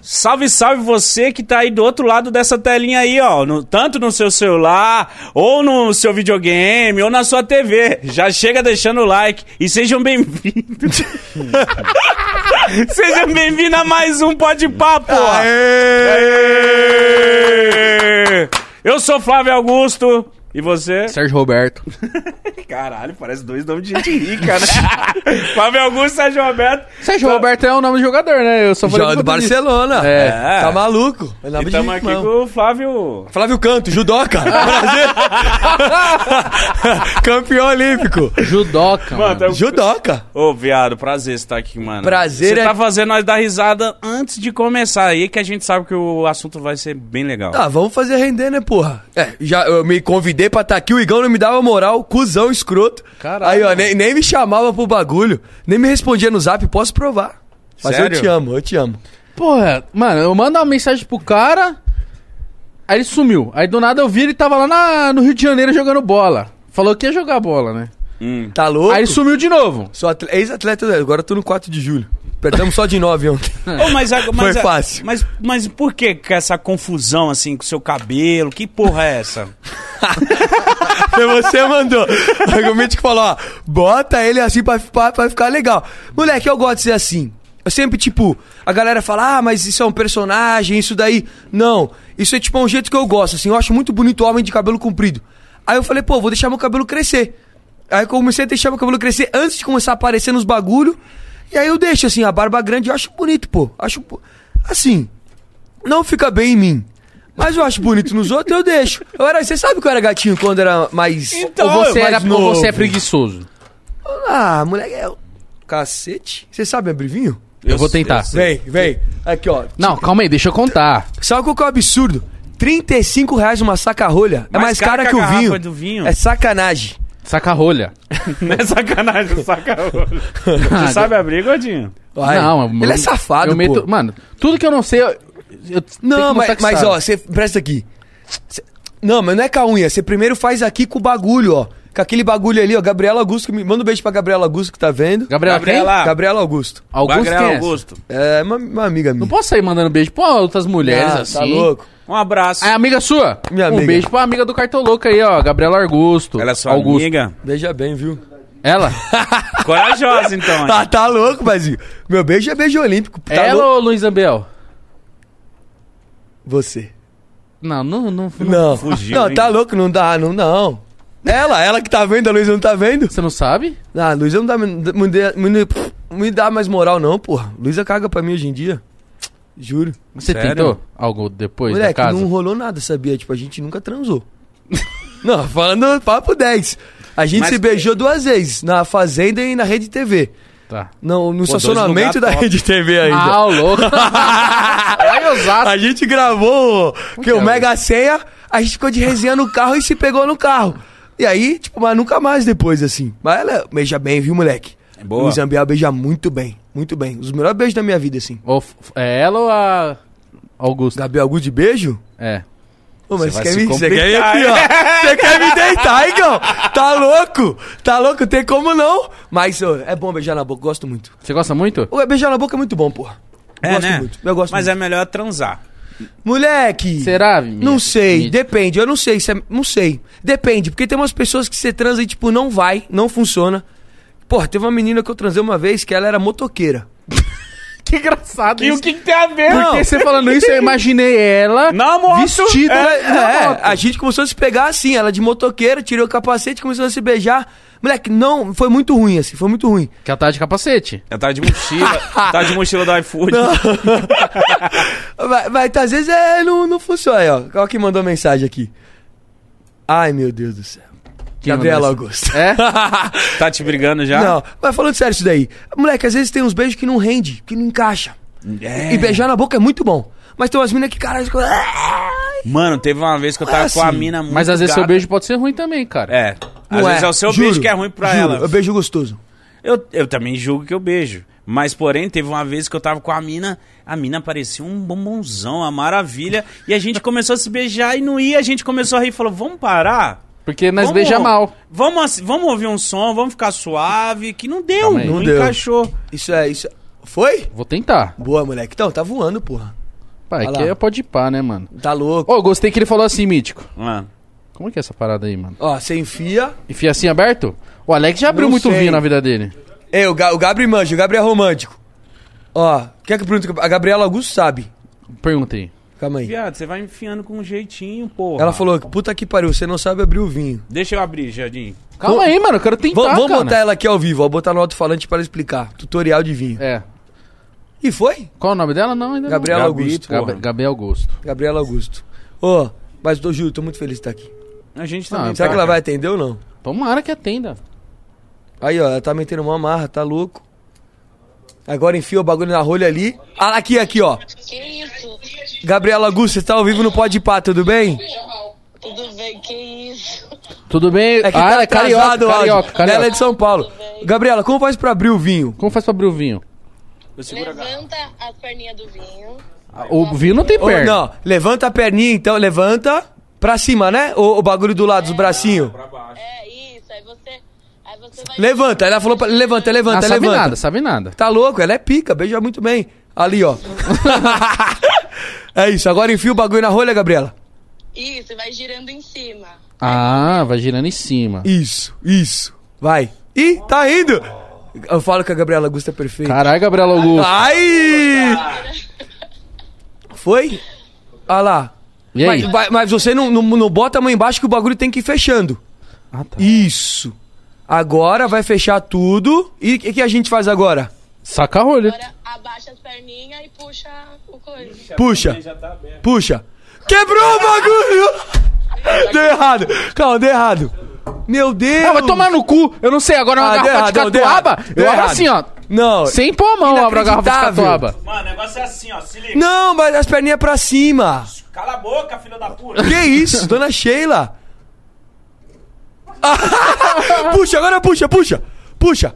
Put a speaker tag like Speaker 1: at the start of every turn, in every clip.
Speaker 1: Salve, salve você que tá aí do outro lado dessa telinha aí, ó. no- tanto no seu celular, ou no seu videogame, ou na sua TV. Já chega deixando o like e sejam bem-vindos. sejam bem-vindos a mais um Pode Papo. Eu sou Flávio Augusto. E você?
Speaker 2: Sérgio Roberto.
Speaker 1: Caralho, parece dois nomes de gente rica, né? Flávio Augusto, Sérgio Roberto.
Speaker 2: Sérgio Roberto é o nome de jogador, né? Eu só falei
Speaker 3: Joga do
Speaker 2: por conta disso.
Speaker 3: Barcelona.
Speaker 2: É.
Speaker 3: Tá maluco? É
Speaker 1: E
Speaker 3: nome de
Speaker 1: estamos aqui
Speaker 3: irmão.
Speaker 1: com o Flávio.
Speaker 3: Flávio Canto, judoca. Prazer. Campeão olímpico.
Speaker 2: Judoca.
Speaker 1: Mano,
Speaker 2: Mano,
Speaker 1: tá-
Speaker 3: Judoca.
Speaker 1: Ô, viado, prazer estar aqui, mano.
Speaker 3: Prazer
Speaker 1: Você
Speaker 3: é-
Speaker 1: tá fazendo nós dar risada antes de começar aí, que a gente sabe que o assunto vai ser bem legal.
Speaker 3: Ah, vamos fazer render, né, porra? É, já eu me convidei pra estar aqui, o Igão não me dava moral, cuzão escroto.
Speaker 2: Caralho.
Speaker 3: Aí, ó, nem, nem me chamava pro bagulho, nem me respondia no zap, posso provar. Mas
Speaker 1: Sério?
Speaker 3: eu te amo, eu te amo.
Speaker 2: Porra, mano, eu mando uma mensagem pro cara, aí ele sumiu. Aí do nada eu vi ele tava lá na- no Rio de Janeiro jogando bola. Falou que ia jogar bola, né?
Speaker 1: Hum.
Speaker 3: Tá louco?
Speaker 2: Aí ele sumiu de novo.
Speaker 3: Sou atle- ex-atleta, agora eu tô no 4 de julho. Apertamos só de 9 ontem.
Speaker 1: Ô, mas, a- mas a-
Speaker 3: É. fácil.
Speaker 1: Mas, mas por que que essa confusão, assim, com o seu cabelo? Que porra é essa?
Speaker 3: Foi você mandou. Aí o Mítico falou, ó, bota ele assim pra, pra, pra ficar legal. Moleque, eu gosto de ser assim. Eu sempre, tipo, a galera fala, ah, mas isso é um personagem, isso daí. Não, isso é tipo um jeito que eu gosto, assim. Eu acho muito bonito o homem de cabelo comprido. Aí eu falei, pô, vou deixar meu cabelo crescer. Aí eu comecei a deixar meu cabelo crescer antes de começar a aparecer nos bagulho. E aí eu deixo, assim, a barba grande, eu acho bonito, pô. Acho, bo- assim, não fica bem em mim. Mas eu acho bonito nos outros, eu deixo. Eu era, você sabe que eu era gatinho quando era mais.
Speaker 2: Ou você,
Speaker 3: Então, mais
Speaker 2: Então, era, ou
Speaker 3: novo.
Speaker 2: você é preguiçoso.
Speaker 3: Ah, moleque, é. Cacete. Você sabe abrir vinho?
Speaker 2: Eu, vou tentar.
Speaker 3: Vem, vem. Aqui, ó.
Speaker 2: Não, calma aí, deixa eu contar.
Speaker 3: Sabe qual que é o absurdo? R$ 35 reais uma saca-rolha. É mais, cara,
Speaker 1: a
Speaker 3: que, o
Speaker 1: garrafa
Speaker 3: vinho.
Speaker 1: do vinho.
Speaker 3: É sacanagem.
Speaker 2: Saca a rolha.
Speaker 1: Não é sacanagem, sacanagem. Você sabe abrir, Godinho?
Speaker 3: Vai. Ele é safado,
Speaker 2: eu meto,
Speaker 3: pô.
Speaker 2: Mano, tudo que eu não sei, eu, eu tenho
Speaker 3: Não,
Speaker 2: que mostrar
Speaker 3: mas,
Speaker 2: que
Speaker 3: mas
Speaker 2: sabe.
Speaker 3: ó, você presta aqui. Cê- não, mas não é com a unha. Você primeiro faz aqui com o bagulho, ó. Com aquele bagulho ali, ó. Gabriela Augusto. que me- Manda um beijo pra Gabriela Augusto que tá vendo.
Speaker 1: Gabriela,
Speaker 2: Gabriela, Gabriela
Speaker 1: Ah.
Speaker 3: Gabriela Augusto.
Speaker 2: quem? Augusto,
Speaker 1: Bagrela
Speaker 2: quem é?
Speaker 1: Augusto.
Speaker 3: É uma, uma amiga minha.
Speaker 2: Não posso sair mandando beijo pra outras mulheres
Speaker 3: Ah,
Speaker 2: assim.
Speaker 3: Tá louco?
Speaker 1: Um abraço.
Speaker 3: Ah,
Speaker 2: É amiga sua?
Speaker 3: Minha
Speaker 2: um
Speaker 3: amiga.
Speaker 2: beijo pra amiga do Cartoloco aí, ó. Gabriela Augusto.
Speaker 1: Ela é sua
Speaker 2: Augusto.
Speaker 1: amiga.
Speaker 3: Veja bem, viu?
Speaker 2: Ela?
Speaker 1: Corajosa, então. hein?
Speaker 3: Ah, tá louco, Bazinho. Meu beijo é beijo olímpico. Tá
Speaker 2: ela
Speaker 3: louco?
Speaker 2: ou Luiz Abel?
Speaker 3: Você.
Speaker 2: Não, não, não.
Speaker 3: Não.
Speaker 1: Fugiu,
Speaker 3: não,
Speaker 1: hein?
Speaker 3: tá louco, não dá, não, não. Ela, ela que tá vendo, a Luísa não tá vendo?
Speaker 2: Você não sabe?
Speaker 3: Ah, a Luísa não dá, me, dê- me, dê- me dá mais moral, não, porra. Luísa caga pra mim hoje em dia. Juro.
Speaker 2: Você
Speaker 1: Sério?
Speaker 2: tentou algo depois da
Speaker 3: Moleque,
Speaker 2: casa?
Speaker 3: não rolou nada, sabia? Tipo, a gente nunca transou. não, falando papo 10. A gente
Speaker 1: Mas-
Speaker 3: se beijou duas vezes, na fazenda e na rede TV.
Speaker 2: Tá.
Speaker 3: Não, no
Speaker 1: dois
Speaker 3: estacionamento
Speaker 1: lugar
Speaker 3: da
Speaker 1: top.
Speaker 3: rede TV ainda.
Speaker 2: Ah, o louco. É, Ai, Osasco.
Speaker 3: A gente gravou que o
Speaker 2: é,
Speaker 3: Mega Senha, a gente ficou de resenha no carro e se pegou no carro. E aí, tipo, mas nunca mais depois, assim. Mas ela beija bem, viu, moleque?
Speaker 1: É boa.
Speaker 3: O Zambiel beija muito bem, muito bem. Os melhores beijos da minha vida, assim.
Speaker 2: Ou f- é ela ou a Augusto?
Speaker 3: Gabriel Gu de beijo?
Speaker 2: É.
Speaker 3: Ô,
Speaker 1: Você
Speaker 3: mas você
Speaker 1: vai
Speaker 3: quer,
Speaker 1: se
Speaker 3: me, você quer me
Speaker 1: complicar,
Speaker 3: aqui, ó. Você quer me deitar, Igão? Tá louco? Tá louco? Tem como não? Mas ô, é bom beijar na boca, gosto muito.
Speaker 2: Você gosta muito?
Speaker 3: Ô, beijar na boca é muito bom, porra.
Speaker 1: É,
Speaker 3: gosto
Speaker 1: né?
Speaker 3: muito. Eu gosto
Speaker 1: Mas
Speaker 3: muito.
Speaker 1: é melhor transar.
Speaker 3: Moleque!
Speaker 2: Será, Mi-
Speaker 3: Não sei,
Speaker 2: Mi-
Speaker 3: depende. Eu não sei, se é- não sei. Depende, porque tem umas pessoas que você transa e, tipo, não vai, não funciona. Porra, teve uma menina que eu transei uma vez que ela era motoqueira.
Speaker 2: Que engraçado
Speaker 1: E o
Speaker 2: isso.
Speaker 1: que, que tem a ver?
Speaker 2: Porque você falando isso, eu imaginei ela
Speaker 1: Na moto.
Speaker 2: vestida
Speaker 3: É,
Speaker 2: na
Speaker 3: é,
Speaker 2: moto.
Speaker 3: a gente começou a se pegar assim, ela de motoqueira, tirou o capacete, começou a se beijar. Moleque, não, foi muito ruim, assim, foi muito ruim.
Speaker 2: Que ela tá de capacete.
Speaker 1: Ela tá de mochila. tá de mochila do iFood.
Speaker 3: Vai, vai, tá, às vezes é, não, não funciona. Aí, ó, qual que mandou mensagem aqui? Ai, meu Deus do céu.
Speaker 2: Quem
Speaker 3: Gabriela
Speaker 2: mandou
Speaker 3: Augusto.
Speaker 2: né? É?
Speaker 1: Tá te brigando já?
Speaker 3: Não, mas falando sério isso daí. Moleque, às vezes tem uns beijos que não rende, que não encaixa.
Speaker 1: É.
Speaker 3: E beijar na boca é muito bom. Mas tem umas minas que, caralho, ficam-
Speaker 1: Mano, teve uma vez que eu tava
Speaker 3: Assim,
Speaker 1: com a mina muito.
Speaker 2: Mas às vezes
Speaker 1: gata.
Speaker 2: seu beijo pode ser ruim também, cara.
Speaker 1: É. Às
Speaker 3: Não
Speaker 1: vezes é o seu
Speaker 3: juro,
Speaker 1: beijo que é ruim pra
Speaker 3: juro,
Speaker 1: ela.
Speaker 3: Eu beijo gostoso.
Speaker 1: Eu, eu também julgo que eu beijo. Mas, porém, teve uma vez que eu tava com a mina, a mina parecia um bombonzão, uma maravilha, e a gente começou a se beijar e não ia, a gente começou a rir e falou, vamos parar?
Speaker 2: Porque nós
Speaker 1: Vamos-
Speaker 2: beija mal.
Speaker 1: Vamos, assi- vamos ouvir um som, vamos ficar suave, que não deu,
Speaker 2: Calma aí.
Speaker 1: não,
Speaker 3: Não deu.
Speaker 1: encaixou.
Speaker 3: Isso é, isso. é- Foi?
Speaker 2: Vou tentar.
Speaker 3: Boa, moleque. Então, tá voando, porra.
Speaker 2: Pá, é
Speaker 3: Olha
Speaker 2: que
Speaker 3: lá.
Speaker 2: é pode ir pá, né, mano?
Speaker 3: Tá louco.
Speaker 2: Ô, gostei que ele falou assim, Mítico.
Speaker 1: Ah.
Speaker 2: Como é que é essa parada aí, mano?
Speaker 3: Ó, você enfia.
Speaker 2: Enfia assim aberto? O Alex já abriu
Speaker 3: Não
Speaker 2: muito
Speaker 3: sei.
Speaker 2: vinho na vida dele.
Speaker 3: É, o, Ga o Gabri manja, o Gabri é romântico. Ó, quer que eu pergunte? A Gabriela Augusto sabe.
Speaker 2: Pergunta aí.
Speaker 3: Calma aí.
Speaker 1: Viado, você vai enfiando com um jeitinho, porra.
Speaker 3: Ela falou, puta que pariu, você não sabe abrir o vinho.
Speaker 1: Deixa eu abrir, Jardim.
Speaker 2: Calma aí, mano. Eu quero tentar,
Speaker 3: Vou, vamos
Speaker 2: cara.
Speaker 3: botar ela aqui ao vivo, ó, botar no alto-falante para explicar. Tutorial de vinho.
Speaker 2: É.
Speaker 3: E foi?
Speaker 2: Qual o nome dela? Não, ainda
Speaker 3: Gabriela
Speaker 1: Gabi,
Speaker 3: Augusto.
Speaker 2: não.
Speaker 1: porra.
Speaker 2: Gabi- Gabriel Augusto.
Speaker 3: Gabriela Augusto. Ô, mas tô juro, tô muito feliz de estar aqui.
Speaker 1: A gente
Speaker 2: Ah,
Speaker 1: também.
Speaker 3: Será
Speaker 1: tá,
Speaker 3: que ela
Speaker 1: cara.
Speaker 3: vai atender ou não?
Speaker 2: Tomara que atenda.
Speaker 3: Aí, ó, ela tá metendo uma amarra, tá louco. Agora enfia o bagulho na rolha ali. Ah, aqui, aqui, ó.
Speaker 4: Que isso?
Speaker 3: Gabriela Augusto, você tá ao vivo no Pode Pá, tudo bem?
Speaker 4: Tudo bem, que isso?
Speaker 2: Tudo bem?
Speaker 3: É que
Speaker 2: ah,
Speaker 3: tá
Speaker 2: é carioca,
Speaker 3: atrasado o áudio.
Speaker 2: carioca, carioca.
Speaker 3: Ela é de São Paulo. Gabriela, como faz pra abrir o vinho?
Speaker 2: Como faz pra abrir o vinho?
Speaker 1: Eu seguro a garrafa.
Speaker 4: Levanta as perninhas do vinho.
Speaker 2: O vinho não tem
Speaker 3: Ô,
Speaker 2: perna.
Speaker 3: não, levanta a perninha então, levanta pra cima, né? O, o bagulho do lado, dos bracinhos.
Speaker 1: Pra baixo.
Speaker 4: É isso, aí você. Aí você vai.
Speaker 3: Levanta, ela falou pra... Levanta, levanta,
Speaker 2: Ah, sabe
Speaker 3: levanta.
Speaker 2: nada, sabe nada.
Speaker 3: Tá louco, ela é pica, beija muito bem. Ali, ó. é isso, agora enfia o bagulho na rolha, Gabriela.
Speaker 4: Isso, vai girando em cima.
Speaker 2: Ah, vai girando em cima.
Speaker 3: Isso, isso. Vai. Ih, tá indo. Eu falo que a Gabriela Augusta é perfeita.
Speaker 2: Caralho, Gabriela
Speaker 3: Ah,
Speaker 2: Augusto.
Speaker 3: Ai! Foi? Olha lá.
Speaker 2: E aí?
Speaker 3: Mas, vai- mas você não, não, não bota a mão embaixo que o bagulho tem que ir fechando.
Speaker 2: Ah, tá.
Speaker 3: Isso. Agora vai fechar tudo. E o que, que a gente faz agora?
Speaker 2: Saca a rolha.
Speaker 4: Agora abaixa as perninhas e puxa o coisa.
Speaker 3: Puxa.
Speaker 1: Já tá aberto.
Speaker 3: Puxa. Quebrou o bagulho! deu errado. Calma, deu errado. Meu Deus.
Speaker 2: Ah, vai tomar no cu. Eu não sei, agora é uma
Speaker 3: Ah, deu
Speaker 2: garrafa de
Speaker 3: errado, deu
Speaker 2: catuaba.
Speaker 3: errado, deu
Speaker 2: Eu abro
Speaker 3: errado.
Speaker 2: assim, ó.
Speaker 3: Não.
Speaker 2: Sem pôr a mão, eu abro a garrafa de
Speaker 3: Inacreditável.
Speaker 2: catuaba.
Speaker 1: Mano, o negócio é assim, ó. Se liga.
Speaker 3: Não, mas as perninhas pra cima.
Speaker 1: Cala a boca, filho da puta.
Speaker 3: Que isso, dona Sheila? puxa, agora puxa, puxa, puxa.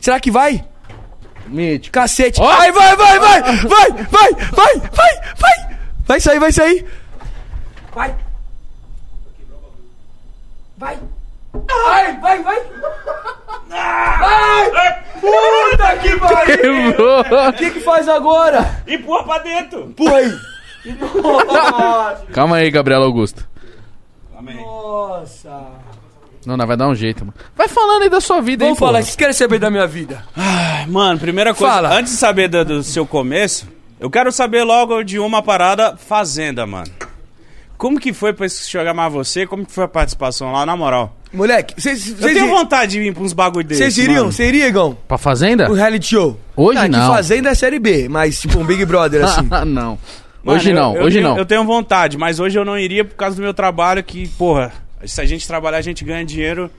Speaker 3: Será que vai?
Speaker 2: Mítico.
Speaker 3: Cacete.
Speaker 2: Ó.
Speaker 3: Vai, vai, vai, vai, vai, vai, vai, vai, vai. Vai sair, vai sair. Vai. Vai. Vai, vai, vai. Vai. Puta que pariu. O que que faz agora?
Speaker 1: Empurra pra dentro.
Speaker 3: Pô aí.
Speaker 2: Calma aí, Gabriela Augusto.
Speaker 1: Amém.
Speaker 3: Nossa.
Speaker 2: Não, não, vai dar um jeito, mano. Vai falando aí da sua vida,
Speaker 3: Vamos
Speaker 2: hein,
Speaker 3: falar,
Speaker 2: porra.
Speaker 3: vocês querem saber da minha vida?
Speaker 1: Mano, primeira coisa,
Speaker 3: Fala.
Speaker 1: antes de saber do, do seu começo, eu quero saber logo de uma parada fazenda, mano. Como que foi pra esse chamar você? Como que foi a participação lá, na moral?
Speaker 3: Moleque, vocês.
Speaker 1: Eu
Speaker 3: vocês
Speaker 1: tenho
Speaker 3: ir-
Speaker 1: vontade de vir pra uns bagulho desse,
Speaker 3: Vocês iriam?
Speaker 1: mano.
Speaker 3: Vocês iriam, Igão?
Speaker 2: Pra fazenda?
Speaker 3: Um reality show?
Speaker 2: Hoje
Speaker 3: ah,
Speaker 2: não.
Speaker 3: Que Fazenda é Série B, mas tipo um Big Brother, assim.
Speaker 2: Ah, não.
Speaker 1: Mano,
Speaker 2: Hoje
Speaker 1: eu-
Speaker 2: não,
Speaker 1: eu
Speaker 2: hoje
Speaker 1: tenho-
Speaker 2: não.
Speaker 1: Eu tenho vontade, mas hoje eu não iria por causa do meu trabalho que, porra, se a gente trabalhar, a gente ganha dinheiro,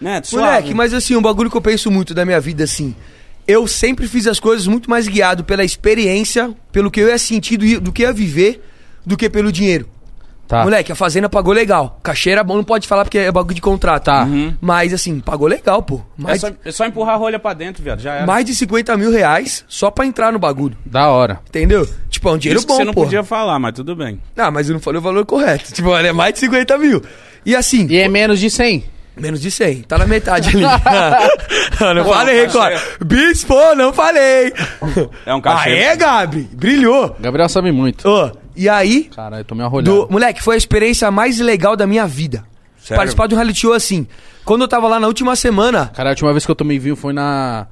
Speaker 1: né?
Speaker 3: Moleque,
Speaker 1: Suave.
Speaker 3: mas assim, um bagulho que eu penso muito da minha vida, assim. Eu sempre fiz as coisas muito mais guiado pela experiência, pelo que eu ia sentir, do, do que eu ia viver, do que pelo dinheiro.
Speaker 2: Tá.
Speaker 3: Moleque, a Fazenda pagou legal. Cachê era bom, não pode falar porque é bagulho de contrato.
Speaker 2: Tá.
Speaker 1: Uhum.
Speaker 3: Mas assim, pagou legal, pô.
Speaker 1: É
Speaker 3: Mais,
Speaker 1: só, é só empurrar a rolha pra dentro, viado, já era.
Speaker 3: mais de 50 mil reais só pra entrar no bagulho.
Speaker 2: Da hora.
Speaker 3: Entendeu? Tipo, é um dinheiro
Speaker 1: Isso que
Speaker 3: bom,
Speaker 1: você não
Speaker 3: pô.
Speaker 1: podia falar, mas tudo bem.
Speaker 3: Ah, mas eu não falei o valor correto. Tipo, olha, é mais de 50 mil. E assim,
Speaker 2: E é menos de 100.
Speaker 3: menos de 100. Tá na metade ali. não não
Speaker 1: Pô,
Speaker 3: falei,
Speaker 1: não, tá
Speaker 3: Record. Bispo, não falei.
Speaker 1: É um cachê.
Speaker 3: Aê, Gabi. Brilhou.
Speaker 2: Gabriel sabe muito.
Speaker 3: Ô, e aí,
Speaker 2: Caralho, eu tomei uma rolhada.
Speaker 3: do, moleque, foi a experiência mais legal da minha vida.
Speaker 1: É. Sério?
Speaker 3: Participar de um reality show assim. Quando eu tava lá na última semana,
Speaker 2: Cara, a última vez que eu tomei vinho foi na.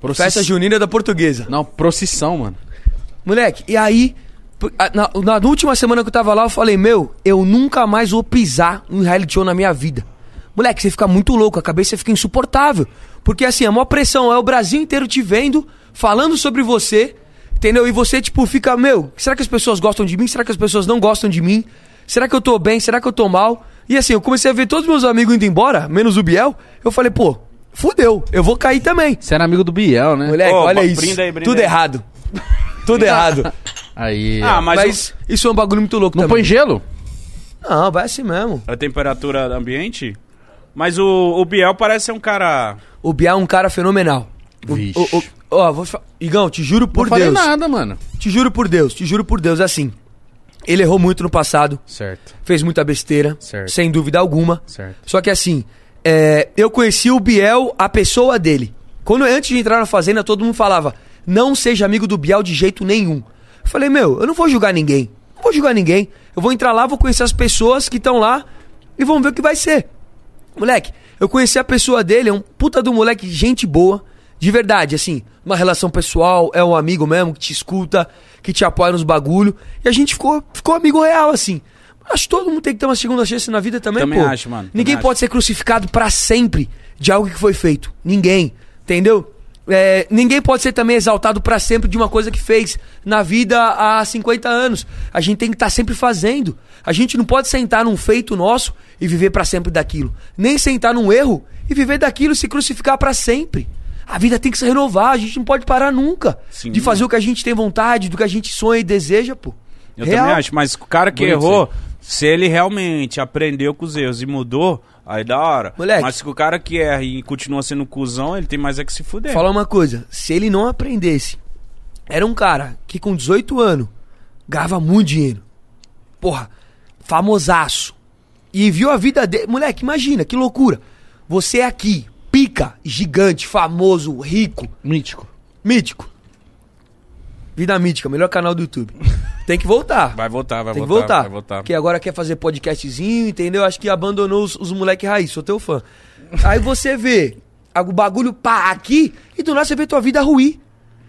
Speaker 2: Process-
Speaker 3: festa junina da portuguesa.
Speaker 2: Não, procissão, mano.
Speaker 3: Moleque, e aí, por- a- na, na última semana que eu tava lá, eu falei, meu, eu nunca mais vou pisar em reality show na minha vida. Moleque, você fica muito louco, a cabeça fica insuportável. Porque assim, a maior pressão é o Brasil inteiro te vendo, falando sobre você, entendeu? E você, tipo, fica, meu, será que as pessoas gostam de mim? Será que as pessoas não gostam de mim? Será que eu tô bem? Será que eu tô mal? E assim, eu comecei a ver todos meus amigos indo embora, menos o Biel. Eu falei, pô, fudeu, eu vou cair também.
Speaker 2: Você era amigo do Biel, né?
Speaker 3: Moleque,
Speaker 1: Ô,
Speaker 3: olha
Speaker 1: brinda
Speaker 3: isso.
Speaker 1: aí, brinda
Speaker 3: Tudo
Speaker 1: aí.
Speaker 3: errado. Tudo errado.
Speaker 2: Aí.
Speaker 1: Ah, mas,
Speaker 3: É. Mas,
Speaker 1: o-
Speaker 3: isso é um bagulho muito louco
Speaker 2: não
Speaker 3: também.
Speaker 2: põe gelo?
Speaker 3: Não, vai assim mesmo.
Speaker 1: a temperatura ambiente... Mas o, o Biel parece ser um cara...
Speaker 3: O Biá é um cara fenomenal. O-
Speaker 2: Vixe.
Speaker 3: o- o- Ó, vou te fa- Igão, te juro por
Speaker 2: não falei
Speaker 3: Deus.
Speaker 2: nada, mano.
Speaker 3: Te juro por Deus, te juro por Deus, assim. Ele errou muito no passado,
Speaker 2: Certo,
Speaker 3: fez muita besteira,
Speaker 2: Certo.
Speaker 3: sem dúvida alguma.
Speaker 2: certo.
Speaker 3: Só que assim, é, eu conheci o Biel, a pessoa dele. Quando antes de entrar na fazenda, todo mundo falava: não seja amigo do Biel de jeito nenhum. Eu falei, meu, eu não vou julgar ninguém. Não vou julgar ninguém. Eu vou entrar lá, vou conhecer as pessoas que estão lá e vamos ver o que vai ser. Moleque, eu conheci a pessoa dele, é um puta do moleque, gente boa, de verdade, assim, uma relação pessoal, é um amigo mesmo que te escuta, que te apoia nos bagulho. E a gente ficou, ficou amigo real, assim. Acho que todo mundo tem que ter uma segunda chance na vida também,
Speaker 1: Também
Speaker 3: pô.
Speaker 1: acho, mano, também
Speaker 3: Ninguém
Speaker 1: acho.
Speaker 3: pode ser crucificado pra sempre de algo que foi feito. Ninguém, entendeu? É, ninguém pode ser também exaltado pra sempre de uma coisa que fez na vida há 50 anos. A gente tem que estar sempre fazendo. A gente não pode sentar num feito nosso e viver pra sempre daquilo. Nem sentar num erro e viver daquilo e se crucificar pra sempre. A vida tem que se renovar, a gente não pode parar nunca
Speaker 1: Sim.
Speaker 3: de fazer o que a gente tem vontade, do que a gente sonha e deseja, pô.
Speaker 1: Eu
Speaker 3: Real.
Speaker 1: também acho, mas o cara que
Speaker 2: Bonito
Speaker 1: errou, se ele realmente aprendeu com os erros e mudou, aí da hora.
Speaker 3: Moleque.
Speaker 1: Mas se o cara que erra e continua sendo um cuzão, ele tem mais é que se fuder.
Speaker 3: Falar uma coisa, se ele não aprendesse, era um cara que com 18 anos ganhava muito dinheiro. Porra, famosaço. E viu a vida dele. Moleque, imagina, que loucura. Você é aqui, pica, gigante, famoso, rico,
Speaker 2: Mítico.
Speaker 3: mítico. Vida mítica, melhor canal do YouTube. Tem que voltar.
Speaker 1: Vai voltar, vai
Speaker 3: Tem que
Speaker 1: voltar,
Speaker 3: voltar.
Speaker 1: vai voltar.
Speaker 3: Que é agora quer fazer podcastzinho, entendeu? Acho que abandonou os, os moleque raiz, sou teu fã. Aí você vê a- o bagulho pá aqui e do nada você vê tua vida ruim.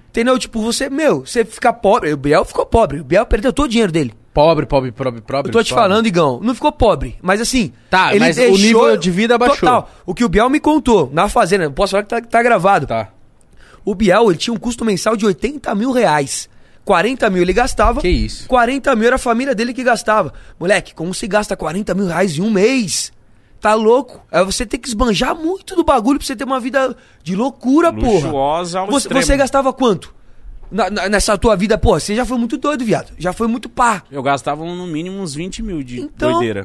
Speaker 3: Entendeu? Tipo, você, meu, você fica pobre. O Biel ficou pobre. O Biel perdeu todo o dinheiro dele.
Speaker 2: Pobre, pobre, pobre, pobre.
Speaker 3: Eu tô te
Speaker 1: né?
Speaker 2: pobre.
Speaker 3: falando, Igão, não ficou pobre, mas assim.
Speaker 2: Tá, mas o nível de vida baixou.
Speaker 3: Total. O que o Biel me contou na fazenda, não posso falar que tá, tá gravado.
Speaker 2: Tá.
Speaker 3: O Biel, ele tinha um custo mensal de 80 mil reais. 40 mil ele gastava.
Speaker 2: Que isso.
Speaker 3: 40 mil era a família dele que gastava. Moleque, como se gasta 40 mil reais em um mês? Tá louco? Aí você tem que esbanjar muito do bagulho pra você ter uma vida de loucura,
Speaker 1: Luxuosa
Speaker 3: porra.
Speaker 1: ao
Speaker 3: Você,
Speaker 1: extremo.
Speaker 3: você gastava quanto? Na- na- nessa tua vida, porra, você já foi muito doido, viado. Já foi muito pá.
Speaker 1: Eu gastava no mínimo uns 20 mil de
Speaker 3: Então,
Speaker 1: doideira.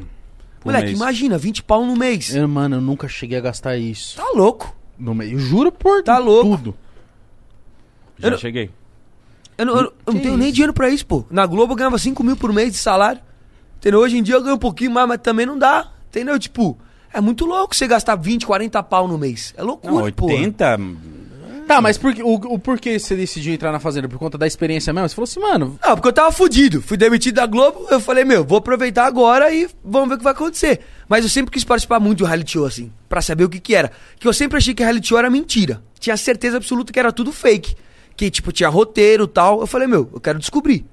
Speaker 1: por
Speaker 3: Moleque,
Speaker 1: Um mês.
Speaker 3: imagina, 20 pau no mês.
Speaker 2: Eu, mano, eu nunca cheguei a gastar isso.
Speaker 3: Tá louco.
Speaker 2: No meio. Eu juro por
Speaker 3: Tá louco.
Speaker 2: tudo.
Speaker 1: Já
Speaker 3: eu não-
Speaker 1: cheguei.
Speaker 3: Eu não, eu não- eu não
Speaker 2: Que
Speaker 3: tenho nem
Speaker 2: isso?
Speaker 3: dinheiro pra isso, pô. Na Globo eu ganhava 5 mil por mês de salário. Entendeu? Hoje em dia eu ganho um pouquinho mais, mas também não dá. Entendeu? Tipo, é muito louco você gastar 20, 40 pau no mês. É
Speaker 1: Não,
Speaker 3: loucura, pô.
Speaker 1: 80?
Speaker 2: Tá, mas por, que- o, o porquê você decidiu entrar na fazenda? Por conta da experiência mesmo? Você falou assim, mano,
Speaker 3: Não, porque eu tava fudido. Fui demitido da Globo, eu falei, meu, vou aproveitar agora e vamos ver o que vai acontecer. Mas eu sempre quis participar muito de um reality show, assim, pra saber o que que era. Que eu sempre achei que reality show era mentira. Tinha certeza absoluta que era tudo fake. Que, tipo, tinha roteiro e tal. Eu falei, meu, eu quero descobrir.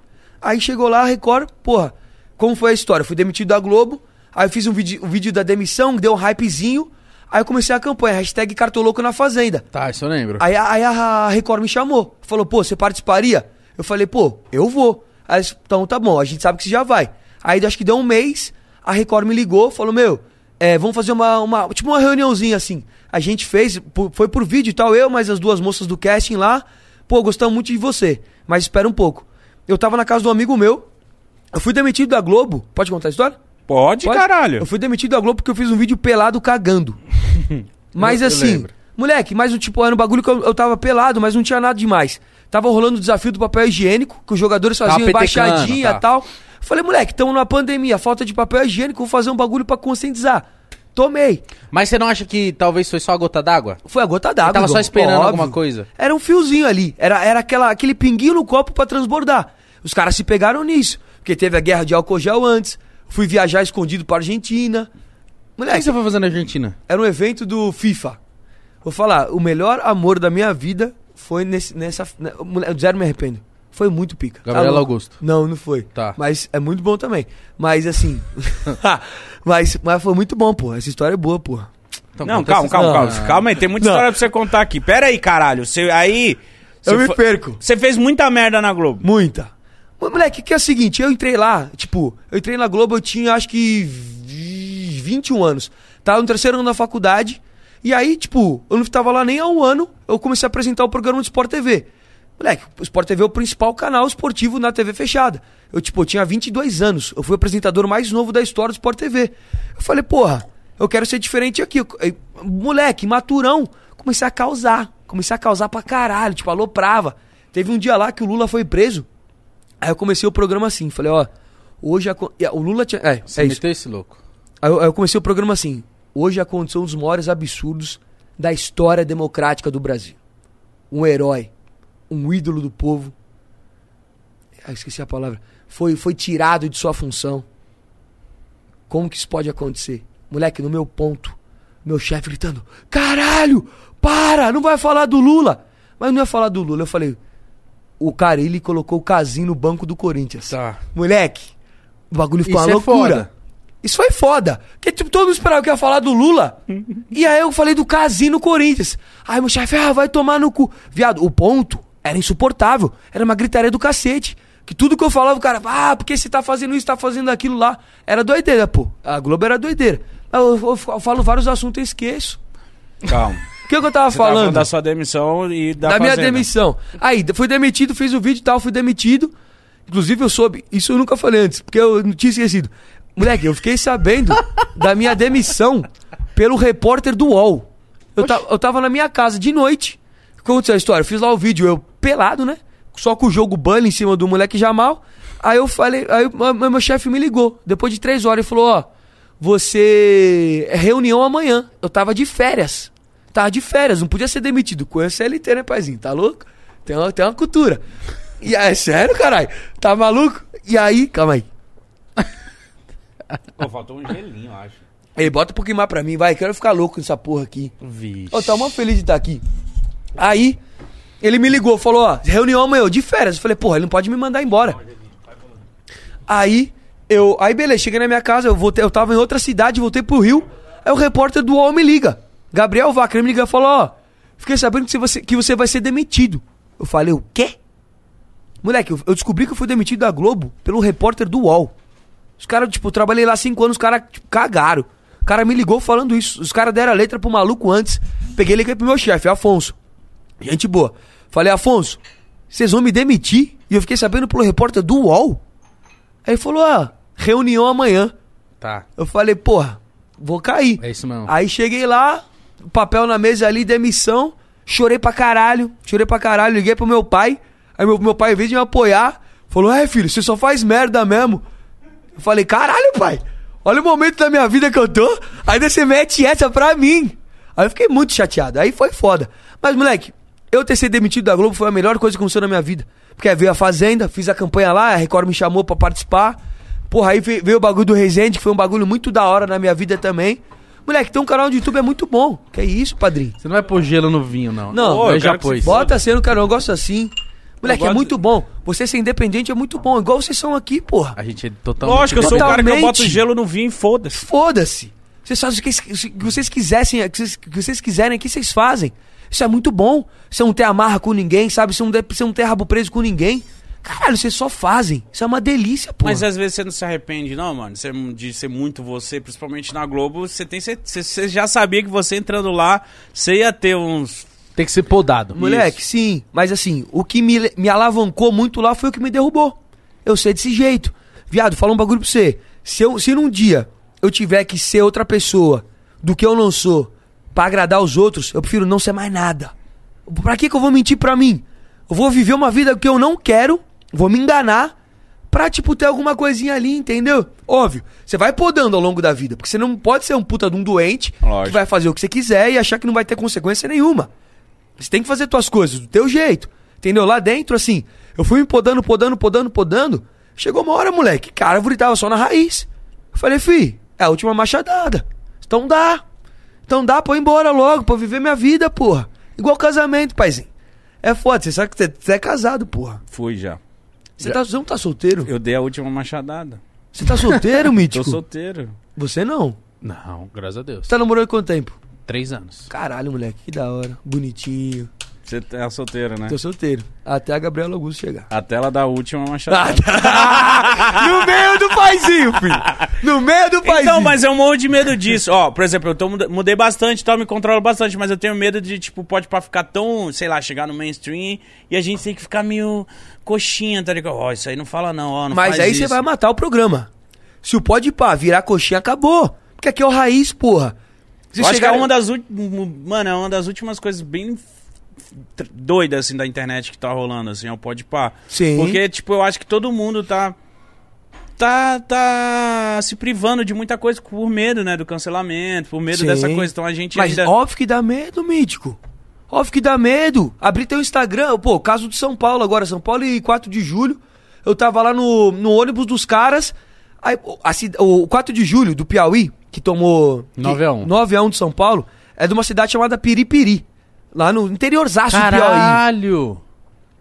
Speaker 3: Aí chegou lá, a Record, porra, como foi a história? Eu fui demitido da Globo, aí eu fiz um vídeo, um vídeo da demissão, deu um hypezinho. Aí eu comecei a campanha, hashtag Cartoloco na Fazenda.
Speaker 2: tá, isso eu lembro.
Speaker 3: Aí, a- aí a Record me chamou. Falou, pô, você participaria? Eu falei, pô, eu vou. Aí, eles, então tá bom, a gente sabe que você já vai. Aí acho que deu um mês, a Record me ligou, falou, meu, é, vamos fazer uma, uma- Tipo uma reuniãozinha assim. A gente fez, por- foi por vídeo e tal, eu, mas as duas moças do casting lá. Pô, gostamos muito de você, mas espera um pouco. Eu tava na casa do amigo meu, eu fui demitido da Globo. Pode contar a história?
Speaker 1: Pode,
Speaker 3: Pode?
Speaker 1: caralho.
Speaker 3: Eu fui demitido da Globo porque eu fiz um vídeo pelado cagando. mas
Speaker 2: Eu- eu
Speaker 3: assim,
Speaker 2: lembro.
Speaker 3: moleque, mas tipo, era um bagulho que eu, eu tava pelado, mas não tinha nada demais. Tava rolando o desafio do papel higiênico, que os jogadores
Speaker 2: Tava
Speaker 3: faziam
Speaker 2: petecando,
Speaker 3: embaixadinha e
Speaker 2: tá.
Speaker 3: tal. Falei, moleque, estamos numa pandemia, falta de papel higiênico, vou fazer um bagulho pra conscientizar. Tomei.
Speaker 2: Mas você não acha que talvez foi só a gota d'água?
Speaker 3: Foi a gota d'água.
Speaker 2: Ele tava só
Speaker 3: Igor,
Speaker 2: esperando alguma coisa.
Speaker 3: Era um fiozinho ali. Era, era aquela, aquele pinguinho no copo pra transbordar. Os caras se pegaram nisso. Porque teve a guerra de álcool gel antes. Fui viajar escondido pra
Speaker 2: O
Speaker 3: Argentina.
Speaker 2: que
Speaker 3: Moleque,
Speaker 2: você foi fazer na Argentina?
Speaker 3: era um evento do FIFA. Vou falar, o melhor amor da minha vida foi nesse, nessa. né, mole- Zero me arrependo. Foi muito pica. Tá
Speaker 2: Gabriela
Speaker 3: louco?
Speaker 2: Augusto.
Speaker 3: Não, não foi.
Speaker 2: Tá.
Speaker 3: Mas é muito bom também. Mas assim. mas, mas foi muito bom, pô. Essa história é boa, pô.
Speaker 2: Então,
Speaker 1: Não,
Speaker 2: conta
Speaker 1: calma,
Speaker 2: essa-
Speaker 1: calma,
Speaker 2: Não,
Speaker 1: calma.
Speaker 2: não, não.
Speaker 1: Calma aí, tem muita
Speaker 3: Não.
Speaker 1: história pra você contar aqui. Pera aí, caralho. Você, aí.
Speaker 3: Eu
Speaker 1: você
Speaker 3: me
Speaker 1: fo-
Speaker 3: perco.
Speaker 1: Você fez muita merda na Globo.
Speaker 3: Muita. Mas, moleque, que é o seguinte, eu entrei lá, tipo, eu entrei na Globo, eu tinha acho que vi- 21 anos. Tava no terceiro ano da faculdade. E aí, tipo, eu não tava lá nem há um ano, eu comecei a apresentar o programa do Sport TV. Moleque, o Sport TV é o principal canal esportivo na TV fechada. Eu, tipo, eu tinha 22 anos, eu fui o apresentador mais novo da história do Sport TV. Eu falei, porra, eu quero ser diferente aqui. Eu- eu- Moleque, maturão, comecei a causar. Comecei a causar pra caralho, tipo, aloprava. Teve um dia lá que o Lula foi preso. Aí eu comecei o programa assim, falei, ó, hoje acon- e, ó, o Lula tinha, é,
Speaker 2: Ah, Você
Speaker 3: é isso.
Speaker 2: meteu esse louco.
Speaker 3: Aí eu, aí eu comecei o programa assim, hoje aconteceu um dos maiores absurdos da história democrática do Brasil. Um herói, um ídolo do povo, Ah, esqueci a palavra. Foi, foi tirado de sua função. Como que isso pode acontecer? Moleque, no meu ponto, meu chefe gritando: Caralho, para, não vai falar do Lula. Mas não ia falar do Lula. Eu falei: O Carilli colocou o casinho no banco do Corinthians.
Speaker 2: Tá.
Speaker 3: Moleque, o bagulho ficou
Speaker 2: Isso
Speaker 3: uma
Speaker 2: é
Speaker 3: loucura.
Speaker 2: foda.
Speaker 3: Isso foi foda. Porque tipo, todo mundo esperava que eu ia falar do Lula. e aí eu falei do casinho no Corinthians. Aí meu chefe, ah, vai tomar no cu. Viado, o ponto era insuportável. Era uma gritaria do cacete. Que tudo que eu falava, o cara, ah, porque você tá fazendo isso, tá fazendo aquilo lá. Era doideira, pô. A Globo era doideira. Eu, eu- eu falo vários assuntos e esqueço.
Speaker 1: Calma.
Speaker 3: O que, que eu tava
Speaker 1: Você tava
Speaker 3: falando?
Speaker 1: da sua demissão e da,
Speaker 3: da minha
Speaker 1: fazenda.
Speaker 3: demissão. Aí, fui demitido, fiz o vídeo e tal, fui demitido. Inclusive, eu soube, isso eu nunca falei antes, porque eu não tinha esquecido. Moleque, eu fiquei sabendo da minha demissão pelo repórter do UOL. Eu, ta- eu tava na minha casa de noite. Aconteceu a história, eu fiz lá o vídeo, eu pelado, né? Só com o jogo Bunny em cima do moleque Jamal. Aí eu falei, aí o- meu meu chefe me ligou, depois de três horas, e falou: Ó, você. é reunião amanhã. Eu tava de férias. Tava Tá de férias, não podia ser demitido. Com a CLT, né, paizinho? Tá louco? Tem uma, tem uma cultura. E é sério, caralho? Tá maluco? E aí, calma aí.
Speaker 1: Pô, faltou um gelinho, eu acho.
Speaker 3: Ei, bota um pouquinho mais pra mim, vai. Quero ficar louco nessa porra aqui.
Speaker 1: Vixe.
Speaker 3: Eu tava mó feliz de estar aqui. Aí, ele me ligou, falou, ó, reunião amanhã, eu de férias. Eu falei, porra, ele não pode me mandar embora. Aí, eu. Aí, beleza, cheguei na minha casa, eu, voltei, eu tava em outra cidade, voltei pro Rio. Aí o repórter do UOL me liga. Gabriel Vacra ele me liga e falou, ó, fiquei sabendo que você, que você vai ser demitido. Eu falei, o quê? Moleque, eu, eu descobri que eu fui demitido da Globo pelo repórter do UOL. Os caras, tipo, eu trabalhei lá cinco anos, os caras tipo, cagaram. O cara me ligou falando isso. Os caras deram a letra pro maluco antes. Peguei e liguei pro meu chefe, Afonso. Gente boa. Falei, Afonso, vocês vão me demitir? E eu fiquei sabendo pelo repórter do UOL. Aí ele falou, ah, reunião amanhã.
Speaker 2: Tá.
Speaker 3: Eu falei, porra, vou cair.
Speaker 2: É isso mesmo.
Speaker 3: Aí cheguei lá, papel na mesa ali, demissão. Chorei pra caralho, chorei pra caralho. Liguei pro meu pai. Aí meu, meu pai, em vez de me apoiar, falou: É, filho, você só faz merda mesmo. Eu falei: Caralho, pai, olha o momento da minha vida que eu tô. Ainda você mete essa pra mim. Aí eu fiquei muito chateado. Aí foi foda. Mas, moleque, eu ter sido demitido da Globo foi a melhor coisa que aconteceu na minha vida. Porque aí veio a Fazenda, fiz a campanha lá, a Record me chamou pra participar. Porra, aí veio, veio o bagulho do Resende, que foi um bagulho muito da hora na minha vida também. Moleque, tem um canal de YouTube é muito bom. Que é isso, padrinho?
Speaker 2: Você não vai pôr gelo no vinho, não.
Speaker 3: Não,
Speaker 2: eu
Speaker 1: eu
Speaker 2: já
Speaker 1: quero que
Speaker 2: pôs.
Speaker 1: se
Speaker 3: Bota assim no canal, eu gosto assim. Moleque,
Speaker 1: Eu
Speaker 3: é
Speaker 1: gosto-
Speaker 3: muito bom. Você ser independente é muito bom, igual vocês são aqui, porra.
Speaker 2: A gente é totalmente.
Speaker 1: Lógico, eu sou o cara que eu boto
Speaker 3: Totalmente.
Speaker 1: gelo no vinho e foda-se.
Speaker 3: Foda-se. Vocês fazem o que, es- que vocês quisessem, que vocês, que vocês quiserem aqui, vocês fazem. Isso é muito bom. Você não tem amarra com ninguém, sabe? Você não, deve- você não tem rabo preso com ninguém. Caralho, vocês só fazem. Isso é uma delícia, porra.
Speaker 1: Mas às vezes você não se arrepende, não, mano. Você, de ser muito você, principalmente na Globo, você tem cer- você, você já sabia que você entrando lá, você ia ter uns.
Speaker 2: Tem que ser podado.
Speaker 3: Moleque, sim. Mas assim, o que me, me alavancou muito lá foi o que me derrubou. Eu sei desse jeito. Viado, fala um bagulho pra você. Se, eu, se num dia eu tiver que ser outra pessoa do que eu não sou pra agradar os outros, eu prefiro não ser mais nada. Pra que, que eu vou mentir pra mim? Eu vou viver uma vida que eu não quero, vou me enganar pra, tipo, ter alguma coisinha ali, entendeu? Óbvio, você vai podando ao longo da vida, porque você não pode ser um puta de um doente que
Speaker 1: Lógico.
Speaker 3: vai fazer o que você quiser e achar que não vai ter consequência nenhuma. Você tem que fazer tuas coisas do teu jeito. Entendeu? Lá dentro, assim, eu fui me podando, podando, podando, podando. Chegou uma hora, moleque, cara, a árvore tava só na raiz. Eu falei, fi, é a última machadada. Então dá. Então dá pra eu ir embora logo, pra eu viver minha vida, porra. Igual casamento, paizinho. É foda, você sabe que você- você é casado, porra.
Speaker 1: Fui já.
Speaker 3: Você, tá, você não tá solteiro?
Speaker 1: Eu dei a última machadada.
Speaker 3: Você tá solteiro,
Speaker 1: Tô
Speaker 3: Mítico?
Speaker 1: solteiro.
Speaker 3: Você não.
Speaker 2: Não, graças a Deus.
Speaker 3: Você tá namorando quanto tempo?
Speaker 2: Três anos.
Speaker 3: Caralho, moleque, que da hora. Bonitinho.
Speaker 1: Você é solteiro, né?
Speaker 3: Tô Ah, solteiro. Até a Gabriela Augusto chegar.
Speaker 1: A tela da última machadada.
Speaker 3: No meio do paizinho, filho. No meio do paizinho.
Speaker 1: Então, mas eu morro de medo disso. Ó, por exemplo, eu tô, muda- mudei bastante e tal, me controlo bastante, mas eu tenho medo de, tipo, pode pra ficar tão, sei lá, chegar no mainstream e a gente tem que ficar meio coxinha, tá ligado? Ó, isso aí não fala não, ó, não
Speaker 3: Mas
Speaker 1: faz
Speaker 3: aí
Speaker 1: isso.
Speaker 3: você vai matar o programa. Se o pode pá virar coxinha, acabou. Porque aqui é o raiz, porra. Se
Speaker 1: Eu acho que é
Speaker 3: chegar-
Speaker 1: uma das últimas, mano, é uma das últimas coisas bem f- tr- doidas, assim, da internet que tá rolando, assim, ó, pode pá.
Speaker 3: Sim.
Speaker 1: Porque, tipo, eu acho que todo mundo tá... Tá, tá se privando de muita coisa por medo, né? Do cancelamento, por medo
Speaker 3: Sim.
Speaker 1: dessa coisa. Então a gente
Speaker 3: Mas
Speaker 1: ainda...
Speaker 3: óbvio que dá medo, mítico. Óbvio que dá medo. Abrir teu Instagram, pô, caso de São Paulo agora, São Paulo e 4 de julho. Eu tava lá no, no ônibus dos caras. Aí, o- a cid- o 4 de julho do Piauí, que tomou.
Speaker 2: 9 a 1.
Speaker 3: 9 a 1 de São Paulo, é de uma cidade chamada Piripiri. Lá no interiorzaço do Piauí.
Speaker 2: Caralho!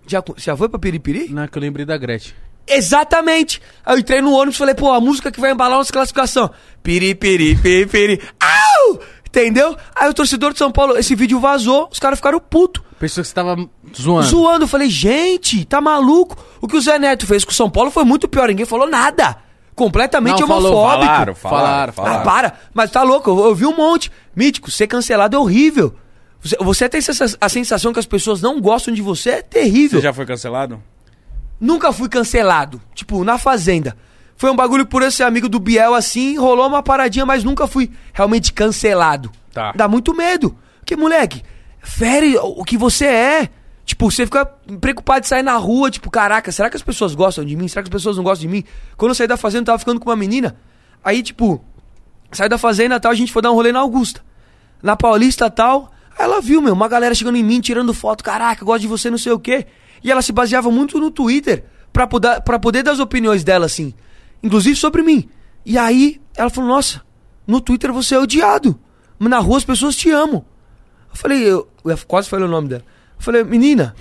Speaker 3: Já, co- já foi pra Piripiri?
Speaker 2: Não, é que eu lembrei da Gretchen.
Speaker 3: Exatamente! Aí eu entrei no ônibus e falei, pô, a música que vai embalar nossa classificação. Piri, piri, piri, piri. Au! Entendeu? Aí o torcedor de São Paulo, esse vídeo vazou, os caras ficaram putos.
Speaker 2: Pensou que você tava zoando.
Speaker 3: Zoando, eu falei, gente, tá maluco? O que o Zé Neto fez com o São Paulo foi muito pior, ninguém falou nada. Completamente
Speaker 2: Não, falou,
Speaker 3: homofóbico.
Speaker 1: Falaram, falaram,
Speaker 2: Falaram,
Speaker 1: falaram.
Speaker 3: Ah, para! Mas tá louco, eu, eu vi um monte. Mítico, ser cancelado é horrível. Você, você tem essa- a sensação que as pessoas não gostam de você, é terrível.
Speaker 1: Você já foi cancelado?
Speaker 3: Nunca fui cancelado. Tipo, na Fazenda. Foi um bagulho por eu ser amigo do Biel assim, rolou uma paradinha, mas nunca fui realmente cancelado.
Speaker 1: Tá.
Speaker 3: Dá muito medo. Porque, moleque, fere o que você é. Tipo, você fica preocupado de sair na rua, tipo, caraca, será que as pessoas gostam de mim? Será que as pessoas não gostam de mim? Quando eu saí da Fazenda, eu tava ficando com uma menina. Aí, tipo, saí da Fazenda e tal, a gente foi dar um rolê na Augusta. Na Paulista e tal. Aí ela viu, meu, uma galera chegando em mim, tirando foto. Caraca, eu gosto de você, não sei o quê. E ela se baseava muito no Twitter pra poder, pra poder dar as opiniões dela, assim. Inclusive sobre mim. E aí ela falou, nossa, no Twitter você é odiado. Mas na rua as pessoas te amam. Eu falei, eu, eu quase falei o nome dela. Eu falei, menina,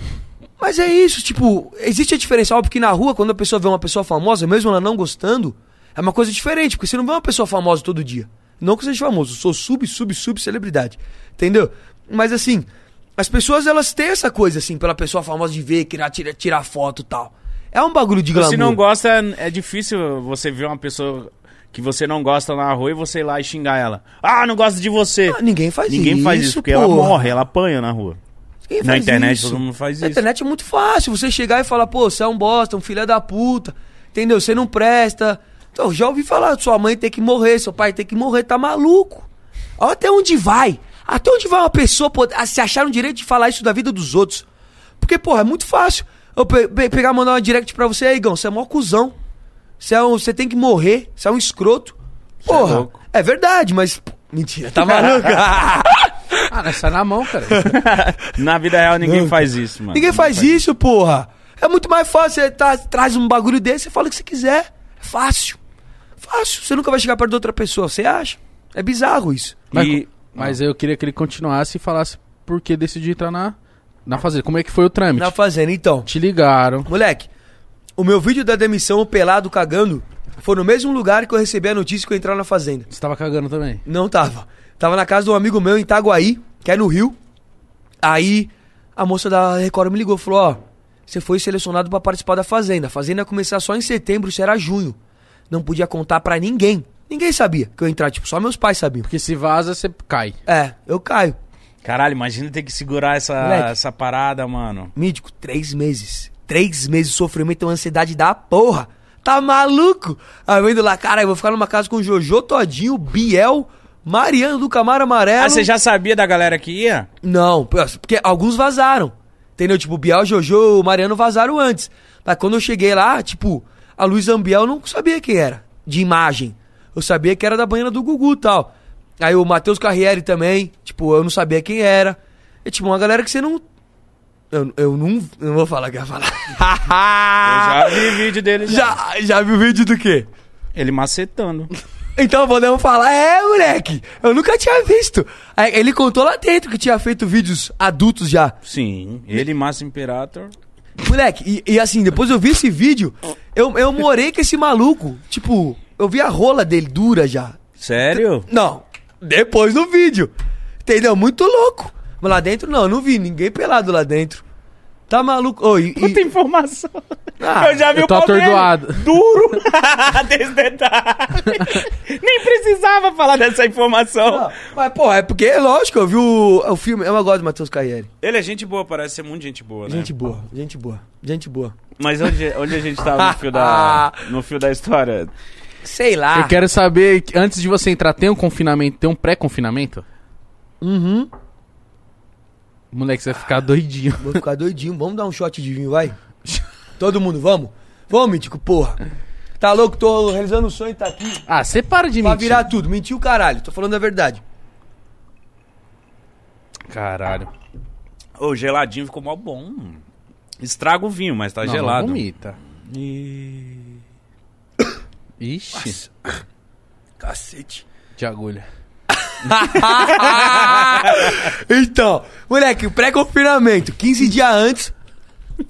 Speaker 3: mas é isso, tipo, existe a diferença. Óbvio que na rua, quando a pessoa vê uma pessoa famosa, mesmo ela não gostando, é uma coisa diferente, porque você não vê uma pessoa famosa todo dia. Não que eu seja famoso, eu sou sub, sub, sub celebridade. Entendeu? Mas assim, as pessoas elas têm essa coisa, assim, pela pessoa famosa de ver, tirar, tirar, tirar foto e tal. É um bagulho de glamour.
Speaker 1: Se não gosta, é é difícil você ver uma pessoa que você não gosta na rua e você ir lá e xingar ela. Ah, não gosto de você.
Speaker 3: Ah, ninguém faz isso.
Speaker 1: Ninguém faz isso, porque ela
Speaker 3: porra.
Speaker 1: morre, ela apanha na rua.
Speaker 3: Ninguém
Speaker 1: Na
Speaker 3: faz
Speaker 1: internet
Speaker 3: isso.
Speaker 1: todo mundo faz
Speaker 3: Na
Speaker 1: isso.
Speaker 3: internet é muito fácil você chegar e falar, pô, você é um bosta, um filho da puta, entendeu? Você não presta. Então, já ouvi falar, sua mãe tem que morrer, seu pai tem que morrer, tá maluco. Olha até onde vai. Até onde vai uma pessoa poder- a se achar no direito de falar isso da vida dos outros. Porque, porra, é muito fácil. Eu pe- pe- pegar, mandar uma direct pra você, aí, Igão, você é mó cuzão. Você, é um- você tem que morrer, você é um escroto.
Speaker 1: é
Speaker 3: Porra,
Speaker 1: louco.
Speaker 3: é, verdade, mas. pô, Mentira, tá maluco?
Speaker 2: Ah, nós sai na mão, cara.
Speaker 1: Na vida real, ninguém faz isso, mano.
Speaker 3: Ninguém faz isso, porra. É muito mais fácil. Você tá- traz um bagulho desse, você fala o que você quiser. É fácil. Fácil. Você nunca vai chegar perto de outra pessoa, você acha? É bizarro isso.
Speaker 2: Mas,
Speaker 1: E-
Speaker 2: mas eu queria que ele continuasse e falasse por que decidiu entrar na, na fazenda. Como é que foi o trâmite?
Speaker 3: Na fazenda, então.
Speaker 2: Te ligaram.
Speaker 3: Moleque, o meu vídeo da demissão, o pelado cagando, foi no mesmo lugar que eu recebi a notícia que eu ia entrar na fazenda.
Speaker 2: Você tava cagando também.
Speaker 3: Não tava. Tava na casa de um amigo meu em Itaguaí, que é no Rio. Aí a moça da Record me ligou e falou: Ó, você foi selecionado pra participar da Fazenda. A Fazenda ia começar só em setembro, isso era junho. Não podia contar pra ninguém. Ninguém sabia que eu ia entrar, tipo, só meus pais sabiam.
Speaker 2: Porque se vaza, você cai.
Speaker 3: É, eu caio.
Speaker 1: Caralho, imagina ter que segurar essa,
Speaker 3: Moleque.
Speaker 1: essa parada, mano.
Speaker 3: Mídico, três meses. Três meses de sofrimento e uma ansiedade da porra. Tá maluco? Aí eu indo lá, cara, eu vou ficar numa casa com o Jojo Todinho, Biel, Mariano do Camaro Amarelo.
Speaker 1: Ah, você já sabia da galera que ia?
Speaker 3: Não, porque alguns vazaram. Entendeu? Tipo, o Biel, Jojo, o Mariano vazaram antes. Mas quando eu cheguei lá, tipo, a Luiz Ambiel eu não sabia quem era, de imagem. Eu sabia que era da banheira do Gugu e tal. Aí o Matheus Carriere também, tipo, eu não sabia quem era. É tipo, uma galera que você não. Eu, eu não, eu não vou falar o que eu ia
Speaker 1: Eu
Speaker 3: falar.
Speaker 1: já vi vídeo dele já.
Speaker 3: Ah. já, já viu o vídeo do quê?
Speaker 1: Ele macetando.
Speaker 3: Então podemos falar, é, moleque, eu nunca tinha visto. Aí ele contou lá dentro que tinha feito vídeos adultos já.
Speaker 1: Sim, ele Márcio Imperator.
Speaker 3: Moleque, e, e assim, depois eu vi esse vídeo, eu, eu morei com esse maluco. Tipo, eu vi a rola dele dura já.
Speaker 1: Sério?
Speaker 3: Não, depois do vídeo. Entendeu? Muito louco. Mas lá dentro, não, eu não vi ninguém pelado lá dentro. Tá maluco? Ô, e- e-
Speaker 1: Puta informação.
Speaker 3: Ah,
Speaker 1: eu já vi
Speaker 2: eu
Speaker 1: o
Speaker 2: tô
Speaker 1: pau dele.
Speaker 2: atordoado.
Speaker 1: Duro. Desse detalhe. Nem precisava falar dessa informação.
Speaker 3: Ah, mas, pô, é porque, é lógico, eu vi o, o filme. Eu gosto do Matheus Carriere.
Speaker 1: Ele é gente boa, parece ser muito gente boa, né?
Speaker 3: Gente boa,
Speaker 2: Tá.
Speaker 3: gente boa, gente boa.
Speaker 1: Mas onde, onde a gente tava no fio da, no fio da história?
Speaker 3: Sei lá.
Speaker 2: Eu quero saber, que antes de você entrar, tem um confinamento, tem um pré-confinamento?
Speaker 3: Uhum.
Speaker 2: Moleque, você vai ficar doidinho.
Speaker 3: Vou ficar doidinho. Vamos dar um shot de vinho, vai? Todo mundo, vamos? Vamos, Mítico, porra. Tá louco? Tô realizando o sonho, tá aqui.
Speaker 2: Ah, você para de
Speaker 3: Pra
Speaker 2: mentir.
Speaker 3: virar tudo. Mentiu o caralho. Tô falando a verdade.
Speaker 2: Caralho.
Speaker 1: O geladinho ficou mó bom. Estraga o vinho, mas tá
Speaker 2: Não, não
Speaker 1: gelado.
Speaker 2: vomita.
Speaker 1: E...
Speaker 2: Ixi,
Speaker 3: Cacete.
Speaker 2: de agulha.
Speaker 3: Então, moleque, o pré-confinamento, 15 dias antes.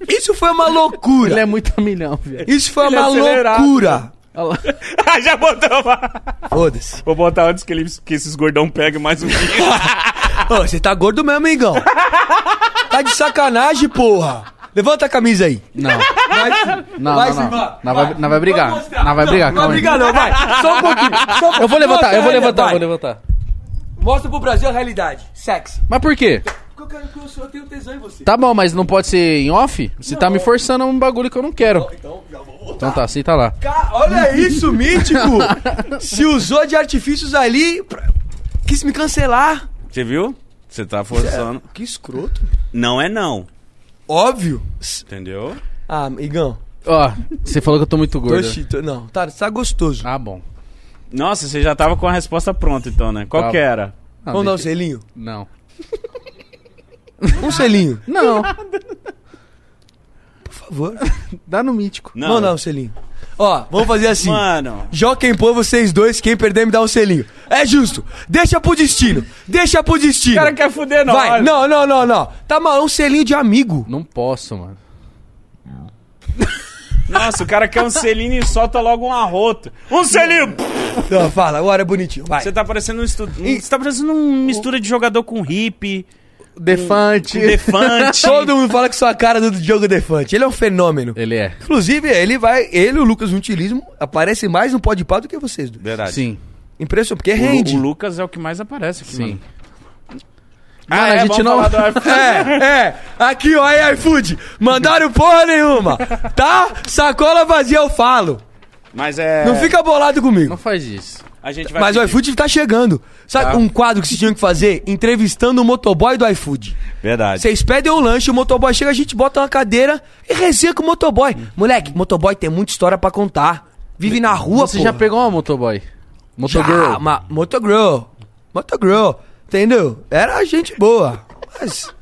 Speaker 3: Isso foi uma loucura.
Speaker 2: Ele é muito milhão, velho.
Speaker 3: Isso foi
Speaker 1: Ele é
Speaker 3: uma
Speaker 1: acelerado.
Speaker 3: loucura.
Speaker 2: Olha lá.
Speaker 1: Ah, Já botou lá.
Speaker 3: Foda-se.
Speaker 1: Vou botar antes que, ele, que esses gordão peguem mais um dia.
Speaker 3: Ô, você tá gordo mesmo, amigão. Tá de sacanagem, porra. Levanta a camisa aí.
Speaker 2: Não,
Speaker 3: Vai,
Speaker 2: não,
Speaker 3: vai,
Speaker 2: não, não.
Speaker 3: Silvana.
Speaker 2: Não vai, não vai brigar. Não Ah, vai brigar,
Speaker 3: Não
Speaker 2: calma aí.
Speaker 3: briga não, vai. Só um pouquinho. só um pouquinho.
Speaker 2: Eu vou levantar, eu vou levantar,
Speaker 3: Mostra a
Speaker 2: eu vou
Speaker 3: realidade.
Speaker 2: levantar.
Speaker 3: Mostra pro Brasil a realidade. Sexy.
Speaker 2: Mas por quê?
Speaker 3: Porque eu quero que eu sou, eu tenho um tesão em você.
Speaker 2: Tá bom, mas não pode ser em off? Você tá me forçando a um bagulho que eu não quero.
Speaker 3: Então, já vou voltar.
Speaker 2: Então tá, aceita lá.
Speaker 3: Ca- Olha isso, mítico! Se usou de artifícios ali, pra- quis me cancelar.
Speaker 1: Você viu? Você tá forçando.
Speaker 3: Que escroto.
Speaker 1: Não é não,
Speaker 3: Óbvio. S-
Speaker 1: entendeu?
Speaker 3: Ah, amigão.
Speaker 2: Ó, você falou que eu tô muito gordo.
Speaker 3: Tô chi- tô- não, tá, tá gostoso.
Speaker 2: Ah, bom.
Speaker 1: Nossa, você já tava com a resposta pronta então, né? Qual
Speaker 2: Tá.
Speaker 1: que era?
Speaker 3: Vamos dar um
Speaker 2: deixa-
Speaker 3: selinho?
Speaker 2: Não.
Speaker 3: Um selinho,
Speaker 2: Não,
Speaker 3: por favor.
Speaker 2: dá no mítico.
Speaker 1: Não.
Speaker 3: Vamos dar um selinho. Ó, vamos fazer assim.
Speaker 1: Mano.
Speaker 3: Joquem pô vocês dois, quem perder me dá um selinho. É justo. Deixa pro destino. Deixa pro destino.
Speaker 1: O cara quer fuder nós.
Speaker 3: Vai, não, não, não, não. Tá mal, um selinho de amigo.
Speaker 2: Não posso, mano.
Speaker 1: Nossa, o cara quer um selinho e solta logo um arroto. Um selinho!
Speaker 3: Não, fala, agora é bonitinho. Vai.
Speaker 1: Você tá parecendo um estu... um- Você tá parecendo uma mistura de jogador com hippie,
Speaker 2: Defante.
Speaker 1: com defante.
Speaker 3: tá Todo mundo fala que sua cara do Diogo Defante. Ele é um fenômeno.
Speaker 2: Ele é.
Speaker 3: Inclusive, ele vai. Ele e o Lucas Utilismo aparecem mais no Pode Pá do que vocês dois.
Speaker 1: Verdade.
Speaker 2: Sim,
Speaker 3: Impressionante, porque
Speaker 1: É. O,
Speaker 3: rende.
Speaker 1: o Lucas é o que mais aparece aqui,
Speaker 2: sim.
Speaker 1: mano. Ah,
Speaker 2: Mano, a
Speaker 1: é,
Speaker 2: gente
Speaker 1: vamos
Speaker 2: não-
Speaker 1: falar do iPhone.
Speaker 3: É, é. Aqui, ó, aí, iFood. Mandaram porra nenhuma. Tá? Sacola vazia, eu falo.
Speaker 1: Mas é...
Speaker 3: Não fica bolado
Speaker 2: Não
Speaker 3: comigo.
Speaker 2: faz isso.
Speaker 1: A gente vai
Speaker 3: Mas o
Speaker 1: pedir.
Speaker 3: iFood tá chegando. Sabe
Speaker 1: Tá.
Speaker 3: um quadro que vocês tinham que fazer? Entrevistando o motoboy do iFood.
Speaker 1: Verdade.
Speaker 3: Vocês pedem um lanche, o motoboy chega, a gente bota uma cadeira e resenha com o motoboy. Moleque, motoboy tem muita história pra contar. Vive na rua,
Speaker 2: Você
Speaker 3: pô.
Speaker 2: já pegou uma motoboy?
Speaker 3: Já,
Speaker 2: Motogirl?
Speaker 3: ma- Motogirl. Motogirl. Entendeu? Era gente boa. Mas.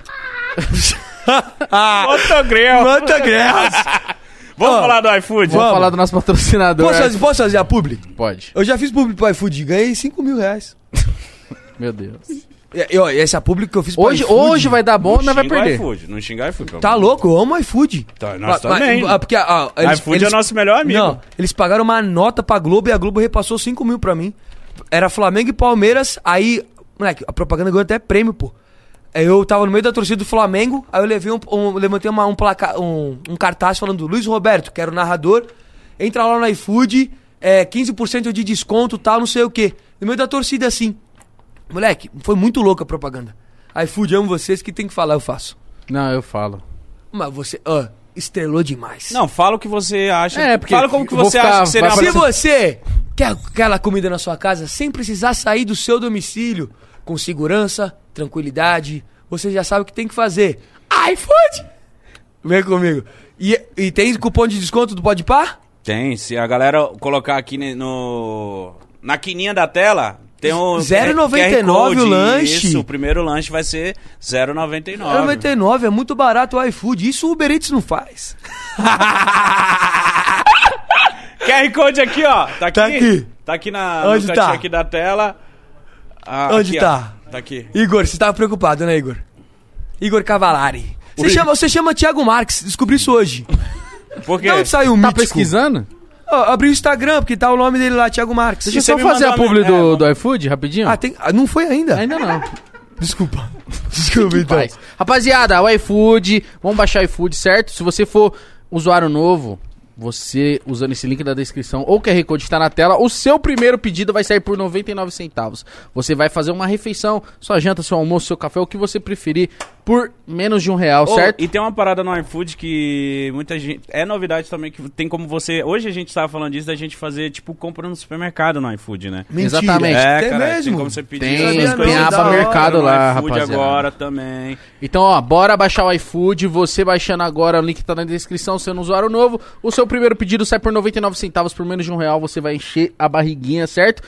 Speaker 3: ah,
Speaker 1: Motogrel.
Speaker 3: Motogirls.
Speaker 1: Vamos
Speaker 3: Ó,
Speaker 1: falar do iFood?
Speaker 2: Vamos falar do nosso patrocinador.
Speaker 3: Posso, fazer- posso fazer a public?
Speaker 2: Pode.
Speaker 3: Eu já fiz public pro iFood, ganhei 5 mil reais.
Speaker 2: Meu Deus.
Speaker 3: E, e, ó, essa é a public que eu fiz pro
Speaker 2: Hoje,
Speaker 3: iFood.
Speaker 2: hoje vai dar bom,
Speaker 1: Não
Speaker 2: nós vai
Speaker 1: xinga o
Speaker 2: perder.
Speaker 1: iFood, não xingar o iFood. pelo
Speaker 3: Tá louco, eu amo iFood.
Speaker 1: Tá, nós
Speaker 3: Mas-
Speaker 1: também.
Speaker 3: ah, porque, ah,
Speaker 1: amor. iFood é o nosso melhor amigo.
Speaker 3: Não, eles pagaram uma nota pra Globo e a Globo repassou 5 mil pra mim. Era Flamengo e Palmeiras, aí, moleque, a propaganda ganhou até prêmio, pô. Aí Eu tava no meio da torcida do Flamengo, aí eu levei um, um- levantei uma- um, placa, um, um cartaz falando Luiz Roberto, que era o narrador, entra lá no iFood, é, 15% de desconto, tal, não sei o quê. No meio da torcida, assim. Moleque, foi muito louca a propaganda. iFood, amo vocês, que tem que falar, eu faço.
Speaker 2: Não, eu falo.
Speaker 3: Mas você, ó, estrelou demais.
Speaker 1: Não, fala o que você acha.
Speaker 2: É, porque
Speaker 1: fala como que
Speaker 2: eu vou
Speaker 1: você
Speaker 2: ficar-
Speaker 1: acha que seria
Speaker 2: vai
Speaker 1: uma
Speaker 3: Se
Speaker 2: Agora,
Speaker 3: você quer aquela comida na sua casa sem precisar sair do seu domicílio, com segurança, tranquilidade, você já sabe o que tem que fazer. iFood! Vem comigo. E, e tem cupom de desconto do Podpar?
Speaker 1: Tem, se a galera colocar aqui ne- no na quininha da tela, tem um
Speaker 3: 0,99
Speaker 1: QR Code,
Speaker 3: o lanche.
Speaker 1: Isso, o primeiro lanche vai ser 0,99.
Speaker 3: 99, é muito barato o iFood. Isso o Uber Eats não faz.
Speaker 1: QR Code aqui, ó. Tá aqui.
Speaker 3: Tá aqui.
Speaker 1: Tá aqui na no
Speaker 3: Onde
Speaker 1: cantinho
Speaker 3: tá?
Speaker 1: aqui da tela. Ah, aqui,
Speaker 3: Onde
Speaker 1: ó.
Speaker 3: tá?
Speaker 1: Tá aqui.
Speaker 3: Igor, você tava preocupado, né, Igor? Igor Cavalari. Você chama, você chama Thiago Marques, descobri isso hoje.
Speaker 1: Por quê?
Speaker 3: De onde saiu o
Speaker 2: Tá
Speaker 3: mítico?
Speaker 2: pesquisando?
Speaker 3: Ó, abri o Instagram, porque tá o nome dele lá, Thiago Marques.
Speaker 2: Deixa eu
Speaker 1: você
Speaker 2: só
Speaker 1: me
Speaker 2: fazer a
Speaker 1: mandou
Speaker 2: publi
Speaker 1: uma- é,
Speaker 2: do,
Speaker 1: manda-
Speaker 2: do iFood rapidinho.
Speaker 3: Ah, tem... ah, não foi ainda?
Speaker 2: Ainda não.
Speaker 3: Desculpa. Desculpa, então.
Speaker 2: Faz. Rapaziada, o iFood, vamos baixar o iFood, certo? Se você for usuário novo, você usando esse link da descrição ou o QR Code que tá na tela, o seu primeiro pedido vai sair por 99 centavos. Você vai fazer uma refeição, sua janta, seu almoço, seu café, o que você preferir, por menos de um real,
Speaker 1: Ô,
Speaker 2: certo?
Speaker 1: E tem uma parada no iFood que muita gente. É novidade também que tem como você. Hoje a gente tava falando disso da gente fazer, tipo, compra no supermercado no iFood, né?
Speaker 2: Exatamente.
Speaker 1: É,
Speaker 3: Tem
Speaker 1: cara, tem
Speaker 3: mesmo?
Speaker 1: como você pedir.
Speaker 2: Tem,
Speaker 1: essas
Speaker 2: tem
Speaker 1: coisas
Speaker 2: aba
Speaker 1: da hora
Speaker 2: mercado
Speaker 1: no
Speaker 2: lá,
Speaker 1: um iFood
Speaker 2: rapaziada.
Speaker 1: agora também.
Speaker 2: Então, ó, bora baixar o iFood. Você baixando agora, o link tá na descrição, sendo usuário novo. um O seu primeiro pedido sai por 99 centavos por menos de um real. Você vai encher a barriguinha, certo?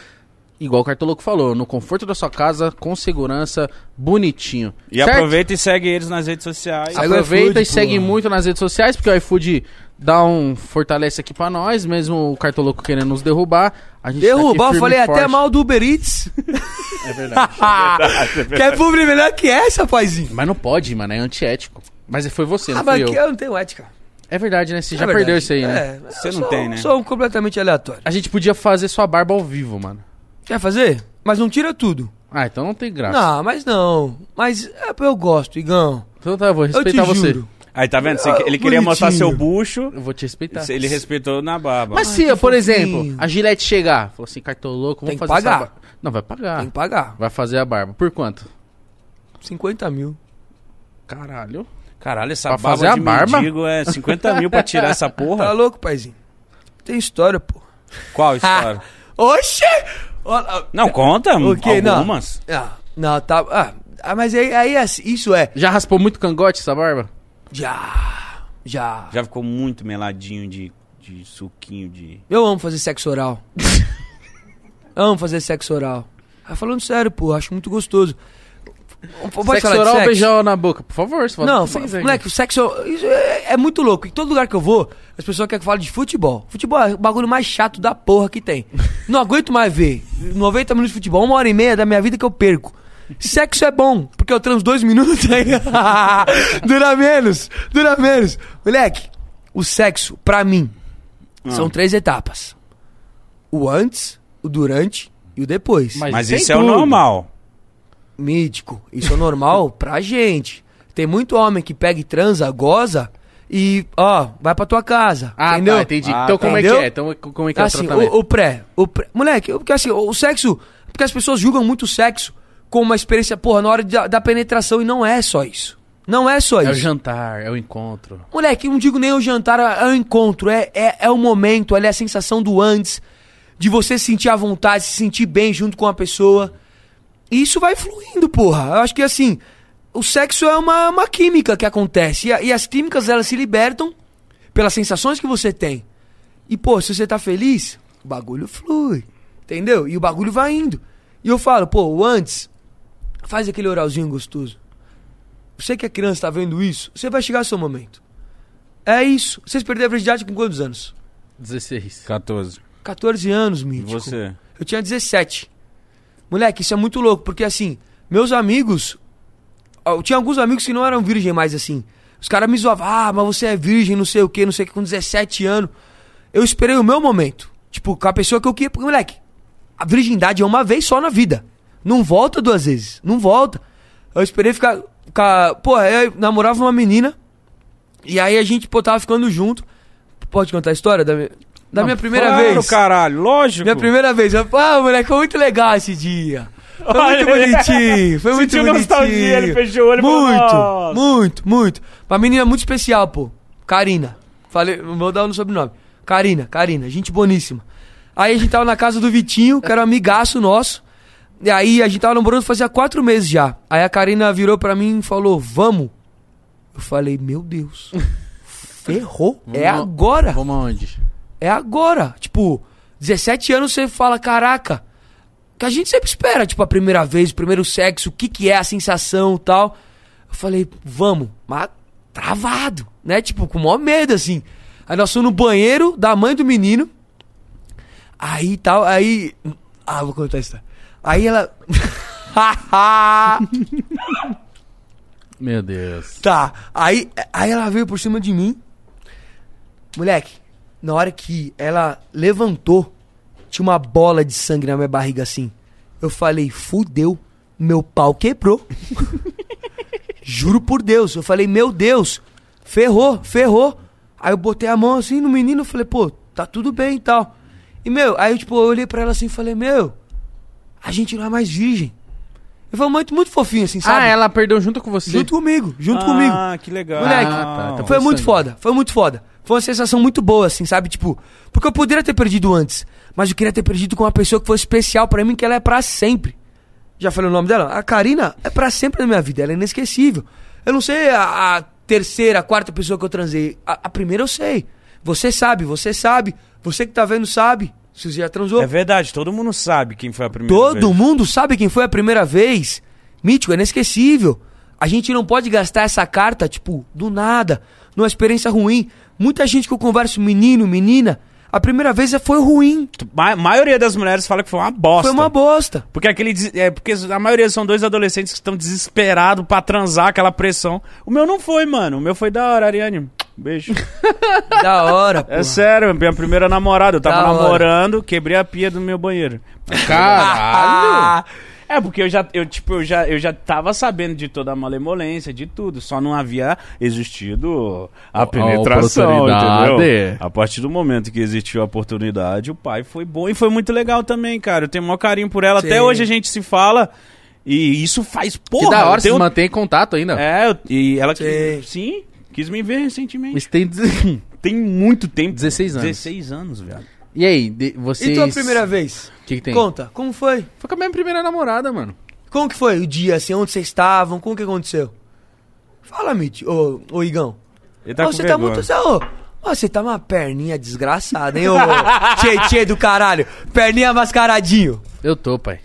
Speaker 2: igual o Cartoloco falou, no conforto da sua casa, com segurança, bonitinho.
Speaker 1: E
Speaker 2: Certo?
Speaker 1: aproveita e segue eles nas redes sociais.
Speaker 3: Segue o
Speaker 2: Aproveita
Speaker 3: iFood,
Speaker 2: e segue
Speaker 3: pô.
Speaker 2: muito nas redes sociais, porque o iFood dá um fortalece aqui pra nós, mesmo o Cartoloco querendo nos derrubar. A gente tá aqui
Speaker 3: Derrubar,
Speaker 2: firme
Speaker 3: eu
Speaker 2: e
Speaker 3: falei até
Speaker 2: forte.
Speaker 3: mal do Uber Eats.
Speaker 2: É verdade.
Speaker 3: Quer publi melhor que essa, paizinho?
Speaker 2: mas não pode, mano, é antiético. Mas foi você, não
Speaker 3: Ah,
Speaker 2: fui
Speaker 3: mas
Speaker 2: eu.
Speaker 3: aqui eu não tenho ética.
Speaker 2: É verdade, né? Você já
Speaker 3: É verdade.
Speaker 2: perdeu isso aí, né?
Speaker 3: É,
Speaker 1: Você
Speaker 3: eu
Speaker 1: não
Speaker 3: sou-
Speaker 1: tem, né?
Speaker 3: Sou um completamente aleatório.
Speaker 2: A gente podia fazer sua barba ao vivo, mano.
Speaker 3: Quer fazer? Mas não tira tudo.
Speaker 2: Ah, então não tem graça.
Speaker 3: Não, mas não. Mas é, eu gosto, Igão.
Speaker 2: Então tá, eu vou
Speaker 3: Eu te
Speaker 2: respeitar você.
Speaker 3: juro.
Speaker 1: Aí tá vendo? Você-
Speaker 3: Ah,
Speaker 1: ele queria
Speaker 3: bonitinho.
Speaker 1: mostrar seu bucho,
Speaker 2: Eu vou te respeitar.
Speaker 1: ele respeitou na baba.
Speaker 2: Tá. Mas
Speaker 3: Ai,
Speaker 2: se,
Speaker 3: que
Speaker 2: eu, por
Speaker 3: fofinho.
Speaker 2: exemplo, a Gillette chegar, falou assim, cartoloco,
Speaker 3: Tem
Speaker 2: vamos
Speaker 3: que
Speaker 2: fazer essa
Speaker 3: pagar.
Speaker 2: barba. Não, vai pagar.
Speaker 3: Tem que pagar.
Speaker 2: Vai fazer a barba. Por quanto?
Speaker 3: 50 mil.
Speaker 2: Caralho.
Speaker 1: Caralho, essa
Speaker 2: Pra
Speaker 1: barba
Speaker 2: fazer a
Speaker 1: de
Speaker 2: barba?
Speaker 1: mendigo é 50 mil pra tirar essa
Speaker 3: Tá
Speaker 2: Ah.
Speaker 1: porra.
Speaker 3: louco, paizinho? Tem história, pô.
Speaker 1: Qual história?
Speaker 3: Oxê! Olha-
Speaker 1: Não, conta
Speaker 3: O quê? Não.
Speaker 1: algumas.
Speaker 3: Ah, não, tá... Ah, ah, mas aí, aí assim, isso é...
Speaker 2: Já raspou muito cangote essa barba?
Speaker 3: Já... Já...
Speaker 1: Já ficou muito meladinho de, de suquinho de...
Speaker 3: Eu amo fazer sexo oral. amo fazer sexo oral. Ah, falando sério, pô, acho muito gostoso.
Speaker 2: sexo
Speaker 3: Pode falar de
Speaker 2: oral ou
Speaker 3: sexo?
Speaker 2: beijão na boca? Por favor, se
Speaker 3: Não,
Speaker 2: você
Speaker 3: fa-
Speaker 2: quiser.
Speaker 3: moleque, o sexo isso é, é muito louco. Em todo lugar que eu vou, as pessoas querem que eu fale de futebol. Futebol é o bagulho mais chato da porra que tem. Não aguento mais ver 90 minutos de futebol, uma hora e meia da minha vida que eu perco. Sexo é bom, porque eu transo dois minutos aí. dura menos, dura menos. Moleque, o sexo, pra mim, são três etapas: o antes, o durante e o depois.
Speaker 1: Mas
Speaker 2: tem
Speaker 1: isso é o
Speaker 2: tudo.
Speaker 1: normal.
Speaker 3: Mítico. Isso é normal pra gente. Tem muito homem que pega e transa, goza e, ó, vai pra tua casa.
Speaker 2: Ah,
Speaker 3: entendeu?
Speaker 2: tá, entendi.
Speaker 1: Ah,
Speaker 2: então
Speaker 1: tá.
Speaker 2: como é que
Speaker 3: Entendeu?
Speaker 2: é? Então como é que é o
Speaker 3: Assim,
Speaker 2: tratamento?
Speaker 3: o, o pré, o pré. Moleque, eu- porque assim, o, o sexo. Porque as pessoas julgam muito o sexo como uma experiência, porra, na hora da, da penetração e não é só isso. Não é só
Speaker 2: É o
Speaker 3: isso.
Speaker 2: jantar, é o encontro.
Speaker 3: Moleque, eu não digo nem o jantar, é o encontro, é, é, é o momento, ali é a sensação do antes, de você se sentir à vontade, se sentir bem junto com a pessoa. E isso vai fluindo, porra. Eu acho que assim, o sexo é uma, uma química que acontece. E, a- e as químicas, elas se libertam pelas sensações que você tem. E, pô, se você tá feliz, o bagulho flui. Entendeu? E o bagulho vai indo. E eu falo, pô, o antes, faz aquele oralzinho gostoso. Você que é criança, tá vendo isso, você vai chegar ao seu momento. É isso. Vocês perderam a virgindade com quantos anos?
Speaker 2: 16.
Speaker 1: 14.
Speaker 3: 14 anos,
Speaker 1: E
Speaker 3: mítico.
Speaker 1: você?
Speaker 3: Eu tinha 17. Moleque, isso é muito louco, porque assim, meus amigos. ó, Eu tinha alguns amigos que não eram virgem mais assim. Os caras me zoavam, ah, mas você é virgem, não sei o que, não sei o que, com 17 anos. Eu esperei o meu momento. Tipo, com a pessoa que eu queria. Porque, moleque, a virgindade é uma vez só na vida. Não volta duas vezes. Não volta. Eu esperei ficar. ficar pô, eu namorava uma menina. E aí a gente, pô, tava ficando junto. Pode contar a história da minha, da
Speaker 2: Não,
Speaker 3: minha primeira
Speaker 1: claro,
Speaker 3: vez?
Speaker 1: caralho, lógico.
Speaker 3: Minha primeira vez. Eu, ah, moleque, foi muito legal esse dia. Foi muito bonitinho. Foi muito
Speaker 1: Sentiu
Speaker 3: bonitinho.
Speaker 1: nostalgia, ele fechou o olho e falou, "Nossa."
Speaker 3: Muito, muito, muito. Uma menina é muito especial, pô. Karina. Falei, vou dar o sobrenome. Karina, Karina, gente boníssima. Aí a gente tava na casa do Vitinho, que era um amigaço nosso. E aí a gente tava namorando fazia quatro meses já. Aí a Karina virou pra mim e falou, vamos. Eu falei, meu Deus. Ferrou. É
Speaker 2: Vamos-
Speaker 3: agora.
Speaker 2: Vamos aonde?
Speaker 3: É agora. Tipo, 17 anos você fala, caraca. Que a gente sempre espera, tipo, a primeira vez, o primeiro sexo, o que que é a sensação e tal. Eu falei, vamos. Mas travado, né? Tipo, com o maior medo, assim. Aí nós fomos no banheiro da mãe do menino. Aí tal, aí... Ah, vou contar isso. Aí ela...
Speaker 2: Meu Deus.
Speaker 3: Tá. Aí, aí ela veio por cima de mim. Moleque, na hora que ela levantou, tinha uma bola de sangue na minha barriga assim. Eu falei, fudeu. Meu pau quebrou. Juro por Deus. Eu falei, meu Deus, ferrou, ferrou. Aí eu botei a mão assim no menino e falei, pô, tá tudo bem e tal. E, meu, aí eu, tipo, eu olhei pra ela assim e falei, meu, a gente não é mais virgem. Eu falei, muito, muito fofinho assim, sabe?
Speaker 2: Ah, ela perdeu junto com você.
Speaker 3: Junto comigo, junto
Speaker 1: ah,
Speaker 3: comigo.
Speaker 1: que legal.
Speaker 3: Moleque,
Speaker 1: Ah,
Speaker 2: tá, tá.
Speaker 3: Foi
Speaker 2: Sangue.
Speaker 3: muito foda, foi muito foda. Foi uma sensação muito boa, assim, sabe? Tipo, porque eu poderia ter perdido antes, mas eu queria ter perdido com uma pessoa que fosse especial pra mim, que ela é pra sempre. Já falei o nome dela? A Karina é pra sempre na minha vida, ela é inesquecível. Eu não sei a, a terceira, a quarta pessoa que eu transei. A, a primeira eu sei. Você sabe, você sabe. Você que tá vendo sabe. Se você já transou.
Speaker 1: É verdade, todo mundo sabe quem foi a primeira
Speaker 3: Todo
Speaker 1: vez.
Speaker 3: mundo sabe quem foi a primeira vez. Mítico, é inesquecível. A gente não pode gastar essa carta, tipo, do nada, numa experiência ruim. Muita gente que eu converso, menino, menina, a primeira vez é, foi ruim.
Speaker 1: Ma maioria das mulheres fala que foi uma bosta.
Speaker 3: Foi uma bosta.
Speaker 1: Porque aquele. des- É, porque a maioria são dois adolescentes que estão desesperados pra transar aquela pressão. O meu não foi, mano. O meu foi da hora, Ariane. Beijo.
Speaker 3: Da hora, pô.
Speaker 1: É sério, minha primeira namorada. Eu tava
Speaker 3: Da hora.
Speaker 1: namorando, quebrei a pia do meu banheiro.
Speaker 2: Caralho!
Speaker 3: Ah,
Speaker 1: É, porque eu já, eu, tipo, eu já, eu já tava sabendo de toda a malemolência, de tudo, só não havia existido a penetração,
Speaker 2: oportunidade.
Speaker 1: entendeu? A partir do momento que existiu a oportunidade, o pai foi bom e foi muito legal também, cara. Eu tenho o maior carinho por ela.
Speaker 3: Sim.
Speaker 1: Até hoje a gente se fala e isso faz porra.
Speaker 2: que da hora,
Speaker 1: eu tenho- um
Speaker 2: se mantém em contato ainda.
Speaker 1: É, eu- e ela
Speaker 3: Sim.
Speaker 1: quis, sim, quis me ver recentemente.
Speaker 2: Mas tem... deze-
Speaker 1: Tem muito tempo.
Speaker 2: 16 anos.
Speaker 1: 16 anos, velho.
Speaker 2: E aí, de-
Speaker 1: é
Speaker 2: vocês...
Speaker 3: E tua primeira vez?
Speaker 2: O que, que tem?
Speaker 3: Conta, como foi?
Speaker 2: Foi com a minha primeira namorada, mano.
Speaker 3: Como que foi o dia, assim, onde vocês estavam, como que aconteceu? Fala, Mitch, ô, ô Igão.
Speaker 1: Ele
Speaker 3: Ô,
Speaker 1: com
Speaker 3: você tá
Speaker 1: vergonha.
Speaker 3: muito... Ô, ô, você tá uma perninha desgraçada, hein, ô tchê, tchê do caralho. Perninha mascaradinho.
Speaker 2: Eu tô, pai.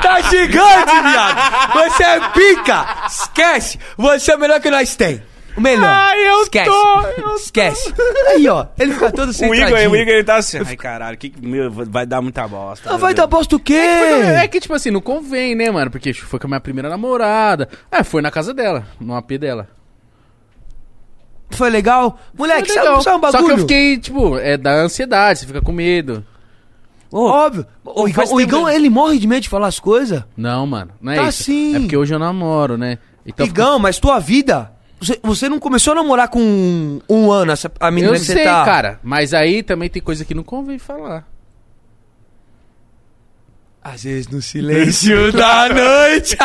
Speaker 3: Tá gigante, viado. Você é pica. Esquece. Você é o melhor que nós tem. O melhor.
Speaker 1: Ai, eu
Speaker 3: Esquece.
Speaker 1: tô, eu
Speaker 3: Esquece. Aí, ó. Ele fica todo
Speaker 1: O
Speaker 3: centradinho.
Speaker 1: Igor, o Igor ele tá assim, ai caralho, que, que- meu, vai dar muita bosta.
Speaker 3: Ah, vai dar bosta o quê?
Speaker 2: É que, tipo assim, não convém, né, mano? Porque foi com a minha primeira namorada. É, foi na casa dela, no AP dela.
Speaker 3: Foi legal?
Speaker 2: Foi
Speaker 3: Moleque,
Speaker 2: legal.
Speaker 3: sabe, sabe um bagulho?
Speaker 2: Só que eu fiquei, tipo, é da ansiedade, você fica com medo.
Speaker 3: Óbvio. O Igão,
Speaker 1: faz
Speaker 3: o
Speaker 1: tempo-
Speaker 3: Igão, ele morre de medo de falar as coisas.
Speaker 2: Não, mano, não é
Speaker 3: Tá
Speaker 2: isso.
Speaker 3: sim.
Speaker 2: É porque hoje eu namoro, né? Então,
Speaker 3: Igão, mas tua vida... Você, você não começou a namorar com um, um ano, essa, a menina
Speaker 2: eu
Speaker 3: que você
Speaker 2: sei,
Speaker 3: tá...
Speaker 2: cara. Mas aí também tem coisa que não convém falar.
Speaker 3: Às vezes no silêncio da noite.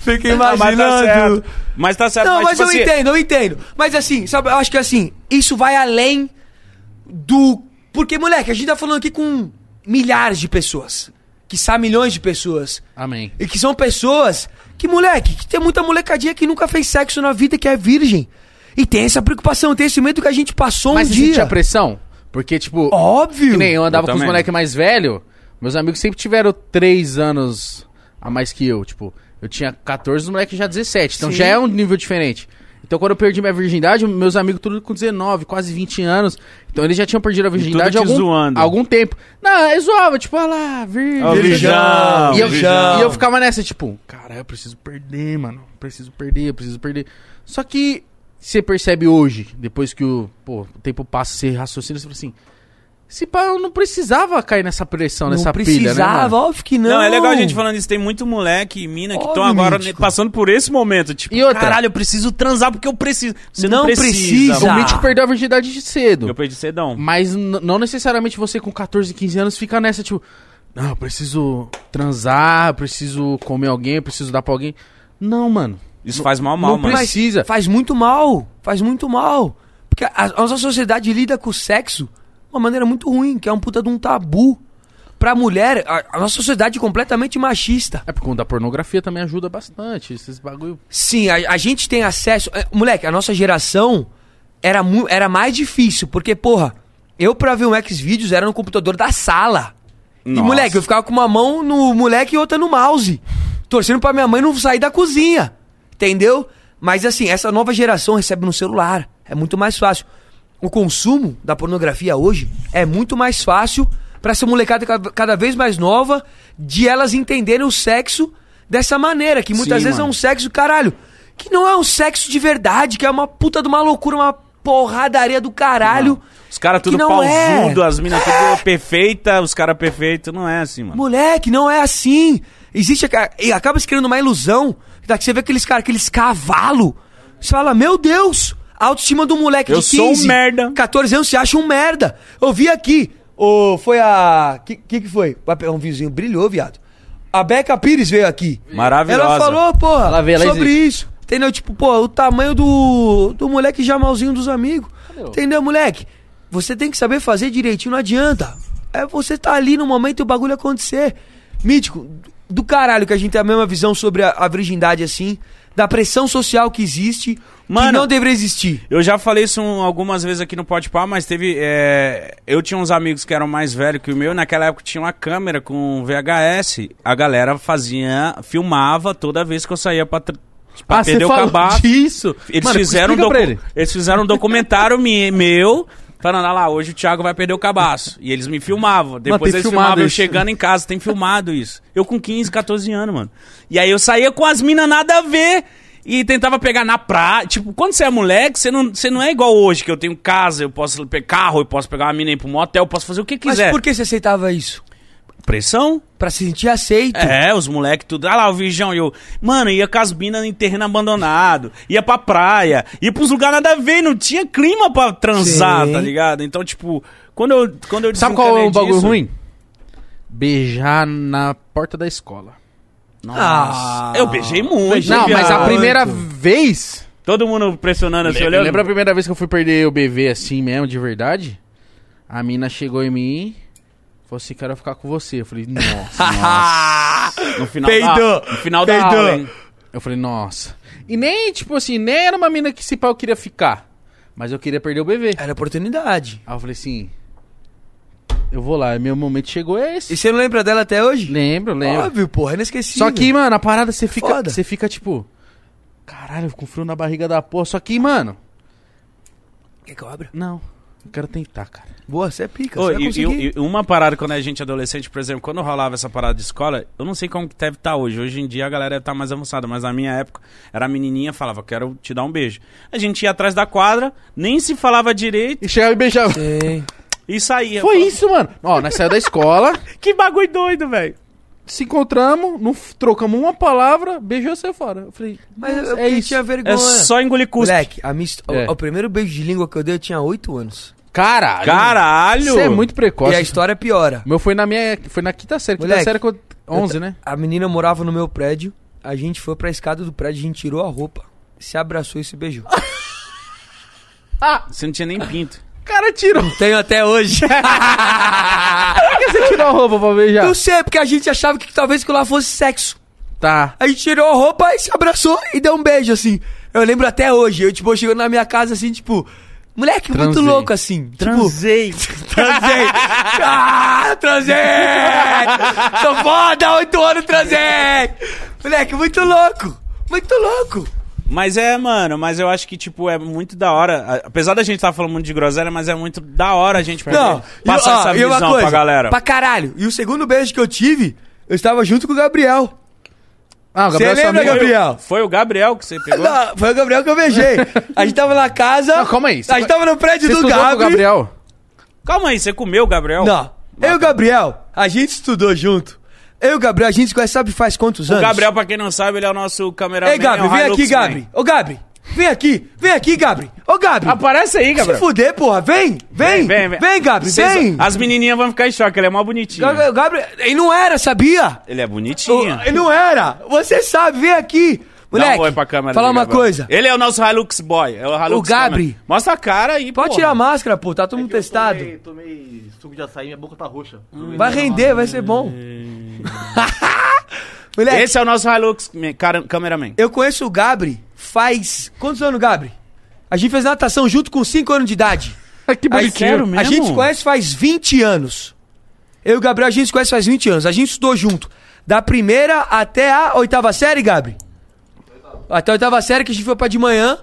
Speaker 3: Fica
Speaker 1: Não, mas tá
Speaker 3: imaginando.
Speaker 1: certo. Mas tá certo,
Speaker 3: Não, mas,
Speaker 1: tipo
Speaker 3: eu
Speaker 1: assim,
Speaker 3: entendo, eu entendo. Mas assim, sabe, eu acho que assim, isso vai além do. Porque, moleque, a gente tá falando aqui com milhares de pessoas. Que são milhões de pessoas.
Speaker 2: Amém.
Speaker 3: E que são pessoas que, moleque, que tem muita molecadinha que nunca fez sexo na vida, que é virgem. E tem essa preocupação, tem esse medo que a gente passou
Speaker 2: mas
Speaker 3: um
Speaker 2: você sentia
Speaker 3: dia.
Speaker 2: pressão? Porque, tipo,
Speaker 3: Óbvio!
Speaker 2: que nem eu andava
Speaker 1: Eu
Speaker 2: com os
Speaker 1: também.
Speaker 2: moleques mais velhos, meus amigos sempre tiveram 3 anos a mais que eu. Tipo, eu tinha 14, os moleques já 17. Então
Speaker 3: Sim.
Speaker 2: já é um nível diferente. Então quando eu perdi minha virgindade, meus amigos tudo com 19, quase 20 anos. Então eles já tinham perdido a virgindade há
Speaker 1: te
Speaker 2: algum,
Speaker 1: zoando.
Speaker 2: há algum tempo. Não, eles zoavam, tipo, olha lá, virgem.
Speaker 1: Ó, virgem.
Speaker 2: E eu,
Speaker 1: Virgão.
Speaker 2: e eu ficava nessa, tipo, cara, eu preciso perder, mano. Eu Preciso perder, eu preciso perder. Só que você percebe hoje, depois que o, pô, o tempo passa, você raciocina, você fala assim. Se pá, eu não precisava cair nessa pressão,
Speaker 3: Não
Speaker 2: nessa pilha, né?
Speaker 3: precisava,
Speaker 2: mano?"
Speaker 3: óbvio que não.
Speaker 1: Não, é legal a gente falando isso. Tem muito moleque e mina que estão
Speaker 3: Óbvio,
Speaker 1: agora
Speaker 3: mítico.
Speaker 1: passando por esse momento. Tipo,
Speaker 2: E outra?
Speaker 1: caralho, eu preciso transar porque eu preciso. Você não,
Speaker 3: Não
Speaker 1: precisa.
Speaker 3: precisa.
Speaker 2: O
Speaker 1: mano.
Speaker 2: Mítico perdeu a virgindade de cedo.
Speaker 1: Eu perdi cedão.
Speaker 2: Mas n- não necessariamente você com 14, 15 anos fica nessa, tipo, não, eu preciso transar, eu preciso comer alguém, eu preciso dar pra alguém. Não, mano.
Speaker 1: Isso faz mal, mal,
Speaker 2: não
Speaker 1: mano.
Speaker 2: precisa.
Speaker 3: Faz muito mal, faz muito mal. Porque a, a nossa sociedade lida com o sexo de uma maneira muito ruim, que é um puta de um tabu. Pra mulher, a, a nossa sociedade é completamente machista.
Speaker 2: É por conta da pornografia também ajuda bastante. Esses bagulho.
Speaker 3: Sim, a, a gente tem acesso. é, Moleque, a nossa geração era, mu- era mais difícil, porque, porra, eu pra ver um X-Videos era no computador da sala. E,
Speaker 1: Nossa.
Speaker 3: moleque, eu ficava com uma mão no moleque e outra no mouse. Torcendo pra minha mãe não sair da cozinha. Entendeu? Mas assim, essa nova geração recebe no celular. É muito mais fácil. O consumo da pornografia hoje é muito mais fácil pra essa molecada ca- cada vez mais nova de elas entenderem o sexo dessa maneira, que muitas
Speaker 2: Sim,
Speaker 3: vezes é
Speaker 2: mano.
Speaker 3: um sexo, caralho, que não é um sexo de verdade, que é uma puta de uma loucura, uma porradaria do caralho.
Speaker 1: Os caras
Speaker 3: que
Speaker 1: tudo
Speaker 3: não é.
Speaker 1: pausudo, as minas tudo perfeita, os caras perfeitos. Não é assim, mano.
Speaker 3: Moleque, não é assim. Existe. a- E acaba se criando uma ilusão. Daqui você vê aqueles caras, aqueles cavalo. Você fala, meu Deus, a autoestima do moleque
Speaker 1: Eu
Speaker 3: de 15,
Speaker 1: sou um merda.
Speaker 3: 14 anos, você acha um merda. Eu vi aqui. Ô, foi a. Que, que que foi? Vai pegar Um vizinho brilhou, viado. A Beca Pires veio aqui.
Speaker 1: Maravilhosa.
Speaker 3: Ela falou, porra,
Speaker 2: Ela veio, ela
Speaker 3: sobre isso. Entendeu? Tipo, pô, o tamanho do, do moleque já malzinho dos amigos. Entendeu, moleque? Você tem que saber fazer direitinho, não adianta. É você tá ali no momento e o bagulho acontecer. Mítico, do caralho que a gente tem a mesma visão sobre a, a virgindade assim. da pressão social que existe,
Speaker 1: Mano,
Speaker 3: que não deveria existir.
Speaker 1: Eu já falei isso um- algumas vezes aqui no Pode Pá, mas teve. é, Eu tinha uns amigos que eram mais velhos que o meu, naquela época tinha uma câmera com VHS. A galera fazia. filmava toda vez que eu saía pra, tr- pra perder o cabaço.
Speaker 2: Ah, disso?
Speaker 1: Eles,
Speaker 2: Mano,
Speaker 1: fizeram um
Speaker 2: explica
Speaker 1: docu-
Speaker 2: pra ele.
Speaker 1: eles fizeram um documentário mi- meu. Falando, ah lá, hoje o Thiago vai perder o cabaço. E eles me filmavam. Depois
Speaker 2: tem
Speaker 1: eles
Speaker 2: filmado
Speaker 1: filmavam eu
Speaker 2: isso.
Speaker 1: chegando em casa, tem filmado isso. Eu com 15, 14 anos, mano. E aí eu saía com as minas nada a ver. E tentava pegar na praia. Tipo, quando você é moleque, você não, você não é igual hoje, que eu tenho casa, eu posso pegar carro, eu posso pegar uma mina e ir pro motel, eu posso fazer o que quiser.
Speaker 3: Mas por que você aceitava isso?
Speaker 1: Pressão?
Speaker 3: Pra se sentir aceito.
Speaker 1: É, os moleques tudo. Ah lá, o Virgão e eu. Mano, ia com as minas em terreno abandonado, ia pra praia, ia pros lugares nada a ver, não tinha clima pra transar,
Speaker 3: Sim.
Speaker 1: tá ligado? Então, tipo, quando eu. Quando eu
Speaker 2: Sabe qual é o
Speaker 1: desencanei
Speaker 2: bagulho
Speaker 1: disso-
Speaker 2: ruim? Beijar na porta da escola.
Speaker 1: Nossa.
Speaker 3: Ah.
Speaker 1: eu beijei muito.
Speaker 3: Beijei
Speaker 2: Não, mas a
Speaker 3: viado.
Speaker 2: primeira vez.
Speaker 1: Todo mundo pressionando assim,
Speaker 2: Lembra,
Speaker 1: olhando.
Speaker 2: lembra a primeira vez que eu fui perder o BV assim mesmo, de verdade? A mina chegou em mim. Falou assim, quero ficar com você. Eu falei, nossa.
Speaker 1: Ah, No final da,
Speaker 3: Peidou.
Speaker 1: no final da
Speaker 3: Peidou.
Speaker 1: aula, hein?
Speaker 2: eu falei, nossa. E nem, tipo assim, nem era uma mina que se pau eu queria ficar. Mas eu queria perder o BV.
Speaker 3: Era oportunidade.
Speaker 2: Aí eu falei assim, eu vou lá. Meu momento chegou é
Speaker 3: E
Speaker 2: esse.
Speaker 3: você não lembra dela até hoje?
Speaker 2: Lembro, lembro.
Speaker 3: Óbvio, porra, é inesquecível.
Speaker 2: Só que, mano, a parada você fica,
Speaker 3: Foda.
Speaker 2: você fica tipo, caralho, com frio na barriga da porra. Só que, mano,
Speaker 3: Quer que eu abra?
Speaker 2: não. Eu quero tentar, cara.
Speaker 3: Boa, você é pica,
Speaker 1: Ô,
Speaker 3: você vai
Speaker 1: e,
Speaker 3: conseguir.
Speaker 1: e- e uma parada quando a gente é adolescente, por exemplo, quando rolava essa parada de escola, eu não sei como que deve estar hoje. Hoje em dia a galera deve estar mais avançada, mas na minha época era a menininha, falava, quero te dar um beijo. A gente ia atrás da quadra, nem se falava direito
Speaker 2: E chegava e beijava.
Speaker 3: Sim.
Speaker 1: e saía.
Speaker 2: Foi
Speaker 1: Pô,
Speaker 2: isso, mano. Ó, nós saímos da escola,
Speaker 1: Que bagulho doido, velho.
Speaker 2: se encontramos, não f- trocamos uma palavra, beijou e saiu fora. Eu falei,
Speaker 3: Mas
Speaker 2: nossa,
Speaker 3: eu,
Speaker 2: é
Speaker 3: eu
Speaker 2: isso.
Speaker 3: tinha vergonha.
Speaker 1: É só engolir cuspe.
Speaker 3: Moleque, a minha, his- o-
Speaker 2: É.
Speaker 3: o, primeiro beijo de língua que eu dei eu tinha 8 anos.
Speaker 2: Caralho.
Speaker 1: Caralho!
Speaker 2: Você é muito
Speaker 3: E a
Speaker 2: precoce.
Speaker 3: história piora.
Speaker 2: O meu foi na minha, foi na quinta série. Quinta
Speaker 3: Moleque,
Speaker 2: série que eu... 11,
Speaker 3: Eu-
Speaker 2: né?
Speaker 3: A menina morava no meu prédio, a gente foi pra escada do prédio, a gente tirou a roupa, se abraçou e se beijou.
Speaker 1: Você não tinha nem pinto.
Speaker 2: O cara tirou. Por
Speaker 3: Tenho até hoje.
Speaker 2: que você tirou a roupa pra beijar?
Speaker 3: Eu sei, é porque a gente achava que talvez que lá fosse sexo.
Speaker 2: Tá.
Speaker 3: A gente tirou a roupa e se abraçou e deu um beijo, assim. Eu lembro até hoje, eu, tipo, chegando na minha casa, assim, tipo... Moleque, muito
Speaker 2: Transei.
Speaker 3: louco, assim.
Speaker 1: Transei.
Speaker 3: Tipo, transei. ah, transei! Sou foda, oito anos transei! Moleque, muito louco. Muito louco.
Speaker 1: Mas é, mano, mas eu acho que, tipo, é muito da hora. A- Apesar da gente estar falando muito de groselha, mas é muito da hora a gente
Speaker 3: Não,
Speaker 1: poder passar
Speaker 3: e, ó,
Speaker 1: essa
Speaker 3: e uma
Speaker 1: visão
Speaker 3: coisa,
Speaker 1: pra galera.
Speaker 3: Pra caralho. E o segundo beijo que eu tive, eu estava junto com o Gabriel.
Speaker 2: Ah, o
Speaker 3: Você
Speaker 2: Gabriel é sua
Speaker 3: lembra,
Speaker 2: amiga.
Speaker 3: Gabriel?
Speaker 1: Foi o Gabriel que você pegou?
Speaker 3: Não, foi o Gabriel que eu beijei. A gente tava na casa.
Speaker 2: Não, calma aí, você tá-
Speaker 3: A gente tava no prédio
Speaker 2: Você
Speaker 3: do
Speaker 2: estudou com o
Speaker 3: Gabriel.
Speaker 2: Gabriel?
Speaker 1: Calma aí, você comeu o Gabriel?
Speaker 3: Não. Eu e o Gabriel, a gente estudou junto. Eu e o Gabriel, a gente se conhece, sabe faz quantos
Speaker 1: O
Speaker 3: anos?
Speaker 1: Gabriel, pra quem não sabe, ele é o nosso cameraman.
Speaker 3: Ei, Gabriel,
Speaker 1: é o
Speaker 3: vem
Speaker 1: Hilux
Speaker 3: aqui,
Speaker 1: Man.
Speaker 3: Gabriel. Ô, Gabriel, vem aqui. Vem aqui, Gabriel. Ô, Gabriel.
Speaker 1: Aparece aí,
Speaker 3: Se
Speaker 1: Gabriel.
Speaker 3: fuder, porra. Vem, vem. Vem, Gabriel,
Speaker 1: Vocês-
Speaker 3: vem.
Speaker 1: As menininhas vão ficar em choque, ele é mó bonitinho.
Speaker 3: Gabriel, Gabriel, ele não era, sabia?
Speaker 1: Ele é bonitinho.
Speaker 3: Eu- Não era. Você sabe, vem aqui.
Speaker 1: Dá
Speaker 3: Moleque,
Speaker 1: um oi pra câmera
Speaker 3: falar
Speaker 1: dele,
Speaker 3: uma
Speaker 1: Gabriel.
Speaker 3: coisa.
Speaker 1: Ele é o nosso Hilux Boy. É o Hilux
Speaker 3: O Gabri.
Speaker 1: Boy. Mostra a cara aí,
Speaker 3: Pode
Speaker 1: porra.
Speaker 3: tirar a máscara, pô. Tá todo mundo
Speaker 5: É que eu
Speaker 3: testado.
Speaker 5: Tomei, tomei suco de açaí, minha boca tá roxa.
Speaker 3: Vai render, vai ser bom. Moleque,
Speaker 1: Esse é o nosso Hilux me- cara, cameraman.
Speaker 3: eu conheço o Gabri faz... Quantos anos, Gabri? A gente fez natação junto com 5 anos de idade.
Speaker 2: que
Speaker 3: A-
Speaker 1: sério mesmo?
Speaker 3: A gente se conhece faz 20 anos. Eu e o Gabriel, a gente se conhece faz 20 anos. A gente estudou junto. Da primeira até a oitava série, Gabriel? Até a oitava série que a gente foi pra de manhã.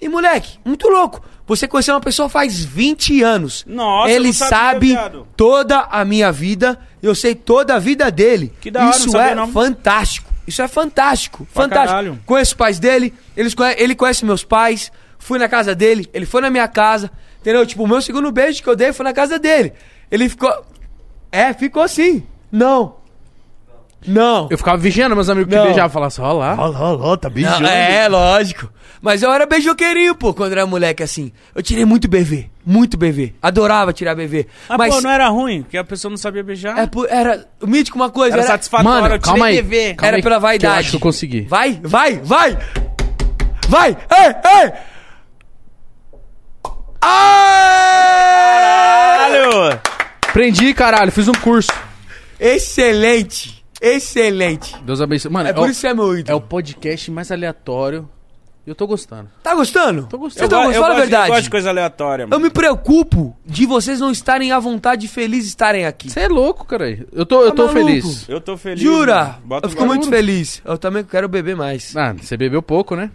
Speaker 3: E, moleque, muito louco. Você conheceu uma pessoa faz 20 anos.
Speaker 1: Nossa, eu
Speaker 3: Ele
Speaker 1: não
Speaker 3: sabe
Speaker 1: sabia, viado.
Speaker 3: toda a minha vida. Eu sei toda a vida dele.
Speaker 1: Que da hora, não
Speaker 3: Isso
Speaker 1: sabia
Speaker 3: é
Speaker 1: não.
Speaker 3: fantástico. Isso é fantástico. fantástico.
Speaker 1: caralho.
Speaker 3: Conheço os pais dele. Eles conhe- Ele conhece meus pais. Fui na casa dele. Ele foi na minha casa. Entendeu? Tipo, o meu segundo beijo que eu dei foi na casa dele. Ele ficou. É, ficou assim. Não. Não.
Speaker 2: Eu ficava vigiando meus amigos
Speaker 3: Não.
Speaker 2: que beijavam, falava assim, ó lá.
Speaker 3: Não, é, lógico. Mas eu era beijoqueirinho, pô, quando era moleque assim. Eu tirei muito BV. Muito BV. Adorava tirar BV.
Speaker 1: Mas,
Speaker 3: Mas.
Speaker 1: Ah, pô, não é? era ruim, porque a pessoa não sabia beijar.
Speaker 3: É por- era. O mítico, uma coisa.
Speaker 1: Era
Speaker 3: Era,
Speaker 1: satisfatório. eu tirei
Speaker 2: TV.
Speaker 3: era
Speaker 2: Que
Speaker 3: pela
Speaker 2: eu
Speaker 3: vaidade.
Speaker 2: acho que eu consegui.
Speaker 3: Vai, vai, vai! Vai! Ei, ei! Aê!
Speaker 1: Caralho!
Speaker 2: Prendi, caralho, fiz um curso.
Speaker 3: Excelente! Excelente.
Speaker 2: Deus abençoe. Mano,
Speaker 3: É por
Speaker 2: o-
Speaker 3: isso que você é meu
Speaker 2: é o
Speaker 3: ídolo.
Speaker 2: podcast mais aleatório. E eu tô gostando.
Speaker 3: Tá gostando?
Speaker 2: Tô gostando.
Speaker 3: Vocês tão
Speaker 1: go-
Speaker 3: gostando? Fala
Speaker 1: gosto,
Speaker 3: a
Speaker 1: de- eu
Speaker 3: verdade.
Speaker 1: gosto de coisa aleatória,
Speaker 3: Eu
Speaker 1: mano.
Speaker 3: me preocupo de vocês não estarem à vontade e felizes de estarem aqui.
Speaker 2: Você é louco, cara. Eu tô, eu
Speaker 3: Tá
Speaker 2: tô
Speaker 3: maluco?
Speaker 2: feliz.
Speaker 1: Eu tô feliz.
Speaker 3: Jura?
Speaker 1: mano. Bota
Speaker 3: eu fico
Speaker 1: um-
Speaker 3: muito feliz. Eu também quero beber mais.
Speaker 2: Ah, você bebeu pouco, né?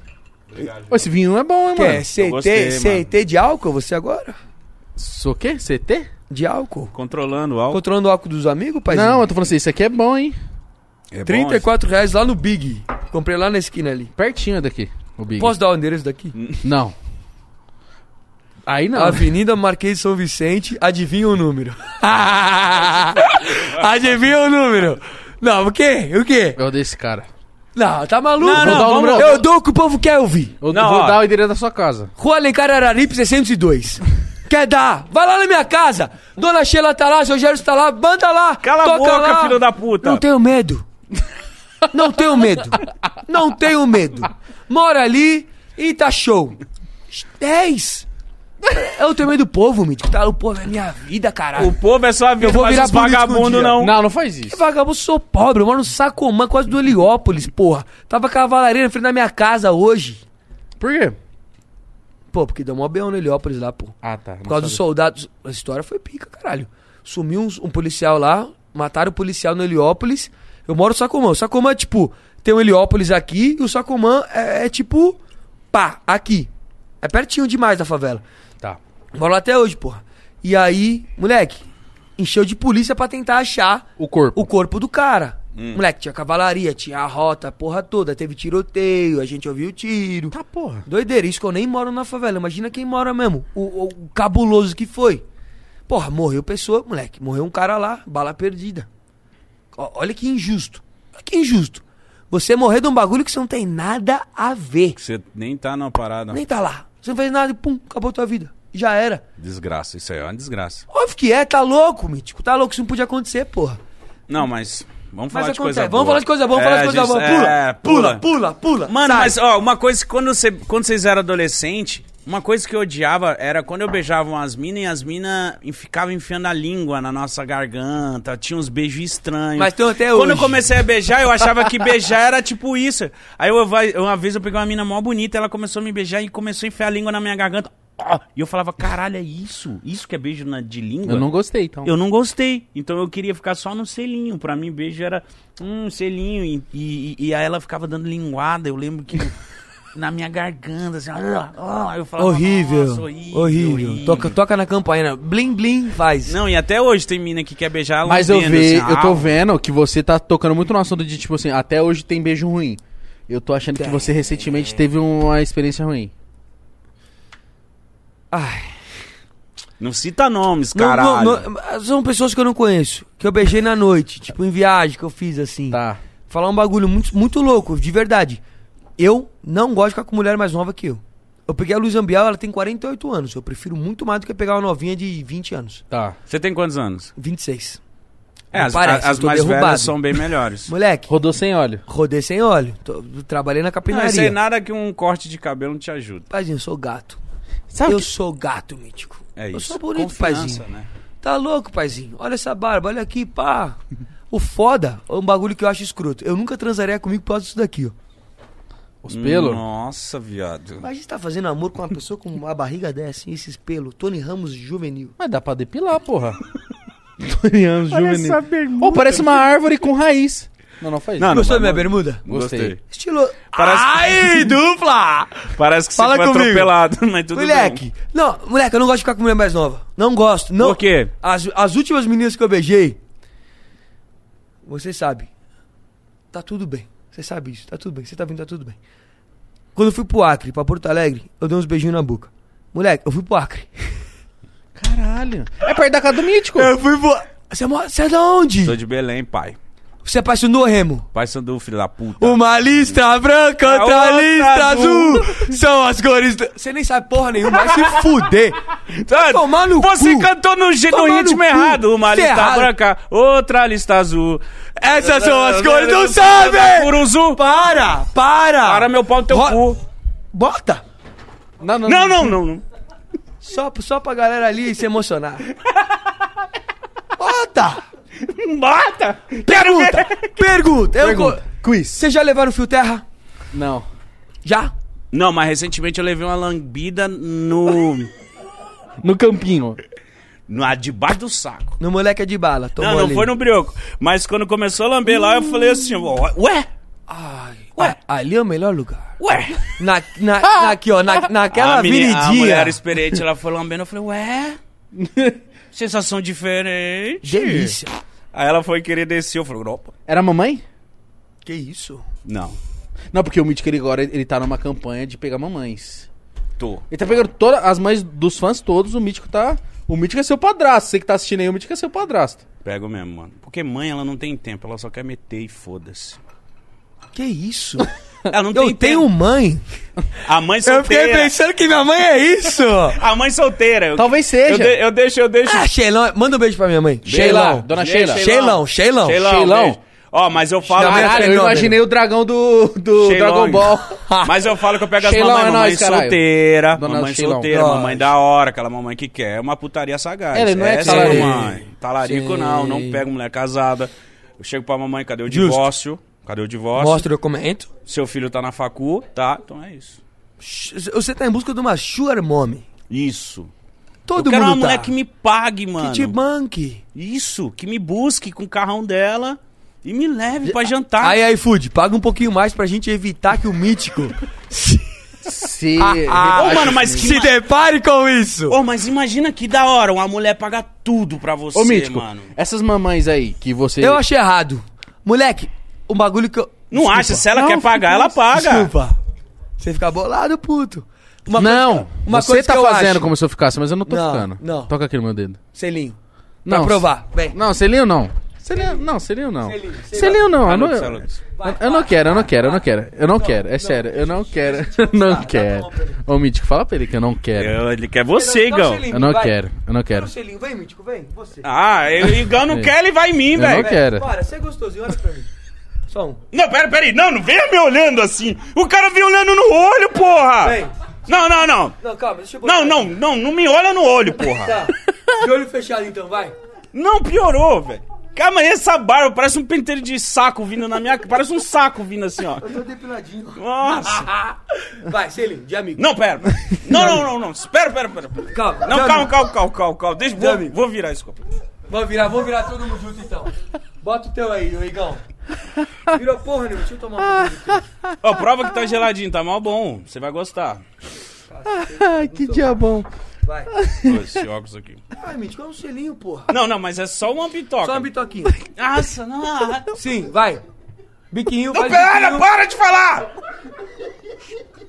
Speaker 2: Pô, esse vinho é bom, hein, mano?
Speaker 3: Quer CT,
Speaker 1: gostei,
Speaker 3: CT de álcool você agora?
Speaker 2: Sou o quê? CT?
Speaker 3: De álcool?
Speaker 1: Controlando o álcool.
Speaker 3: Controlando o álcool dos amigos, paizinho?
Speaker 2: Não, eu tô falando assim, isso aqui é bom, hein?
Speaker 1: É bom,
Speaker 3: 34 reais lá no Big. Comprei lá na esquina ali.
Speaker 2: Pertinho daqui, o Big.
Speaker 3: Posso dar o endereço daqui?
Speaker 2: Não. Aí não.
Speaker 3: Avenida Marquês de São Vicente, adivinha o número. adivinha o número. Não, o quê? O quê?
Speaker 2: Eu odeio esse cara.
Speaker 3: Não, tá maluco?
Speaker 1: Não, não,
Speaker 3: Vou dar o
Speaker 1: vamos-
Speaker 3: número. Eu dou o que o povo quer ouvir.
Speaker 2: Eu
Speaker 1: Não,
Speaker 2: vou
Speaker 1: ó.
Speaker 2: dar o endereço da sua casa.
Speaker 3: Rua Alencar Araripe 602. Quer dar? Vai lá na minha casa. Dona Sheila tá lá, seu Gério tá lá, banda lá.
Speaker 1: Cala a
Speaker 3: toca
Speaker 1: boca,
Speaker 3: lá.
Speaker 1: filho da puta.
Speaker 3: Não tenho medo. Não tenho medo. Não tenho medo. Mora ali e tá show. 10. Eu tenho medo do povo, Mitch. que Tá o povo é minha vida,
Speaker 1: O
Speaker 3: caralho.
Speaker 1: povo é só ver,
Speaker 3: Eu vou
Speaker 1: faz
Speaker 3: virar
Speaker 1: os
Speaker 3: político um
Speaker 1: vagabundo
Speaker 3: dia.
Speaker 1: não.
Speaker 2: Não, não faz isso.
Speaker 3: Vagabundo, sou pobre. Eu moro no Sacomã, quase do Heliópolis, porra. Tava com a cavalaria na frente da minha casa hoje.
Speaker 2: Por quê?
Speaker 3: Pô, porque deu mó beão no Heliópolis lá, pô.
Speaker 2: Ah, tá.
Speaker 3: Por causa dos soldados. A história foi pica, caralho. Sumiu uns- um, policial lá, mataram o policial no Heliópolis. Eu moro no Sacomã. O Sacomã, tipo, tem um Heliópolis aqui e o Sacomã é, é, tipo, pá, aqui. É pertinho demais da favela.
Speaker 2: Tá.
Speaker 3: Eu Moro lá até hoje, porra. E aí, moleque, encheu de polícia pra tentar achar
Speaker 2: O corpo.
Speaker 3: o corpo do cara. Moleque, tinha cavalaria, tinha a rota, a porra toda. Teve tiroteio, a gente ouviu tiro.
Speaker 2: Tá, porra.
Speaker 3: Doideira, isso que eu nem moro na favela. Imagina quem mora mesmo. O, o- o cabuloso que foi. Porra, morreu pessoa, moleque. Morreu um cara lá, bala perdida. Ó, olha que injusto. Olha que injusto. Você morrer de um bagulho que você não tem nada a ver.
Speaker 1: Você nem tá na parada.
Speaker 3: Nem tá lá. Você não fez nada e pum, acabou tua vida. Já era.
Speaker 1: Desgraça, isso aí é uma desgraça.
Speaker 3: Óbvio que é, tá louco, mítico. Tá louco, isso não podia acontecer, porra.
Speaker 1: Não, mas vamos
Speaker 3: Mas
Speaker 1: falar de
Speaker 3: acontece.
Speaker 1: coisa boa.
Speaker 3: Vamos falar de coisa boa, vamos
Speaker 1: É,
Speaker 3: falar de coisa
Speaker 1: gente,
Speaker 3: boa. Pula,
Speaker 1: é,
Speaker 3: pula, pula, pula.
Speaker 1: Mano,
Speaker 3: Sai.
Speaker 1: mas ó, uma coisa que quando, você, quando vocês eram adolescente, uma coisa que eu odiava era quando eu beijava umas minas e as minas ficavam enfiando a língua na nossa garganta, tinha uns beijos estranhos.
Speaker 3: Mas tem até
Speaker 1: Quando eu
Speaker 3: hoje.
Speaker 1: comecei a beijar, eu achava que beijar era tipo isso. Aí eu, vai- uma vez eu peguei uma mina mó bonita, ela começou a me beijar e começou a enfiar a língua na minha garganta. Ó, E eu falava, caralho, é isso? Isso que é beijo na- de língua?
Speaker 2: Eu não gostei,
Speaker 3: Uhum.
Speaker 2: então.
Speaker 1: Eu não gostei. Então eu queria ficar só no selinho. Pra mim, beijo era um selinho. E, e, e aí ela ficava dando linguada. Eu lembro que na minha garganta, assim, ah, ah, eu falava.
Speaker 3: Horrível,
Speaker 1: "Nossa,
Speaker 3: horrível. Toca, toca na campainha. Blim, blim, faz.
Speaker 1: Não, e até hoje tem mina que quer beijar ela
Speaker 2: Mas eu
Speaker 1: vendo,
Speaker 2: vejo,
Speaker 1: assim,
Speaker 2: eu tô
Speaker 1: "Ah,
Speaker 2: vendo que você tá tocando muito no assunto de, tipo assim, até hoje tem beijo ruim. Eu tô achando que você recentemente teve uma experiência ruim.
Speaker 3: Ai.
Speaker 1: Não cita nomes,
Speaker 3: Não,
Speaker 1: caralho.
Speaker 3: não, não, são pessoas que eu não conheço, que eu beijei na noite, tipo em viagem que eu fiz assim.
Speaker 2: Tá.
Speaker 3: Falar um bagulho muito, muito louco, de verdade. Eu não gosto de ficar com mulher mais nova que eu. Eu peguei a Luiz Ambiel, ela tem 48 anos. Eu prefiro muito mais do que pegar uma novinha de 20 anos.
Speaker 2: Tá.
Speaker 1: Você tem quantos anos?
Speaker 3: 26.
Speaker 1: É,
Speaker 3: Não
Speaker 1: as,
Speaker 3: parece,
Speaker 1: as
Speaker 3: tô
Speaker 1: mais
Speaker 3: derrubado.
Speaker 1: velhas são bem melhores.
Speaker 3: Moleque,
Speaker 2: Rodou sem óleo.
Speaker 3: rodei sem óleo. Tô- trabalhei
Speaker 1: Não,
Speaker 3: na
Speaker 1: isso aí
Speaker 3: capinaria.
Speaker 1: nada que um corte de cabelo não te ajuda.
Speaker 3: Pazinho, eu sou gato.
Speaker 2: Sabe
Speaker 3: eu
Speaker 2: que-
Speaker 3: sou gato, mítico.
Speaker 1: É
Speaker 3: eu
Speaker 1: isso.
Speaker 3: sou bonito,
Speaker 1: Confiança,
Speaker 3: paizinho.
Speaker 1: né?
Speaker 3: Tá louco, paizinho? Olha essa barba, olha aqui, pá. O foda é um bagulho que eu acho escroto. Eu nunca transaria comigo por causa disso daqui, ó.
Speaker 2: Os pelos?
Speaker 1: Nossa, viado.
Speaker 3: Mas a gente tá fazendo amor com uma pessoa com uma barriga dessa, e esses pelos. Tony Ramos juvenil.
Speaker 2: Mas dá pra depilar, porra. Tony Ramos juvenil. Ô, parece uma árvore com raiz. Não, não faz isso.
Speaker 1: Não, não.
Speaker 3: Gostou da
Speaker 1: vai
Speaker 3: minha bermuda?
Speaker 2: Gostei.
Speaker 1: Gostei.
Speaker 3: Estilo.
Speaker 1: Parece-
Speaker 3: Ai, dupla!
Speaker 1: Parece que
Speaker 3: Fala
Speaker 1: você foi
Speaker 3: comigo.
Speaker 1: atropelado, mas tudo
Speaker 3: moleque,
Speaker 1: bem.
Speaker 3: não, moleque, eu não gosto de ficar com mulher mais nova. Não gosto, não.
Speaker 1: Por quê?
Speaker 3: As, as últimas meninas que eu beijei, você sabe, tá tudo bem. Você sabe isso, tá tudo bem. Você tá vindo, tá tudo bem. Quando eu fui pro Acre, pra Porto Alegre, eu dei uns beijinhos na boca. Moleque, eu fui pro Acre.
Speaker 2: Caralho. É perto da casa do mítico.
Speaker 3: fui pro. Você, mora- você é de onde?
Speaker 1: Sou de Belém, pai.
Speaker 3: Você apaixonou Remo.
Speaker 1: Pai Sandu, filho da puta.
Speaker 3: Uma listra branca,
Speaker 1: A
Speaker 3: outra
Speaker 1: outra
Speaker 3: listra
Speaker 1: azul.
Speaker 3: azul. São as cores. da- Você nem sabe porra nenhuma, vai se fuder.
Speaker 1: Tá,
Speaker 3: Tomar no
Speaker 1: Você
Speaker 3: cu.
Speaker 1: cantou no, gi- no
Speaker 3: Tomar no
Speaker 1: ritmo
Speaker 3: cu.
Speaker 1: errado. Uma
Speaker 3: Cê é
Speaker 1: lista
Speaker 3: errado.
Speaker 1: branca, outra lista azul.
Speaker 3: Essas são as cores do
Speaker 1: Por
Speaker 3: sabe!
Speaker 1: uzu.
Speaker 3: um Para, para!
Speaker 1: Para meu pau no teu
Speaker 3: Ro-
Speaker 1: cu.
Speaker 3: Bota!
Speaker 2: Não, não,
Speaker 1: Não, não, não. não.
Speaker 3: Só, só pra galera ali se emocionar. Bota!
Speaker 1: Bota!
Speaker 3: Pergunta! Pergunta! Eu
Speaker 2: Pergunta.
Speaker 3: co- Quiz. Vocês já levaram fio terra?
Speaker 2: Não.
Speaker 3: Já?
Speaker 1: Não, mas recentemente eu levei uma lambida no.
Speaker 2: No campinho.
Speaker 1: na debaixo do saco.
Speaker 3: No moleque é de bala. Tomou
Speaker 1: Não, não
Speaker 3: ali.
Speaker 1: foi no brioco. Mas quando começou a lamber lá, eu falei assim: ó, ué,
Speaker 3: Ai,
Speaker 1: Ué.
Speaker 3: a- ali é o melhor lugar.
Speaker 1: ué.
Speaker 3: Na, na, na- aqui, ó, na, naquela
Speaker 1: a, meni- a
Speaker 3: viridinha.
Speaker 1: mulher experiente, ela foi lambendo, eu falei: ué, sensação diferente.
Speaker 3: Delícia.
Speaker 1: Aí ela foi querer descer, eu falei: opa,
Speaker 2: Era a mamãe?
Speaker 3: Que isso?
Speaker 1: não,
Speaker 2: Não, porque o Mítico ele agora ele tá numa campanha de pegar mamães.
Speaker 1: tô.
Speaker 2: Ele tá pegando todas as mães dos fãs todos, o Mítico tá. O Mítico é seu padrasto. Você que tá assistindo aí, o Mítico é seu padrasto.
Speaker 1: Pego mesmo, mano. Porque mãe, ela não tem tempo, ela só quer meter e foda-se.
Speaker 3: Que isso?
Speaker 1: Ela não
Speaker 3: Eu
Speaker 1: tem
Speaker 3: tenho
Speaker 1: tempo.
Speaker 3: mãe.
Speaker 1: A mãe
Speaker 3: Eu
Speaker 1: solteira.
Speaker 3: fiquei pensando que minha mãe é isso.
Speaker 1: A mãe solteira. Eu-
Speaker 2: Talvez seja.
Speaker 1: Eu, de- eu deixo, eu deixo.
Speaker 3: Ah, Sheilão, manda um beijo pra minha mãe.
Speaker 2: Sheilão, dona Sheila.
Speaker 1: Sheila.
Speaker 3: Sheilão, Sheilão.
Speaker 1: Sheilão.
Speaker 2: Sheilão.
Speaker 1: beijo. Ó, mas eu falo.
Speaker 3: Sheilão.
Speaker 2: Caralho, eu
Speaker 3: Fenômeno.
Speaker 2: imaginei o dragão do, do
Speaker 1: Sheilão.
Speaker 2: Dragon Ball.
Speaker 1: Mas eu falo que eu pego as
Speaker 2: Sheilão
Speaker 1: mamães,
Speaker 2: é
Speaker 1: mamãe
Speaker 2: nóis, caralho.
Speaker 1: solteira,
Speaker 2: Dona
Speaker 1: mamãe
Speaker 2: Sheilão.
Speaker 1: solteira,
Speaker 3: Nóis.
Speaker 1: mamãe da hora, aquela mamãe que quer, é uma putaria sagaz.
Speaker 2: Ela não é
Speaker 1: Essa
Speaker 2: talarico.
Speaker 1: mamãe. Talarico
Speaker 3: Sim.
Speaker 1: não, não pego mulher casada. Eu chego pra mamãe, cadê o
Speaker 3: Justo.
Speaker 1: divórcio? Cadê o divórcio?
Speaker 3: Mostra o documento.
Speaker 1: Seu filho tá na facu, tá? Então é isso.
Speaker 3: Sh- Você tá em busca de uma sugar mommy.
Speaker 1: Isso.
Speaker 3: Todo
Speaker 1: eu quero
Speaker 3: mundo
Speaker 1: uma
Speaker 3: tá.
Speaker 1: mulher que me pague, mano.
Speaker 3: Que te banque.
Speaker 1: Isso, que me busque com o carrão dela e me leve pra jantar.
Speaker 3: Aí, iFood, paga um pouquinho mais pra gente evitar que o mítico
Speaker 2: Se.
Speaker 1: Ô,
Speaker 2: rebaixa
Speaker 1: mano, mas
Speaker 2: esse
Speaker 1: que.
Speaker 3: se depare com isso.
Speaker 1: Ô, mas imagina que da hora, uma mulher paga tudo pra você,
Speaker 2: Ô, Mítico,
Speaker 1: mano.
Speaker 2: essas mamães aí que você.
Speaker 3: Eu achei errado. Moleque, o bagulho que eu.
Speaker 1: Não
Speaker 3: Desculpa.
Speaker 1: acha, se ela
Speaker 2: Não,
Speaker 1: quer pagar, ela paga.
Speaker 3: Desculpa. Você fica bolado, puto. Uma coisa
Speaker 2: não,
Speaker 3: que- uma
Speaker 2: você
Speaker 3: coisa
Speaker 2: tá
Speaker 3: que eu
Speaker 2: fazendo
Speaker 3: acho.
Speaker 2: como se eu ficasse, mas eu não tô
Speaker 3: Não,
Speaker 2: ficando.
Speaker 3: não.
Speaker 2: Toca aqui no meu dedo.
Speaker 3: Selinho.
Speaker 2: Não,
Speaker 3: pra provar. Vem.
Speaker 2: Não, selinho não. Selinho, não, selinho não.
Speaker 3: Selinho, Ah,
Speaker 2: Selinho Ah, não. Eu não,
Speaker 1: Saludos,
Speaker 2: eu,
Speaker 1: saludos.
Speaker 2: eu não quero, eu não quero, eu não quero. Eu não quero, é sério. Eu não quero, eu
Speaker 3: tá
Speaker 2: não quero. Ô, Mítico, fala pra ele que eu não quero.
Speaker 1: Eu- Ele quer você,
Speaker 3: Dá um
Speaker 1: Igão.
Speaker 3: selinho,
Speaker 2: Eu não
Speaker 3: vai.
Speaker 2: quero, eu não
Speaker 3: Dá
Speaker 2: quero.
Speaker 3: um selinho. Vem, mítico, vem. Você.
Speaker 1: Ah, eu- o Igão não
Speaker 2: É.
Speaker 1: quer, ele vai em mim,
Speaker 2: Eu não
Speaker 1: velho.
Speaker 2: quero. Pera.
Speaker 3: Para, você é gostosinho, olha pra mim. Só um.
Speaker 1: Não, pera, pera aí. Não, não venha me olhando assim. O cara vem olhando no olho, porra.
Speaker 3: Vem.
Speaker 1: Não, não, não.
Speaker 3: Não, calma, deixa eu botar.
Speaker 1: Não, não, não, não me olha no olho, porra.
Speaker 3: Tá. De olho fechado então, vai.
Speaker 1: Não, piorou, velho. Calma aí, essa barba parece um penteiro de saco vindo na minha... Parece um saco vindo assim, ó.
Speaker 5: Tô depiladinho.
Speaker 1: Nossa.
Speaker 3: Ah, Vai, selinho, de amigo.
Speaker 1: Não, pera. Não, não, não, não. Espera, pera, pera. pera.
Speaker 3: Calma.
Speaker 1: Não,
Speaker 3: de
Speaker 1: calma,
Speaker 3: amigo.
Speaker 1: calma, calma, calma, calma. Deixa, vou,
Speaker 3: Dami.
Speaker 1: vou virar isso. copo.
Speaker 3: Vamos virar, vamos virar todo mundo junto então. Bota o teu aí, ô Igão. Virou porra, nenhuma. Deixa eu tomar um pouquinho.
Speaker 1: Ó, prova que tá geladinho, tá mal bom. Você vai gostar.
Speaker 2: Ai, Ah, que diabão.
Speaker 3: Vai.
Speaker 1: Ó, Esse óculos aqui.
Speaker 3: Ai, Mítico, é um selinho, porra.
Speaker 1: Não, não, mas é só uma bitoca.
Speaker 3: Só um bitoquinho.
Speaker 1: Nossa, não. ah.
Speaker 3: Sim, vai. Biquinho,
Speaker 1: Não,
Speaker 3: faz
Speaker 1: pera,
Speaker 3: biquinho.
Speaker 1: para de falar!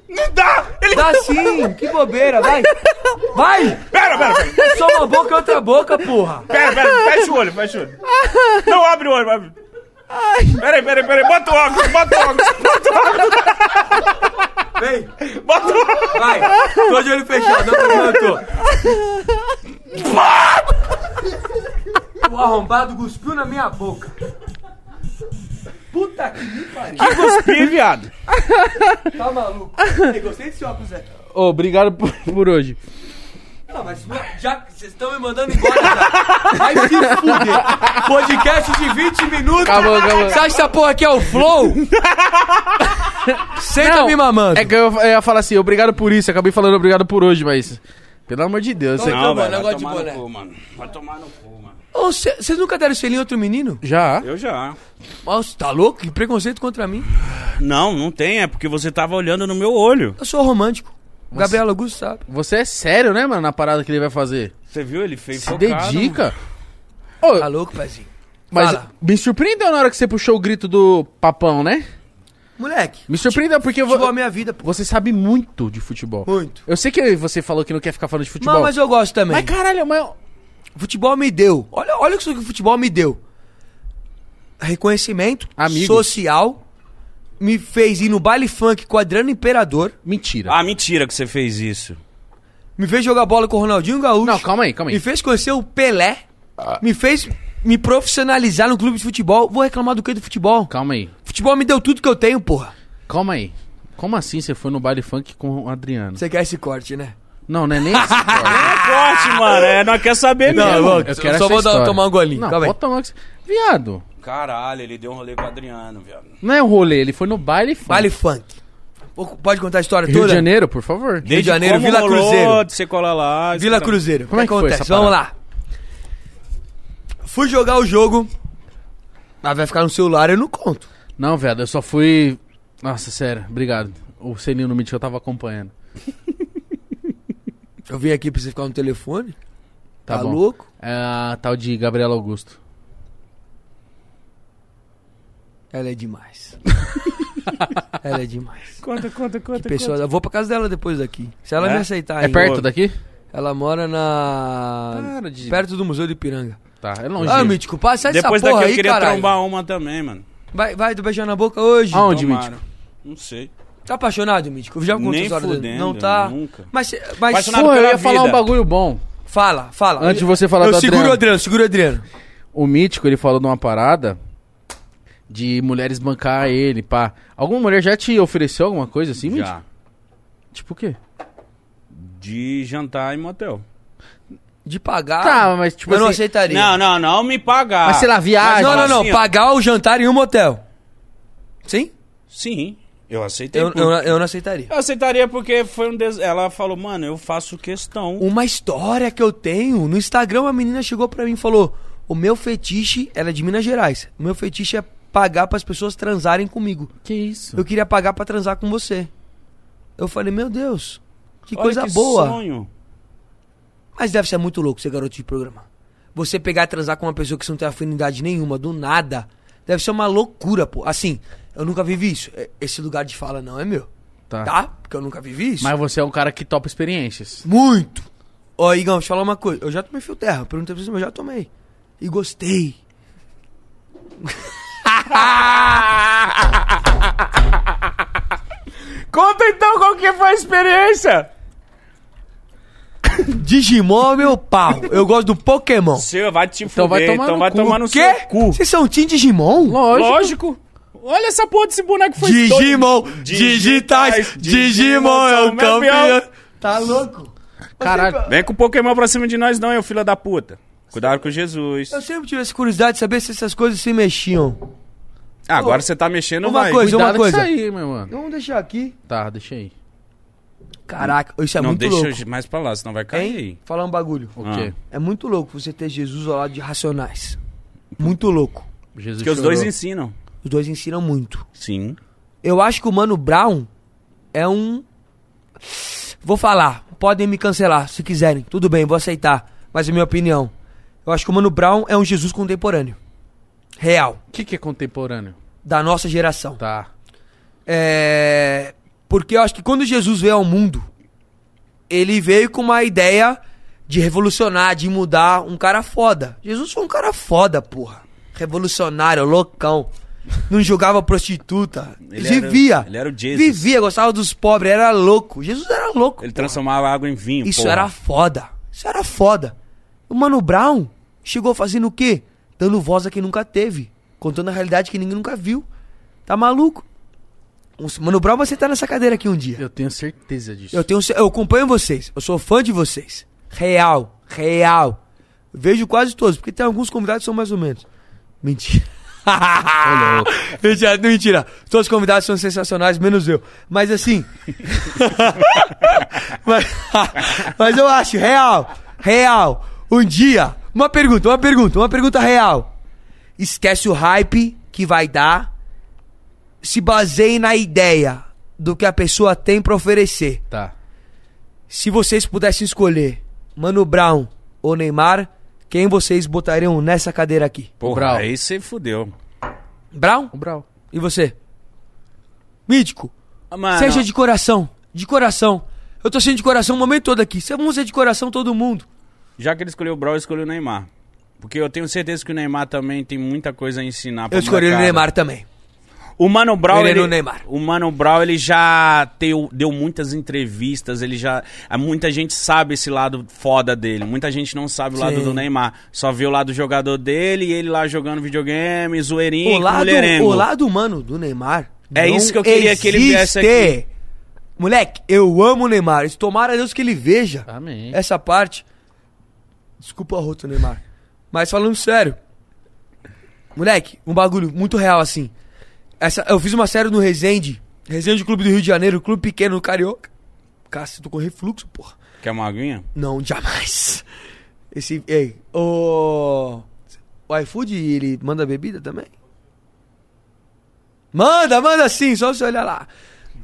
Speaker 1: Não dá! Ele.
Speaker 3: Dá sim, que bobeira, vai. Vai. É
Speaker 1: Pera, pera, pera,
Speaker 3: Só uma boca e outra boca, porra.
Speaker 1: pera, pera, fecha o olho, fecha o olho. Não, abre o olho, abre. Peraí, peraí, peraí, bota o óculos, bota o óculos,
Speaker 3: Vem,
Speaker 1: bota o óculos.
Speaker 3: vai. Tô de olho fechado, não tô O arrombado cuspiu na minha boca. Puta que me pariu.
Speaker 1: Cuspi, viado.
Speaker 3: Tá maluco? Eu gostei desse óculos, Zé.
Speaker 2: Ô, obrigado por, por hoje.
Speaker 3: Não, mas já que vocês estão me mandando embora, já. vai se fuder. Podcast de 20 minutos.
Speaker 2: Acabou, acabou.
Speaker 3: Você acha que essa porra aqui é o Flow? Senta
Speaker 2: Não,
Speaker 3: me mamando.
Speaker 2: É que eu, eu ia falar assim, obrigado por isso. Acabei falando obrigado por hoje, mas. Pelo amor de Deus. você-
Speaker 3: Não. tomando, eu gosto de boné.
Speaker 1: mano. Vai tomar no cu, mano.
Speaker 3: Ô, cê- Vocês nunca deram selinho a outro menino?
Speaker 2: Já?
Speaker 1: Eu já.
Speaker 3: Nossa, tá louco? Que preconceito contra mim.
Speaker 1: Não, não tem, é porque você tava olhando no meu olho.
Speaker 3: Eu sou romântico. Gabriel Augusto sabe.
Speaker 2: Você é sério, né, mano, na parada que ele vai fazer?
Speaker 1: Você viu? Ele fez
Speaker 2: Se dedica. Ô,
Speaker 3: Tá louco, pezinho?
Speaker 2: mas
Speaker 3: fala.
Speaker 2: me surpreendeu na hora que você puxou o grito do papão, né?
Speaker 3: Moleque,
Speaker 2: Me surpreendeu porque vo-
Speaker 3: futebol é minha vida, pô.
Speaker 2: você sabe muito de futebol.
Speaker 3: Muito.
Speaker 2: Eu sei que você falou que não quer ficar falando de futebol.
Speaker 3: Mas, mas eu gosto também.
Speaker 2: Mas caralho, é mas...
Speaker 3: Futebol me deu. Olha, olha isso que o futebol me deu. Reconhecimento
Speaker 2: Amigos.
Speaker 3: social. Me fez ir no baile funk com o Adriano Imperador.
Speaker 2: Mentira.
Speaker 1: Ah, mentira que você fez isso.
Speaker 3: Me fez jogar bola com o Ronaldinho Gaúcho.
Speaker 2: não, calma aí, Ah. calma aí.
Speaker 3: Me fez conhecer o Pelé. Me fez me profissionalizar no clube de futebol. Vou reclamar do que do futebol?
Speaker 2: Calma aí,
Speaker 3: Futebol me deu tudo que eu tenho, porra.
Speaker 2: calma aí. Como assim você foi no baile funk com o Adriano?
Speaker 3: Você quer esse corte, né?
Speaker 2: Não, não é nem essa história.
Speaker 1: É corte, mano. É, não quer saber mesmo.
Speaker 3: vou-
Speaker 2: Eu quero
Speaker 3: só
Speaker 2: essa
Speaker 3: vou dar,
Speaker 2: história.
Speaker 3: tomar um golinho.
Speaker 2: Não,
Speaker 3: Calma aí.
Speaker 2: pode tomar. que- Viado,
Speaker 1: Caralho, ele deu um rolê com o Adriano, viado.
Speaker 2: não é um rolê, ele foi no baile funk.
Speaker 3: Vale funk. Pô, Pode contar a história
Speaker 2: Rio
Speaker 3: toda?
Speaker 2: de Janeiro, por favor.
Speaker 1: Desde
Speaker 3: Janeiro,
Speaker 1: como
Speaker 3: Vila
Speaker 1: rolou,
Speaker 3: Cruzeiro.
Speaker 1: de Você cola lá.
Speaker 3: Vila
Speaker 1: escuta.
Speaker 3: Cruzeiro.
Speaker 2: Como
Speaker 3: o
Speaker 2: é
Speaker 3: que
Speaker 2: que foi
Speaker 3: acontece?
Speaker 2: essa
Speaker 3: Vamos lá. Fui jogar o jogo. Ah, vai ficar no celular, eu não conto.
Speaker 2: Não, viado, eu só fui. Nossa, sério, obrigado. O Seninho não me disse, eu tava acompanhando.
Speaker 3: Eu vim aqui pra você ficar no telefone.
Speaker 2: Tá,
Speaker 3: Tá,
Speaker 2: bom.
Speaker 3: louco?
Speaker 2: É a tal de Gabriela Augusto.
Speaker 3: Ela é demais. ela é demais.
Speaker 1: Conta, conta, conta.
Speaker 3: Pessoa, eu vou pra casa dela depois daqui. Se ela
Speaker 1: É?
Speaker 3: me aceitar
Speaker 2: é
Speaker 3: ainda.
Speaker 2: perto daqui?
Speaker 3: Ela mora na.
Speaker 2: Para de-
Speaker 3: Perto do Museu do Ipiranga.
Speaker 2: Tá, é longe.
Speaker 3: Ah, Mítico, passa essa
Speaker 1: Depois
Speaker 3: porra
Speaker 1: daqui
Speaker 3: aí,
Speaker 1: eu queria
Speaker 3: caralho.
Speaker 1: trombar um. uma também, mano.
Speaker 3: Vai, vai do beijão na boca hoje.
Speaker 2: Aonde? Onde,
Speaker 1: Tomara.
Speaker 2: Mítico?
Speaker 1: Não sei.
Speaker 3: Tá apaixonado, Mítico? Eu já conto
Speaker 1: Nem
Speaker 3: as horas dele.
Speaker 1: fudendo,
Speaker 3: Não tá.
Speaker 1: nunca.
Speaker 3: Mas, mas
Speaker 1: Apaixonado
Speaker 2: Porra, eu
Speaker 1: pela
Speaker 2: ia falar um
Speaker 1: vida.
Speaker 2: bagulho bom.
Speaker 3: fala, fala.
Speaker 2: Antes de você falar
Speaker 3: eu
Speaker 2: do
Speaker 3: seguro o
Speaker 2: Adriano.
Speaker 3: Adriano, segura o Adriano.
Speaker 2: O Mítico, ele falou de uma parada de mulheres bancar ele, pá. Alguma mulher já te ofereceu alguma coisa assim, Mítico?
Speaker 1: Já.
Speaker 2: Tipo o quê?
Speaker 1: De jantar em motel.
Speaker 3: De pagar.
Speaker 2: Tá, mas tipo
Speaker 3: Ah, eu não
Speaker 2: assim-
Speaker 3: aceitaria.
Speaker 1: Não, não, não me pagar.
Speaker 2: Mas sei lá, viagem.
Speaker 3: Mas não, não, não.
Speaker 1: assim, ó.
Speaker 3: pagar o jantar em um motel. Sim?
Speaker 1: Sim, eu aceitei.
Speaker 3: Eu,
Speaker 1: por-
Speaker 3: eu, eu não aceitaria.
Speaker 1: Eu aceitaria porque foi um des... Ela falou, mano, eu faço questão.
Speaker 3: Uma história que eu tenho. No Instagram, uma menina chegou pra mim e falou: O meu fetiche, ela é de Minas Gerais. O meu fetiche é pagar pras pessoas transarem comigo.
Speaker 2: Que isso?
Speaker 3: Eu queria pagar pra transar com você. Eu falei, meu Deus, que
Speaker 1: Olha
Speaker 3: coisa boa.
Speaker 1: sonho.
Speaker 3: Mas deve ser muito louco ser garoto de programa. Você pegar e transar com uma pessoa que você não tem afinidade nenhuma, do nada, deve ser uma loucura, pô. Assim, eu nunca vivi isso. É- Esse lugar de fala não é meu.
Speaker 2: Tá.
Speaker 3: Tá? Porque eu nunca vivi isso.
Speaker 2: Mas você é um cara que topa experiências.
Speaker 3: Muito! Ó, Igão, deixa eu falar uma coisa. Eu já tomei fio terra. Perguntei pra você, mas eu já tomei. E gostei.
Speaker 1: Conta então qual que foi a experiência.
Speaker 3: Digimon é meu pau. Eu gosto do Pokémon.
Speaker 1: Seu, vai te
Speaker 2: Então vai
Speaker 1: fuder,
Speaker 2: tomar
Speaker 1: então
Speaker 2: no
Speaker 1: vai
Speaker 2: cu.
Speaker 1: tomar no
Speaker 3: Quê? é
Speaker 1: seu cu.
Speaker 3: Vocês são Team Digimon?
Speaker 1: Lógico. Olha essa porra desse boneco foi
Speaker 3: Digimon,
Speaker 1: todo-
Speaker 3: digitais, Digimon é o
Speaker 1: são
Speaker 3: campeão. Tá louco?
Speaker 2: Caralho.
Speaker 1: Vem com o Pokémon pra cima de nós não, eu filho da puta. Cuidado com Jesus.
Speaker 3: Eu sempre tive essa curiosidade de saber se essas coisas se mexiam.
Speaker 1: Ah, agora você tá mexendo,
Speaker 3: Uma
Speaker 1: vai.
Speaker 3: coisa- Mas uma
Speaker 2: Cuidado com isso
Speaker 3: coisa.
Speaker 2: aí, meu mano.
Speaker 3: Então, Vamos deixar aqui.
Speaker 2: Tá, deixa aí.
Speaker 3: Caraca, isso é
Speaker 1: Não,
Speaker 3: muito
Speaker 1: deixa
Speaker 3: louco.
Speaker 1: eu mais pra lá, senão vai cair.
Speaker 3: Hein? Falar um bagulho.
Speaker 2: O
Speaker 1: Ah.
Speaker 2: quê?
Speaker 3: É muito louco você ter Jesus ao lado de Racionais. Muito louco.
Speaker 2: Jesus
Speaker 1: Porque os
Speaker 2: chorou.
Speaker 1: dois ensinam.
Speaker 3: Os dois ensinam muito.
Speaker 1: Sim.
Speaker 3: Eu acho que o Mano Brown é um. Vou falar. Podem me cancelar se quiserem. Tudo bem, vou aceitar. Mas é minha opinião. Eu acho que o Mano Brown é um Jesus contemporâneo. Real.
Speaker 2: O que, que é contemporâneo?
Speaker 3: Da nossa geração.
Speaker 2: Tá.
Speaker 3: É, Porque eu acho que quando Jesus veio ao mundo, ele veio com uma ideia de revolucionar, de mudar um cara foda. Jesus foi um cara foda, porra. Revolucionário, loucão. Não jogava prostituta.
Speaker 1: Ele era-
Speaker 3: vivia.
Speaker 1: ele era o Jesus.
Speaker 3: Vivia, gostava dos pobres, era louco. Jesus era louco.
Speaker 1: Ele transformava água em vinho,
Speaker 3: Isso
Speaker 1: porra.
Speaker 3: era foda. Isso era foda. O Mano Brown chegou fazendo o quê? Dando voz a quem nunca teve. Contando a realidade que ninguém nunca viu. Tá maluco? O Mano Brown vai sentar nessa cadeira aqui um dia.
Speaker 2: Eu tenho certeza disso.
Speaker 3: Eu, tenho, ce- eu acompanho vocês. Eu sou fã de vocês. Real. Real. Vejo quase todos. Porque tem alguns convidados que são mais ou menos. Mentira. mentira, mentira. Todos os convidados são sensacionais, menos eu. Mas assim. mas, mas eu acho, real, real. Um dia, uma pergunta, uma pergunta, uma pergunta real. Esquece o hype que vai dar. Se baseie na ideia do que a pessoa tem pra oferecer.
Speaker 2: Tá.
Speaker 3: Se vocês pudessem escolher Mano Brown ou Neymar, quem vocês botariam nessa cadeira aqui?
Speaker 1: Porra,
Speaker 2: Brau.
Speaker 1: aí você fudeu.
Speaker 3: Brown?
Speaker 2: O Brau.
Speaker 3: E você? Mítico,
Speaker 1: Mano,
Speaker 3: Ah, seja de coração. De coração. Eu tô sendo de coração o momento todo aqui. Se Vamos ser de coração todo mundo.
Speaker 1: já que ele escolheu o Brawl, eu escolhi o Neymar. Porque eu tenho certeza que o Neymar também tem muita coisa a ensinar pra
Speaker 3: Eu escolhi o
Speaker 1: molecada.
Speaker 3: Neymar também.
Speaker 1: O Mano Brown,
Speaker 3: Ele é
Speaker 1: ele,
Speaker 3: no Neymar.
Speaker 1: o Mano Brown, ele já teu- deu muitas entrevistas, ele já ah, muita gente sabe esse lado foda dele, muita gente não sabe o lado
Speaker 3: Sim.
Speaker 1: do Neymar, só vê o lado do jogador dele e ele lá jogando videogame, zoeirinho,
Speaker 3: O lado,
Speaker 1: mulherengo.
Speaker 3: o lado humano do Neymar.
Speaker 1: É
Speaker 3: não
Speaker 1: isso que eu queria que ele viesse
Speaker 3: existe. Moleque, eu amo o Neymar. Tomara a Deus que ele veja
Speaker 2: Amém.
Speaker 3: essa parte. Desculpa a rota, Neymar. Mas falando sério. Moleque, um bagulho muito real assim. Essa, eu fiz uma série no Resende. Resende Clube do Rio de Janeiro, clube pequeno no Carioca. Cássio, tô com refluxo, porra.
Speaker 1: Quer uma aguinha?
Speaker 3: Não, jamais. Esse. Ei, o. O iFood, ele manda bebida também? Manda, manda sim, só você olhar lá.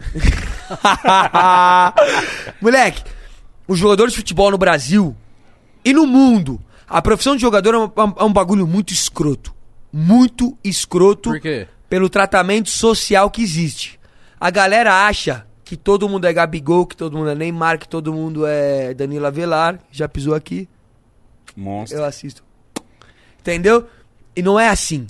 Speaker 3: Moleque, os jogadores de futebol no Brasil e no mundo, a profissão de jogador é um, é um bagulho muito escroto. Muito escroto
Speaker 2: Por quê?
Speaker 3: pelo tratamento social que existe. A galera acha que todo mundo é Gabigol, que todo mundo é Neymar, que todo mundo é Danilo Avelar, já pisou aqui,
Speaker 1: Monstro.
Speaker 3: eu assisto. Entendeu? E não é assim.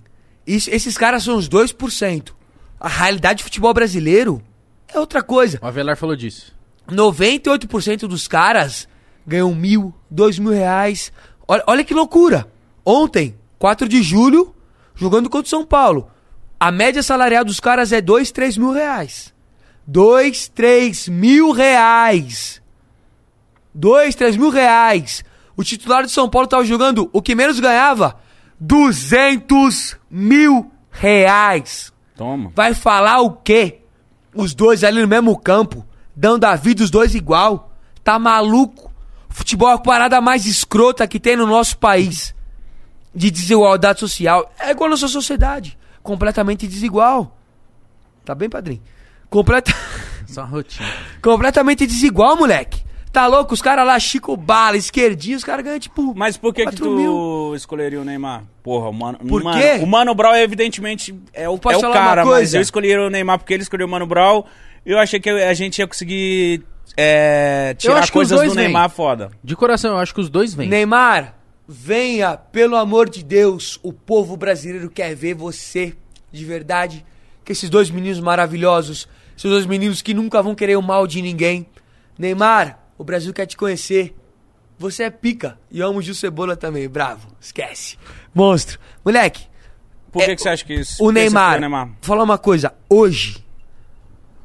Speaker 3: Isso- esses caras são os 2%. A realidade do futebol brasileiro é outra coisa.
Speaker 2: O Avelar falou disso.
Speaker 3: 98% dos caras ganham mil, dois mil reais. Olha, olha que loucura. Ontem, 4 de julho, jogando contra o São Paulo. A média salarial dos caras é dois, três mil reais. Dois, três mil reais. Dois, três mil reais. O titular do São Paulo tava jogando o que menos ganhava? 200 mil reais.
Speaker 1: Toma.
Speaker 3: Vai falar o quê? Os dois ali no mesmo campo, dando a vida os dois igual. Tá maluco? Futebol é a parada mais escrota que tem no nosso país. De desigualdade social. É igual a nossa sociedade. Completamente desigual. Tá bem, padrinho? Completa...
Speaker 2: Só é uma rotina.
Speaker 3: Completamente desigual, moleque. Tá louco? Os caras lá, Chico Bala, esquerdinho, os caras ganham tipo.
Speaker 1: Mas por que que
Speaker 3: 4
Speaker 1: tu
Speaker 3: mil.
Speaker 1: escolheria o Neymar? Porra, o Mano...
Speaker 3: um. Por
Speaker 1: Mano-
Speaker 3: quê?
Speaker 1: O Mano Brown, evidentemente, é o,
Speaker 3: Posso
Speaker 1: é o
Speaker 3: falar
Speaker 1: cara,
Speaker 3: uma coisa?
Speaker 1: mas eu escolhi o Neymar porque ele escolheu o Mano Brown. Eu achei que a gente ia conseguir é, tirar
Speaker 2: acho que os
Speaker 1: coisas
Speaker 2: dois
Speaker 1: do
Speaker 2: vêm.
Speaker 1: Neymar foda.
Speaker 2: De coração, eu acho que os dois vêm.
Speaker 3: Neymar, venha, pelo amor de Deus, o povo brasileiro quer ver você de verdade. Que esses dois meninos maravilhosos, esses dois meninos que nunca vão querer o mal de ninguém. Neymar, o Brasil quer te conhecer. Você é pica. E eu amo o Gil Cebola também, bravo. Esquece. Monstro. Moleque,
Speaker 1: Por que,
Speaker 3: É,
Speaker 1: que você acha que isso?
Speaker 3: o
Speaker 1: por que você
Speaker 3: Neymar,
Speaker 1: escolheu o Neymar.
Speaker 3: vou falar uma coisa. Hoje,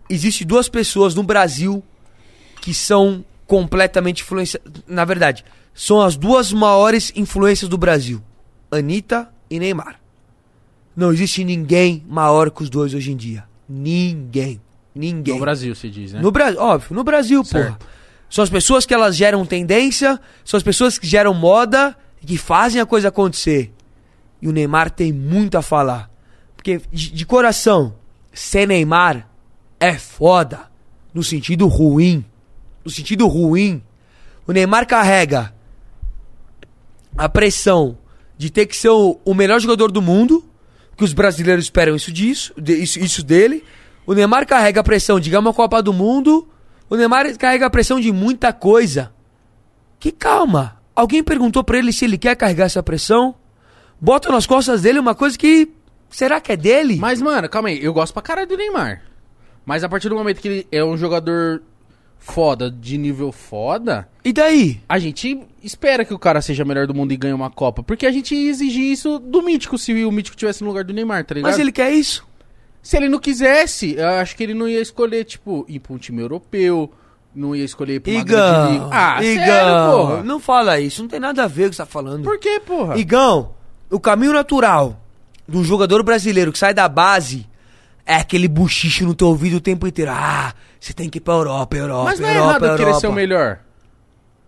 Speaker 3: existe duas pessoas no Brasil que são completamente influência. Na verdade, são as duas maiores influências do Brasil: Anitta e Neymar. Não existe ninguém maior que os dois hoje em dia. Ninguém. Ninguém.
Speaker 2: No Brasil, se diz, né?
Speaker 3: No Brasil, óbvio, no Brasil, porra.
Speaker 2: Certo.
Speaker 3: São as pessoas que elas geram tendência, são as pessoas que geram moda e que fazem a coisa acontecer. E o Neymar tem muito a falar. Porque, de, de coração, ser Neymar é foda. No sentido ruim. No sentido ruim. O Neymar carrega a pressão de ter que ser o, o melhor jogador do mundo, que os brasileiros esperam isso disso, de- isso, isso dele. O Neymar carrega a pressão de ganhar uma Copa do Mundo. O Neymar carrega a pressão de muita coisa. Que calma. Alguém perguntou pra ele se ele quer carregar essa pressão? Bota nas costas dele uma coisa que será que é dele?
Speaker 2: Mas, mano, calma aí. Eu gosto pra caralho do Neymar. Mas a partir do momento que ele é um jogador foda, de nível foda,
Speaker 3: E daí?
Speaker 2: a gente espera que o cara seja melhor do mundo e ganhe uma Copa. Porque a gente ia exigir isso do Mítico, se o Mítico tivesse no lugar do Neymar, tá ligado?
Speaker 3: Mas ele quer isso?
Speaker 2: Se ele não quisesse, eu acho que ele não ia escolher, tipo, ir pra um time europeu, não ia escolher ir pra uma grande
Speaker 3: Igão.
Speaker 2: liga. Ah,
Speaker 3: Igão.
Speaker 2: sério, porra?
Speaker 3: Não fala isso, não tem nada a ver com o que você tá falando.
Speaker 2: Por que, porra?
Speaker 3: Igão, o caminho natural de um jogador brasileiro que sai da base é aquele buchicho no teu ouvido o tempo inteiro. Ah, você tem que ir pra Europa, Europa,
Speaker 2: Mas não é
Speaker 3: Europa,
Speaker 2: errado
Speaker 3: Europa.
Speaker 2: querer ser o melhor.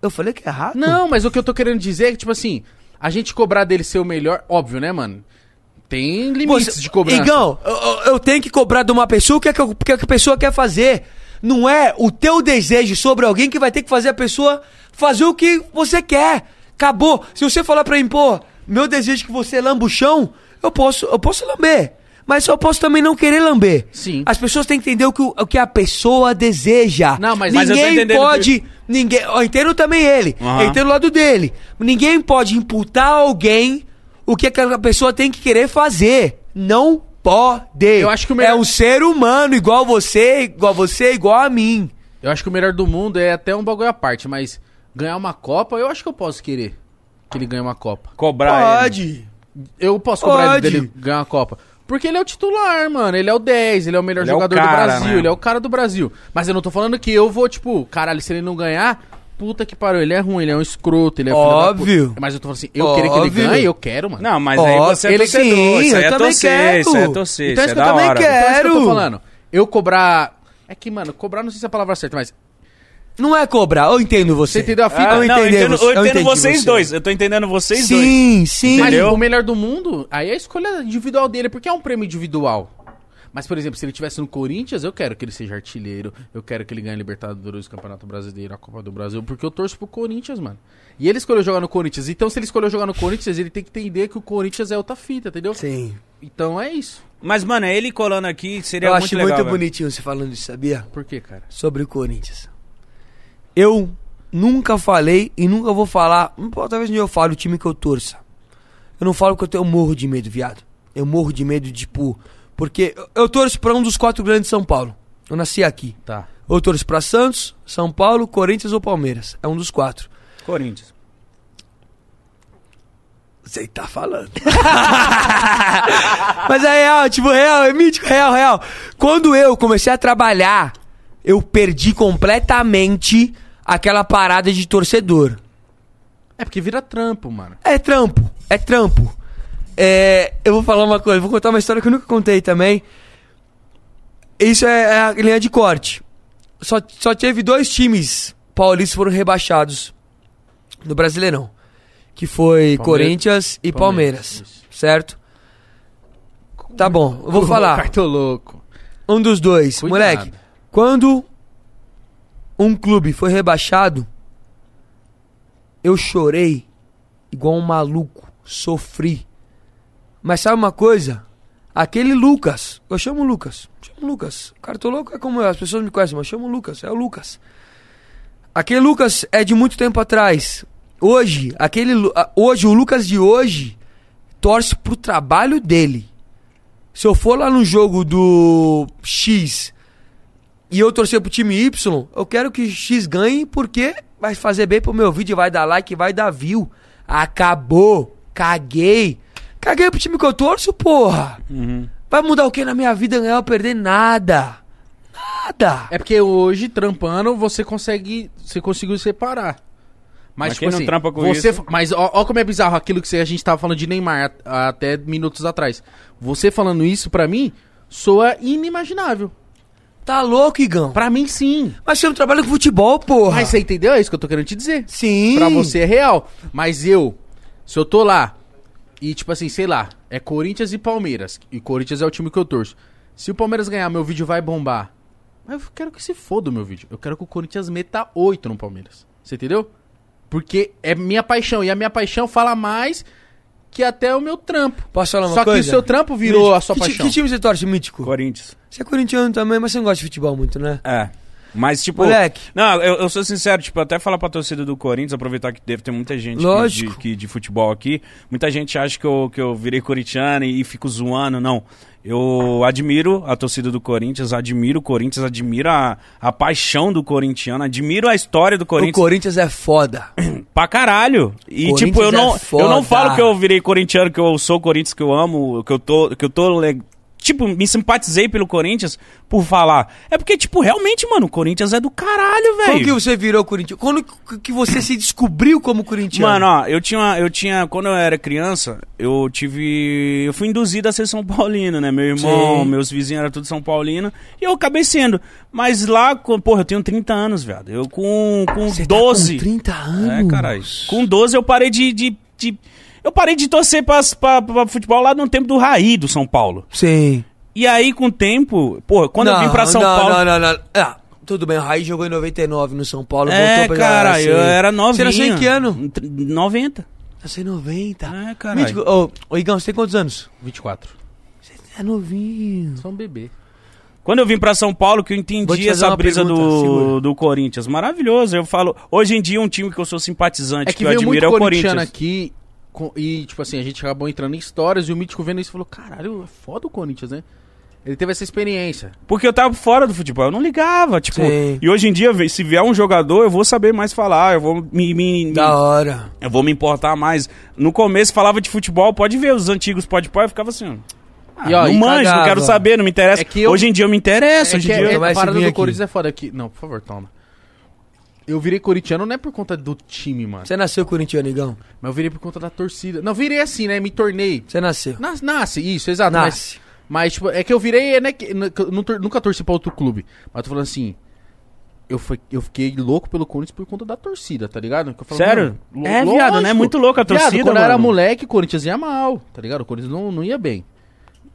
Speaker 3: Eu falei que é errado?
Speaker 2: Não, mas o que eu tô querendo dizer é que, tipo assim, a gente cobrar dele ser o melhor, óbvio, né, mano? Tem limites
Speaker 3: Você-
Speaker 2: de cobrança.
Speaker 3: Igão, eu, eu- eu tenho que cobrar de uma pessoa o que, é que, eu- o que é que a pessoa quer fazer. Não é o teu desejo sobre alguém que vai ter que fazer a pessoa fazer o que você quer. Acabou. Se você falar pra mim, pô, meu desejo é que você lamba o chão, eu posso, eu posso lamber. Mas eu posso também não querer lamber.
Speaker 2: Sim.
Speaker 3: As pessoas têm que entender o que, o o que a pessoa deseja.
Speaker 2: Não, mas-
Speaker 1: Mas eu tô
Speaker 3: ninguém
Speaker 1: entendendo
Speaker 3: pode. Ninguém, eu entendo também ele.
Speaker 1: Aham.
Speaker 3: Eu entendo o lado dele. Ninguém pode imputar a alguém o que aquela pessoa tem que querer fazer. Não pode.
Speaker 2: Eu acho que o melhor-
Speaker 3: É um ser humano igual você, igual você, igual a mim.
Speaker 2: Eu acho que o melhor do mundo é até um bagulho à parte, mas ganhar uma Copa, eu acho que eu posso querer que ele ganhe uma Copa.
Speaker 1: Cobrar ele.
Speaker 3: Pode.
Speaker 2: Eu posso cobrar
Speaker 3: Pode.
Speaker 2: dele ganhar uma Copa. Porque ele é o titular, mano. Ele é o 10, ele é o melhor
Speaker 1: Ele é o
Speaker 2: jogador
Speaker 1: cara,
Speaker 2: do Brasil,
Speaker 1: né?
Speaker 2: ele é o cara do Brasil. Mas eu não tô falando que eu vou, tipo, caralho, se ele não ganhar, puta que pariu. Ele é ruim, ele é um escroto, ele é filho da puta.
Speaker 3: Óbvio.
Speaker 2: Mas eu tô falando assim, eu queria que ele
Speaker 3: Óbvio.
Speaker 2: ganhe, eu quero, mano.
Speaker 1: Não, mas
Speaker 3: Ó,
Speaker 1: aí você é
Speaker 3: ele
Speaker 1: torcedor,
Speaker 3: sim,
Speaker 1: isso aí
Speaker 3: eu
Speaker 1: é
Speaker 3: também
Speaker 1: torcer, isso aí é
Speaker 3: quero.
Speaker 1: torcer,
Speaker 2: Então é
Speaker 1: isso
Speaker 2: isso
Speaker 1: é
Speaker 2: que eu
Speaker 1: da
Speaker 2: também
Speaker 1: hora.
Speaker 2: quero. Então é isso que eu
Speaker 3: Quero.
Speaker 2: tô falando. Eu cobrar. É que, mano, cobrar não sei se é a palavra certa, mas.
Speaker 3: Não é cobrar, eu entendo você.
Speaker 2: Você entendeu a fita?
Speaker 1: Ah,
Speaker 3: Eu
Speaker 1: não, eu
Speaker 3: entendi
Speaker 1: entendo,
Speaker 3: você,
Speaker 1: eu
Speaker 3: eu
Speaker 1: entendo
Speaker 3: entendi
Speaker 1: vocês
Speaker 3: você.
Speaker 1: dois. Eu tô entendendo vocês dois.
Speaker 3: Sim, sim.
Speaker 2: Mas
Speaker 1: Entendeu?
Speaker 2: o melhor do mundo, aí é a escolha individual dele, porque é um prêmio individual. Mas, por exemplo, se ele tivesse no Corinthians, eu quero que ele seja artilheiro, eu quero que ele ganhe Libertadores, Campeonato Brasileiro, a Copa do Brasil, porque eu torço pro Corinthians, mano. E ele escolheu jogar no Corinthians. Então, se ele escolheu jogar no Corinthians, ele tem que entender que o Corinthians é outra fita, entendeu?
Speaker 3: Sim.
Speaker 2: Então é isso.
Speaker 1: Mas, mano, ele colando aqui seria
Speaker 3: eu
Speaker 1: muito
Speaker 3: acho
Speaker 1: legal.
Speaker 3: muito
Speaker 1: velho.
Speaker 3: bonitinho você falando isso, sabia?
Speaker 2: Por quê, cara?
Speaker 3: Sobre o Corinthians. Eu nunca falei e nunca vou falar. hum, pô, Talvez nem eu fale o time que eu torça. Eu não falo que eu, tenho, eu morro de medo, viado. Eu morro de medo, tipo. Porque eu, eu torço pra um dos quatro grandes de São Paulo. Eu nasci aqui.
Speaker 2: Tá.
Speaker 3: Eu torço pra Santos, São Paulo, Corinthians ou Palmeiras. É um dos quatro.
Speaker 1: Corinthians.
Speaker 3: Você tá falando. Mas é real, tipo, real, é mítico, real, real. Quando eu comecei a trabalhar, eu perdi completamente aquela parada de torcedor.
Speaker 2: É porque vira trampo, mano.
Speaker 3: É trampo, é trampo. É, eu vou falar uma coisa, vou contar uma história que eu nunca contei também. Isso é, é a linha de corte. Só, só teve dois times paulistas que foram rebaixados no Brasileirão. Que
Speaker 2: Palmeiras-
Speaker 3: foi Corinthians e Palmeiras.
Speaker 2: Palmeiras, isso.
Speaker 3: certo? Tá bom, eu vou falar.
Speaker 2: Cartoloco.
Speaker 3: Um dos dois.
Speaker 2: Cuidado.
Speaker 3: Moleque, quando um clube foi rebaixado, eu chorei igual um maluco, sofri. Mas sabe uma coisa? Aquele Lucas, eu chamo o Lucas, chamo o Lucas. Cartoloco é como eu, as pessoas me conhecem, mas eu chamo o Lucas, é o Lucas. Aquele Lucas é de muito tempo atrás. Hoje, aquele Lu- ah, hoje o Lucas de hoje torce pro trabalho dele. Se eu for lá no jogo do X e eu torcer pro time Y, eu quero que X ganhe porque vai fazer bem pro meu vídeo, vai dar like, vai dar view. Acabou. Caguei. Caguei pro time que eu torço, porra.
Speaker 1: Uhum.
Speaker 3: Vai mudar o que na minha vida ganhar ou perder? Nada. Nada.
Speaker 2: É porque hoje, trampando, você consegue. Você conseguiu separar. Mas,
Speaker 1: Mas
Speaker 2: tipo
Speaker 1: quem não
Speaker 2: assim,
Speaker 1: trampa com
Speaker 2: você,
Speaker 1: isso-
Speaker 2: Mas ó, ó como é bizarro aquilo que você- a gente tava falando de Neymar a- até minutos atrás. Você falando isso pra mim soa inimaginável.
Speaker 3: Tá louco, Igão?
Speaker 2: Pra mim, sim.
Speaker 3: Mas você não trabalha com futebol, porra.
Speaker 2: Mas você entendeu? É isso que eu tô querendo te dizer.
Speaker 3: Sim.
Speaker 2: Pra você é real. Mas eu, se eu tô lá e, tipo assim, sei lá, é Corinthians e Palmeiras. E Corinthians é o time que eu torço. Se o Palmeiras ganhar, meu vídeo vai bombar. Mas eu quero que se foda o meu vídeo. Eu quero que o Corinthians meta 8 no Palmeiras. Você entendeu? Porque é minha paixão. E a minha paixão fala mais que até o meu trampo.
Speaker 3: Posso falar uma
Speaker 2: Só
Speaker 3: coisa?
Speaker 2: que o seu trampo virou
Speaker 3: Mítico.
Speaker 2: a sua
Speaker 3: que ti-
Speaker 2: paixão.
Speaker 3: Que time você torce, Mítico?
Speaker 1: Corinthians.
Speaker 3: Você é corintiano também, mas você não gosta de futebol muito, né?
Speaker 1: É. Mas, tipo.
Speaker 3: Moleque.
Speaker 1: Não, eu, eu sou sincero, tipo, até falar pra torcida do Corinthians, aproveitar que deve ter muita gente que-
Speaker 3: Lógico.
Speaker 1: de, que- de futebol aqui. Muita gente acha que eu, que eu virei corintiano e, e fico zoando. Não. Eu admiro a torcida do Corinthians, admiro o Corinthians, admiro a, a paixão do corintiano, admiro a história do
Speaker 3: O
Speaker 1: Corinthians
Speaker 3: Corinthians é foda.
Speaker 1: pra caralho. E,
Speaker 3: Corinthians
Speaker 1: tipo, eu não,
Speaker 3: é
Speaker 1: eu não
Speaker 3: foda.
Speaker 1: falo que eu virei corintiano, que eu sou Corinthians, que eu amo, que eu tô. Que eu tô le- Tipo, me simpatizei pelo Corinthians por falar. É porque, tipo, realmente, mano, o Corinthians é do caralho, velho.
Speaker 3: Quando que é você virou corintiano? Quando que- que você se descobriu como corintiano?
Speaker 1: Mano, ó, eu tinha, eu tinha, quando eu era criança, eu tive, eu fui induzido a ser São Paulino, né? Meu irmão,
Speaker 3: Sim.
Speaker 1: meus vizinhos eram tudo São Paulino, e eu acabei sendo. Mas lá, com- porra, eu tenho 30 anos, velho. Eu com, com
Speaker 3: você
Speaker 1: 12.
Speaker 3: Tá com 30
Speaker 1: É,
Speaker 3: anos?
Speaker 1: caralho. Com 12 eu parei de, de, de- eu parei de torcer pra, pra, pra futebol lá no tempo do Raí, do São Paulo.
Speaker 3: Sim.
Speaker 1: E aí, com o tempo, porra, quando eu vim pra São
Speaker 3: não,
Speaker 1: Paulo...
Speaker 3: Não, não, não. Ah, tudo bem, o Raí jogou em 99 no São Paulo,
Speaker 1: É,
Speaker 3: voltou pra
Speaker 1: cara,
Speaker 3: assim.
Speaker 1: eu era novinho.
Speaker 3: Você nasceu em que ano?
Speaker 1: Em tr- 90.
Speaker 3: Nasceu em 90.
Speaker 1: É,
Speaker 3: Me diga,
Speaker 1: caralho.
Speaker 3: Ô, ô, Igão, você tem quantos anos?
Speaker 2: 24.
Speaker 3: Você é novinho.
Speaker 2: Só um bebê.
Speaker 1: Quando eu vim pra São Paulo, que eu
Speaker 3: Vou te
Speaker 1: entendi
Speaker 3: fazer
Speaker 1: essa
Speaker 3: uma
Speaker 1: brisa
Speaker 3: pergunta,
Speaker 1: do,
Speaker 3: segura.
Speaker 1: do Corinthians. Maravilhoso. Eu falo. Hoje em dia, um time que eu sou simpatizante,
Speaker 2: É
Speaker 1: que,
Speaker 2: que
Speaker 1: eu
Speaker 2: veio muito
Speaker 1: admiro, é o Corinthians.
Speaker 2: corintiano aqui. com- e, tipo assim, a gente acabou entrando em histórias e o Mítico vendo isso falou: caralho, é foda o Corinthians, né? Ele teve essa experiência.
Speaker 1: Porque eu tava fora do futebol, eu não ligava. Tipo,
Speaker 3: Sim.
Speaker 1: e hoje em dia, ve- se vier um jogador, eu vou saber mais falar, eu vou me, me- me-
Speaker 3: Da hora.
Speaker 1: eu vou me importar mais. No começo falava de futebol, pode ver, os antigos pode pode, eu ficava assim. ó,
Speaker 2: E, ó,
Speaker 1: não
Speaker 2: e
Speaker 1: manjo, não
Speaker 3: cagava.
Speaker 1: quero saber, não me interessa.
Speaker 2: É que eu-
Speaker 1: Hoje em dia eu me interesso,
Speaker 2: É
Speaker 1: hoje
Speaker 2: que
Speaker 1: em dia...
Speaker 2: é-
Speaker 1: eu-
Speaker 3: Tomar
Speaker 2: a
Speaker 3: esse
Speaker 2: parada
Speaker 3: vinho
Speaker 2: do
Speaker 3: aqui.
Speaker 2: Corinthians é foda aqui. Não, por favor, toma. Eu virei corintiano não é por conta do time, mano.
Speaker 3: Você nasceu corintiano, Igão?
Speaker 2: Mas eu virei por conta da torcida. Não, virei assim, né? Me tornei.
Speaker 3: Você nasceu.
Speaker 2: Nas- Nasce, isso, exato. mas-
Speaker 3: Nasce.
Speaker 2: Mas, tipo, é que eu virei, né? Que, n- que eu não tor- nunca torci pra outro clube. Mas tô falando assim. Eu, fui- eu fiquei louco pelo Corinthians por conta da torcida, tá ligado? Que eu falo,
Speaker 1: Sério?
Speaker 2: mano, lo-
Speaker 1: É, viado, né? É muito louco a torcida,
Speaker 2: quando eu era
Speaker 1: mano.
Speaker 2: moleque, o Corinthians ia mal, tá ligado? O Corinthians não, não ia bem.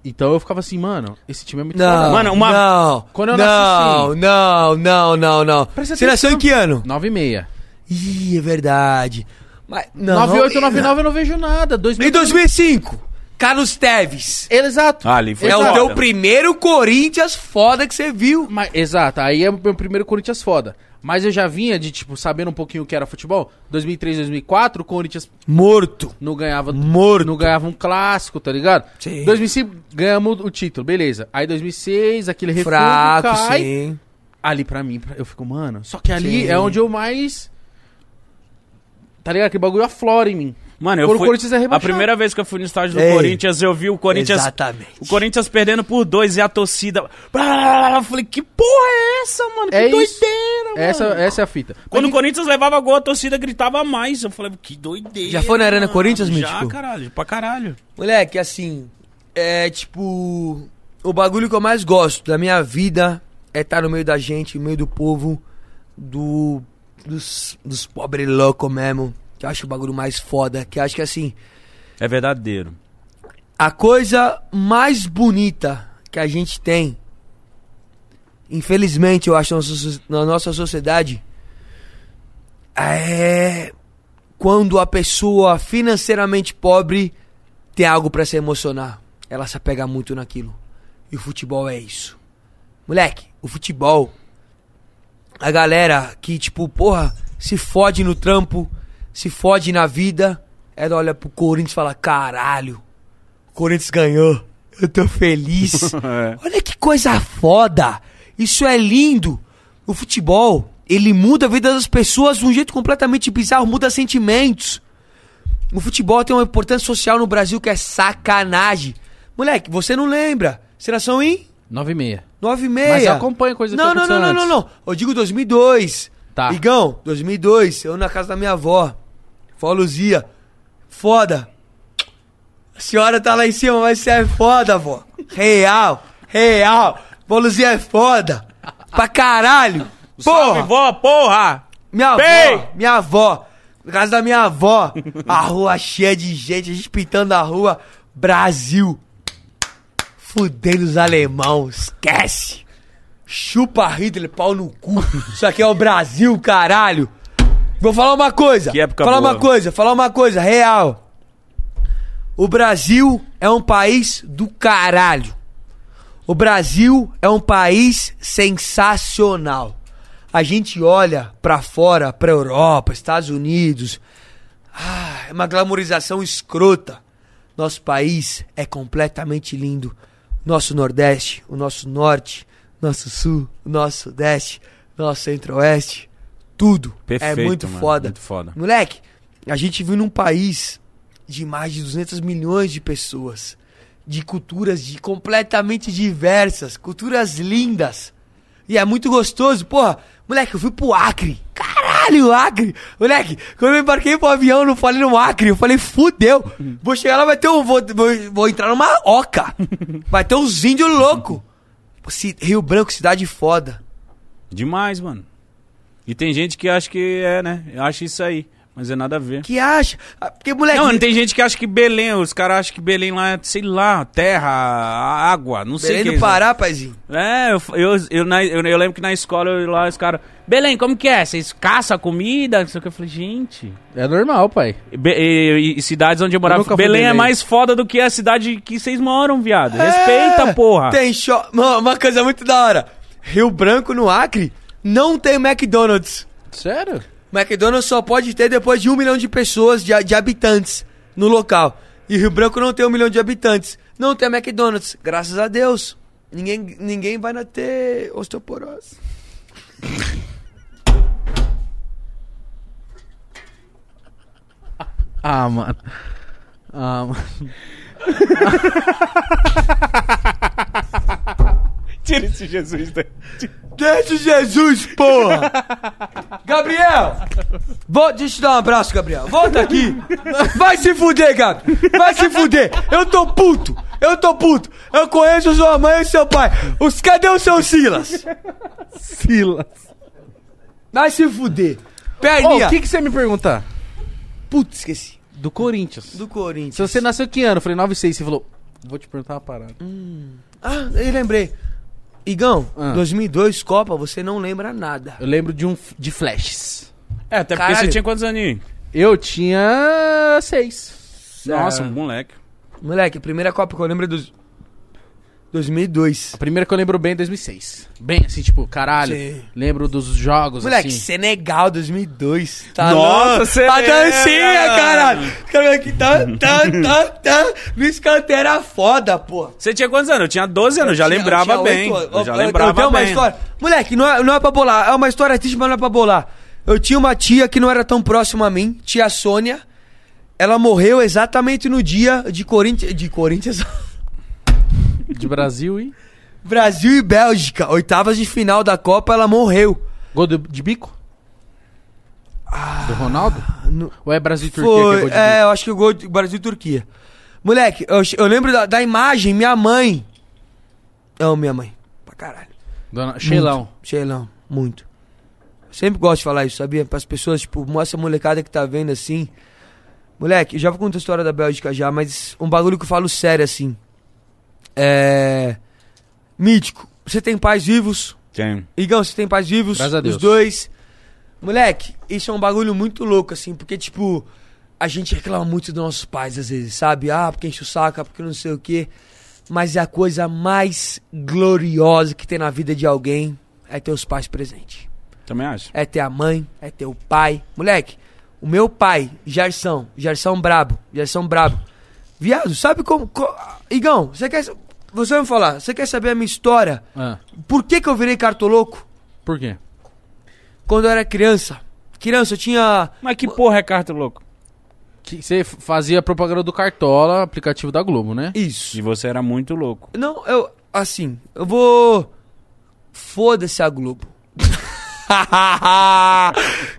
Speaker 2: Então eu ficava assim, mano, esse time é muito foda.
Speaker 1: Mano, uma-
Speaker 3: Não,
Speaker 2: Quando eu
Speaker 3: não,
Speaker 2: nasci,
Speaker 3: não, não, não, não.
Speaker 2: Presta
Speaker 3: Você nasceu em
Speaker 2: atenção.
Speaker 3: que ano?
Speaker 2: 9 e meia.
Speaker 3: Ih, é verdade. Mas, não,
Speaker 2: 98,
Speaker 3: e-
Speaker 2: 99 eu não vejo nada. 2000,
Speaker 3: Em 2005, Carlos Teves.
Speaker 2: Exato.
Speaker 1: Ah, ali foi
Speaker 3: é o
Speaker 1: foda.
Speaker 3: teu primeiro Corinthians foda que você viu.
Speaker 2: Mas- exato, aí é o meu primeiro Corinthians foda. Mas eu já vinha de, tipo, sabendo um pouquinho o que era futebol. 2003, 2004, o Corinthians
Speaker 3: Morto.
Speaker 2: não ganhava,
Speaker 3: Morto.
Speaker 2: não ganhava um clássico, tá ligado?
Speaker 3: Sim.
Speaker 2: 2005, ganhamos o título, beleza. Aí 2006, aquele refugo
Speaker 3: Fraco,
Speaker 2: cai.
Speaker 3: sim.
Speaker 2: Ali pra mim, pra- eu fico, mano... Só que ali
Speaker 3: Sim.
Speaker 2: é onde eu mais... Tá ligado? Aquele bagulho aflora em mim.
Speaker 1: Mano, eu
Speaker 2: Quando o
Speaker 1: fui...
Speaker 2: Corinthians é
Speaker 1: a
Speaker 2: rebaixado.
Speaker 1: primeira vez que eu fui no estádio do
Speaker 3: Ei.
Speaker 1: Corinthians, eu vi o Corinthians...
Speaker 3: Exatamente.
Speaker 1: O Corinthians perdendo por dois e a torcida... Eu falei, que porra é essa, mano? Que
Speaker 2: É
Speaker 1: doideira,
Speaker 2: isso.
Speaker 1: mano.
Speaker 2: Essa, essa é a fita.
Speaker 1: Quando o Corinthians levava gol, a torcida gritava mais. Eu falei, que doideira.
Speaker 3: Já foi na Arena
Speaker 1: mano.
Speaker 3: Corinthians,
Speaker 1: Já,
Speaker 3: Mítico?
Speaker 1: caralho, pra caralho.
Speaker 3: Moleque, assim, é tipo. O bagulho que eu mais gosto da minha vida é estar no meio da gente, no meio do povo, do, dos, dos pobres loucos mesmo. Que eu acho o bagulho mais foda. Que eu acho que assim,
Speaker 1: É verdadeiro.
Speaker 3: a coisa mais bonita que a gente tem, infelizmente, eu acho, na nossa so- na nossa sociedade, é quando a pessoa financeiramente pobre tem algo pra se emocionar. Ela se apega muito naquilo. E o futebol é isso. Moleque, o futebol. A galera que, tipo, porra, se fode no trampo, se fode na vida, ela olha pro Corinthians e fala: caralho, o Corinthians ganhou. Eu tô feliz. Olha que coisa foda! Isso é lindo! O futebol, ele muda a vida das pessoas de um jeito completamente bizarro, muda sentimentos. O futebol tem uma importância social no Brasil que é sacanagem. Moleque, você não lembra? Você nasceu em
Speaker 2: 9 e meia.
Speaker 3: 9 e meia.
Speaker 2: Mas eu acompanho coisa que
Speaker 3: não, não,
Speaker 2: aconteceu
Speaker 3: não, não, não,
Speaker 2: antes.
Speaker 3: não. Eu digo 2002.
Speaker 2: Tá.
Speaker 3: Igão, 2002. Eu na casa da minha avó. Vó Luzia. Foda. A senhora tá lá em cima, mas você é foda, vó. Real. Real. Vó Luzia é foda. Pra caralho.
Speaker 1: Salve,
Speaker 3: Porra.
Speaker 1: vó, porra!
Speaker 3: Minha
Speaker 1: Bem!
Speaker 3: avó. Minha avó. Na casa da minha avó. A rua cheia de gente. A gente pintando a rua. Brasil. Fudendo os alemão. Esquece. Chupa Hitler, pau no cu. Isso aqui é o Brasil, caralho. Vou falar uma coisa.
Speaker 1: Que época
Speaker 3: falar
Speaker 1: boa.
Speaker 3: uma coisa, falar uma coisa, real. O Brasil é um país do caralho. O Brasil é um país sensacional. A gente olha pra fora, pra Europa, Estados Unidos. Ah, é uma glamorização escrota. Nosso país é completamente lindo. Nosso Nordeste, o nosso Norte, nosso Sul, o nosso Sudeste, nosso Centro-Oeste, tudo
Speaker 1: Perfeito,
Speaker 3: é muito
Speaker 1: mano,
Speaker 3: foda.
Speaker 1: muito foda.
Speaker 3: Moleque, a gente vive num país de mais de 200 milhões de pessoas, de culturas de completamente diversas, culturas lindas. E é muito gostoso, porra. Moleque, eu fui pro Acre. Caralho, Acre. Moleque, quando eu embarquei pro avião, eu não falei no Acre. Eu falei, fudeu. Vou chegar lá, vai ter um... Vou, vou, vou entrar numa oca. Vai ter uns índios loucos. Rio Branco, cidade foda.
Speaker 1: Demais, mano. E tem gente que acha que é, né? Acha isso aí. Mas é nada a ver.
Speaker 3: Que acha? Ah, Porque, moleque...
Speaker 1: Não, tem gente que acha que Belém, os caras acham que Belém lá é, sei lá, terra, a- água, não sei o
Speaker 3: Belém
Speaker 1: que.
Speaker 3: do Pará, paizinho.
Speaker 1: É, eu, eu, eu, na- eu- eu lembro que na escola eu, lá os caras. Belém, como que é? Vocês caçam a comida? Não sei o que. Eu falei, gente.
Speaker 2: É normal, pai.
Speaker 1: Be- e, e- e cidades onde eu morava.
Speaker 2: Eu nunca fui
Speaker 1: Belém é
Speaker 2: Belém.
Speaker 1: mais foda do que a cidade que vocês moram, viado. Respeita,
Speaker 3: É,
Speaker 1: porra.
Speaker 3: Tem show. Mano, uma coisa muito da hora. Rio Branco, no Acre, não tem McDonald's.
Speaker 2: Sério?
Speaker 3: McDonald's só pode ter depois de um milhão de pessoas, de, de habitantes no local. E Rio Branco não tem um milhão de habitantes. Não tem McDonald's. Graças a Deus. Ninguém, ninguém vai na- ter osteoporose.
Speaker 2: Ah, mano. Ah, mano.
Speaker 1: Tira esse Jesus daí.
Speaker 3: Deixa o Jesus, porra! Gabriel! Vou, deixa eu te dar um abraço, Gabriel. Volta aqui! Vai se fuder, Gabi! Vai se fuder! Eu tô puto! Eu tô puto! Eu conheço sua mãe e seu pai! Os, cadê o seu Silas?
Speaker 2: Silas.
Speaker 3: Vai se fuder!
Speaker 2: Ô,
Speaker 3: Perninha!
Speaker 2: o que, que você me pergunta?
Speaker 3: Putz, esqueci.
Speaker 2: Do Corinthians.
Speaker 3: Do
Speaker 2: Se
Speaker 3: Corinthians.
Speaker 2: você nasceu que ano? Eu falei 96. Você falou, vou te perguntar uma parada.
Speaker 3: Ah, eu lembrei. Igão,
Speaker 2: Ah.
Speaker 3: 2002, Copa, você não lembra nada.
Speaker 2: Eu lembro de um f- de flashes.
Speaker 1: É, até porque
Speaker 3: Caralho.
Speaker 1: você tinha quantos aninhos?
Speaker 2: Eu tinha seis.
Speaker 1: Nossa, um moleque.
Speaker 3: Moleque, a primeira Copa que eu lembro é dos... 2002.
Speaker 2: A primeira que eu lembro bem é 2006. Bem assim, tipo, caralho.
Speaker 3: Sim.
Speaker 2: Lembro dos jogos,
Speaker 3: Moleque,
Speaker 2: assim.
Speaker 3: Senegal 2002. Tá
Speaker 1: Nossa,
Speaker 3: louco? A
Speaker 1: Senegal.
Speaker 3: dancinha, caralho. Os caras aqui, tá, tá, tá, tá. Luiz Cantera foda, pô.
Speaker 1: Você tinha quantos anos? Eu tinha 12 anos, eu já
Speaker 3: Tinha-
Speaker 1: lembrava
Speaker 3: tinha
Speaker 1: bem.
Speaker 3: oito-
Speaker 1: eu já lembrava
Speaker 3: eu tenho uma
Speaker 1: bem.
Speaker 3: história. Moleque, não é, não é pra bolar. É uma história triste, mas não é pra bolar. Eu tinha uma tia que não era tão próxima a mim, tia Sônia. Ela morreu exatamente no dia de Corinthians. De Corinthians.
Speaker 2: De Brasil e...
Speaker 3: Brasil e Bélgica. Oitavas de final da Copa, ela morreu.
Speaker 2: Gol do- de, bico? do Ronaldo?
Speaker 3: no-
Speaker 2: Ou é Brasil e Turquia que é
Speaker 3: Ah. Foi,
Speaker 2: gol de
Speaker 3: é,
Speaker 2: bico?
Speaker 3: eu acho que o gol de Brasil e Turquia. Moleque, eu, eu lembro da, da imagem, minha mãe. Amo minha mãe. Pra caralho.
Speaker 2: Dona... Sheilão.
Speaker 3: Cheilão, muito. Sempre gosto de falar isso, sabia? Pras pessoas, tipo, mostra a molecada que tá vendo assim. Moleque, eu já vou contar a história da Bélgica já, mas um bagulho que eu falo sério assim. É. Mítico, você tem pais vivos?
Speaker 1: Tem.
Speaker 3: Igão, você tem pais vivos?
Speaker 2: Graças a Deus.
Speaker 3: Os dois. Moleque, isso é um bagulho muito louco, assim, porque, tipo, a gente reclama muito dos nossos pais, às vezes, sabe? Ah, porque enche o saco, ah, porque não sei o quê. Mas é a coisa mais gloriosa que tem na vida de alguém é ter os pais presentes.
Speaker 1: Também acho.
Speaker 3: É ter a mãe, é ter o pai. Moleque, o meu pai, Gerson, Gerson Brabo, Gerson Brabo. Viado, sabe como. co- Igão, você quer. Você vai me falar, você quer saber a minha história?
Speaker 2: Ah,
Speaker 3: Por que, que eu virei cartoloco?
Speaker 2: por quê?
Speaker 3: quando eu era criança. Criança, eu tinha.
Speaker 1: Mas que porra é carta louco?
Speaker 2: Que você f- fazia propaganda do Cartola, aplicativo da Globo, né?
Speaker 3: Isso.
Speaker 1: E você era muito louco.
Speaker 3: Não, eu. Assim, eu vou. Foda-se a Globo.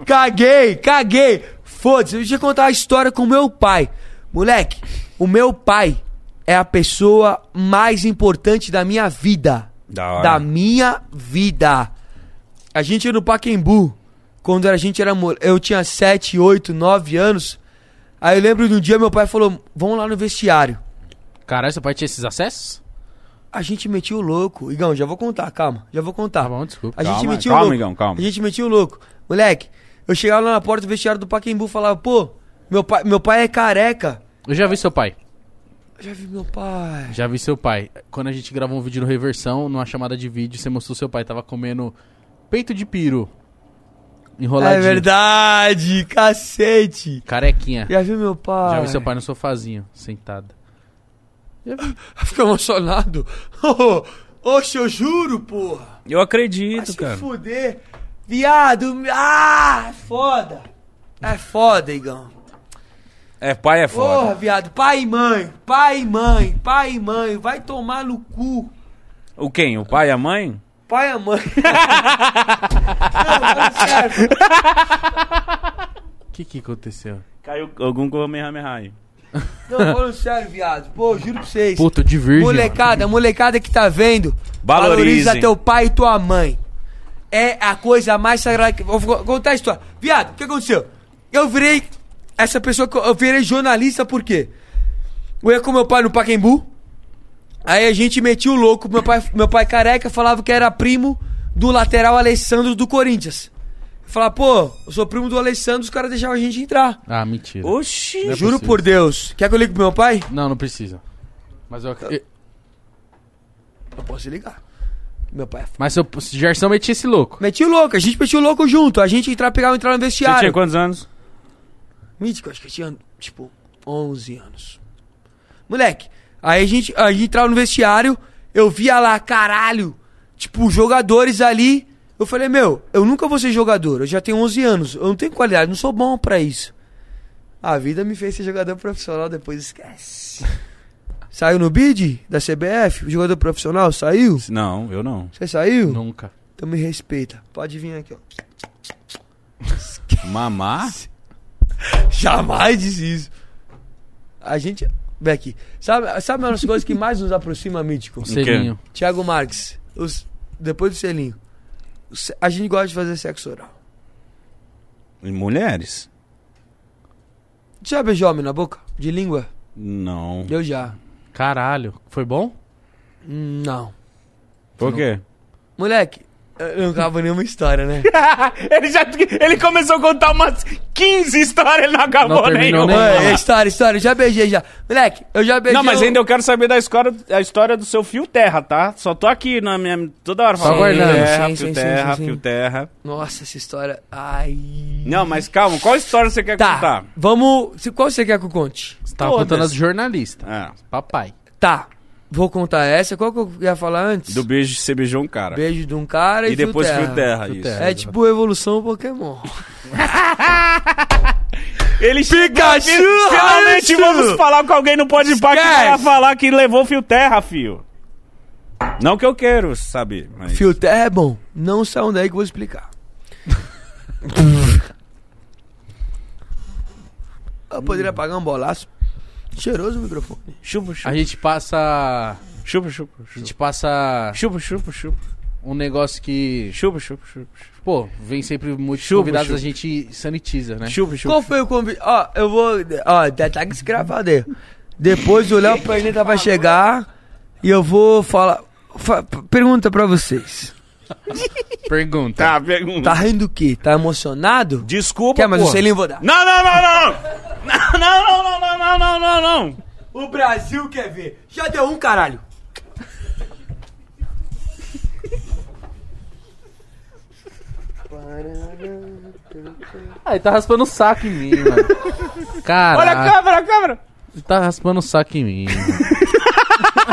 Speaker 3: caguei, caguei. Foda-se. Deixa eu contar a história com o meu pai. Moleque, o meu pai é a pessoa mais importante da minha vida.
Speaker 1: Da hora.
Speaker 3: Da minha vida. A gente ia no Paquembu. Quando a gente era. mo- Eu tinha 7, 8, 9 anos. Aí eu lembro de um dia meu pai falou: Vamos lá no vestiário.
Speaker 2: Caralho, seu pai tinha esses acessos?
Speaker 3: A gente metia o louco. Igão, já vou contar, calma. Já vou contar.
Speaker 2: Tá bom, desculpa.
Speaker 3: A gente
Speaker 1: Calma,
Speaker 3: metia o
Speaker 1: calma,
Speaker 3: louco.
Speaker 1: Igão, calma.
Speaker 3: A gente metia o louco. Moleque, eu chegava lá na porta do vestiário do Paquembu e falava, pô, meu pai, meu pai é careca.
Speaker 2: Eu já vi seu pai.
Speaker 3: Eu já vi meu pai.
Speaker 2: Já vi seu pai. Quando a gente gravou um vídeo no Reversão, numa chamada de vídeo, você mostrou seu pai. Tava comendo peito de peru. Enroladinho.
Speaker 3: É verdade, cacete.
Speaker 2: Carequinha.
Speaker 3: Já vi meu pai.
Speaker 2: Já vi seu pai no sofazinho, sentado.
Speaker 3: Fica emocionado. Oxe, eu juro, porra.
Speaker 1: Eu acredito,
Speaker 3: Vai
Speaker 1: cara.
Speaker 3: se fuder. Viado. Ah, é foda. É foda, Igão.
Speaker 1: É, pai é
Speaker 3: Porra,
Speaker 1: foda.
Speaker 3: viado. Pai e mãe. Pai e mãe. Pai e mãe. Vai tomar no cu.
Speaker 1: O quem? O pai e a mãe?
Speaker 3: Pai e a mãe. Não, mano, sério.
Speaker 2: O que que aconteceu?
Speaker 1: Caiu algum Kamehameha aí.
Speaker 3: Não, falando sério, viado. Pô, juro pra vocês.
Speaker 2: Puta, de virgem.
Speaker 3: Molecada, molecada que tá vendo,
Speaker 1: Valorizem.
Speaker 3: valoriza teu pai e tua mãe. É a coisa mais sagrada que. Vou co- contar a história. Viado, o que aconteceu? Eu virei essa pessoa que eu, eu virei jornalista por quê? Eu ia com meu pai no Paquembu. Aí a gente metia o louco, meu pai, meu pai careca falava que era primo do lateral Alessandro do Corinthians. Eu Falava, pô, eu sou primo do Alessandro, os caras deixavam a gente entrar.
Speaker 2: Ah, mentira.
Speaker 1: Oxi.
Speaker 2: Não é
Speaker 3: Juro
Speaker 2: possível.
Speaker 3: por Deus. Quer que eu ligue pro meu pai?
Speaker 2: Não, não precisa. Mas eu... eu-
Speaker 3: Eu posso ligar. Meu pai é
Speaker 2: Mas seu Gerson metia esse louco.
Speaker 3: Meti o louco, a gente metia o louco junto. A gente entrar, pegar, entrar no
Speaker 1: Você tinha
Speaker 3: vestiário.
Speaker 1: quantos anos?
Speaker 3: Mítico, acho que eu tinha, tipo, 11 anos. Moleque, aí a gente, a gente entrava no vestiário, eu via lá, caralho, tipo, jogadores ali. Eu falei, meu, eu nunca vou ser jogador, eu já tenho 11 anos, eu não tenho qualidade, não sou bom pra isso. A vida me fez ser jogador profissional, depois esquece. Saiu no bid da CBF? Jogador profissional? Saiu?
Speaker 1: Não, eu não.
Speaker 3: Você saiu?
Speaker 2: Nunca.
Speaker 3: Então me respeita. Pode vir aqui, ó.
Speaker 1: Mamar?
Speaker 3: Jamais disse isso. A gente. Beck, sabe, sabe uma das coisas que mais nos aproxima, Mítico?
Speaker 1: quê?
Speaker 2: Um Selinho.
Speaker 3: Tiago Marques, os- depois do selinho. o se- A gente gosta de fazer sexo oral.
Speaker 1: E Mulheres?
Speaker 3: Já beijou homem na boca? De língua?
Speaker 1: Não.
Speaker 3: Eu já.
Speaker 2: Caralho. Foi bom?
Speaker 3: Hum, Não.
Speaker 1: Por quê?
Speaker 3: Moleque, eu não acabo nenhuma história, né?
Speaker 1: ele, já, ele começou a contar umas 15 histórias e não acabou
Speaker 2: Não terminou
Speaker 1: nenhuma.
Speaker 2: nenhuma.
Speaker 3: É, história, história, já beijei já. Moleque, eu já beijei.
Speaker 1: Não, mas
Speaker 3: um-
Speaker 1: ainda eu quero saber da história, a história do seu fio terra, tá? Só tô aqui na minha. Toda hora falando.
Speaker 2: aguardando.
Speaker 1: Fio terra,
Speaker 3: Sim,
Speaker 1: fio
Speaker 3: sim, sim,
Speaker 1: terra,
Speaker 3: sim, sim.
Speaker 1: fio terra.
Speaker 3: Nossa, essa história. Ai.
Speaker 1: Não, mas calma, qual história você quer
Speaker 3: Tá.
Speaker 1: contar?
Speaker 3: Vamos. se- Qual você quer que eu conte?
Speaker 2: Você tava
Speaker 1: Todas.
Speaker 2: contando as jornalistas.
Speaker 1: Ah,
Speaker 2: Papai.
Speaker 3: Tá. Vou contar essa. Qual que eu ia falar antes?
Speaker 1: do beijo você beijou um cara.
Speaker 3: Beijo de um cara e,
Speaker 1: e depois fio
Speaker 3: fio terra.
Speaker 1: terra.
Speaker 2: Fio
Speaker 1: isso.
Speaker 2: terra.
Speaker 3: É tipo evolução Pokémon.
Speaker 1: Ele
Speaker 3: Pikachu,
Speaker 1: chegou- Finalmente
Speaker 3: Raichu!
Speaker 1: vamos falar com alguém no pode que vai
Speaker 3: Esquece!
Speaker 1: falar que levou fio terra, fio. Não que eu quero saber, mas.
Speaker 3: Fio terra é bom. Não saiam daí que eu vou explicar. eu poderia pagar um bolaço. Cheiroso o microfone.
Speaker 1: Chupa, chupa.
Speaker 2: A gente passa.
Speaker 1: Chupa, chupa,
Speaker 2: A
Speaker 1: chupa.
Speaker 2: gente passa
Speaker 1: Chupa, chupa, chupa.
Speaker 2: um negócio que.
Speaker 1: Chupa, chupa, chupa.
Speaker 2: Pô, vem sempre muitos
Speaker 1: Chupa,
Speaker 2: convidados,
Speaker 1: chupa.
Speaker 2: a gente sanitiza, né?
Speaker 1: Chupa, chupa.
Speaker 3: Qual foi o convite? Ó, eu vou. Ó, tá, tá gravado aí. Depois o Léo Perneta vai chegar e eu vou falar. fa- pergunta pra vocês.
Speaker 2: Pergunta.
Speaker 1: Tá, pergunta.
Speaker 3: Tá rindo o quê? Tá emocionado?
Speaker 1: Desculpa,
Speaker 3: Quer, mas o
Speaker 1: porra.
Speaker 3: selinho eu vou dar.
Speaker 1: Não, não, não, não! Não, não, não, não, não, não, não, não!
Speaker 3: O Brasil quer ver. Já deu um, caralho.
Speaker 2: Ah, ele tá raspando o saco em mim, mano. Caralho.
Speaker 1: Olha a câmera, a câmera!
Speaker 2: Ele tá raspando o saco em mim. mano.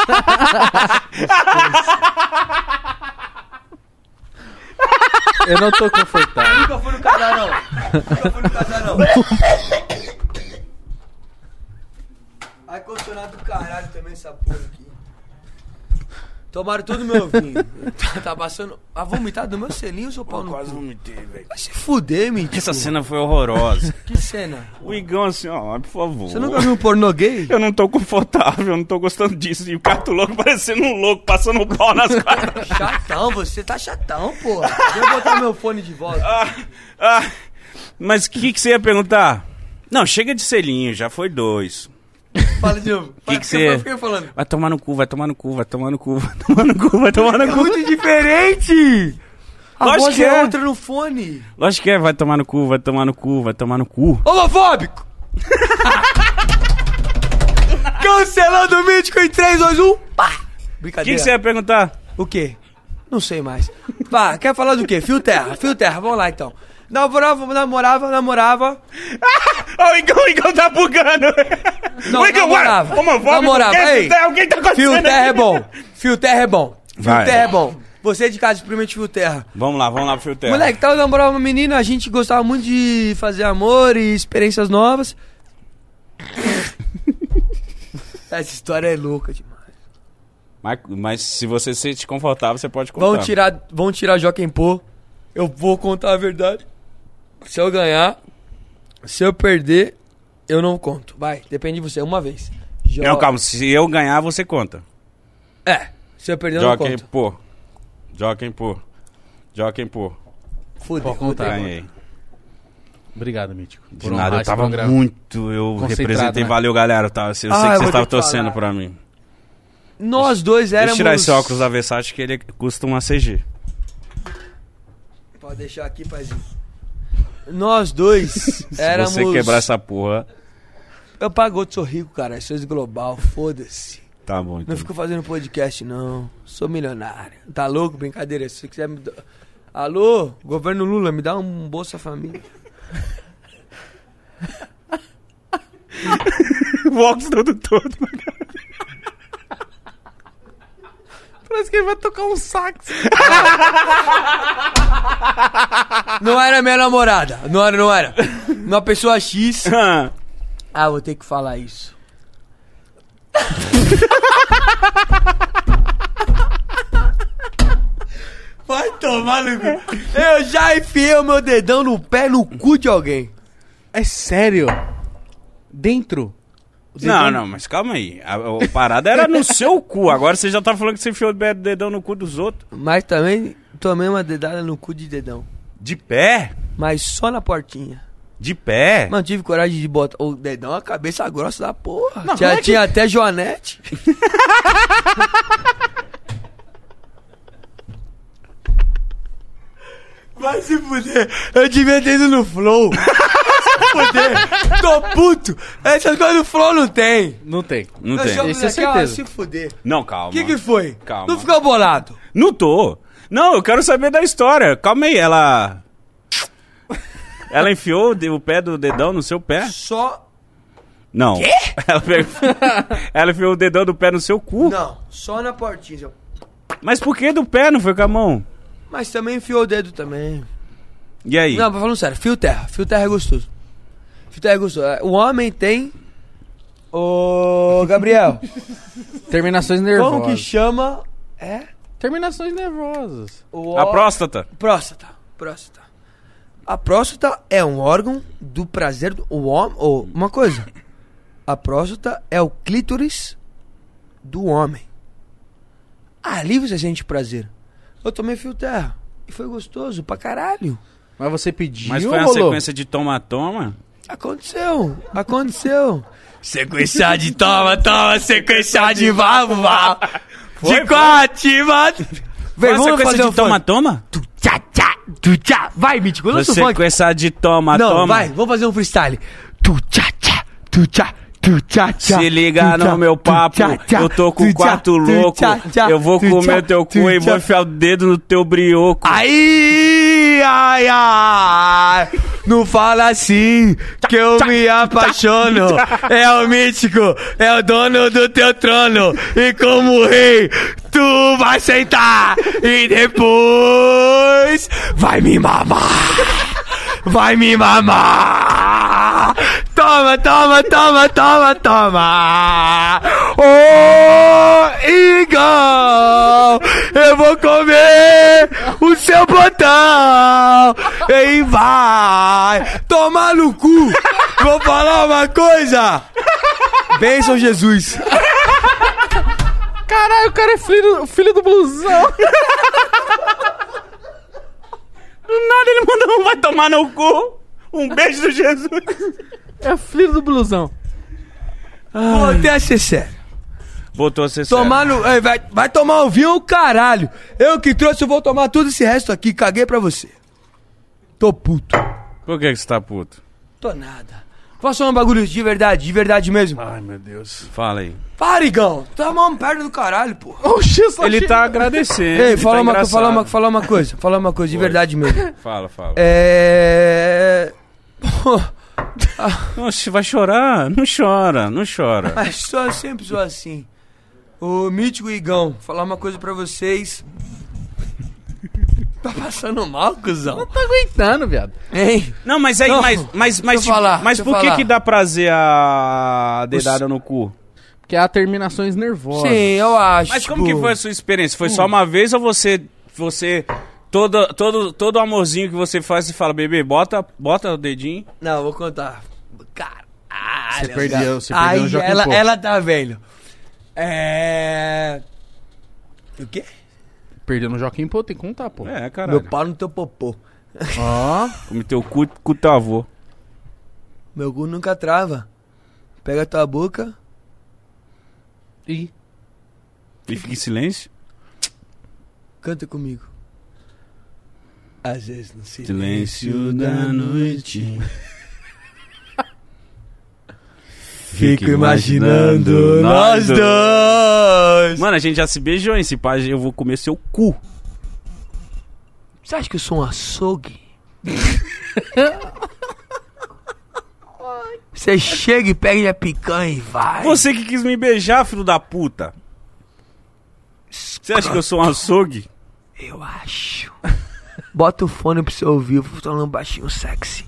Speaker 2: Eu não tô confortável.
Speaker 3: Nunca fui no casarão. Nunca fui no casarão. Ar-condicionado do caralho também essa porra aqui. Tomaram todo o meu vinho. Tá, tá passando. A vomitar do meu selinho, seu pau no cu.
Speaker 1: vomitei, velho.
Speaker 3: Vai se fuder, mentira.
Speaker 1: Essa cena foi horrorosa.
Speaker 3: Que cena?
Speaker 1: O Igão assim, ó, por favor.
Speaker 3: Você nunca viu um pornô gay?
Speaker 1: Eu não tô confortável, eu não tô gostando disso. E o Cato Louco parecendo um louco, passando o pau nas costas.
Speaker 3: Chatão, você tá chatão, porra. Deixa eu botar meu fone de volta.
Speaker 1: Ah, ah. Mas o que, que você ia perguntar? Não, chega de selinho, já foi dois.
Speaker 3: Fala de novo.
Speaker 1: Que que você-
Speaker 3: Fica falando.
Speaker 1: Vai tomar no cu, vai tomar no cu, vai tomar no cu, vai tomar no cu, vai tomar
Speaker 3: É
Speaker 1: no cu.
Speaker 3: muito diferente! A
Speaker 1: Lógico
Speaker 3: voz
Speaker 1: que
Speaker 3: é
Speaker 1: é.
Speaker 3: outra no fone.
Speaker 1: Lógico que é, vai tomar no cu, vai tomar no cu, vai tomar no cu.
Speaker 3: Homofóbico! Cancelando o mítico em 3, 2, 1. Pá!
Speaker 1: O que,
Speaker 3: Brincadeira.
Speaker 1: que você ia perguntar?
Speaker 3: O quê? Não sei mais. Vá, quer falar do quê? Fio terra, fio terra, vamos lá então. Namorava, namorava, namorava.
Speaker 1: Ó, o Igão, o Igão tá bugando.
Speaker 3: Não,
Speaker 1: o Igão,
Speaker 3: namorava.
Speaker 1: ué, homofóbico,
Speaker 3: Namorava,
Speaker 1: quem-
Speaker 3: ei.
Speaker 1: Alguém tá acontecendo
Speaker 3: Fio terra é
Speaker 1: aqui?
Speaker 3: bom. Fio terra é bom. Fio
Speaker 1: Vai.
Speaker 3: terra é bom. Você de casa, experimente fio terra.
Speaker 1: Vamos lá, vamos lá pro fio terra.
Speaker 3: Moleque, tava namorando uma menina, a gente gostava muito de fazer amor e experiências novas. Essa história é louca demais.
Speaker 1: Mas, mas se você se sente confortável, você pode contar.
Speaker 3: Vão tirar, vão tirar Joaquim Pô. Eu vou contar a verdade. Se eu ganhar, se eu perder, eu não conto. Vai, depende de você, uma vez. Jo-
Speaker 1: Não, É um calma, se eu ganhar, você conta.
Speaker 3: É, se eu perder, eu não
Speaker 1: Joaquim
Speaker 3: conto.
Speaker 1: pô. Joaquim pô. Joaquim pô.
Speaker 3: Fudeu.
Speaker 2: Pode contar.
Speaker 3: fudeu.
Speaker 1: Ganhei.
Speaker 2: Obrigado, Mítico.
Speaker 1: De
Speaker 2: por honrar
Speaker 1: nada, eu
Speaker 2: esse
Speaker 1: tava
Speaker 2: programa.
Speaker 1: muito. Eu
Speaker 2: Concentrado,
Speaker 1: representei.
Speaker 2: né?
Speaker 1: Valeu, galera. Eu, tava, eu sei
Speaker 3: Ah, eu
Speaker 1: que
Speaker 3: vou
Speaker 1: vocês estavam
Speaker 3: ter que
Speaker 1: torcendo
Speaker 3: falar.
Speaker 1: pra mim.
Speaker 3: Nós dois
Speaker 1: Deixa eu
Speaker 3: éramos...
Speaker 1: tirar esse óculos da Versace que ele custa uma CG.
Speaker 3: Pode deixar aqui, paizinho. Nós dois éramos...
Speaker 1: Se você quebrar essa porra,
Speaker 3: Eu pago outro, sou rico, cara. Sou global, foda-se.
Speaker 1: tá bom. Então.
Speaker 3: Não fico fazendo podcast, não. Sou milionário. Tá louco? Brincadeira. Se você quiser me. dar- Alô, governo Lula, me dá um Bolsa Família.
Speaker 1: o óculos todo todo.
Speaker 2: Parece que ele vai tocar um sax.
Speaker 3: Não era minha namorada. Não era, não era. Uma pessoa X.
Speaker 1: Ah,
Speaker 3: Ah, vou ter que falar isso. Vai tomar no cu. Eu já enfiei o meu dedão no pé, no cu de alguém.
Speaker 2: É sério? Dentro? O
Speaker 1: Não,
Speaker 2: dedão-
Speaker 1: não, mas calma aí. A, a parada era no seu cu. Agora você já tá falando que você enfiou o dedão no cu dos outros.
Speaker 3: Mas também tomei uma dedada no cu de dedão.
Speaker 1: De pé?
Speaker 3: Mas só na portinha.
Speaker 1: De pé?
Speaker 3: Mano, tive coragem de botar o dedão, a cabeça grossa da porra.
Speaker 2: Não,
Speaker 3: tinha
Speaker 2: como é que-
Speaker 3: tinha até Joanete. Vai se fuder. Eu devia ter ido no Flow. Vai se fuder. Tô puto. Essas coisas no Flow não tem.
Speaker 2: Não tem.
Speaker 1: Não
Speaker 3: Eu
Speaker 1: tem.
Speaker 3: chamo
Speaker 2: Isso é
Speaker 3: daqui, ó,
Speaker 2: certeza.
Speaker 3: se fuder.
Speaker 1: Não,
Speaker 3: O
Speaker 1: calma.
Speaker 3: que que foi?
Speaker 1: Calma.
Speaker 3: Não ficou bolado.
Speaker 1: Não tô. Não, eu quero saber da história. Calma aí, ela. Ela enfiou o de- o pé do dedão no seu pé?
Speaker 3: Só...
Speaker 1: Não. Quê? Ela, pegou- ela enfiou o dedão do pé no seu cu.
Speaker 3: Não, só na portinha.
Speaker 1: Mas por que do pé? Não foi com a mão?
Speaker 3: Mas também enfiou o dedo também.
Speaker 1: E aí?
Speaker 3: Não, mas falando sério, fio terra. Fio terra é gostoso. Fio terra é gostoso. É, O homem tem. Ô, Gabriel,
Speaker 2: Terminações
Speaker 3: como que
Speaker 2: nervosas.
Speaker 3: chama? É?
Speaker 2: Terminações nervosas.
Speaker 3: O
Speaker 1: A
Speaker 3: ó-
Speaker 1: próstata?
Speaker 3: próstata. Próstata. A próstata é um órgão do prazer do o homem. Ou uma coisa. A próstata é o clítoris do homem. Ali você sente prazer. Eu tomei fio terra. E foi gostoso pra caralho.
Speaker 2: Mas você pediu,
Speaker 1: Mas foi uma
Speaker 2: rolou?
Speaker 1: sequência de toma-toma?
Speaker 3: Aconteceu, aconteceu.
Speaker 6: Sequenciar de toma, toma, sequenciar de vapo, vapo. De corte, mano.
Speaker 1: Foi
Speaker 3: Vem,
Speaker 1: uma
Speaker 3: vamos
Speaker 1: sequência
Speaker 3: fazer um o
Speaker 1: de toma-toma?
Speaker 6: Tu tchá, tchá, tu tchá. Vai, Mítico, lança o
Speaker 1: Você
Speaker 6: funk.
Speaker 1: com essa de toma,
Speaker 3: Não,
Speaker 1: toma.
Speaker 3: vai, vamos fazer um freestyle.
Speaker 6: Tu tchá, tchá, tu tchá. Tu tchá, tchá,
Speaker 1: Se liga
Speaker 6: tu
Speaker 1: no
Speaker 6: tchá,
Speaker 1: meu
Speaker 6: tu
Speaker 1: papo,
Speaker 6: tchá, tchá,
Speaker 1: eu tô com
Speaker 6: tu tchá,
Speaker 1: quatro
Speaker 6: tu
Speaker 1: louco.
Speaker 6: tchá, tchá,
Speaker 1: Eu vou
Speaker 6: tu
Speaker 1: comer
Speaker 6: tchá,
Speaker 1: teu
Speaker 6: tu
Speaker 1: cu e
Speaker 6: tchá.
Speaker 1: vou enfiar o dedo no teu brioco.
Speaker 6: Aí, ai, ai.
Speaker 3: Não fala assim que eu me apaixono.
Speaker 6: É o mítico, é o dono do teu trono. E como rei, tu vai sentar. E depois vai me mamar. Vai me mamar. Toma, toma, toma, toma, toma. Ô, Igão, eu vou comer o seu botão. E vai.
Speaker 3: Tomar no cu! Vou falar uma coisa! Benção Jesus!
Speaker 2: Caralho, o cara é filho, filho do blusão.
Speaker 1: nada ele mandou um vai tomar no cu. Um beijo do Jesus.
Speaker 2: É filho do blusão.
Speaker 3: Voltei a ser sério.
Speaker 1: Voltou a ser
Speaker 3: Tomar no. Ei, vai, vai tomar um vinho, caralho! Eu que trouxe, eu vou tomar tudo esse resto aqui, caguei pra você. Tô puto.
Speaker 1: sério. Por que, que você tá puto?
Speaker 3: Tô nada. Posso falar um bagulho de verdade, de verdade mesmo?
Speaker 1: Ai, meu Deus. Fala aí.
Speaker 3: Para, Igão! Tá mão perna do caralho, pô.
Speaker 2: Oxi, só
Speaker 1: Ele
Speaker 2: achei-
Speaker 1: tá agradecendo.
Speaker 3: Ei,
Speaker 1: ele
Speaker 3: fala,
Speaker 1: tá
Speaker 3: uma,
Speaker 1: engraçado.
Speaker 3: fala, uma, fala uma coisa, fala uma coisa, de verdade mesmo.
Speaker 1: Fala, fala.
Speaker 3: É. Pô,
Speaker 1: Nossa, vai chorar? Não chora, não chora.
Speaker 3: mas é só sempre sou assim. Ô, Mítico e Igão, falar uma coisa pra vocês. Tá passando mal, cuzão?
Speaker 2: Não tá aguentando, viado.
Speaker 3: Hein?
Speaker 1: Não, mas aí,
Speaker 3: Não,
Speaker 1: mas, mas, mas,
Speaker 3: deixa eu falar,
Speaker 1: mas
Speaker 3: deixa eu
Speaker 1: por que
Speaker 3: falar.
Speaker 1: que dá prazer a dedada no cu?
Speaker 2: Porque há é terminações nervosas.
Speaker 3: Sim, eu acho. tipo-
Speaker 1: Mas como que foi a sua experiência? Foi só uma vez ou você. você todo, todo, todo amorzinho que você faz, você fala, bebê, bota, bota o dedinho.
Speaker 3: Não, vou contar. Caralho.
Speaker 2: Você perdeu, você
Speaker 3: Ai,
Speaker 2: perdeu o jogo
Speaker 3: ela,
Speaker 2: um pouco.
Speaker 3: ela tá velho. É. O quê?
Speaker 2: Perdeu no Joaquim, pô, tem que contar, pô.
Speaker 1: É,
Speaker 3: Meu
Speaker 1: caralho.
Speaker 3: pau no teu popô.
Speaker 2: Ó,
Speaker 1: Come teu cu, cu teu avô.
Speaker 3: Meu cu nunca trava. Pega tua boca.
Speaker 2: e
Speaker 1: E fica em silêncio?
Speaker 3: Canta comigo. Às vezes não se
Speaker 1: Silêncio da noite.
Speaker 3: Fico imaginando nós dois.
Speaker 1: Mano, a gente já se beijou, hein? Se pá, eu vou comer seu cu.
Speaker 3: Você acha que eu sou um açougue? Você chega e pega a picanha e vai.
Speaker 1: Você que quis me beijar, filho da puta. Você acha que eu sou um açougue?
Speaker 3: Eu acho. Bota o fone pro seu ouvir, vou falando baixinho sexy.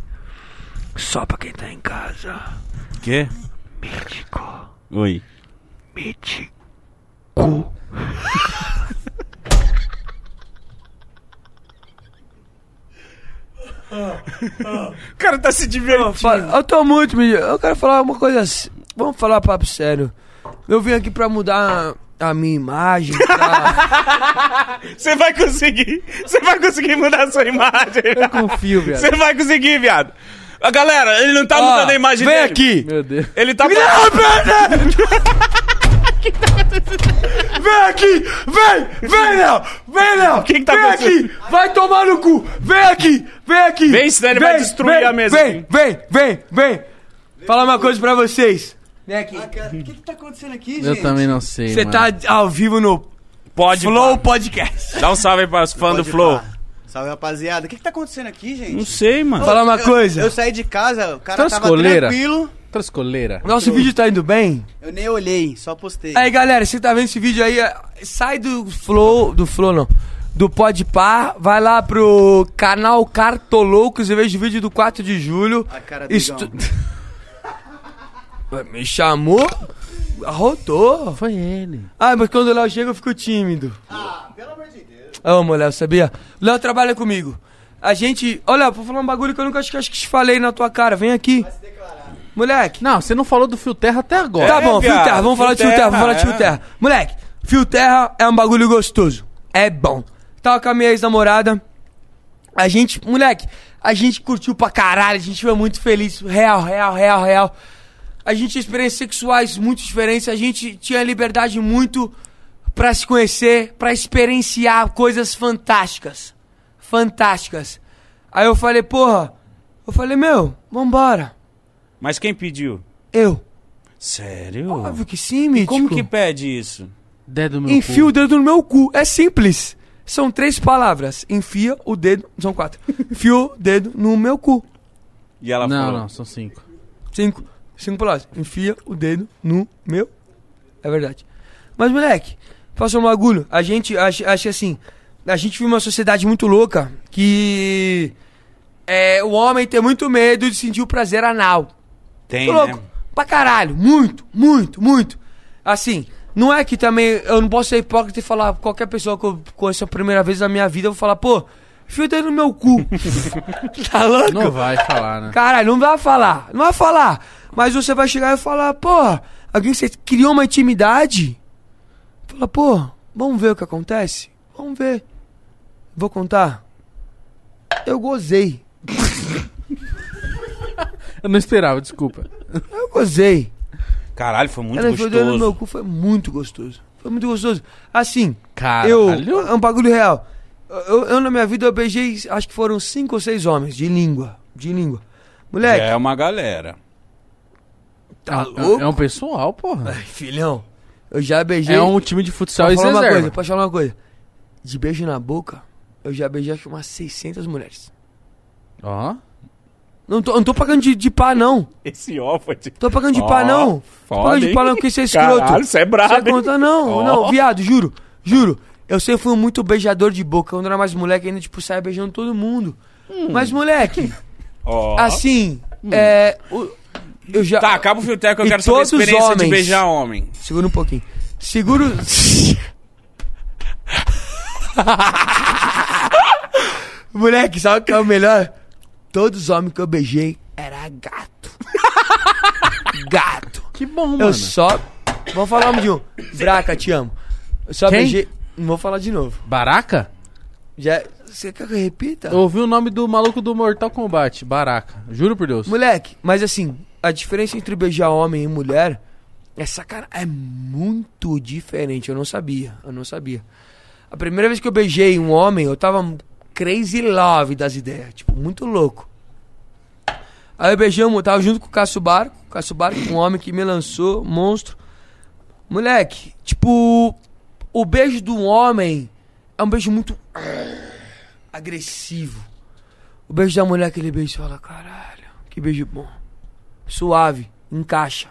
Speaker 3: Só pra quem tá em casa.
Speaker 1: Quê?
Speaker 3: Mítico,
Speaker 1: Oi. O cara tá se divertindo.
Speaker 3: Fala, eu tô muito, menino. Eu quero falar uma coisa. s- Vamos falar papo sério. Eu vim aqui pra mudar a minha imagem. Tá?
Speaker 1: Você vai conseguir. Você vai conseguir mudar a sua imagem.
Speaker 2: Eu confio, velho.
Speaker 1: Você vai conseguir, viado. Ah, Galera, ele não tá
Speaker 3: Ó,
Speaker 1: mudando a imagem
Speaker 3: vem
Speaker 1: dele.
Speaker 3: aqui.
Speaker 2: Meu Deus.
Speaker 1: Ele tá...
Speaker 3: Vem aqui! Vem! Vem, Léo! Vem, Léo!
Speaker 1: que que tá
Speaker 3: vem
Speaker 1: acontecendo?
Speaker 3: aqui! Vai tomar no cu! Vem aqui! Vem aqui!
Speaker 1: Vem, senão ele vai destruir a mesa
Speaker 3: Vem,
Speaker 1: aqui.
Speaker 3: vem, vem, vem! Falar uma coisa pra vocês.
Speaker 7: O que, que tá acontecendo aqui,
Speaker 2: Eu também não sei,
Speaker 3: Você
Speaker 2: mano.
Speaker 3: tá ao vivo no
Speaker 1: Pode,
Speaker 3: Flow
Speaker 1: pá.
Speaker 3: Podcast.
Speaker 1: Dá um salve aí pros fãs do Flow.
Speaker 7: Salve, rapaziada. O que, que tá acontecendo aqui, gente?
Speaker 1: Não sei, mano.
Speaker 3: Falar uma
Speaker 7: Eu-
Speaker 3: coisa.
Speaker 7: Eu, saí de casa, o cara
Speaker 2: Trouxe
Speaker 7: tava
Speaker 2: coleira?
Speaker 7: tranquilo.
Speaker 2: Trouxe coleira.
Speaker 3: Nosso vídeo tá indo bem?
Speaker 7: Eu nem olhei, só postei.
Speaker 3: Aí, galera, você tá vendo esse vídeo aí? é, Sai do Flow, do Flow não, do Podpar, vai lá pro canal Cartoloucos e veja o vídeo do 4 de julho.
Speaker 7: A cara do
Speaker 3: Estu...
Speaker 7: Igão.
Speaker 3: Me chamou, arrotou.
Speaker 2: Foi ele.
Speaker 3: Ai, Ah, mas quando o Léo chega eu fico tímido. Ah, pelo amor de Deus. Amo o Léo, sabia? O Léo trabalha comigo. A gente... Ô, Léo, vou falar um bagulho que eu nunca acho que, acho que te falei na tua cara. Vem aqui. Moleque.
Speaker 2: Não, você não falou do Fio Terra até agora.
Speaker 3: Tá bom,
Speaker 1: É, viado,
Speaker 3: fio terra, vamos falar de fio terra, vamos falar de fio
Speaker 1: é.
Speaker 3: terra. Moleque, fio terra é um bagulho gostoso. É bom. Tava com a minha ex-namorada. A gente, moleque, a gente curtiu pra caralho, a gente foi muito feliz. Real, real, real, real. A gente tinha experiências sexuais muito diferentes, a gente tinha liberdade muito pra se conhecer, pra experienciar coisas fantásticas. Fantásticas. Aí eu falei, porra, eu falei, meu, vambora.
Speaker 1: Mas quem pediu?
Speaker 3: Eu.
Speaker 1: Sério?
Speaker 3: Óbvio que sim, mítico.
Speaker 1: Como que pede isso?
Speaker 2: Dedo no meu
Speaker 3: Enfia
Speaker 2: cu.
Speaker 3: o dedo no meu cu. É simples. São três palavras. Enfia o dedo. São quatro. Enfia o dedo no meu cu.
Speaker 1: E ela
Speaker 3: Tá
Speaker 2: Não,
Speaker 1: falou...
Speaker 2: não, são cinco.
Speaker 3: Cinco. Cinco palavras. Enfia o dedo no meu. É verdade. Mas, moleque, faça um bagulho. A gente acha, acha assim. A gente vive uma sociedade muito louca que. É, o homem tem muito medo de sentir o prazer anal.
Speaker 1: Tem,
Speaker 3: Tô louco.
Speaker 1: né?
Speaker 3: Pra caralho. Muito, muito, muito. Assim, não é que também eu não posso ser hipócrita e falar qualquer pessoa que eu conheço a primeira vez na minha vida, eu vou falar, pô, fio o dedo no meu cu. tá louco?
Speaker 2: Não vai falar, né?
Speaker 3: Caralho, não vai falar. Não vai falar. Mas você vai chegar e falar, porra, alguém que você criou uma intimidade? Fala, pô, vamos ver o que acontece? Vamos ver. Vou contar. Eu gozei.
Speaker 2: Eu não esperava, desculpa.
Speaker 3: Eu gozei.
Speaker 1: Caralho, foi muito
Speaker 3: Ela enfiou o dedo no meu
Speaker 1: gostoso.
Speaker 3: cu, foi muito gostoso. Foi muito gostoso. Assim, eu.
Speaker 2: Caralho.
Speaker 3: É um bagulho real. Eu, eu, na minha vida, eu beijei, acho que foram cinco ou seis homens, de língua. De língua. Moleque,
Speaker 1: É uma galera.
Speaker 3: tá
Speaker 2: É-
Speaker 3: louco?
Speaker 2: É um pessoal, porra.
Speaker 3: Ai, filhão, eu já beijei.
Speaker 2: É um time de futsal
Speaker 3: Posso
Speaker 2: e
Speaker 3: falar uma coisa,
Speaker 2: reserva.
Speaker 3: posso falar uma coisa. De beijo na boca, eu já beijei acho que umas 600 mulheres.
Speaker 2: Ó.
Speaker 3: Não tô, não tô pagando de, de pá, não.
Speaker 1: Esse ó foi de...
Speaker 3: Tô pagando de
Speaker 1: Ó,
Speaker 3: pá, não. tô
Speaker 1: foda,
Speaker 3: pagando de
Speaker 1: hein?
Speaker 3: pá, não, porque você é escroto.
Speaker 1: Caralho, você é
Speaker 3: Você
Speaker 1: brabo, hein?
Speaker 3: conta, não,
Speaker 1: Ó.
Speaker 3: não, viado, juro, juro. Eu sempre fui muito beijador de boca. Quando eu era mais moleque, ainda, tipo, saia beijando todo mundo. Mas, moleque,
Speaker 1: Ó.
Speaker 3: assim, é. o- eu já.
Speaker 1: Tá, acaba o fio terra que eu
Speaker 3: E
Speaker 1: quero saber a
Speaker 3: todos os
Speaker 1: experiência de
Speaker 3: homens.
Speaker 1: beijar homem.
Speaker 3: Segura um pouquinho. Segura. o- Moleque, sabe o que é o melhor? Todos os homens que eu beijei era gato. gato.
Speaker 2: Que bom,
Speaker 3: Eu
Speaker 2: mano.
Speaker 3: só. Vou falar um de um. Braca, te amo. Eu só
Speaker 2: Quem?
Speaker 3: beijei. Não vou falar de novo.
Speaker 2: Baraca?
Speaker 3: Já... Você quer que eu repita?
Speaker 2: Eu ouvi o nome do maluco do Mortal Kombat. Baraca. Juro por Deus.
Speaker 3: Moleque, mas assim, a diferença entre beijar homem e mulher é sacana... é muito diferente. Eu não sabia, eu não sabia. A primeira vez que eu beijei um homem, eu tava crazy love das ideias, tipo, muito louco. Aí eu beijei, um- eu tava junto com o Cássio Barco, Cássio Barco, um homem que me lançou, monstro. Moleque, tipo, o beijo do homem é um beijo muito agressivo. O beijo da mulher, aquele beijo, você fala, caralho, que beijo bom. Suave, encaixa.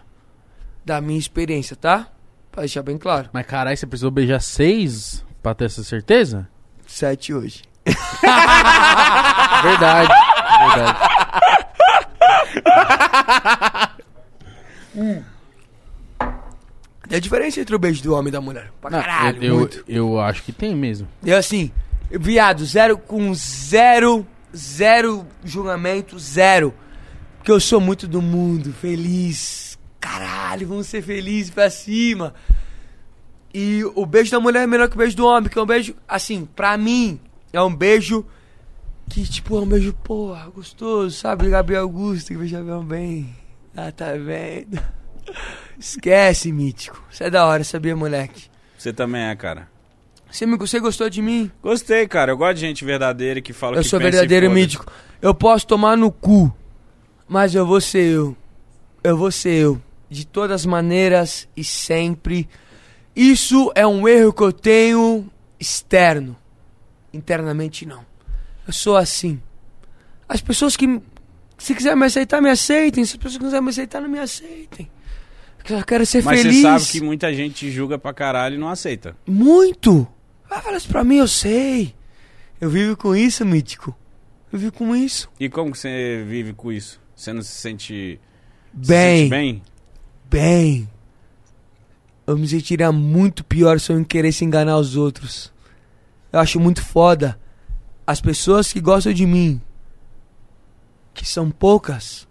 Speaker 3: Da minha experiência, tá? Pra deixar bem claro.
Speaker 2: Mas caralho, você precisou beijar seis pra ter essa certeza?
Speaker 3: Sete hoje.
Speaker 2: Verdade. Verdade.
Speaker 3: Tem É a diferença entre o beijo do homem e da mulher. Pra
Speaker 2: Não,
Speaker 3: caralho,
Speaker 2: eu, eu,
Speaker 3: muito.
Speaker 2: eu acho que tem mesmo.
Speaker 3: E assim, viado, zero com zero, zero julgamento, zero. Porque eu sou muito do mundo, feliz. Caralho, vamos ser felizes pra cima. E o beijo da mulher é melhor que o beijo do homem, que é um beijo, assim, pra mim, é um beijo que, tipo, é um beijo, porra, gostoso, sabe? Gabriel Augusto, que beija bem um bem. Ah, tá vendo? Esquece, mítico. Você é da hora, sabia, moleque?
Speaker 1: Você também é, cara.
Speaker 3: Você, me, você gostou de mim?
Speaker 1: Gostei, cara. Eu gosto de gente verdadeira que fala
Speaker 3: Eu
Speaker 1: que
Speaker 3: sou
Speaker 1: pensa e
Speaker 3: verdadeiro
Speaker 1: foda-se.
Speaker 3: mítico. Eu posso tomar no cu, mas eu vou ser eu. Eu vou ser eu. De todas as maneiras e sempre. Isso é um erro que eu tenho externo. Internamente, não. Eu sou assim. As pessoas que. Se quiser me aceitar, me aceitem. Se as pessoas que não quiserem me aceitar, não me aceitem. Porque eu quero ser
Speaker 1: Mas
Speaker 3: feliz.
Speaker 1: você sabe que muita gente te julga pra caralho e não aceita.
Speaker 3: Muito! Vai falar isso pra mim, eu sei. Eu vivo com isso, mítico. Eu vivo com isso.
Speaker 1: E como que você vive com isso? Você não se sente se
Speaker 3: Bem,
Speaker 1: sente bem?
Speaker 3: bem. Eu me sentiria muito pior se eu queresse enganar os outros. Eu acho muito foda. As pessoas que gostam de mim, que são poucas.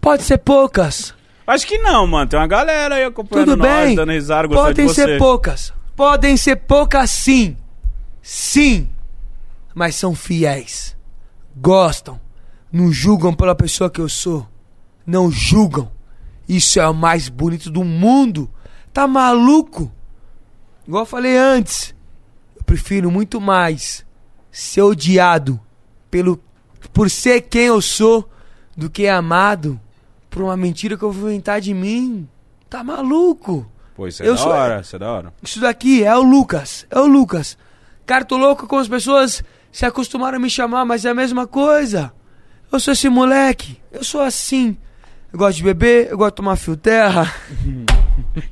Speaker 3: Pode ser poucas.
Speaker 1: Acho que não, mano. Tem uma galera aí acompanhando
Speaker 3: Tudo
Speaker 1: nós,
Speaker 3: bem.
Speaker 1: dando risada, gostando
Speaker 3: Podem
Speaker 1: de você.
Speaker 3: ser poucas. Podem ser poucas, sim. Sim. Mas são fiéis. Gostam. Não julgam pela pessoa que eu sou. Não julgam. Isso é o mais bonito do mundo. Tá maluco? Igual eu falei antes. Eu prefiro muito mais ser odiado pelo por ser quem eu sou do que amado por uma mentira que eu vou inventar de mim. Tá maluco?
Speaker 1: Pô, isso é
Speaker 3: Eu
Speaker 1: da
Speaker 3: sou-
Speaker 1: hora, isso é da hora.
Speaker 3: Isso daqui é o Lucas, é o Lucas. Cartoloco como as pessoas se acostumaram a me chamar, mas é a mesma coisa. Eu sou esse moleque, eu sou assim. Eu gosto de beber, eu gosto de tomar fio terra.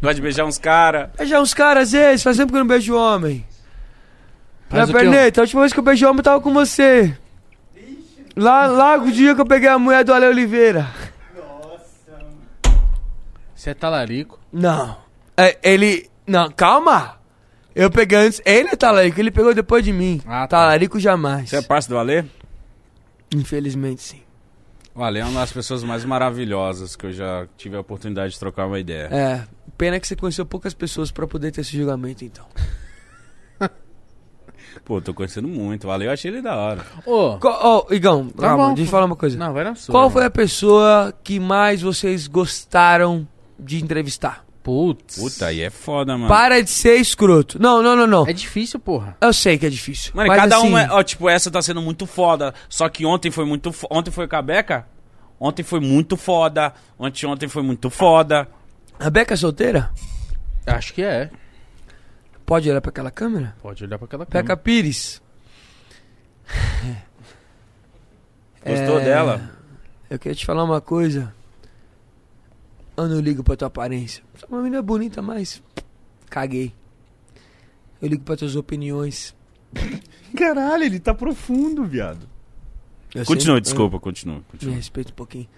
Speaker 1: Gosta de beijar uns caras.
Speaker 3: Beijar uns caras às vezes, faz tempo que eu não beijo homem.
Speaker 2: Faz
Speaker 3: Minha
Speaker 2: o que eu-
Speaker 3: perneta, a última vez que eu beijei homem eu tava com você. Lá, lá o dia que eu peguei a mulher do Ale Oliveira.
Speaker 2: Você é talarico.
Speaker 3: Não. É, ele. Não, calma! Eu peguei antes. Ele é talarico, ele pegou depois de mim.
Speaker 2: Ah, tá.
Speaker 3: Talarico jamais.
Speaker 1: Você é parça do Ale?
Speaker 3: Infelizmente, sim.
Speaker 1: O Ale é uma das pessoas mais maravilhosas que eu já tive a oportunidade de trocar uma ideia.
Speaker 3: É. Pena que você conheceu poucas pessoas pra poder ter esse julgamento, então.
Speaker 1: Tá
Speaker 3: É.
Speaker 1: Pô, tô conhecendo muito. O Ale eu achei ele da hora.
Speaker 2: Ô,
Speaker 3: Qual- Ô, Igão,
Speaker 2: Tá
Speaker 3: calma,
Speaker 2: bom.
Speaker 3: deixa eu falar uma coisa.
Speaker 2: não, vai na sua.
Speaker 3: Qual
Speaker 2: mano.
Speaker 3: foi a pessoa que mais vocês gostaram de entrevistar?
Speaker 2: Putz.
Speaker 1: Puta, aí é foda, mano.
Speaker 3: Para de ser escroto. Não, não, não, não.
Speaker 2: É difícil, porra.
Speaker 3: Eu sei que é difícil.
Speaker 1: Mano, e
Speaker 3: mas
Speaker 1: cada
Speaker 3: assim,
Speaker 1: um é. Ó, tipo, essa tá sendo muito foda. Só que ontem foi muito. fo- Ontem foi com a Beca? Ontem foi muito foda. Ontem, ontem foi muito foda.
Speaker 3: A Beca é solteira?
Speaker 2: Acho que é.
Speaker 3: Pode olhar pra aquela câmera?
Speaker 2: Pode olhar pra aquela câmera.
Speaker 1: Hum.
Speaker 3: Beca Pires.
Speaker 1: Gostou
Speaker 3: É.
Speaker 1: dela?
Speaker 3: Eu queria te falar uma coisa. Eu não ligo pra tua aparência. Você é uma menina bonita, mas. Caguei. Eu ligo pra tuas opiniões.
Speaker 6: Caralho, ele tá profundo, viado.
Speaker 3: Eu
Speaker 1: Continua,
Speaker 3: sei-
Speaker 1: desculpa, continua.
Speaker 3: Eu- Me
Speaker 1: continua.
Speaker 3: respeita um pouquinho.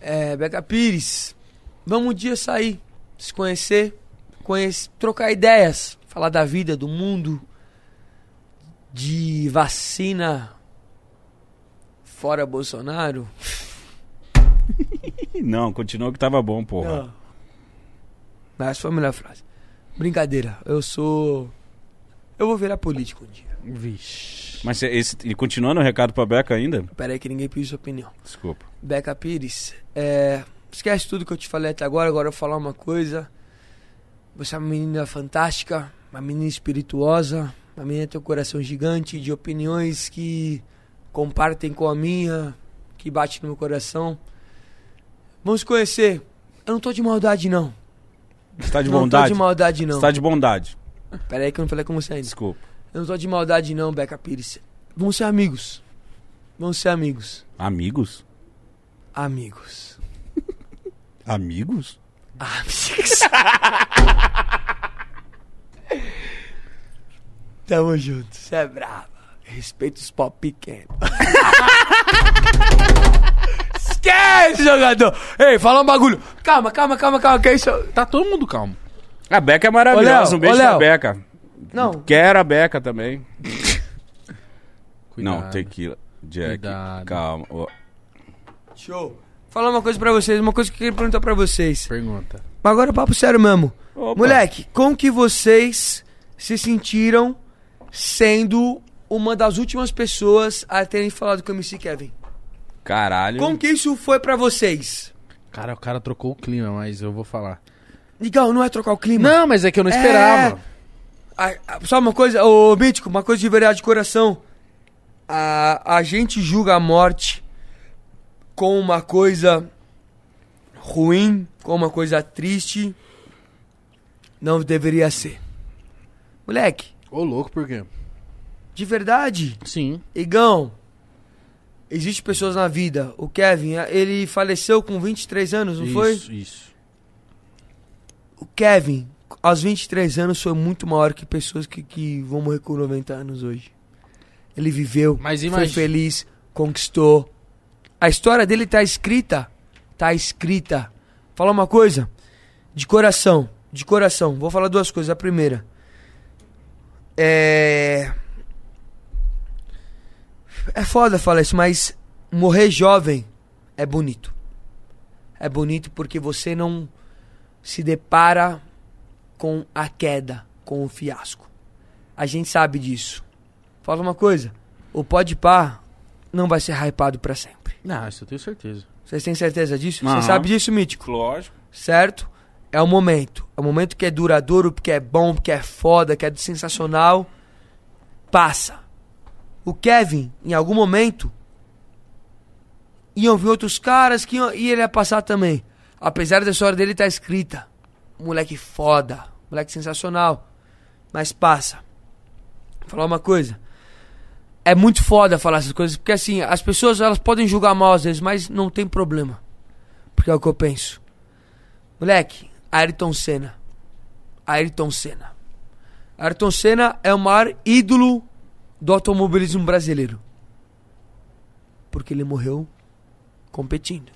Speaker 3: É, Beca Pires, vamos um dia sair, se conhecer, conhece- trocar ideias, falar da vida, do mundo, de vacina fora Bolsonaro. É.
Speaker 1: Ih, Não, continua que tava bom, porra.
Speaker 3: Não. Mas essa foi a melhor frase. Brincadeira, eu sou. Eu vou virar político um dia.
Speaker 2: Vixe.
Speaker 1: Mas cê- esse, e continuando o recado pra Beca ainda?
Speaker 3: Pera aí que ninguém pediu sua opinião.
Speaker 1: Desculpa.
Speaker 3: Beca Pires, é, esquece tudo que eu te falei até agora, agora eu vou falar uma coisa. Você é uma menina fantástica, uma menina espirituosa, uma menina que tem um coração gigante, de opiniões que compartem com a minha, que bate no meu coração. Vamos se conhecer. Eu não tô de maldade, não.
Speaker 1: Você tá de
Speaker 3: não
Speaker 1: bondade?
Speaker 3: tô de maldade, não.
Speaker 1: Você tá de bondade.
Speaker 3: Pera aí que eu não falei com você ainda.
Speaker 1: Desculpa.
Speaker 3: Eu não tô de maldade não, Beca Pires. Vamos ser amigos. Vamos ser amigos.
Speaker 1: Amigos?
Speaker 3: Amigos.
Speaker 1: Amigos?
Speaker 3: Amigos. Tamo junto. Você é brava. Respeita os pau pequeno. Esquece, jogador! Ei, fala um bagulho. Calma, calma, calma, calma, que é isso?
Speaker 2: Tá todo mundo calmo.
Speaker 1: A Beca é maravilhosa.
Speaker 3: Ô, Léo,
Speaker 1: um beijo
Speaker 3: ô,
Speaker 1: pra
Speaker 3: Léo.
Speaker 1: Beca.
Speaker 3: Não.
Speaker 1: Quero a Beca também.
Speaker 2: Cuidado.
Speaker 1: Não, tequila. Jack.
Speaker 2: Cuidado.
Speaker 1: Calma. Ó,
Speaker 3: Show. Falar uma coisa pra vocês, uma coisa que eu queria perguntar pra vocês.
Speaker 2: Pergunta.
Speaker 3: Mas agora é papo sério mesmo.
Speaker 1: Opa.
Speaker 3: Moleque, como que vocês se sentiram sendo uma das últimas pessoas a terem falado com o MC Kevin?
Speaker 1: Caralho.
Speaker 3: Como que isso foi pra vocês?
Speaker 2: Cara, o cara trocou o clima, mas eu vou falar.
Speaker 3: Legal, não é trocar o clima?
Speaker 2: Não, mas é que eu não esperava.
Speaker 3: A- a- só uma coisa, ô Mítico, uma coisa de verdade de coração. A, a gente julga a morte com uma coisa ruim, com uma coisa triste. Não deveria ser. Moleque,
Speaker 2: Ô, louco, por quê?
Speaker 3: de verdade,
Speaker 2: Sim.
Speaker 3: Igão, existem pessoas na vida. O Kevin, a- ele faleceu com 23 anos, não
Speaker 2: isso,
Speaker 3: foi?
Speaker 2: Isso.
Speaker 3: O Kevin, aos 23 anos, foi muito maior que pessoas que, que vão morrer com 90 anos hoje. Ele viveu,
Speaker 2: Mas
Speaker 3: foi
Speaker 2: imagina.
Speaker 3: feliz, conquistou. A história dele tá escrita. Tá escrita. Falar uma coisa. De coração. De coração. Vou falar duas coisas. A primeira. É. É foda falar isso, mas morrer jovem é bonito. É bonito porque você não se depara com a queda, com o fiasco. A gente sabe disso. Fala uma coisa, o Podpah não vai ser hypado pra sempre.
Speaker 2: Não, isso eu tenho certeza.
Speaker 3: Vocês têm certeza disso? Você
Speaker 1: Aham.
Speaker 3: sabe disso, Mítico?
Speaker 1: Lógico.
Speaker 3: certo? É o momento. É o momento que é duradouro, porque é bom, porque é foda, que é sensacional. Passa. O Kevin, em algum momento, iam vir outros caras que iam, e ele ia passar também. Apesar da história dele estar escrita. Moleque foda, moleque sensacional. Mas passa. Vou falar uma coisa. É muito foda falar essas coisas, porque assim, as pessoas elas podem julgar mal às vezes, mas não tem problema. Porque é o que eu penso. Moleque, Ayrton Senna. Ayrton Senna. Ayrton Senna é o maior ídolo do automobilismo brasileiro. Porque ele morreu competindo.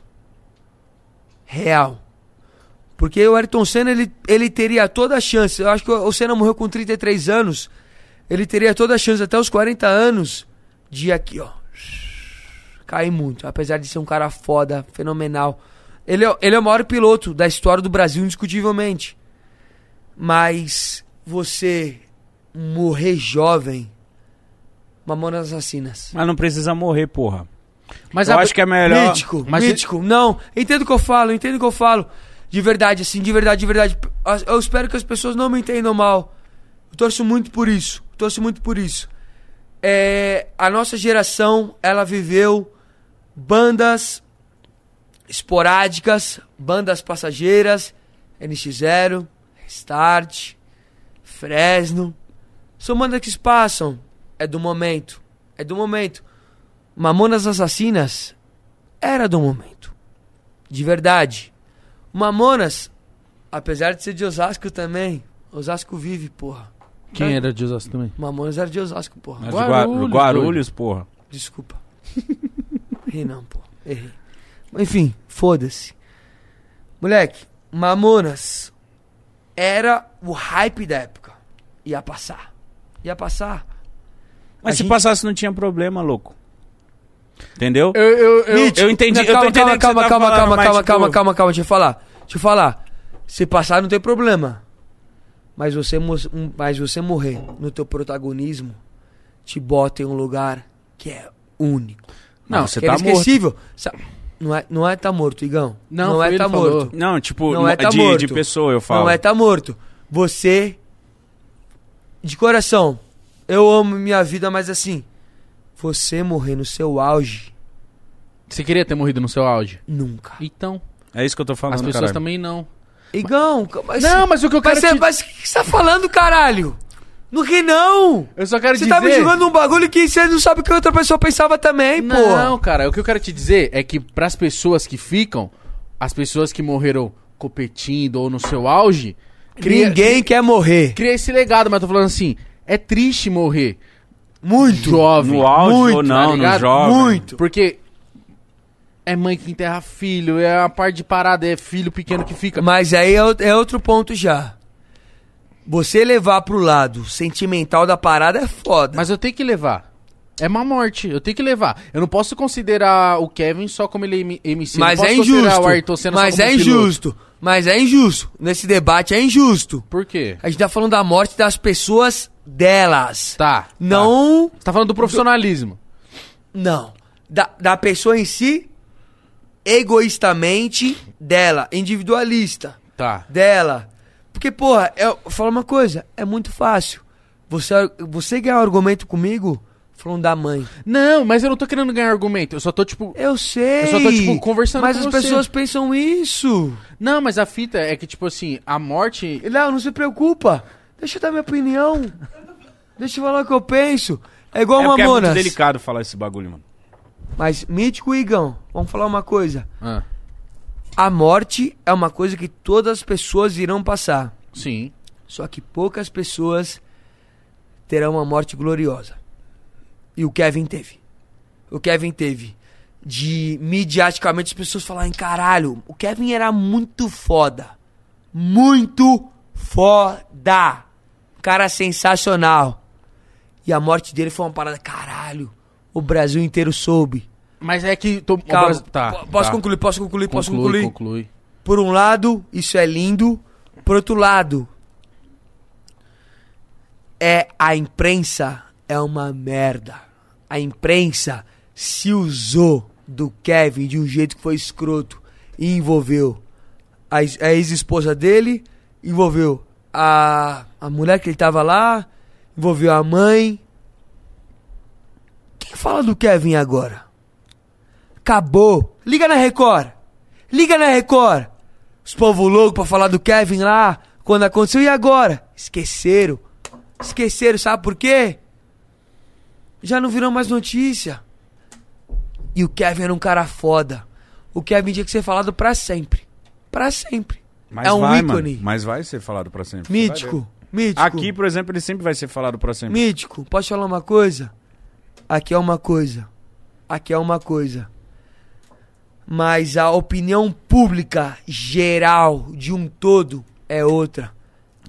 Speaker 3: Real. Porque o Ayrton Senna, ele, ele teria toda a chance. Eu acho que o o Senna morreu com 33 anos. Ele teria toda a chance até os 40 anos de aqui, ó cai muito, apesar de ser um cara foda, fenomenal. Ele é, ele é o maior piloto da história do Brasil, indiscutivelmente. Mas você morrer jovem, Mamonas Assassinas.
Speaker 1: Mas não precisa morrer, porra.
Speaker 2: Mas
Speaker 1: eu
Speaker 2: a-
Speaker 1: acho que é melhor.
Speaker 3: Mítico,
Speaker 2: Mas
Speaker 3: mítico. Não, entendo o que eu falo, entendo o que eu falo. De verdade, assim, de verdade, de verdade. As- Eu espero que as pessoas não me entendam mal. Eu torço muito por isso. Torço muito por isso. É, a nossa geração, ela viveu bandas esporádicas, bandas passageiras, NX0, Restart, Fresno. São bandas que se passam. É do momento. É do momento. Mamonas Assassinas era do momento. De verdade. O Mamonas, apesar de ser de Osasco também, Osasco vive, porra.
Speaker 2: Quem era de Osasco também?
Speaker 3: O Mamonas era de Osasco, porra.
Speaker 1: Mas o
Speaker 2: Guarulhos,
Speaker 1: Guarulhos, Guarulhos porra.
Speaker 3: Desculpa. Ri não, pô. Errei. Enfim, foda-se. Moleque, Mamonas era o hype da época. Ia passar. Ia passar.
Speaker 1: Mas
Speaker 3: A
Speaker 1: se
Speaker 3: gente-
Speaker 1: passasse, não tinha problema, louco. Entendeu?
Speaker 2: Eu, eu, eu...
Speaker 3: Mítico,
Speaker 1: eu entendi,
Speaker 3: não,
Speaker 1: eu tô
Speaker 3: calma,
Speaker 1: entendendo o que
Speaker 3: calma,
Speaker 1: você tá
Speaker 3: calma,
Speaker 1: falando,
Speaker 3: calma,
Speaker 1: mas,
Speaker 3: calma,
Speaker 1: tipo-
Speaker 3: calma, calma, calma, deixa eu falar. Deixa eu falar. Se passar não tem problema. Mas você, mo- um- mas você morrer no teu protagonismo te bota em um lugar que é único.
Speaker 2: Não,
Speaker 1: você
Speaker 3: que é
Speaker 1: tá morto.
Speaker 3: inesquecível. Sa- Não é, não é tá morto, Igão.
Speaker 2: Não,
Speaker 3: não
Speaker 2: foi
Speaker 3: é
Speaker 2: ele
Speaker 3: tá
Speaker 2: que falou.
Speaker 3: morto.
Speaker 1: Não, tipo,
Speaker 3: Não é tá
Speaker 1: de,
Speaker 3: morto.
Speaker 1: de pessoa, eu falo.
Speaker 3: Não é tá morto. Você. De coração, eu amo minha vida, mas assim. Você morrer no seu auge,
Speaker 2: Você queria ter morrido no seu auge?
Speaker 3: nunca.
Speaker 2: Então,
Speaker 1: É isso que eu tô falando,
Speaker 2: as pessoas
Speaker 1: caralho.
Speaker 2: também não.
Speaker 3: Igão, mas.
Speaker 2: Não, mas o que eu quero
Speaker 3: Mas, você,
Speaker 2: te-
Speaker 3: mas o que você tá falando, caralho? No que não?
Speaker 2: Eu só quero
Speaker 3: Você
Speaker 2: dizer...
Speaker 3: tá me julgando um bagulho que você não sabe o que outra pessoa pensava também, pô.
Speaker 2: Não, cara, o que eu quero te dizer é que pras pessoas que ficam, as pessoas que morreram competindo ou no seu auge, cria,
Speaker 3: Ninguém quer morrer.
Speaker 2: cria esse legado, mas eu tô falando assim, é triste morrer
Speaker 3: Muito.
Speaker 2: jovem.
Speaker 1: No áudio ou
Speaker 2: tá
Speaker 1: não, no
Speaker 2: ligado?
Speaker 1: jovem.
Speaker 3: Muito.
Speaker 2: Porque É mãe que enterra filho, é a parte de parada, é filho pequeno que fica.
Speaker 3: Mas aí é, o- é outro ponto já. Você levar pro lado sentimental da parada é foda.
Speaker 2: Mas eu tenho que levar. É uma morte, eu tenho que levar. Eu não posso considerar o Kevin só como ele é M- MC.
Speaker 3: Mas
Speaker 2: não posso
Speaker 3: é
Speaker 2: considerar
Speaker 3: injusto.
Speaker 2: O Ayrton Senna só
Speaker 3: Mas
Speaker 2: como
Speaker 3: é
Speaker 2: piloto.
Speaker 3: injusto. Mas é injusto. Nesse debate é injusto.
Speaker 2: Por quê?
Speaker 3: A gente tá falando da morte das pessoas delas.
Speaker 2: Tá. Tá.
Speaker 3: Não.
Speaker 2: Você tá falando do profissionalismo.
Speaker 3: Não. Da, da pessoa em si, egoístamente dela. Individualista
Speaker 2: Tá.
Speaker 3: dela. Porque, porra, é, eu falo uma coisa, é muito fácil. Você, você ganhar um argumento comigo falando da mãe.
Speaker 2: Não, mas eu não tô querendo ganhar argumento. Eu só tô, tipo.
Speaker 3: Eu sei.
Speaker 2: Eu só tô, tipo, conversando
Speaker 3: Mas
Speaker 2: com
Speaker 3: as
Speaker 2: você.
Speaker 3: pessoas pensam isso.
Speaker 2: Não, mas a fita é que, tipo assim, a morte.
Speaker 3: Léo, não se preocupa. Deixa eu dar minha opinião. Deixa eu falar o que eu penso. É igual
Speaker 1: É
Speaker 3: uma
Speaker 1: porque é muito
Speaker 3: Mamonas.
Speaker 1: delicado falar esse bagulho, mano.
Speaker 3: Mas, Mítico e Igão, vamos falar uma coisa.
Speaker 2: Ah,
Speaker 3: A morte é uma coisa que todas as pessoas irão passar.
Speaker 2: sim.
Speaker 3: Só que poucas pessoas terão uma morte gloriosa. E o Kevin teve. O Kevin teve. De midiaticamente as pessoas falarem, caralho, o Kevin era muito foda. Muito foda. Um Cara sensacional. E a morte dele foi uma parada, caralho. O Brasil inteiro soube.
Speaker 2: Mas é que. Tô...
Speaker 3: Calma,
Speaker 2: tá.
Speaker 3: po- posso
Speaker 2: tá.
Speaker 3: concluir, posso concluir, posso
Speaker 2: Conclui,
Speaker 3: concluir?
Speaker 2: conclui.
Speaker 3: Por um lado, isso é lindo. Por outro lado, é a imprensa é uma merda. A imprensa se usou do Kevin de um jeito que foi escroto e envolveu a, ex- a ex-esposa dele, envolveu a, a mulher que ele tava lá, envolveu a mãe. Quem fala do Kevin agora? Acabou. Liga na Record. Liga na Record. Os povo louco pra falar do Kevin lá, quando aconteceu e agora? Esqueceram. Esqueceram, sabe por quê? Já não virou mais notícia. E o Kevin era um cara foda. O Kevin tinha que ser falado pra sempre. Pra sempre.
Speaker 1: Mas
Speaker 3: é um
Speaker 1: vai,
Speaker 3: ícone.
Speaker 1: mano. Mas vai ser falado pra sempre.
Speaker 3: Mítico. Mítico.
Speaker 1: Aqui, por exemplo, ele sempre vai ser falado pra sempre.
Speaker 3: Mítico, posso falar uma coisa? Aqui é uma coisa. Aqui é uma coisa. Mas a opinião pública geral de um todo é outra.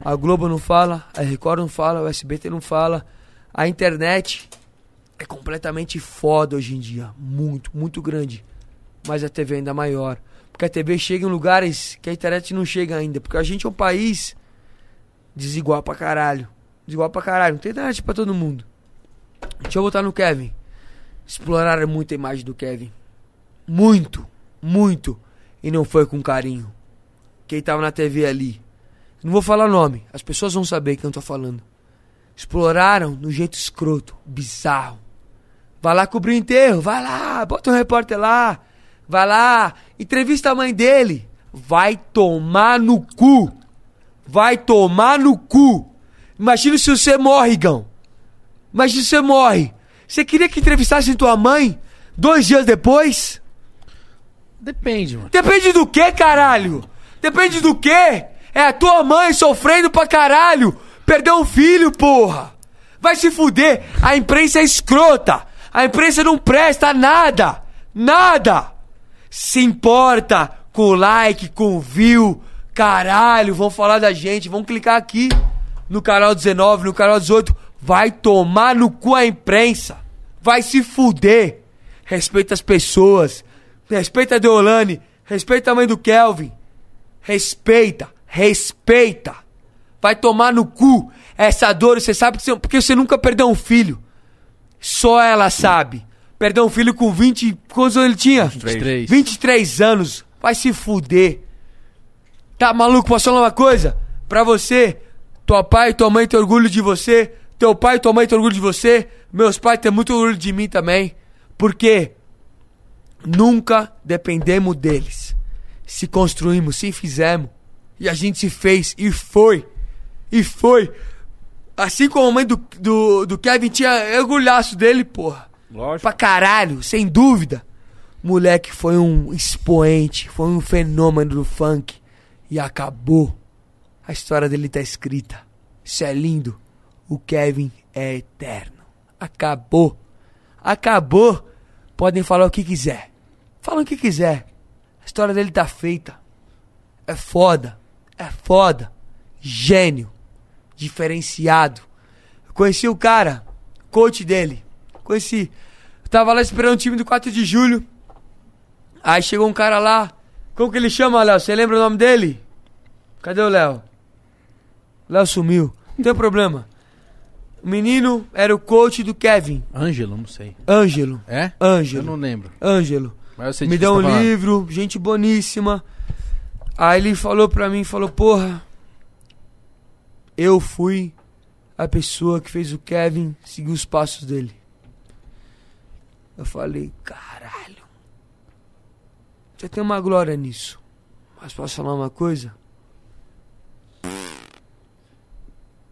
Speaker 3: A Globo não fala, a Record não fala, o SBT não fala. A internet é completamente foda hoje em dia. Muito, muito grande. Mas a TV ainda é maior. Porque a TV chega em lugares que a internet não chega ainda. Porque a gente é um país desigual pra caralho. Desigual pra caralho. Não tem internet pra todo mundo. Deixa eu voltar no Kevin. Exploraram muito a imagem do Kevin. Muito. Muito. E não foi com carinho. Quem tava na TV ali. Não vou falar nome. As pessoas vão saber quem eu tô falando. Exploraram de um jeito escroto. Bizarro. Vai lá cobrir o enterro. Vai lá. Bota um repórter lá. Vai lá. Entrevista a mãe dele. Vai tomar no cu. Vai tomar no cu. Imagina se você morre, Igão. Imagina se você morre. Você queria que entrevistassem tua mãe dois dias depois?
Speaker 2: Depende, mano.
Speaker 3: Depende do que, caralho? Depende do que? É a tua mãe sofrendo pra caralho. Perdeu um filho, porra. Vai se fuder. A imprensa é escrota. A imprensa não presta nada. Nada. Se importa com like, com view. Caralho, vão falar da gente. Vão clicar aqui no canal 19, no canal 18. Vai tomar no cu a imprensa. Vai se fuder. Respeita as pessoas. Respeita a Deolane. Respeita a mãe do Kelvin. Respeita. Respeita. Vai tomar no cu essa dor. Você sabe que você, porque você nunca perdeu um filho. Só ela sabe. Perdeu um filho com 20. Quantos anos ele tinha?
Speaker 2: 23.
Speaker 3: 23 anos. Vai se fuder. Tá maluco? Posso falar uma coisa? Pra você, tua pai e tua mãe tem orgulho de você. Teu pai e tua mãe tem orgulho de você. Meus pais têm muito orgulho de mim também. Porque nunca dependemos deles. Se construímos, se fizemos. E a gente se fez. E foi. E foi. Assim como a mãe do, do, do Kevin tinha orgulhaço dele, porra.
Speaker 1: Lógico.
Speaker 3: Pra caralho, sem dúvida. Moleque foi um expoente, foi um fenômeno do funk. E acabou. A história dele tá escrita. Isso é lindo. O Kevin é eterno. Acabou. Acabou. Podem falar o que quiser. Fala o que quiser. A história dele tá feita. É foda. É foda. Gênio. Diferenciado. Eu conheci o cara, coach dele. Conheci. Eu tava lá esperando o time do 4 de julho. Aí chegou um cara lá. Como que ele chama, Léo? Você lembra o nome dele? Cadê o Léo? Léo sumiu. Não tem problema. O menino era o coach do Kevin.
Speaker 2: Ângelo, não sei.
Speaker 3: Ângelo.
Speaker 2: É? Eu
Speaker 3: Ângelo.
Speaker 2: não lembro.
Speaker 3: Ângelo.
Speaker 2: Mas eu sei
Speaker 3: Me
Speaker 2: de que
Speaker 3: deu um
Speaker 2: você tá falando.
Speaker 3: livro, gente boníssima. Aí ele falou pra mim, falou, porra, eu fui a pessoa que fez o Kevin seguir os passos dele. Eu falei, caralho, já tem uma glória nisso. Mas posso falar uma coisa?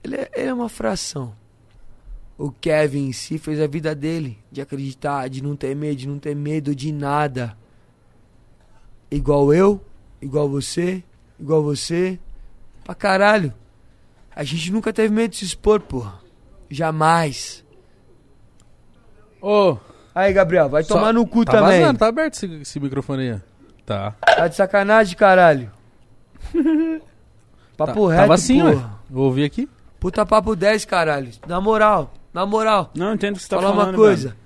Speaker 3: Ele é, ele é uma fração. O Kevin em si fez a vida dele, de acreditar, de não ter medo, de não ter medo de nada. Igual eu, igual você, igual você. Pra caralho. A gente nunca teve medo de se expor, porra. Jamais.
Speaker 2: Ô,
Speaker 3: Aí, Gabriel, vai
Speaker 2: Só-
Speaker 3: tomar no cu
Speaker 2: tá
Speaker 3: também.
Speaker 2: vazando, tá aberto esse, esse microfone aí. Tá.
Speaker 3: Tá de sacanagem, caralho. Papo
Speaker 2: Tá-
Speaker 3: reto,
Speaker 2: Tava assim,
Speaker 3: porra.
Speaker 2: ué. Vou ouvir aqui.
Speaker 3: Puta papo 10, caralho. Na moral, na moral.
Speaker 1: Não, eu entendo o que você tá
Speaker 3: falar
Speaker 1: falando.
Speaker 3: uma coisa.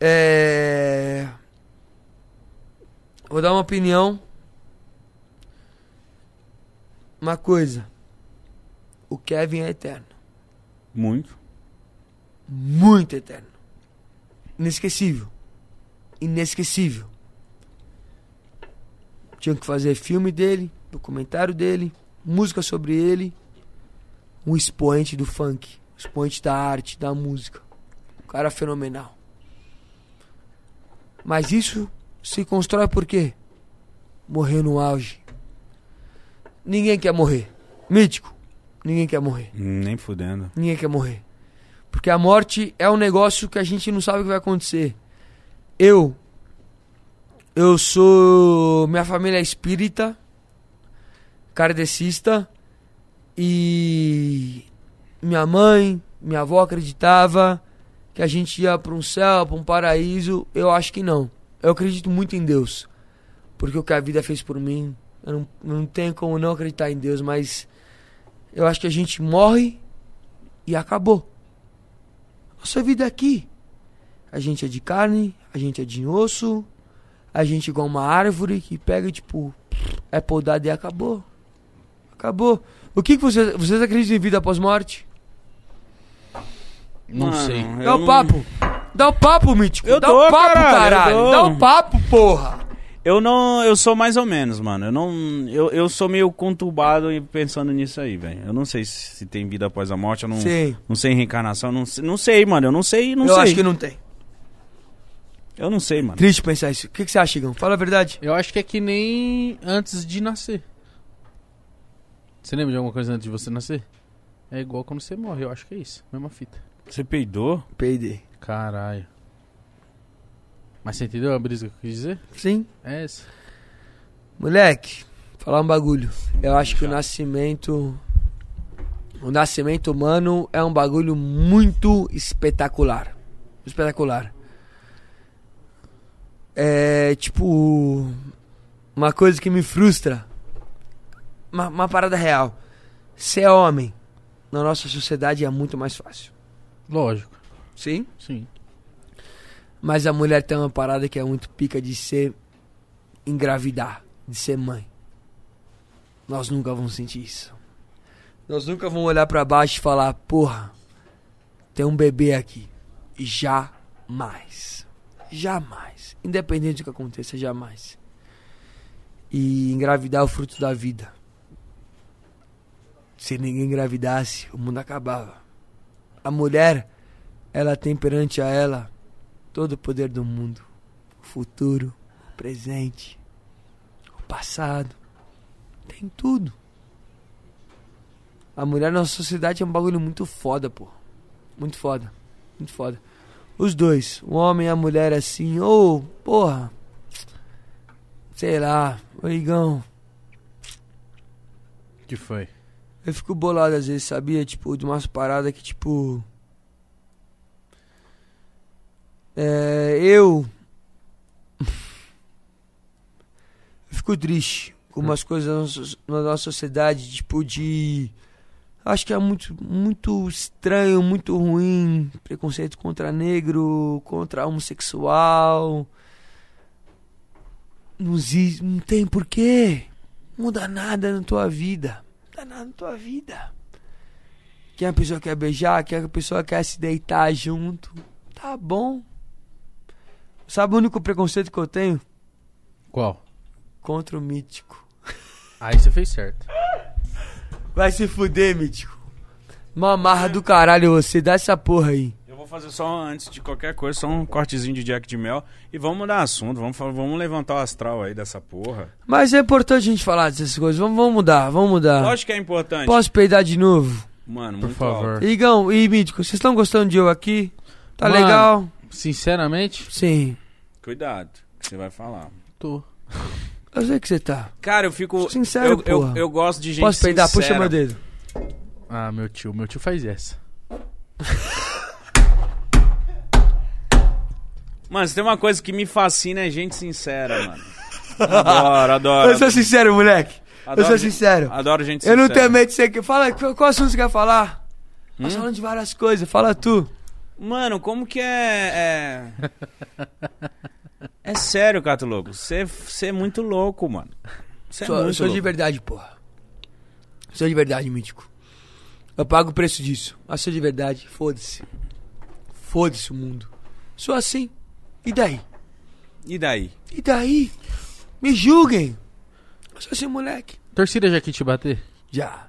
Speaker 3: É... Vou dar uma opinião. Uma coisa. O Kevin é eterno.
Speaker 1: mano. Muito.
Speaker 3: Muito eterno. Inesquecível. Inesquecível. Tinha que fazer filme dele, documentário dele, música sobre ele. Um expoente do funk, um expoente da arte, da música. Um cara fenomenal. Mas isso se constrói por quê? Morreu no auge. Ninguém quer morrer. Mítico, ninguém quer morrer.
Speaker 1: Hum, Nem fudendo.
Speaker 3: Ninguém quer morrer. Porque a morte é um negócio que a gente não sabe o que vai acontecer. Eu. Eu sou. Minha família é espírita, kardecista, e. Minha mãe, minha avó acreditava que a gente ia para um céu, para um paraíso. Eu acho que não. Eu acredito muito em Deus. Porque o que a vida fez por mim, eu não, não tenho como não acreditar em Deus, mas. Eu acho que a gente morre e acabou. Nossa vida é aqui. A gente é de carne, a gente é de osso, a gente é igual uma árvore que pega e tipo, é podada e acabou. Acabou. O que, que vocês, vocês acreditam em vida após morte?
Speaker 2: Não
Speaker 1: Mano,
Speaker 2: sei.
Speaker 1: eu
Speaker 3: Dá É o
Speaker 1: não-
Speaker 3: papo. Dá o papo, Mítico.
Speaker 1: Eu
Speaker 3: Dá
Speaker 1: dou,
Speaker 3: o papo,
Speaker 1: caralho, eu dou.
Speaker 3: Dá o papo, porra.
Speaker 1: Eu não. Eu sou mais ou menos, mano. Eu não. Eu, eu sou meio conturbado e pensando nisso aí, velho. Eu não sei se, se tem vida após a morte. Eu não,
Speaker 3: Sim.
Speaker 1: não sei em reencarnação. Não, sei- não sei, mano. Eu não sei, não
Speaker 3: Eu
Speaker 1: sei.
Speaker 3: acho que não tem.
Speaker 1: Eu não sei, mano.
Speaker 3: Triste pensar isso. O que, que você acha, Igão? Fala a verdade.
Speaker 2: Eu acho que é que nem antes de nascer. Você lembra de alguma coisa antes de você nascer? É igual quando você morre, eu acho que é isso. Mesma fita.
Speaker 1: Você peidou?
Speaker 3: Peidei.
Speaker 2: Caralho. Mas você entendeu a brisa que eu quis dizer?
Speaker 3: Sim.
Speaker 2: É essa.
Speaker 3: Moleque, falar um bagulho. Eu acho que o nascimento. O nascimento humano é um bagulho muito espetacular. Espetacular. É tipo. Uma coisa que me frustra. Uma, uma parada real. Ser homem na nossa sociedade é muito mais fácil.
Speaker 2: Lógico,
Speaker 3: Sim?
Speaker 2: sim.
Speaker 3: Mas a mulher tem uma parada que é muito pica de ser engravidar, de ser mãe. Nós nunca vamos sentir isso. Nós nunca vamos olhar pra baixo e falar, porra, tem um bebê aqui. Jamais. Jamais. Independente do que aconteça, jamais. E engravidar é o fruto da vida. Se ninguém engravidasse, o mundo acabava. A mulher, ela tem perante a ela todo o poder do mundo, o futuro, o presente, o passado, tem tudo. A mulher na sociedade é um bagulho muito foda, pô. Muito foda, muito foda. Os dois, o homem e a mulher assim, ô, porra, sei lá, ô Igão,
Speaker 2: Que foi?
Speaker 3: eu fico bolado às vezes, sabia? Tipo, de umas paradas que, tipo. É, eu. fico triste com umas coisas na nossa- na nossa sociedade, tipo, de. Acho que é muito, muito estranho, muito ruim. Preconceito contra negro, contra homossexual. Não, exi- não tem porquê. Não muda nada na tua vida. Não muda nada na tua vida. Que a pessoa quer beijar, que a pessoa quer se deitar junto. Tá bom. Sabe o único preconceito que eu tenho?
Speaker 2: Qual?
Speaker 3: Contra o mítico.
Speaker 2: Aí você fez certo.
Speaker 3: Vai se fuder, mítico. Mamarra do caralho, você dá essa porra aí.
Speaker 1: Eu vou fazer só antes de qualquer coisa, só um cortezinho de Jack de Mel e vamos mudar assunto, vamos, fa- vamos levantar o astral aí dessa porra.
Speaker 3: Mas é importante a gente falar dessas coisas. Vamos, vamos mudar, vamos mudar.
Speaker 1: Lógico que é importante.
Speaker 3: Posso peidar de novo?
Speaker 1: Mano,
Speaker 2: Por
Speaker 1: muito
Speaker 2: favor.
Speaker 1: alto.
Speaker 3: Igão e mítico, vocês estão gostando de eu aqui? Tá
Speaker 2: Mano.
Speaker 3: legal?
Speaker 2: Sinceramente,
Speaker 3: Sim.
Speaker 1: Cuidado, que você vai falar.
Speaker 2: tô.
Speaker 3: Eu sei que você tá.
Speaker 1: Cara, eu fico.
Speaker 3: Sincero,
Speaker 1: eu, eu,
Speaker 3: porra.
Speaker 1: eu gosto de gente.
Speaker 3: Posso peidar? Puxa
Speaker 1: sincera.
Speaker 3: meu dedo.
Speaker 2: Ah, meu tio, meu tio faz essa.
Speaker 1: Mano, se tem uma coisa que me fascina é gente sincera, mano. Adoro, adoro.
Speaker 3: Eu sou sincero, moleque.
Speaker 1: Adoro
Speaker 3: eu sou
Speaker 1: gente-
Speaker 3: sincero.
Speaker 1: Adoro gente
Speaker 3: Eu
Speaker 1: sincera.
Speaker 3: não tenho medo de ser que. Fala, qual qual assunto você quer falar?
Speaker 1: Hum?
Speaker 3: Nós falando de várias coisas, fala tu.
Speaker 1: Mano, como que é. É, é sério, Cato Louco. Você você é muito louco, mano. Você é
Speaker 3: sou, eu
Speaker 1: muito
Speaker 3: sou de
Speaker 1: louco.
Speaker 3: verdade, porra. Sou de verdade, mítico. Eu pago o preço disso. Mas sou de verdade, foda-se. Foda-se o mundo. Sou assim. E daí?
Speaker 1: E daí?
Speaker 3: E daí? Me julguem. Eu sou assim, moleque.
Speaker 2: Torcida já quis te bater?
Speaker 3: Já.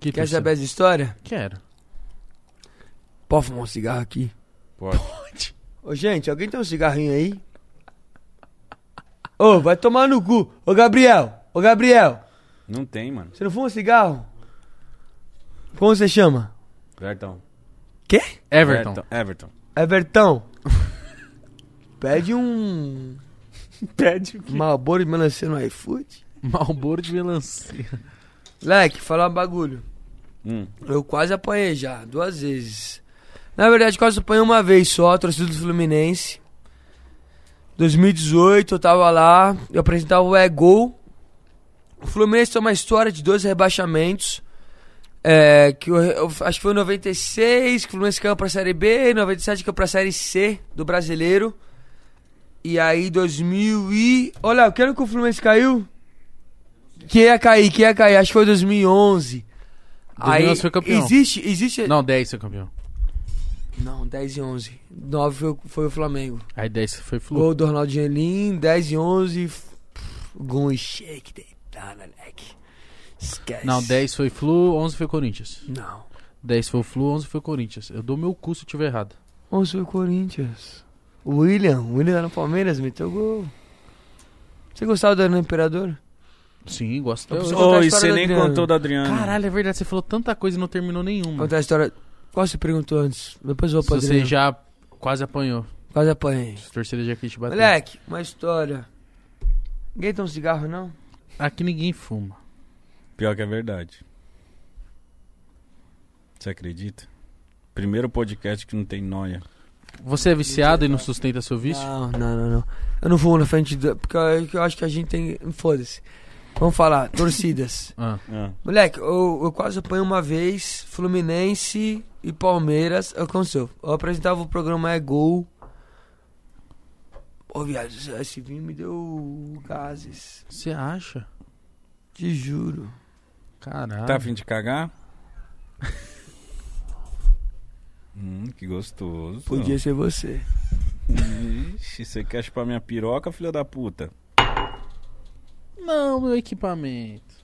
Speaker 2: Que
Speaker 3: Quer
Speaker 2: torcida?
Speaker 3: saber essa história?
Speaker 2: Quero.
Speaker 3: Pode fumar um cigarro aqui?
Speaker 1: Pode.
Speaker 3: Ô, gente, alguém tem um cigarrinho aí? Ô, vai tomar no cu. Ô, Gabriel. Ô, Gabriel.
Speaker 1: Não tem, mano.
Speaker 3: Você não fuma cigarro? Como você chama?
Speaker 1: Everton.
Speaker 3: Quê?
Speaker 2: Everton.
Speaker 1: Everton.
Speaker 3: Evertão. Pede um
Speaker 1: Pede o
Speaker 3: malboro de melancia no iFood.
Speaker 2: Malboro de melancia.
Speaker 3: Leque, falar um bagulho.
Speaker 1: Hum.
Speaker 3: Eu quase apanhei já, duas vezes. Na verdade, quase apanhei uma vez só, torcida do Fluminense. 2018, eu tava lá, eu apresentava o E-Gol. O Fluminense tem uma história de dois rebaixamentos. É, que eu, eu acho que foi em 96 que o Fluminense caiu pra Série B, em 97 caiu pra Série C do Brasileiro. E aí, 2000 e... Olha, que ano que o Fluminense caiu? Que ia cair, que ia cair, acho que foi 2011.
Speaker 2: 2011 foi campeão.
Speaker 3: Existe, existe...
Speaker 2: Não, 10 seu campeão.
Speaker 3: Não, 10 e 11. 9 foi, foi o Flamengo.
Speaker 2: Aí 10 foi flu.
Speaker 3: Gol do Ronaldo Gelim, 10 e 11. f- pff, Gol e shake, deitada, moleque. Esquece.
Speaker 2: Não, 10 foi flu, 11 foi Corinthians.
Speaker 3: Não.
Speaker 2: 10 foi flu, 11 foi Corinthians. Eu dou meu cu se eu tiver errado.
Speaker 3: 11 foi o Corinthians. O William, o William lá no Palmeiras, meteu gol. Você gostava do Hernan Imperador?
Speaker 2: Sim, gosto
Speaker 3: Eu
Speaker 2: até
Speaker 3: preciso-
Speaker 2: hoje.
Speaker 1: Oh,
Speaker 3: a
Speaker 1: e
Speaker 3: história
Speaker 1: você
Speaker 3: do
Speaker 1: nem
Speaker 3: Adriano.
Speaker 1: contou do Adriano.
Speaker 2: Caralho, é verdade. Você falou tanta coisa e não terminou nenhuma.
Speaker 3: Contar a história. Qual você perguntou antes? Depois eu
Speaker 2: Hum. Se
Speaker 3: vou
Speaker 2: você
Speaker 3: pra já...
Speaker 2: já quase apanhou.
Speaker 3: Quase apanhei.
Speaker 2: Se torcida já quis te bater.
Speaker 3: Moleque, uma história. Ninguém tem um cigarro, não?
Speaker 2: Aqui ninguém fuma.
Speaker 1: Pior que é verdade. Você acredita? Primeiro podcast que não tem noia.
Speaker 2: Você é viciado e não sustenta seu vício?
Speaker 3: Não, não, não, não. Eu não vou na frente do... Porque eu, eu acho que a gente tem... Foda-se. Vamos falar, torcidas.
Speaker 2: Ah,
Speaker 1: Ah,
Speaker 3: Moleque, eu, eu quase apanhei uma vez, Fluminense e Palmeiras. É Aconteceu. Eu apresentava o programa É Gol. Ô, viado, esse- esse vinho me deu gases.
Speaker 2: você acha?
Speaker 3: Te juro.
Speaker 2: Caralho.
Speaker 1: Tá afim de cagar? hum, que gostoso.
Speaker 3: Podia ser você.
Speaker 1: Ixi, você quer chupar minha piroca, filha da puta?
Speaker 2: Não, meu equipamento.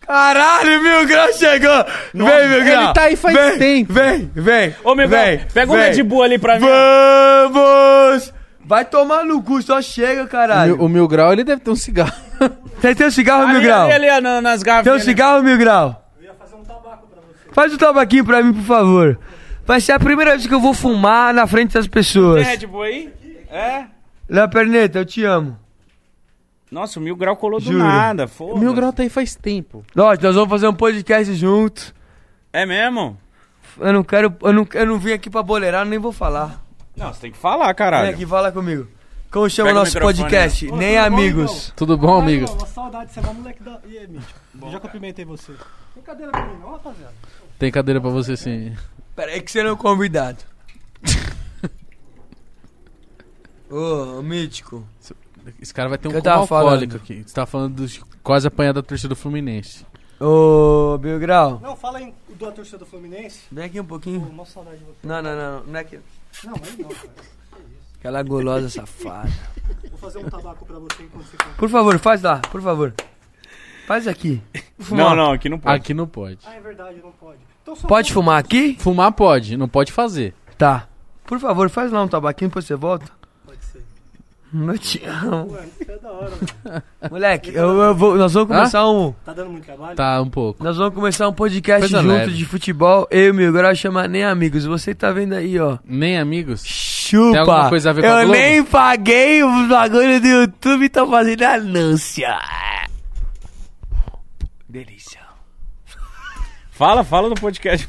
Speaker 3: Caralho, Mil Grau chegou! vem, Mil Grau!
Speaker 2: Ele tá aí faz
Speaker 3: vem,
Speaker 2: tempo.
Speaker 3: Vem, vem!
Speaker 1: Ô, meu
Speaker 3: vem,
Speaker 1: velho, pega um
Speaker 3: vem.
Speaker 1: Red Bull ali pra mim.
Speaker 3: Vamos! Vai tomar no cu, só chega,
Speaker 2: O
Speaker 3: caralho.
Speaker 2: Mil, o Mil Grau, ele deve ter um cigarro.
Speaker 3: Tem, tem um cigarro, Mil
Speaker 1: Ali,
Speaker 3: Grau?
Speaker 1: ali, ali, na- nas
Speaker 3: Tem um
Speaker 1: garrafinhas.
Speaker 3: cigarro, Mil Grau? Eu ia fazer um tabaco pra você. Faz um tabaquinho pra mim, por favor. Vai ser a primeira vez que eu vou fumar na frente das
Speaker 1: Tem
Speaker 3: pessoas.
Speaker 1: é Red Bull aí? É?
Speaker 3: Léo Perneta, eu te amo.
Speaker 1: Nossa, o Mil Grau colou do
Speaker 3: Juro.
Speaker 1: nada,
Speaker 2: O
Speaker 1: foda
Speaker 2: Mil Grau tá aí faz tempo.
Speaker 3: Nós, nós vamos fazer um podcast junto.
Speaker 1: É mesmo?
Speaker 3: Eu não quero. Eu não, eu não vim aqui pra boleirar, nem vou falar.
Speaker 1: Não, você tem que falar,
Speaker 3: Vem
Speaker 1: caralho.
Speaker 3: aqui, fala comigo. Como chama
Speaker 1: Pega
Speaker 3: o
Speaker 1: o
Speaker 3: nosso
Speaker 1: microfone, né?
Speaker 3: podcast?
Speaker 8: ó.
Speaker 3: Nem
Speaker 8: Ô, tudo bom,
Speaker 3: amigos.
Speaker 2: Tudo bom,
Speaker 8: Aí,
Speaker 2: amigo?
Speaker 8: ó, Uma saudade de você, vai, moleque da. E aí, Mítico? Eu já cumprimentei você. Tem cadeira pra mim, não, rapaziada?
Speaker 2: Tem cadeira pra você sim.
Speaker 3: Peraí que você não é convidado. Ô, mítico.
Speaker 2: Esse cara vai ter um
Speaker 3: Que eu
Speaker 2: coma
Speaker 3: tava falando?
Speaker 2: alcoólico aqui. Você tá falando dos quase apanhado da torcida do Fluminense.
Speaker 3: Ô, Bill Grau.
Speaker 8: Não, fala aí do torcida do Fluminense.
Speaker 3: Vem aqui um
Speaker 8: Pô,
Speaker 3: pouquinho.
Speaker 8: uma saudade de você.
Speaker 3: Não, não, não. Não é aqui.
Speaker 8: Não, mas não, cara.
Speaker 3: Aquela golosa safada.
Speaker 8: Vou fazer um tabaco pra você enquanto você canta.
Speaker 3: Por favor, faz lá, por favor. Faz aqui.
Speaker 1: Não, não, aqui não pode.
Speaker 2: Aqui não pode.
Speaker 8: Ah, é verdade, não pode. Então só
Speaker 3: Pode fumar aqui?
Speaker 2: Fumar pode, não pode fazer.
Speaker 3: Tá. Por favor, faz lá um tabaquinho, depois você volta.
Speaker 8: Pode ser.
Speaker 3: Hum, Eu te amo.
Speaker 8: Mano, isso é da hora, mano.
Speaker 3: Moleque, eu, eu vou, nós vamos começar um.
Speaker 8: Tá dando muito trabalho?
Speaker 2: Tá um pouco.
Speaker 3: Nós vamos começar um podcast
Speaker 2: Coisa
Speaker 3: junto
Speaker 2: leve.
Speaker 3: de futebol. Eu e o meu grau chamar nem amigos. Você tá vendo aí, ó.
Speaker 2: Nem amigos?
Speaker 3: Chupa!
Speaker 2: Tem alguma coisa a ver com
Speaker 3: eu
Speaker 2: a Globo?
Speaker 3: nem paguei o bagulho do YouTube e tô fazendo anúncia. Delícia.
Speaker 1: Fala, fala no podcast.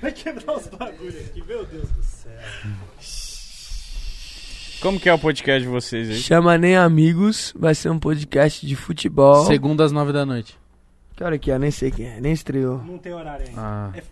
Speaker 8: Vai quebrar os bagulhos aqui, meu Deus do céu.
Speaker 1: Como que é o podcast de vocês aí?
Speaker 3: Chama nem amigos, vai ser um podcast de futebol.
Speaker 2: Segunda às nove da noite.
Speaker 3: Que hora que é? Nem sei quem é, nem estreou.
Speaker 8: Não tem horário ainda.
Speaker 2: Ah.
Speaker 8: É-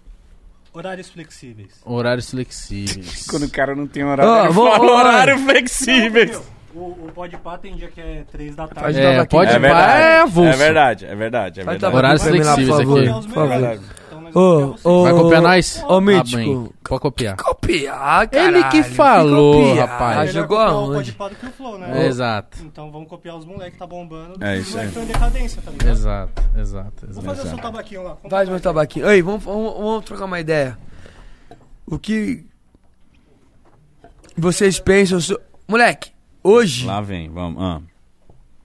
Speaker 8: Horários flexíveis.
Speaker 2: Horários flexíveis.
Speaker 1: Quando o cara não tem horário,
Speaker 3: Ó,
Speaker 1: ele
Speaker 3: vou-
Speaker 1: fala
Speaker 3: ó,
Speaker 1: horário
Speaker 8: Não,
Speaker 1: flexível.
Speaker 8: meu, O, o pode pá tem dia que é 3 da
Speaker 3: Faz
Speaker 8: tarde.
Speaker 3: de novo
Speaker 2: É,
Speaker 3: aqui.
Speaker 2: pode
Speaker 1: É
Speaker 2: pá,
Speaker 1: verdade,
Speaker 2: é
Speaker 1: é
Speaker 2: avulso.
Speaker 1: verdade, é verdade, é
Speaker 3: Vai dar
Speaker 1: verdade.
Speaker 2: Horários
Speaker 3: Vai lá,
Speaker 2: flexíveis
Speaker 3: por
Speaker 2: aqui.
Speaker 3: favor,
Speaker 8: Por
Speaker 3: por favor.
Speaker 8: favor. Então nós vamos
Speaker 3: Ô,
Speaker 8: copiar vocês.
Speaker 3: ô,
Speaker 2: Vai copiar nós? Tá
Speaker 3: Ô, Mítico.
Speaker 2: bem. Pode copiar.
Speaker 3: Copiar, cara.
Speaker 2: Ele que falou, rapaz.
Speaker 8: É
Speaker 2: Ah,
Speaker 8: melhor
Speaker 3: jogou
Speaker 8: copiar o pode
Speaker 3: aonde?
Speaker 8: pá do que o flow,
Speaker 2: É,
Speaker 8: né?
Speaker 2: Exato.
Speaker 8: Então vamos copiar os moleques que tá bombando.
Speaker 1: É
Speaker 8: os
Speaker 1: isso
Speaker 8: moleques
Speaker 1: aí.
Speaker 8: que estão em decadência, tá ligado?
Speaker 2: Exato, exato,
Speaker 8: Vou fazer o seu
Speaker 2: exato.
Speaker 8: tabaquinho lá.
Speaker 3: Faz meu tabaquinho. Ei, vamos, vamos- vamos trocar uma ideia. O que vocês pensam so- Moleque, hoje
Speaker 1: Lá vem, vamos. ah.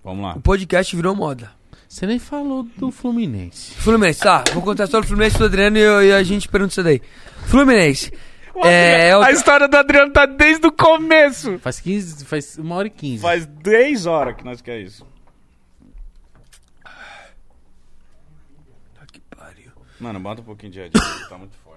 Speaker 1: Vamos lá.
Speaker 3: o podcast virou moda.
Speaker 2: Você nem falou do Fluminense.
Speaker 3: Fluminense, tá. Vou contar só do Fluminense, do Adriano e, eu- e a gente pergunta isso daí. Fluminense. É, é o-
Speaker 1: A história do Adriano tá desde o começo.
Speaker 2: Faz 15, faz uma hora e 15.
Speaker 1: Faz 10 horas que nós quer isso.
Speaker 3: Puta que pariu.
Speaker 1: Mano, bota um pouquinho de adjetivo, tá muito forte.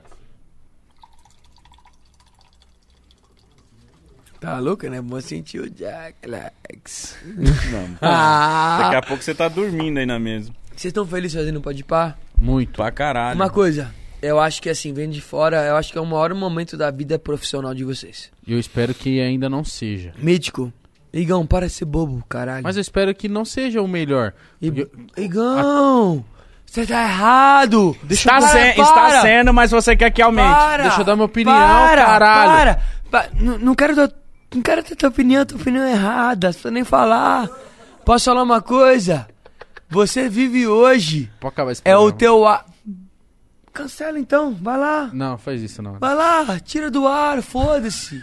Speaker 3: Tá louco, né? Bom sentir o Jack, Alex.
Speaker 1: Não,
Speaker 3: Ah,
Speaker 1: daqui a pouco você tá dormindo aí na mesa.
Speaker 3: vocês estão felizes fazendo pode par?
Speaker 2: Muito.
Speaker 1: Pra caralho.
Speaker 3: Uma coisa, eu acho que assim, vendo de fora, eu acho que é o maior momento da vida profissional de vocês.
Speaker 2: E eu espero que ainda não seja.
Speaker 3: Mítico, Igão, para de ser bobo, caralho.
Speaker 2: Mas eu espero que não seja o melhor.
Speaker 3: E-
Speaker 2: Porque-
Speaker 3: Igão, você tá errado. Deixa
Speaker 1: Está, se- está sendo, mas você quer que aumente.
Speaker 3: é, Para,
Speaker 2: Deixa eu dar minha opinião,
Speaker 3: para,
Speaker 2: caralho.
Speaker 3: Para, Pa- N- não quero tua- não quero ter tua opinião, tua opinião é errada, você nem falar. Posso falar uma coisa? Você vive hoje,
Speaker 2: Pode acabar esse
Speaker 3: é o
Speaker 2: programa.
Speaker 3: teu a... Cancela então, vai lá.
Speaker 2: Não, faz isso não.
Speaker 3: Vai lá, tira do ar, foda-se.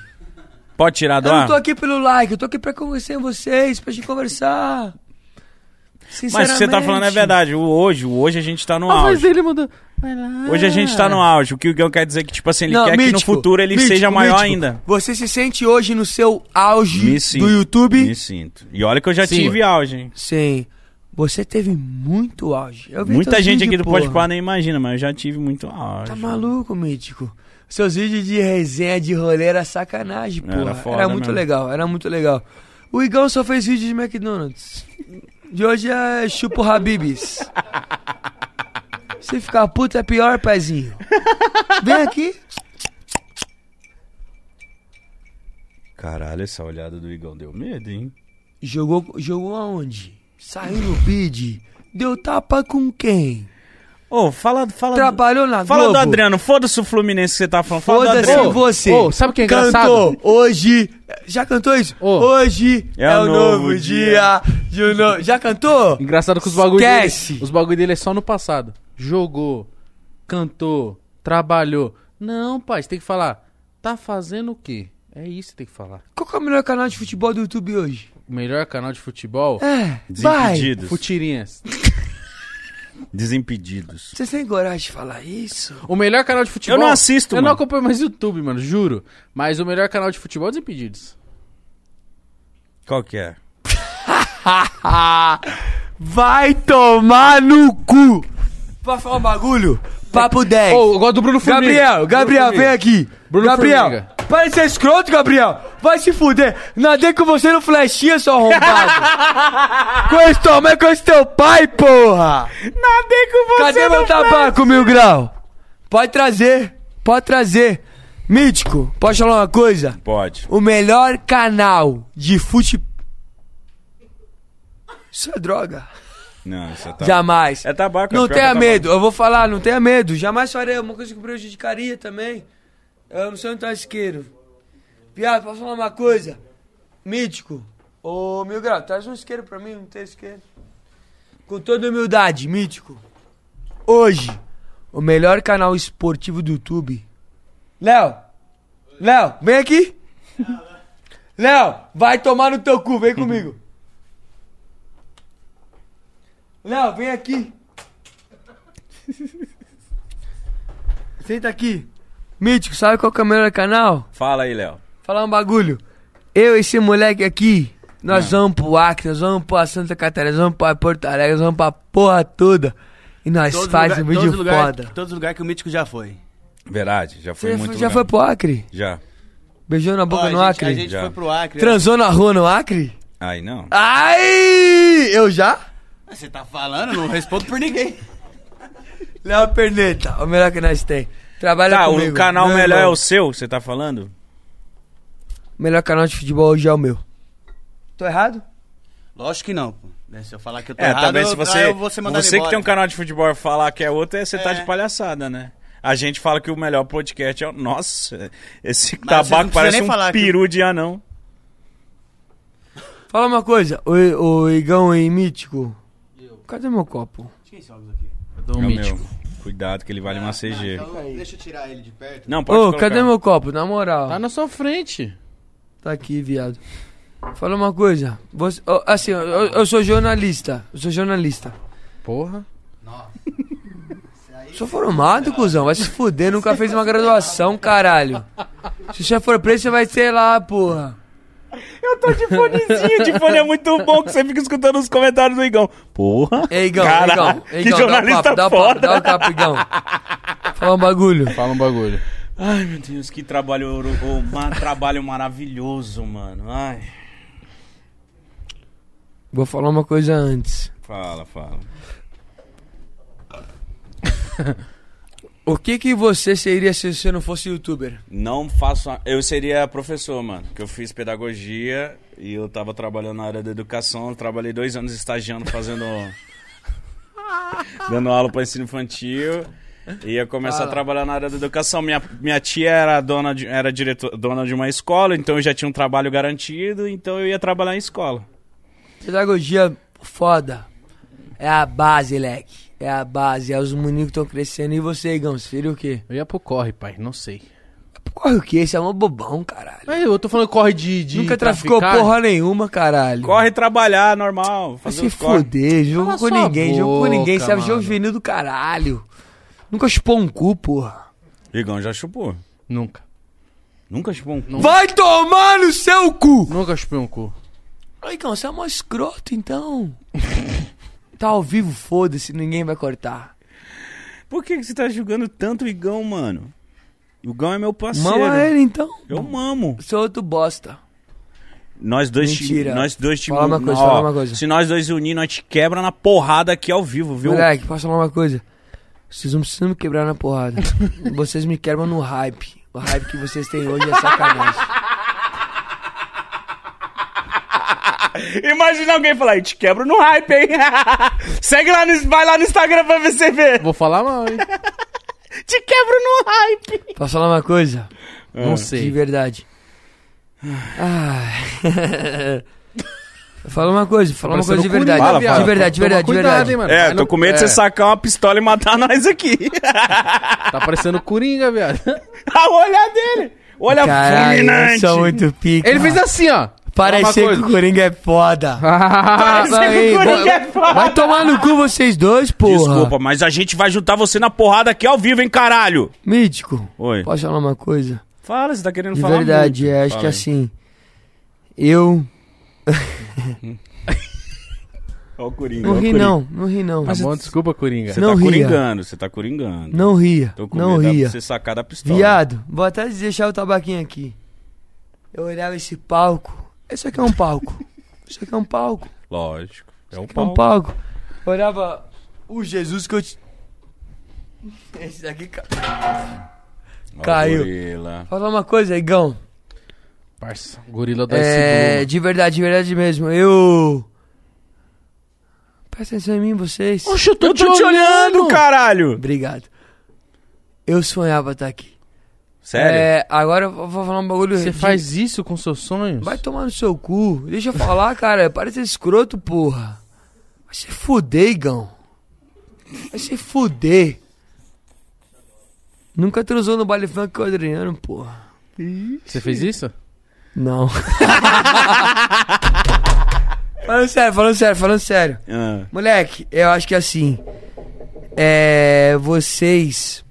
Speaker 1: Pode tirar do
Speaker 3: Eu não
Speaker 1: ar?
Speaker 3: tô aqui pelo like, eu tô aqui pra conhecer vocês, pra gente conversar.
Speaker 1: Mas o que você tá falando é
Speaker 3: Sinceramente. é.
Speaker 1: verdade. O hoje, o hoje a gente tá no
Speaker 2: Ah, mas
Speaker 1: auge.
Speaker 2: ele mudou. Vai lá.
Speaker 1: Hoje a gente tá no auge. O que o Igão quer dizer é que, tipo assim, ele
Speaker 3: Não,
Speaker 1: quer que
Speaker 3: mítico,
Speaker 1: no futuro ele
Speaker 3: mítico,
Speaker 1: seja maior
Speaker 3: mítico.
Speaker 1: ainda.
Speaker 3: Você se sente hoje no seu auge
Speaker 1: Me sinto,
Speaker 3: do YouTube?
Speaker 1: Me sinto. E olha que eu já
Speaker 2: Sim.
Speaker 1: tive auge, hein?
Speaker 3: Tá é é
Speaker 1: tá
Speaker 2: é
Speaker 1: é?
Speaker 2: é "Tá É é
Speaker 3: é um É, um É Vai se fuder. Nadei com você no flechinha, seu arrombado. com esse tua mãe, com esse teu pai, porra.
Speaker 1: Nadei com você.
Speaker 3: Cadê meu tabaco, mil grau? Pode trazer, pode trazer. Mítico, pode falar uma coisa?
Speaker 1: Pode.
Speaker 3: O melhor canal de fute... Isso é droga.
Speaker 1: Não, isso é tabaco.
Speaker 3: Jamais.
Speaker 1: É tabaco. é
Speaker 3: Não
Speaker 1: pior que é
Speaker 3: tenha
Speaker 1: tabaco.
Speaker 3: medo, eu vou falar, não tenha medo. Jamais farei uma coisa que prejudicaria também. Eu não sou um tasqueiro. Piado, posso falar uma coisa? Mítico, ô Mil Grau, traz um isqueiro pra mim, não tem isqueiro. Com toda humildade, Mítico. Hoje, o melhor canal esportivo do YouTube. Léo, Léo, vem aqui. Léo, vai tomar no teu cu, vem comigo. Léo, vem aqui. Senta aqui. Mítico, sabe qual que é o melhor canal?
Speaker 1: Fala aí, Léo.
Speaker 3: Falar um bagulho. Eu e esse moleque aqui,
Speaker 7: É.
Speaker 3: nós vamos pro Acre, nós vamos pra Santa Catarina, nós vamos pra Porto Alegre, nós vamos pra porra toda. E nós
Speaker 7: Todos os
Speaker 3: faz um
Speaker 7: lugar- todos
Speaker 3: vídeo
Speaker 7: os lugar-
Speaker 3: foda.
Speaker 7: Todos os lugares que o Mítico já foi.
Speaker 1: Verdade, já foi
Speaker 3: Você
Speaker 1: muito
Speaker 3: já
Speaker 1: lugar.
Speaker 3: foi pro Acre?
Speaker 1: Já.
Speaker 3: Beijou na boca
Speaker 7: Ó, a
Speaker 3: no
Speaker 7: gente-
Speaker 3: Acre?
Speaker 7: A gente
Speaker 1: Já.
Speaker 7: foi pro Acre.
Speaker 3: Transou na rua no Acre?
Speaker 1: Aí não.
Speaker 3: Ai! Eu já?
Speaker 7: Ah, Você tá falando? Não respondo por ninguém.
Speaker 3: Léo Perneta, o melhor que nós tem. Trabalha
Speaker 1: Tá,
Speaker 3: comigo.
Speaker 1: o canal
Speaker 3: meu
Speaker 1: melhor é
Speaker 3: irmão.
Speaker 1: o seu, que você tá falando?
Speaker 3: O melhor canal de futebol hoje é o meu. Tô errado?
Speaker 7: Lógico que não, pô. Né, Se eu falar que eu tô
Speaker 1: É,
Speaker 7: errado,
Speaker 1: talvez se
Speaker 7: eu-
Speaker 1: você.
Speaker 7: ah, eu vou ser mandado
Speaker 1: você que
Speaker 7: embora.
Speaker 1: tem um canal de futebol e falar que é outro, é- você tá
Speaker 7: É.
Speaker 1: de palhaçada, né? A gente fala que o melhor podcast é o. Nossa, esse
Speaker 7: não
Speaker 1: tabaco
Speaker 7: precisa
Speaker 1: parece
Speaker 7: nem
Speaker 1: um
Speaker 7: falar que-
Speaker 1: peru de anão.
Speaker 3: Fala uma coisa, o, o Igão e Mítico. Cadê meu copo?
Speaker 2: Do
Speaker 1: É o
Speaker 2: mítico.
Speaker 1: meu. Cuidado que ele vale uma CG.
Speaker 7: Ah, tá. Então deixa eu tirar ele de perto.
Speaker 1: Não, pode
Speaker 3: Ô,
Speaker 1: colocar.
Speaker 3: cadê meu copo? Na moral.
Speaker 2: Tá na sua frente.
Speaker 3: Tá aqui, viado. Fala uma coisa. Você- ó, assim, ó, eu, eu sou jornalista. Eu sou jornalista.
Speaker 2: Porra.
Speaker 3: Sou formado, cuzão. Vai se fuder. Nunca fez uma graduação, caralho. Se você for preso, você vai ser lá, porra.
Speaker 1: Fonezinho de fone é muito bom que você fica escutando os comentários do Igão. Porra.
Speaker 3: Ei, Igão,
Speaker 1: Caralho,
Speaker 3: Igão,
Speaker 1: que
Speaker 3: Igão, dá o
Speaker 1: jornalista
Speaker 3: papo, dá o papo,
Speaker 1: foda.
Speaker 3: dá o papo, Igão. Fala um bagulho.
Speaker 2: Fala um bagulho.
Speaker 1: Ai, meu Deus, que trabalho, ouro- ô, ma- trabalho maravilhoso, mano. Ai.
Speaker 3: Vou falar uma coisa antes.
Speaker 1: Fala, fala.
Speaker 3: O que que você seria se você não fosse youtuber?
Speaker 1: Não faço. a- Eu seria professor, mano. Que eu fiz pedagogia e eu tava trabalhando na área da educação. Eu trabalhei dois anos estagiando, fazendo. dando aula pra ensino infantil. E ia começar
Speaker 3: Ah.
Speaker 1: a trabalhar na área da educação. Minha, minha tia era dona de, era diretor, dona de uma escola, então eu já tinha um trabalho garantido, então eu ia trabalhar em escola.
Speaker 3: Pedagogia foda. É a base, leque. É a base. É os meninos que estão crescendo. E você, Igão, você seria o quê?
Speaker 2: Eu ia pro corre, pai. Não sei.
Speaker 3: Corre o quê? Você é um bobão, caralho.
Speaker 2: Mas eu tô falando corre de. de
Speaker 3: Nunca traficou
Speaker 2: traficar.
Speaker 3: porra nenhuma, caralho.
Speaker 1: Corre trabalhar, normal.
Speaker 3: Vai
Speaker 1: Fazer
Speaker 3: se
Speaker 1: os corre.
Speaker 3: fuder, jogo
Speaker 2: Cala
Speaker 3: com
Speaker 2: sua
Speaker 3: ninguém, jogo com
Speaker 2: boca,
Speaker 3: ninguém. Você é
Speaker 2: mano.
Speaker 3: jogo juvenil do caralho. Nunca chupou um cu, porra.
Speaker 1: Igão já chupou.
Speaker 2: Nunca.
Speaker 1: Nunca chupou um cu.
Speaker 3: Vai tomar no seu cu!
Speaker 2: Nunca chupei um cu.
Speaker 3: Ô, Igão, você é mó escroto, então. tá ao vivo, foda-se, ninguém vai cortar.
Speaker 1: Por que, que você tá julgando tanto o Igão, mano? O Igão é meu parceiro.
Speaker 3: Mama ele, então.
Speaker 1: Eu mamo.
Speaker 3: Sou outro bosta.
Speaker 1: Nós dois
Speaker 3: Mentira.
Speaker 1: te, nós dois te
Speaker 3: Fala uma
Speaker 1: mu-
Speaker 3: coisa,
Speaker 1: ó,
Speaker 3: fala uma coisa.
Speaker 1: Se nós dois unir, nós te quebra na porrada aqui ao vivo, viu?
Speaker 3: Moleque, posso falar uma coisa? Vocês não precisam me quebrar na porrada. vocês me quebram no hype. O hype que vocês têm hoje é sacanagem.
Speaker 1: Imagina alguém falar, "Eu te quebro no hype, hein? Segue lá no, vai lá no Instagram pra ver você ver.
Speaker 2: Vou falar mal, hein?
Speaker 1: Te quebro no hype.
Speaker 3: Posso falar uma coisa?
Speaker 1: É.
Speaker 2: Não
Speaker 3: De
Speaker 2: sei.
Speaker 3: verdade. Ah. fala uma coisa,
Speaker 2: Tá
Speaker 3: fala uma coisa de verdade.
Speaker 1: Fala,
Speaker 3: de
Speaker 1: fala.
Speaker 3: verdade, de verdade, de verdade.
Speaker 1: É, tô com medo de você sacar uma pistola e matar nós aqui.
Speaker 2: Tá parecendo Coringa, viado.
Speaker 1: A olhar dele. Olha
Speaker 3: Caralho, eu sou muito pica.
Speaker 2: Ele fez assim, ó.
Speaker 3: Parecer que o Coringa é foda. Vai,
Speaker 1: que o Coringa
Speaker 3: vai-
Speaker 1: é foda.
Speaker 3: Vai tomar no cu vocês dois, porra.
Speaker 1: Desculpa, mas a gente vai juntar você na porrada aqui ao vivo, hein, caralho.
Speaker 3: Mítico,
Speaker 1: Oi.
Speaker 3: posso falar uma coisa?
Speaker 1: Fala, você tá querendo
Speaker 3: De
Speaker 1: falar
Speaker 3: verdade,
Speaker 1: muito.
Speaker 3: é, acho
Speaker 1: Fala
Speaker 3: que
Speaker 1: aí.
Speaker 3: assim. Eu.
Speaker 1: Ó é o Coringa, ó
Speaker 3: Não
Speaker 1: o
Speaker 3: ri,
Speaker 1: Coringa.
Speaker 3: não. Não ri, não.
Speaker 2: Tá bom, desculpa, Coringa.
Speaker 1: Você
Speaker 3: Não
Speaker 1: tá
Speaker 3: ria.
Speaker 1: coringando, você tá coringando.
Speaker 3: Não ria.
Speaker 1: Tô com
Speaker 3: Não
Speaker 1: medo da-
Speaker 3: ria.
Speaker 1: você sacar da pistola.
Speaker 3: Viado, vou até deixar o tabaquinho aqui. Eu olhava esse palco. Isso aqui é um palco. Isso aqui é um palco.
Speaker 1: Lógico. É um
Speaker 3: É um
Speaker 1: pau.
Speaker 3: palco. Eu olhava o Jesus que eu te. Esse daqui. ca-
Speaker 1: Ó,
Speaker 3: Caiu.
Speaker 1: gorila.
Speaker 3: Falar uma coisa, Igão.
Speaker 2: Parça, gorila da
Speaker 3: É,
Speaker 2: é...
Speaker 3: de verdade, de verdade mesmo. Eu. Presta atenção em mim, vocês.
Speaker 2: Oxe, eu tô,
Speaker 1: Eu tô te olhando, caralho!
Speaker 3: Obrigado. Eu sonhava estar aqui.
Speaker 1: Sério?
Speaker 3: É, agora eu vou vou falar um bagulho.
Speaker 2: Você
Speaker 3: de-
Speaker 2: faz isso com seus sonhos?
Speaker 3: Vai tomar no seu cu. Deixa eu falar, cara. Para de ser escroto, porra. Vai se fuder, Igão. Vai se fuder. Nunca transou no baile funk com o Adriano, porra.
Speaker 2: Você fez isso?
Speaker 3: Não. falando sério, falando sério, falando sério.
Speaker 1: Ah,
Speaker 3: Moleque, eu acho que assim. É. Vocês.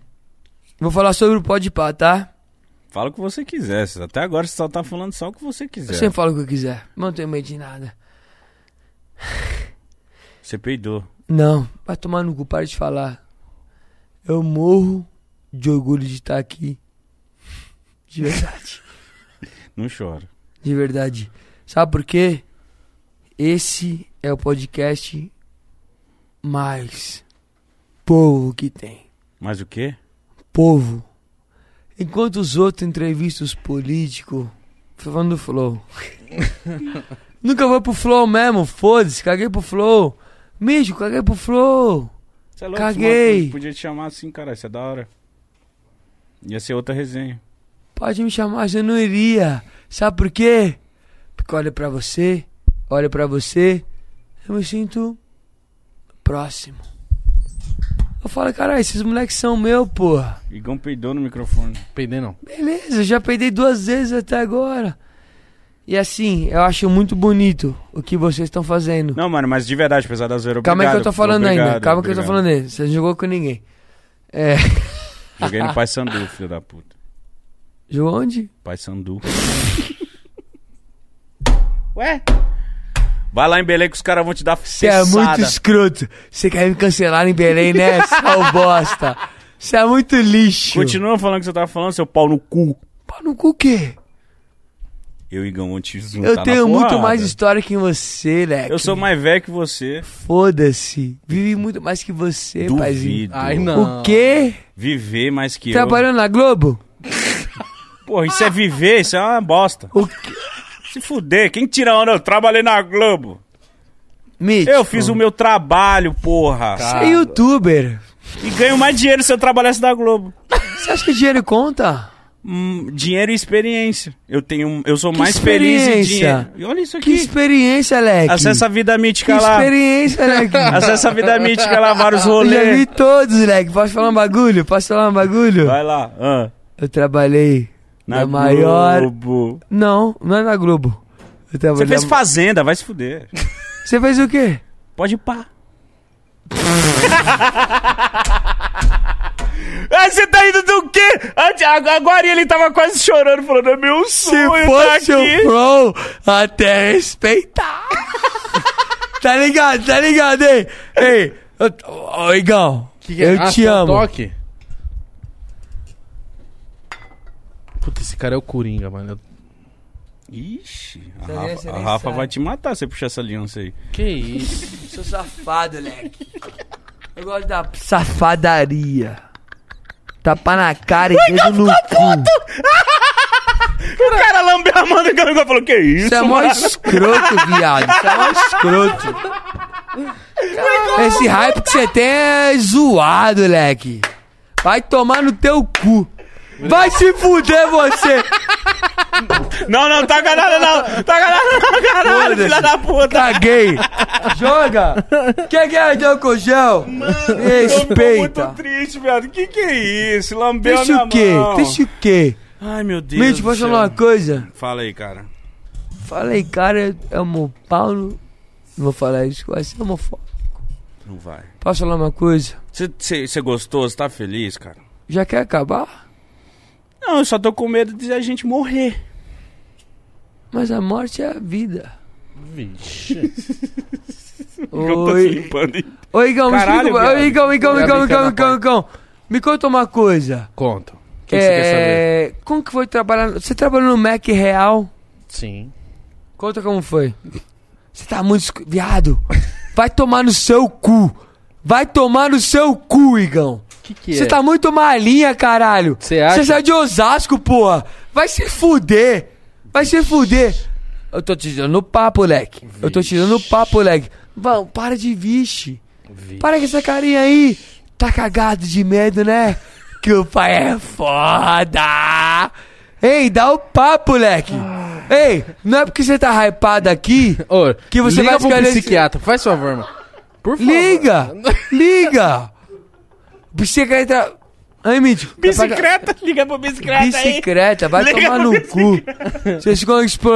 Speaker 3: Vou falar sobre o pode pá, tá?
Speaker 1: fala o que você quiser. cê- Até agora você só tá falando só o que você
Speaker 3: Eu
Speaker 1: quiser.
Speaker 3: sempre falo o que eu quiser. Não tenho medo de nada.
Speaker 1: Você peidou.
Speaker 3: Não, vai tomar no cu, para de falar. Eu morro de orgulho de estar aqui. De verdade.
Speaker 1: Não chora.
Speaker 3: De verdade. Sabe por quê? Esse é o podcast mais povo que tem.
Speaker 1: Mas o quê?
Speaker 3: povo. Enquanto os outros entrevistam os políticos, tô falando do Flow. Nunca vou pro Flow mesmo, foda-se, caguei pro Flow. Mijo, caguei pro Flow.
Speaker 1: Você é
Speaker 3: Caguei.
Speaker 1: mano, Podia te chamar assim, caralho. Isso é da hora. Ia ser outra resenha.
Speaker 3: Pode me chamar, você não iria. Sabe por quê? Porque olha pra você, olha pra você, eu me sinto próximo. Eu falo, caralho, esses moleques são meu, porra.
Speaker 1: Igão peidou no microfone.
Speaker 2: Peidei não.
Speaker 3: Beleza, eu já peidei duas vezes até agora. E assim, eu acho muito bonito o que vocês estão fazendo.
Speaker 1: Não, mano, mas de verdade, apesar das zoeira,
Speaker 3: Calma aí que eu
Speaker 1: obrigado,
Speaker 3: tô falando
Speaker 1: obrigado,
Speaker 3: ainda. Calma que eu tô
Speaker 1: obrigado.
Speaker 3: falando ainda. Você não jogou com ninguém. É.
Speaker 1: Joguei no Pai Sandu, filho da puta.
Speaker 3: Jogou onde?
Speaker 1: Pai Sandu. Ué? Vai lá em Belém que os caras vão te dar
Speaker 3: Você é
Speaker 1: cessada.
Speaker 3: muito escroto. Você quer me cancelar em Belém, né? Seu bosta. Você é muito lixo.
Speaker 1: Continua falando o que você tava falando, seu pau no cu.
Speaker 3: Pau no cu o quê?
Speaker 1: Eu e Igão vão te juntar
Speaker 3: Eu
Speaker 1: tá na
Speaker 3: tenho muito
Speaker 1: porrada.
Speaker 3: mais história que você, Leque.
Speaker 1: Eu sou mais velho que você.
Speaker 3: Foda-se. Vivi muito mais que você, paizinho.
Speaker 1: Duvido.
Speaker 3: Tá
Speaker 2: Ai, não.
Speaker 3: O quê?
Speaker 1: Viver mais que
Speaker 3: Trabalhando na Globo?
Speaker 1: eu. Porra, isso é viver, isso é uma bosta.
Speaker 3: O
Speaker 1: Se fuder, quem tira onda? Eu trabalhei na Globo.
Speaker 3: Mitch.
Speaker 1: Eu fiz o meu trabalho, porra.
Speaker 3: Você é youtuber.
Speaker 1: E ganho mais dinheiro se eu trabalhasse na Globo.
Speaker 3: Você acha que dinheiro conta?
Speaker 1: Hum, dinheiro e experiência. Eu tenho, um, eu sou mais feliz em
Speaker 3: experiência?
Speaker 1: dinheiro. E olha isso
Speaker 3: Que
Speaker 1: aqui.
Speaker 3: experiência, Leque.
Speaker 1: Acessa a vida
Speaker 3: que
Speaker 1: mítica lá.
Speaker 3: experiência, Leque.
Speaker 1: Acessa a vida mítica lá, vários
Speaker 3: Eu já vi
Speaker 1: rolês.
Speaker 3: todos, Leque. Posso falar um bagulho? Posso falar um bagulho?
Speaker 1: Vai lá. ah,
Speaker 3: Eu trabalhei na,
Speaker 1: na
Speaker 3: É maior...
Speaker 1: Globo.
Speaker 3: Não, não é na Globo. Eu
Speaker 1: Você
Speaker 3: trabalhei
Speaker 1: fez
Speaker 3: na-
Speaker 1: fazenda, vai se fuder.
Speaker 3: Você fez o quê?
Speaker 1: Pode pá. Ah, você tá indo do quê? Ante- ag- Agora ele tava quase chorando, falando: é meu
Speaker 3: Se
Speaker 1: sonho tá
Speaker 3: fosse o
Speaker 1: aqui.
Speaker 3: Pro, até respeitar. tá ligado, tá ligado, hein? Ei, ô, ô, ô, Igão, eu
Speaker 2: Ah,
Speaker 3: te
Speaker 2: só um
Speaker 3: amo.
Speaker 2: Toque. Puta, esse cara é o Coringa, mano.
Speaker 1: Ixi, a
Speaker 3: Essa aliança
Speaker 1: Rafa, a
Speaker 3: nem
Speaker 1: Rafa
Speaker 3: sai.
Speaker 1: vai te matar se você puxar essa aliança aí.
Speaker 2: Que isso?
Speaker 3: Sou safado, Leque. Eu gosto da safadaria. Tapa na cara e dedo no cu.
Speaker 1: O cara lambeu a mão do Igão e falou: que isso?
Speaker 3: Você é mó
Speaker 1: mano?"
Speaker 3: escroto, viado. Você é mó escroto. Esse hype que você tem é zoado, Leque. Vai tomar no teu cu. Vai se fuder você!
Speaker 1: Não, não, tá nada não. Tá nada não, caralho, filha da puta.
Speaker 3: Caguei! Tá Joga! Quem que é o cojão?
Speaker 1: Eu tô
Speaker 3: Respeita!
Speaker 1: muito triste, velho. Que que é isso? Lambeu
Speaker 3: Deixa
Speaker 1: na
Speaker 3: o quê?
Speaker 1: mão.
Speaker 3: Deixa o quê?
Speaker 1: Ai, meu Deus
Speaker 3: Mitch,
Speaker 1: do
Speaker 3: posso
Speaker 1: céu.
Speaker 3: falar uma coisa?
Speaker 1: Fala aí, cara.
Speaker 3: Falei, cara, é o Paulo. Não vou falar isso, vai ser homofóbico.
Speaker 1: Não vai.
Speaker 3: Posso falar uma coisa?
Speaker 1: Você gostou? Você tá feliz, cara?
Speaker 3: Já quer acabar?
Speaker 1: Não, eu só tô com medo de a gente morrer.
Speaker 3: Mas a morte é a vida.
Speaker 2: Vixe.
Speaker 1: Eu tô se
Speaker 2: assim,
Speaker 3: Oi, Tá
Speaker 1: limpando. hein?
Speaker 3: Oi Igão, me
Speaker 1: Caralho,
Speaker 3: explica.
Speaker 1: viado.
Speaker 3: Oi, Igão, Igão,
Speaker 2: Obrigado, Igão,
Speaker 3: Igão, Igão,
Speaker 2: na
Speaker 3: Igão, Igão. Me conta uma coisa. É,
Speaker 2: Conta. O que que você quer saber?
Speaker 3: Como que foi trabalhar? Você trabalhou no Mac Real?
Speaker 2: Sim.
Speaker 3: Conta como foi. Você tá muito. esco- Viado! Vai tomar no seu cu! Vai tomar no seu cu, Igão!
Speaker 2: O que que é?
Speaker 3: Você tá muito malinha, caralho!
Speaker 2: Você acha?
Speaker 3: Você saiu de Osasco, porra! Vai se fuder! Vai se fuder! Eu tô te dando papo, moleque. Eu tô te dando papo, moleque. Vão, para de vixe. Para com essa carinha aí. Tá cagado de medo, né? Que o pai é foda. Ei, dá o papo, moleque. Ei, não é porque você tá hypado aqui.
Speaker 2: Ô,
Speaker 3: Que você
Speaker 2: liga
Speaker 3: vai
Speaker 2: pro
Speaker 3: ficar nesse-
Speaker 2: psiquiatra, faz favor, mano. Por favor.
Speaker 3: Liga! Liga! Bicicleta. Ai, Mítico.
Speaker 1: Bicicleta, liga pro bicicleta aí.
Speaker 3: Bicicleta, vai
Speaker 1: Liga
Speaker 3: tomar
Speaker 1: pra
Speaker 3: no cu. Vocês ficam expo...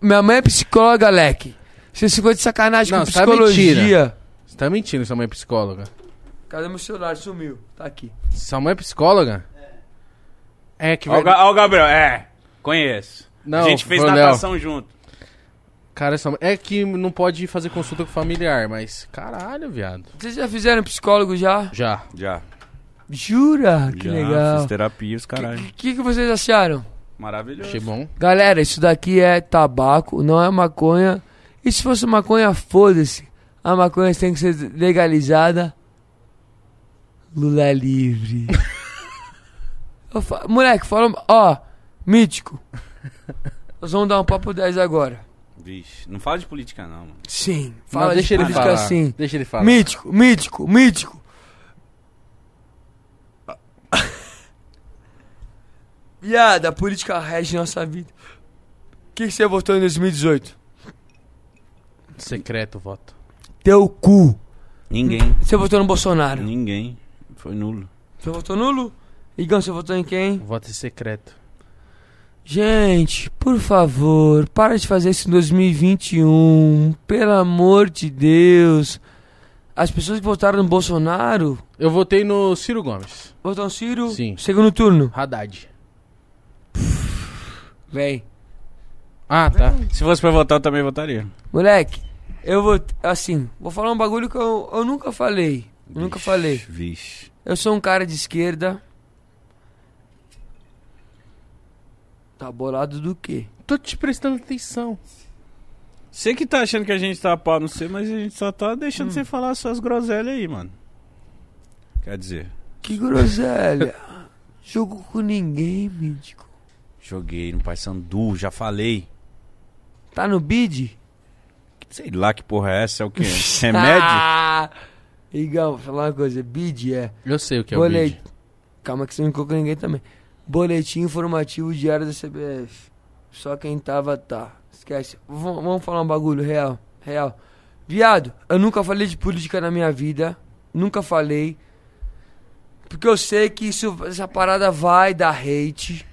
Speaker 3: Minha mãe é psicóloga, leque. Vocês ficam de sacanagem
Speaker 2: Não,
Speaker 3: com
Speaker 2: isso é
Speaker 3: psicologia.
Speaker 2: mentira. Você tá mentindo, sua mãe é psicóloga.
Speaker 3: Cadê meu celular? Sumiu. Tá aqui.
Speaker 2: Sua mãe é psicóloga? É, que
Speaker 1: Ó, o
Speaker 2: vai...
Speaker 1: Ga- ó o Gabriel, é, conheço.
Speaker 2: Não,
Speaker 1: a gente fez
Speaker 2: ô, Léo.
Speaker 1: natação junto.
Speaker 2: Cara, essa... é que não pode fazer consulta com familiar, mas... Caralho, viado.
Speaker 3: Vocês já fizeram psicólogo já?
Speaker 2: Já.
Speaker 1: Já.
Speaker 3: Jura? Que legal.
Speaker 1: terapia, os caralho.
Speaker 3: O que, que vocês acharam?
Speaker 1: Maravilhoso.
Speaker 2: Achei bom.
Speaker 3: Galera, isso daqui é tabaco, não é maconha. E se fosse maconha, foda-se. A maconha tem que ser legalizada. Lula é livre. Eu fa- Moleque, fala. um, Ó, mítico. Nós vamos dar um papo 10 agora.
Speaker 1: Vixe, não fala de política não, mano.
Speaker 3: Sim,
Speaker 2: Não,
Speaker 3: fala de
Speaker 2: deixa ele
Speaker 3: política
Speaker 2: falar.
Speaker 3: assim.
Speaker 2: Deixa ele falar.
Speaker 3: Mítico, mítico, mítico. Viada, a política rege nossa vida. O que que você votou em 2018?
Speaker 2: Secreto o voto.
Speaker 3: Teu cu.
Speaker 1: Ninguém,
Speaker 3: Você votou no Bolsonaro.
Speaker 1: ninguém. Foi nulo.
Speaker 3: Você votou no Lula? Igão, você votou em quem?
Speaker 2: O voto é secreto.
Speaker 3: Gente, por favor, para de fazer isso em 2021. Pelo amor de Deus. As pessoas que votaram no Bolsonaro
Speaker 2: Eu votei no Ciro Gomes.
Speaker 3: votaram no Ciro.
Speaker 2: Sim.
Speaker 3: Segundo turno.
Speaker 2: Haddad.
Speaker 3: Vem.
Speaker 2: Ah, tá.
Speaker 1: Se fosse pra votar, eu também votaria.
Speaker 3: Moleque, eu vou. Assim, vou falar um bagulho que eu, eu nunca falei. Eu Nunca
Speaker 1: Vixe,
Speaker 3: falei.
Speaker 1: Vixe.
Speaker 3: Eu sou um cara de esquerda. Tá bolado do quê?
Speaker 2: Tô te prestando atenção.
Speaker 1: Você que tá achando que a gente tá a pau, não sei, mas a gente só tá deixando você falar suas groselhas aí, mano. Quer dizer,
Speaker 3: Que groselha. Jogo com ninguém, mítico.
Speaker 1: joguei no Paysandu, já falei.
Speaker 3: Tá no bid?
Speaker 1: Sei lá que porra é essa, é o quê? Remédio?
Speaker 3: Ah! Igão, vou falar uma coisa. Bid é.
Speaker 2: Eu sei o que é o
Speaker 3: Bolet...
Speaker 2: vídeo.
Speaker 3: Calma que você não colocou ninguém também. Boletim informativo diário da CBF. Só quem tava tá. Esquece. V- vamos falar um bagulho real, real. Viado, eu nunca falei de política na minha vida. Nunca falei. Porque eu sei que isso, essa parada vai dar hate.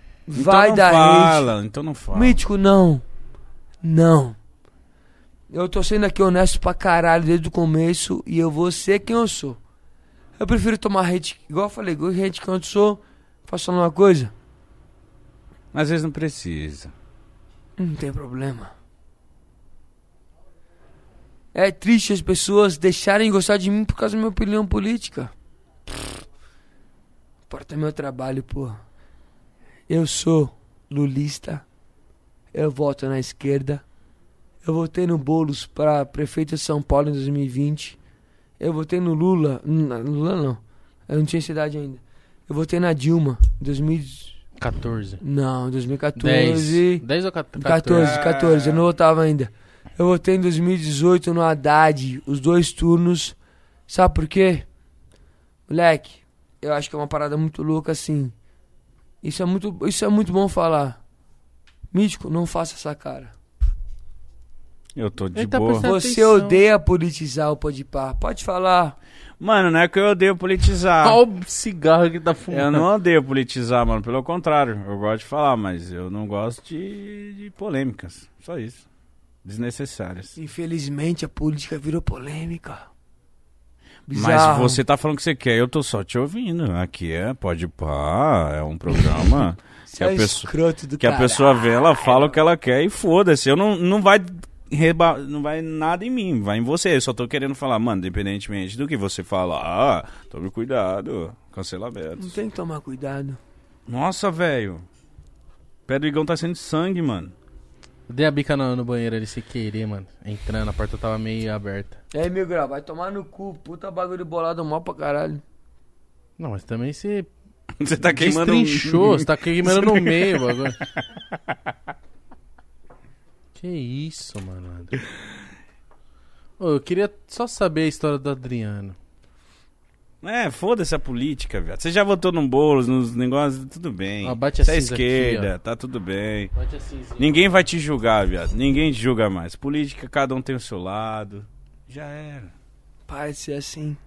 Speaker 1: então
Speaker 3: Vai
Speaker 1: não
Speaker 3: dar hate.
Speaker 1: fala, então não fala.
Speaker 3: Mítico, não. Não. Eu tô sendo aqui honesto pra caralho desde o começo e eu vou ser quem eu sou. Eu prefiro tomar hate, igual eu falei, igual hate que eu sou. Posso falar uma coisa?
Speaker 1: Mas às vezes não precisa.
Speaker 3: Não tem problema. É triste as pessoas deixarem de gostar de mim por causa da minha opinião política. Pff, Importa meu trabalho, porra. Eu sou lulista. Eu voto na esquerda. Eu votei no Boulos pra prefeito de São Paulo em 2020. Eu votei no Lula. Na- Lula não. Eu não tinha cidade ainda. Eu votei na Dilma em 2000.
Speaker 2: 14.
Speaker 3: Não, em 2014.
Speaker 2: 10. 10 ou 14?
Speaker 3: 14, 14, eu não votava ainda. Eu votei em 2018 no Haddad, os dois turnos. Sabe por quê? Moleque, eu acho que é uma parada muito louca assim. Isso é muito, isso é muito bom falar. Mítico, não faça essa cara.
Speaker 1: Eu tô de
Speaker 2: Ele tá
Speaker 1: boa.
Speaker 2: prestando-
Speaker 3: Você
Speaker 2: atenção.
Speaker 3: odeia politizar o Podpah. Pode falar.
Speaker 1: Mano, não é que eu odeio politizar.
Speaker 2: Ah, Olha o cigarro que tá fumando.
Speaker 1: Eu não odeio politizar, mano. Pelo contrário, eu gosto de falar, mas eu não gosto de, de polêmicas. Só isso. Desnecessárias.
Speaker 3: Infelizmente a política virou polêmica.
Speaker 1: Mas
Speaker 3: Bizarro.
Speaker 1: você tá falando o que você quer, eu tô só te ouvindo. Aqui é pode pá, é um programa
Speaker 3: Você
Speaker 1: que a
Speaker 3: é
Speaker 1: pessoa-
Speaker 3: escroto do
Speaker 1: que a
Speaker 3: caralho.
Speaker 1: pessoa vê, ela fala o que ela quer e foda-se. Eu não, não vai reba... não vai nada em mim, vai em você. Eu só tô querendo falar, mano, independentemente do que você falar, tome cuidado,
Speaker 3: Não
Speaker 1: cancelamentos.
Speaker 3: tem que tomar cuidado.
Speaker 1: Nossa, velho. Pé do Igão tá sendo sangue, mano.
Speaker 2: Eu dei a bica no, no banheiro ali sem querer, mano. Entrando, a porta tava meio aberta.
Speaker 3: E aí, meu grau, vai tomar no cu, puta bagulho bolado mal pra caralho.
Speaker 2: Não, mas também você
Speaker 1: Você tá queimando um...
Speaker 2: destrinchou, você tá queimando no meio agora. Que isso, mano. Ô, eu queria só saber a história do Adriano.
Speaker 1: É, foda-se a política, velho. Você já votou no Boulos, nos negócios, tudo bem.
Speaker 2: Ó, bate a
Speaker 1: Você é
Speaker 2: cinza aqui,
Speaker 1: esquerda, tá tudo bem.
Speaker 2: Bate assim,
Speaker 1: Ninguém vai te julgar, viado. Ninguém te julga mais. Política, cada um tem o seu lado. Já era.
Speaker 3: Para de
Speaker 1: é
Speaker 3: ser assim.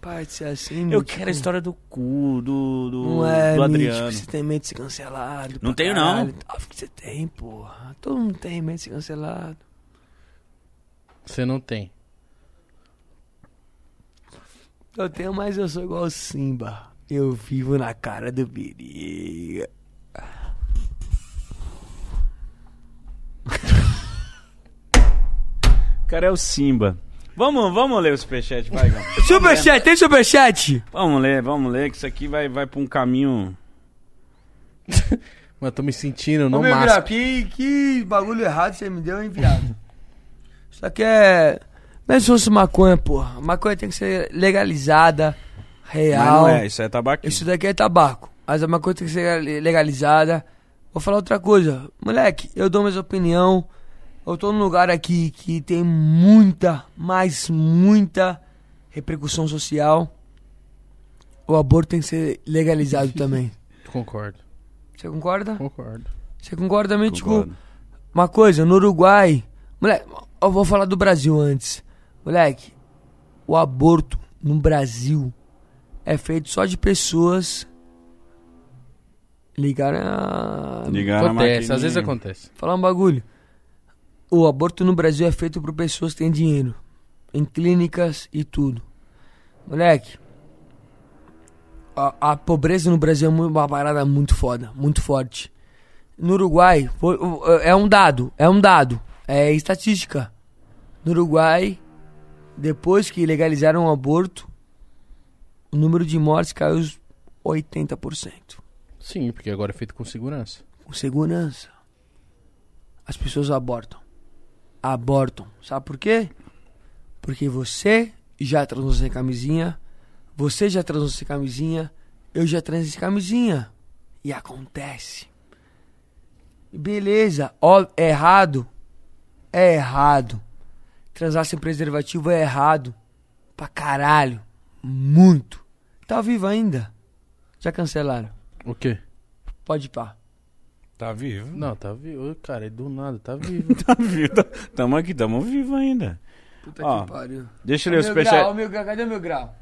Speaker 3: Para de ser
Speaker 2: Hum,
Speaker 3: assim,
Speaker 1: Eu
Speaker 3: meu
Speaker 1: quero a
Speaker 3: tio.
Speaker 1: história do cu, do, do,
Speaker 3: Não é,
Speaker 1: do
Speaker 3: mítico,
Speaker 1: Adriano.
Speaker 3: você tem medo de ser cancelado.
Speaker 1: Não
Speaker 3: pra
Speaker 1: tenho,
Speaker 3: caralho. Óbvio que você tem, porra. Todo mundo tem medo de ser cancelado.
Speaker 2: Você não tem.
Speaker 3: Eu tenho, mas eu sou igual o Simba. Eu vivo na cara do perigo.
Speaker 1: O cara é o Simba. Vamos, vamos ler o superchat, vai, Gão.
Speaker 3: Superchat, tem superchat?
Speaker 1: Vamos ler, vamos ler, que isso aqui vai, vai pra um caminho...
Speaker 2: Mano, eu tô me sentindo no
Speaker 3: Ô, meu
Speaker 2: máximo.
Speaker 3: Grau, que, que bagulho errado você me deu, hein, viado? Isso aqui é. Mesmo se fosse maconha, porra. Maconha tem que ser legalizada,
Speaker 1: Mas
Speaker 3: real.
Speaker 1: não é, isso é tabaquinho.
Speaker 3: Isso daqui é tabaco. Mas a maconha tem que ser le- legalizada. Vou falar outra coisa. Moleque, eu dou minha opinião. Eu tô num lugar aqui que tem muita, mas muita repercussão social. O aborto tem que ser legalizado também.
Speaker 2: Concordo,
Speaker 3: Você concorda?
Speaker 2: concordo.
Speaker 3: Você concorda,
Speaker 2: tipo,
Speaker 3: Mítico?
Speaker 1: Concordo.
Speaker 3: Uma coisa, no Uruguai. Moleque, eu vou falar do Brasil antes. Moleque, o aborto no Brasil é feito só de pessoas. Ligaram a.
Speaker 1: Ligar na
Speaker 2: Acontece,
Speaker 1: maquininha.
Speaker 2: às vezes acontece.
Speaker 3: Falar um bagulho. O aborto no Brasil é feito por pessoas que têm dinheiro. Em clínicas e tudo. Moleque. A, a pobreza no Brasil é mu- uma parada muito foda, muito forte. No Uruguai, foi- é um dado, é um dado, é estatística. No Uruguai, depois que legalizaram o aborto, o número de mortes caiu uns 80%
Speaker 2: Sim, porque agora é feito com segurança.
Speaker 3: com segurança. As pessoas abortam. Abortam. Sabe por quê? Porque você já transou sem camisinha, você já transou sem camisinha, eu já transei sem camisinha. E acontece. Beleza, ó, é errado. É errado. Transar sem preservativo é errado. Pra caralho. Muito. Tá vivo ainda? Já cancelaram.
Speaker 2: O quê?
Speaker 3: Pode pá.
Speaker 1: Tá vivo.
Speaker 2: Não, tá vivo. Ô, Cara, é do nada, tá vivo.
Speaker 1: Tá vivo. Tamo aqui, tamo vivo ainda.
Speaker 3: Puta
Speaker 1: Ó,
Speaker 3: que pariu.
Speaker 1: Deixa eu ler
Speaker 3: Meu
Speaker 1: o superchat.
Speaker 3: grau, meu grau, cadê meu grau?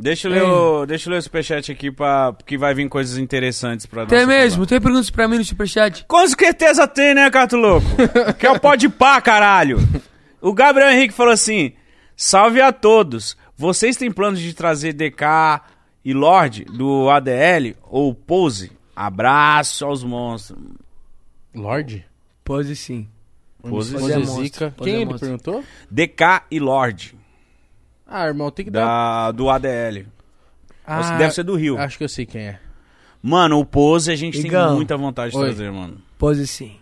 Speaker 1: Deixa eu, ler o, deixa eu ler o superchat aqui, pra, porque vai vir coisas interessantes pra nós.
Speaker 3: Tem mesmo? Tem perguntas pra mim no superchat?
Speaker 1: Com certeza tem, né, Cato Louco? que é o pó de pá, caralho. O Gabriel Henrique falou assim: salve a todos. Vocês têm planos de trazer DK e Lorde do ADL ou Pose? Abraço aos monstros.
Speaker 2: Lorde?
Speaker 3: Pose sim.
Speaker 1: Pose-
Speaker 2: Pose
Speaker 3: Pose é
Speaker 2: Zica.
Speaker 3: monstro. Pose é
Speaker 2: Quem ele
Speaker 3: monstro.
Speaker 2: perguntou?
Speaker 1: DK e Lorde
Speaker 2: Ah, irmão, tem que dar.
Speaker 1: da, do ADL.
Speaker 2: Ah,
Speaker 1: Deve ser do Rio.
Speaker 2: Acho que eu sei quem é.
Speaker 1: Mano, o Pose a gente tem
Speaker 3: Igão.
Speaker 1: muita vontade de
Speaker 2: Oi.
Speaker 1: trazer, mano.
Speaker 3: Pose sim.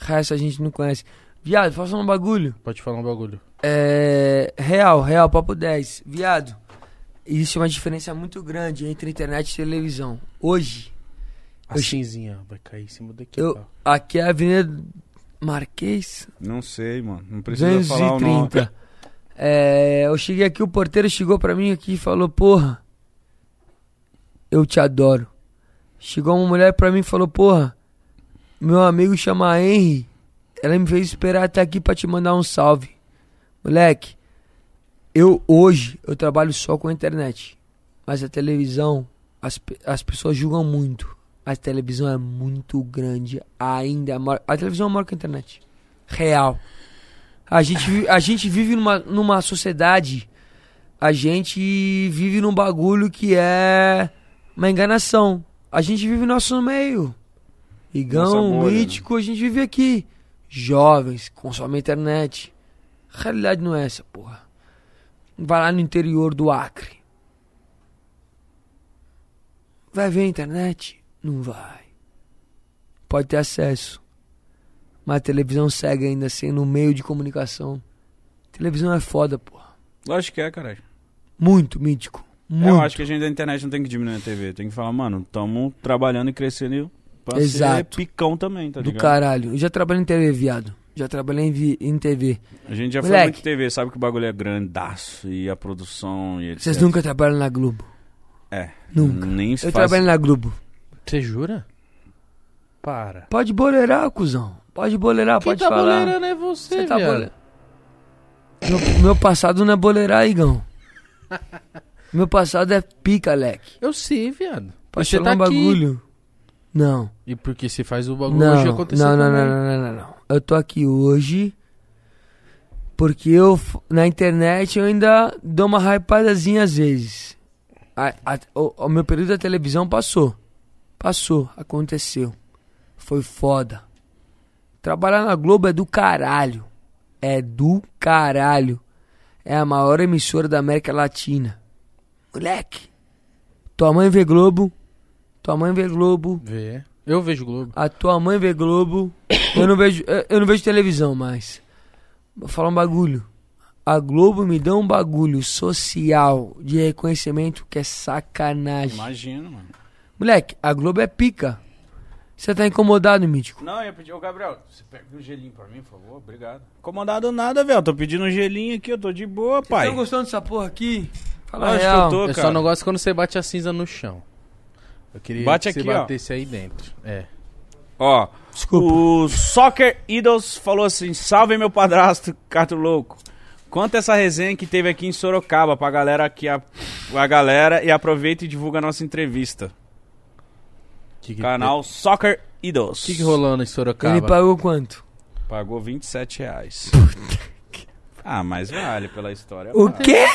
Speaker 3: O resto a gente não conhece. Viado, faça um bagulho.
Speaker 2: Pode falar um bagulho.
Speaker 3: É. Real, real, papo 10. Viado, existe uma diferença muito grande entre internet e televisão. Hoje,
Speaker 2: A
Speaker 3: Eu-
Speaker 2: cinzinha vai cair em cima daqui.
Speaker 3: eu.
Speaker 2: pá.
Speaker 3: Aqui é a Avenida Marquês?
Speaker 1: Não sei, mano. Não precisa falar o nome.
Speaker 3: 230. É, eu cheguei aqui, o porteiro chegou pra mim aqui e falou, porra, eu te adoro. Chegou uma mulher pra mim e falou, porra, meu amigo chama Henry, ela me fez esperar até aqui pra te mandar um salve. Moleque, eu hoje, eu trabalho só com a internet, mas a televisão, as, pe- as pessoas julgam muito. A televisão é muito grande, ainda é maior- a televisão é maior que a internet. Real. A gente, vi- a gente vive numa, numa sociedade, a gente vive num bagulho que é uma enganação. A gente vive no nosso meio.
Speaker 1: Nossa
Speaker 3: Igão,
Speaker 1: bolha, né?
Speaker 3: mítico, a gente vive aqui. Jovens, consomem internet. A realidade não é essa, porra. Vai lá no interior do Acre. Vai ver a internet? Não vai. Pode ter acesso. Mas a televisão segue ainda sendo um meio de comunicação. Televisão é foda, pô.
Speaker 1: Lógico que é, caralho.
Speaker 3: Muito mítico.
Speaker 2: É,
Speaker 3: Muito.
Speaker 1: Eu acho que a gente da internet não tem que diminuir a TV. Tem que falar, mano, tamo trabalhando e crescendo e pra
Speaker 3: Exato.
Speaker 1: ser picão também, tá
Speaker 3: do
Speaker 1: ligado?
Speaker 3: caralho. Eu já trabalhei em TV, viado. Já trabalhei em, vi- em TV.
Speaker 1: A gente já foi
Speaker 3: Moleque.
Speaker 1: muito TV, sabe que o bagulho é grandaço e a produção e etc.
Speaker 3: Vocês nunca trabalham na Globo.
Speaker 1: É.
Speaker 3: Nunca.
Speaker 2: Hum,
Speaker 1: Nem
Speaker 3: Eu
Speaker 1: faço.
Speaker 3: trabalho na Globo.
Speaker 2: Você jura? Para.
Speaker 3: Pode boleirar, cuzão. Pode boleirar,
Speaker 2: Quem
Speaker 3: pode
Speaker 2: tá
Speaker 3: falar.
Speaker 2: boleirando é você,
Speaker 3: Você tá
Speaker 2: viado.
Speaker 3: boleirando. Meu, meu passado não é boleirar, Igão. Meu passado é pica, leque.
Speaker 2: Eu sei, viado.
Speaker 3: Pode
Speaker 2: Você
Speaker 3: falar
Speaker 2: tá
Speaker 3: um
Speaker 2: aqui.
Speaker 3: bagulho. Não.
Speaker 2: E porque você faz o bagulho
Speaker 3: Não,
Speaker 2: hoje acontecer
Speaker 3: não, não,
Speaker 2: também.
Speaker 3: não, não, não, não, não. Eu tô aqui hoje porque eu f- na internet eu ainda dou uma hypadazinha às vezes. A- a- o, o meu período da televisão passou. Passou, aconteceu. Foi foda. Trabalhar na Globo é do caralho. É do caralho. É a maior emissora da América Latina. Moleque. Tua mãe vê Globo. Tua mãe vê Globo.
Speaker 2: Vê. Eu vejo Globo.
Speaker 3: A tua mãe vê Globo. Eu não vejo, eu- eu não vejo televisão mais. Vou falar um bagulho. A Globo me dá um bagulho social de reconhecimento que é sacanagem.
Speaker 1: Imagino, mano.
Speaker 3: Moleque, a Globo é pica. Você tá incomodado, Mítico?
Speaker 1: Não, eu ia pedir, ô Gabriel, você pega um gelinho pra mim, por favor? Obrigado. Comandado nada, velho. Tô pedindo um gelinho aqui, eu tô de boa, pai.
Speaker 3: gostando dessa porra aqui? Fala
Speaker 1: Lógico que
Speaker 3: real.
Speaker 1: eu tô,
Speaker 2: eu
Speaker 1: cara.
Speaker 2: só não gosto quando você bate a cinza no chão. Eu queria
Speaker 1: Bate
Speaker 2: que
Speaker 1: aqui,
Speaker 2: você
Speaker 1: ó.
Speaker 2: batesse aí dentro. É.
Speaker 1: Ó,
Speaker 3: Desculpa.
Speaker 1: o Soccer Idols falou assim: salve meu padrasto, Cato Louco. Conta essa resenha que teve aqui em Sorocaba pra galera aqui, a, a galera, e aproveita e divulga a nossa entrevista.
Speaker 2: Que que-
Speaker 1: Canal Soccer Idols.
Speaker 2: O que, que rolou no Sorocaba?
Speaker 3: Ele pagou quanto?
Speaker 1: Pagou 27 reais. ah, mas vale pela história.
Speaker 3: O
Speaker 1: vale.
Speaker 3: quê?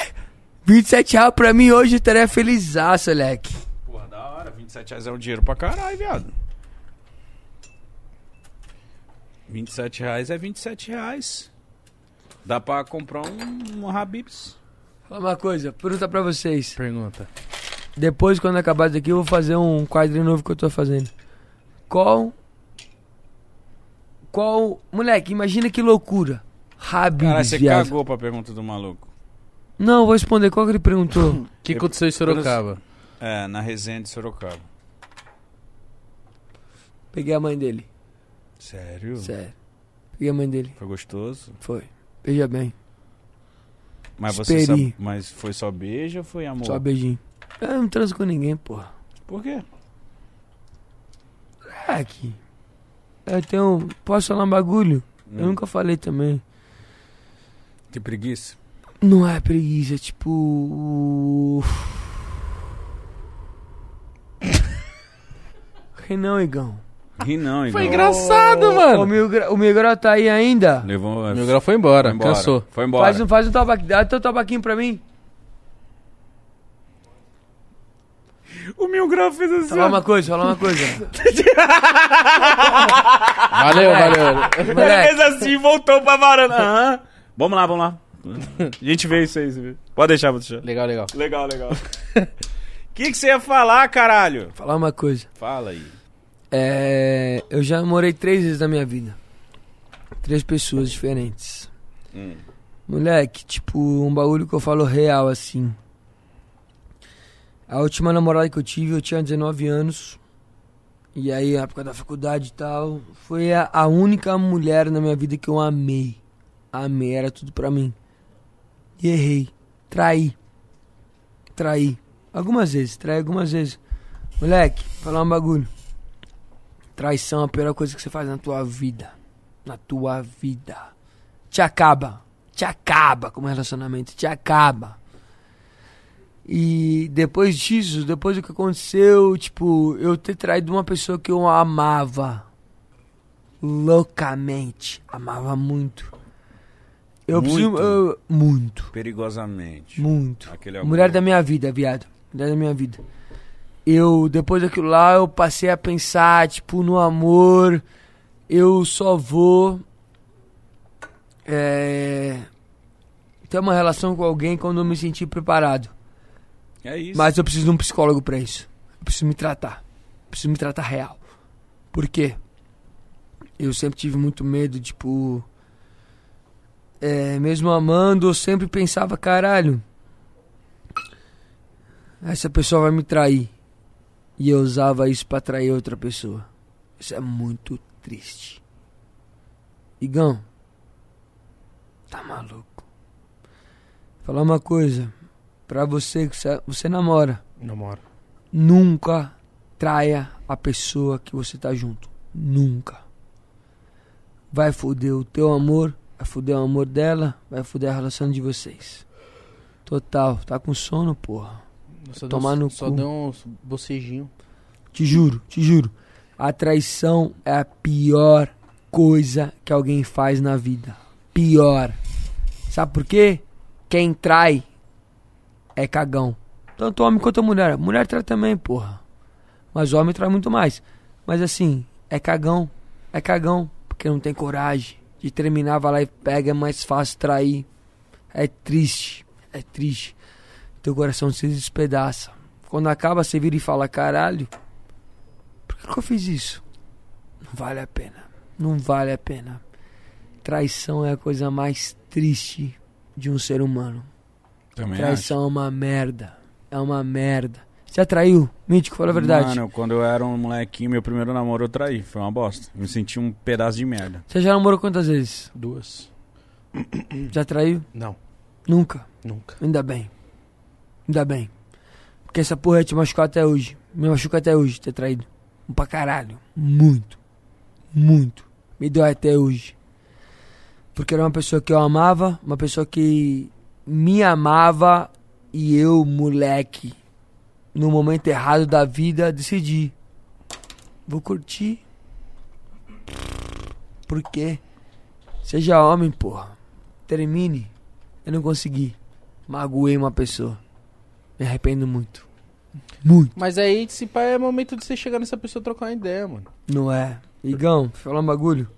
Speaker 3: 27 reais pra mim hoje eu estaria felizaço, moleque.
Speaker 1: Porra, da hora, 27 reais é um dinheiro pra caralho, viado. 27 reais é 27 reais. Dá pra comprar um, um Habibs.
Speaker 3: Fala uma coisa, pergunta pra vocês.
Speaker 2: Pergunta.
Speaker 3: Depois, quando acabar isso aqui, eu vou fazer um quadro novo que eu tô fazendo. Qual. Qual. Moleque, imagina que loucura.
Speaker 1: Caralho,
Speaker 3: Habibs,
Speaker 1: você
Speaker 3: viado.
Speaker 1: cagou pra pergunta do maluco.
Speaker 3: Não, eu vou responder qual que ele perguntou.
Speaker 2: O que aconteceu em Sorocaba?
Speaker 1: É, na resenha de Sorocaba.
Speaker 3: Peguei a mãe dele.
Speaker 1: Sério?
Speaker 3: Sério. Peguei a mãe dele.
Speaker 1: Foi gostoso?
Speaker 3: Foi. Beija bem.
Speaker 1: Mas você
Speaker 3: Esperi.
Speaker 1: só- mas foi só beijo ou foi amor?
Speaker 3: Só beijinho. Eu não transo com ninguém, porra.
Speaker 1: Por quê?
Speaker 3: Moleque. Eu tenho. Posso falar um bagulho? Eu
Speaker 1: Hum.
Speaker 3: nunca falei também.
Speaker 1: Tem preguiça?
Speaker 3: Não é preguiça, é tipo. Quem não, Igão?
Speaker 1: Ri não, então. igual.
Speaker 2: Foi engraçado,
Speaker 3: O
Speaker 2: mano.
Speaker 3: meu, gra- o meu grau tá aí ainda?
Speaker 1: Levou...
Speaker 2: Meu grau foi embora,
Speaker 1: Foi embora.
Speaker 2: cansou.
Speaker 1: Foi embora.
Speaker 3: Faz um, faz um tabaquinho. Dá teu tabaquinho pra mim.
Speaker 1: O meu grau fez assim.
Speaker 2: um.
Speaker 3: Falar uma coisa, falar uma coisa.
Speaker 2: Valeu, valeu.
Speaker 1: Ele
Speaker 3: Moleque,
Speaker 1: fez assim e voltou pra varanda. Aham. Vamos lá, vamos lá. A gente vê isso aí, você vê. Pode deixar, pode deixar.
Speaker 2: Legal, legal.
Speaker 1: Legal, legal. O que, que você ia falar, caralho?
Speaker 3: falar uma coisa.
Speaker 1: Fala aí.
Speaker 3: É, eu já morei três vezes na minha vida. Três pessoas diferentes.
Speaker 1: Hum.
Speaker 3: Moleque, tipo, um bagulho que eu falo real, assim. A última namorada que eu tive, eu tinha 19 anos. E aí, na época da faculdade e tal, foi a, a única mulher na minha vida que eu amei. Amei, era tudo pra mim. E errei. Traí. Traí. Algumas vezes, traí algumas vezes. Moleque, falar um bagulho. Traição é a pior coisa que você faz na tua vida. Na tua vida. Te acaba. Te acaba como relacionamento. Te acaba. E depois disso, depois do que aconteceu, tipo, eu ter traído uma pessoa que eu amava. Loucamente. Amava muito. Eu
Speaker 1: Muito?
Speaker 3: preciso. eu- muito.
Speaker 1: Perigosamente.
Speaker 3: Muito.
Speaker 1: Aquele
Speaker 3: Mulher
Speaker 1: amor.
Speaker 3: da minha vida, viado. Mulher da minha vida. Eu, depois daquilo lá, eu passei a pensar, tipo, no amor. Eu só vou. é, ter uma relação com alguém quando eu me sentir preparado.
Speaker 1: É isso.
Speaker 3: Mas eu preciso de um psicólogo pra isso. Eu preciso me tratar. Eu preciso me tratar real. Por quê? Eu sempre tive muito medo, tipo. É, mesmo amando, eu sempre pensava, caralho. Essa pessoa vai me trair. E eu usava isso pra trair outra pessoa. Isso é muito triste. Igão. Tá maluco. Falar uma coisa. Pra você que você- você namora.
Speaker 9: Namora.
Speaker 3: Nunca traia a pessoa que você tá junto. Nunca. Vai foder o teu amor, vai foder o amor dela, vai foder a relação de vocês. Total, tá com sono, porra.
Speaker 2: Só
Speaker 3: Tomar
Speaker 2: deu um-
Speaker 3: no
Speaker 2: Só
Speaker 3: cu.
Speaker 2: deu uns bocejinho.
Speaker 3: Te juro, te juro. A traição é a pior coisa que alguém faz na vida. Pior. Sabe por quê? Quem trai é cagão. Tanto homem quanto mulher. Mulher trai também, porra. Mas o homem trai muito mais. Mas assim, é cagão. É cagão. Porque não tem coragem. De terminar, vai lá e pega, é mais fácil trair. É triste. É triste. Teu coração se despedaça. Quando acaba, você vira e fala: caralho, por que, que eu fiz isso? Não vale a pena. Não vale a pena. Traição é a coisa mais triste de um ser humano.
Speaker 1: Também
Speaker 3: Traição é uma merda. É uma merda. Você atraiu? Mítico, fala a verdade.
Speaker 1: Mano, quando eu era um molequinho, meu primeiro namoro eu traí. Foi uma bosta. Eu me senti um pedaço de merda.
Speaker 3: Você já namorou quantas vezes?
Speaker 9: Duas.
Speaker 3: Já traiu?
Speaker 9: Não,
Speaker 3: Nunca.
Speaker 9: nunca.
Speaker 3: Ainda bem. Ainda bem. Porque essa porra ia te machucar até hoje. Me machuca até hoje ter traído. Um Pra caralho. Muito. Muito. Me dói até hoje. Porque era uma pessoa que eu amava, uma pessoa que me amava e eu, moleque, no momento errado da vida, decidi. Vou curtir. Por quê? Seja homem, porra. Termine. Eu não consegui. Magoei uma pessoa. Me arrependo muito. Muito.
Speaker 2: Mas aí, se pá, é momento de você chegar nessa pessoa e trocar uma ideia, mano.
Speaker 3: Não é. Igão, deixa eu falar um bagulho.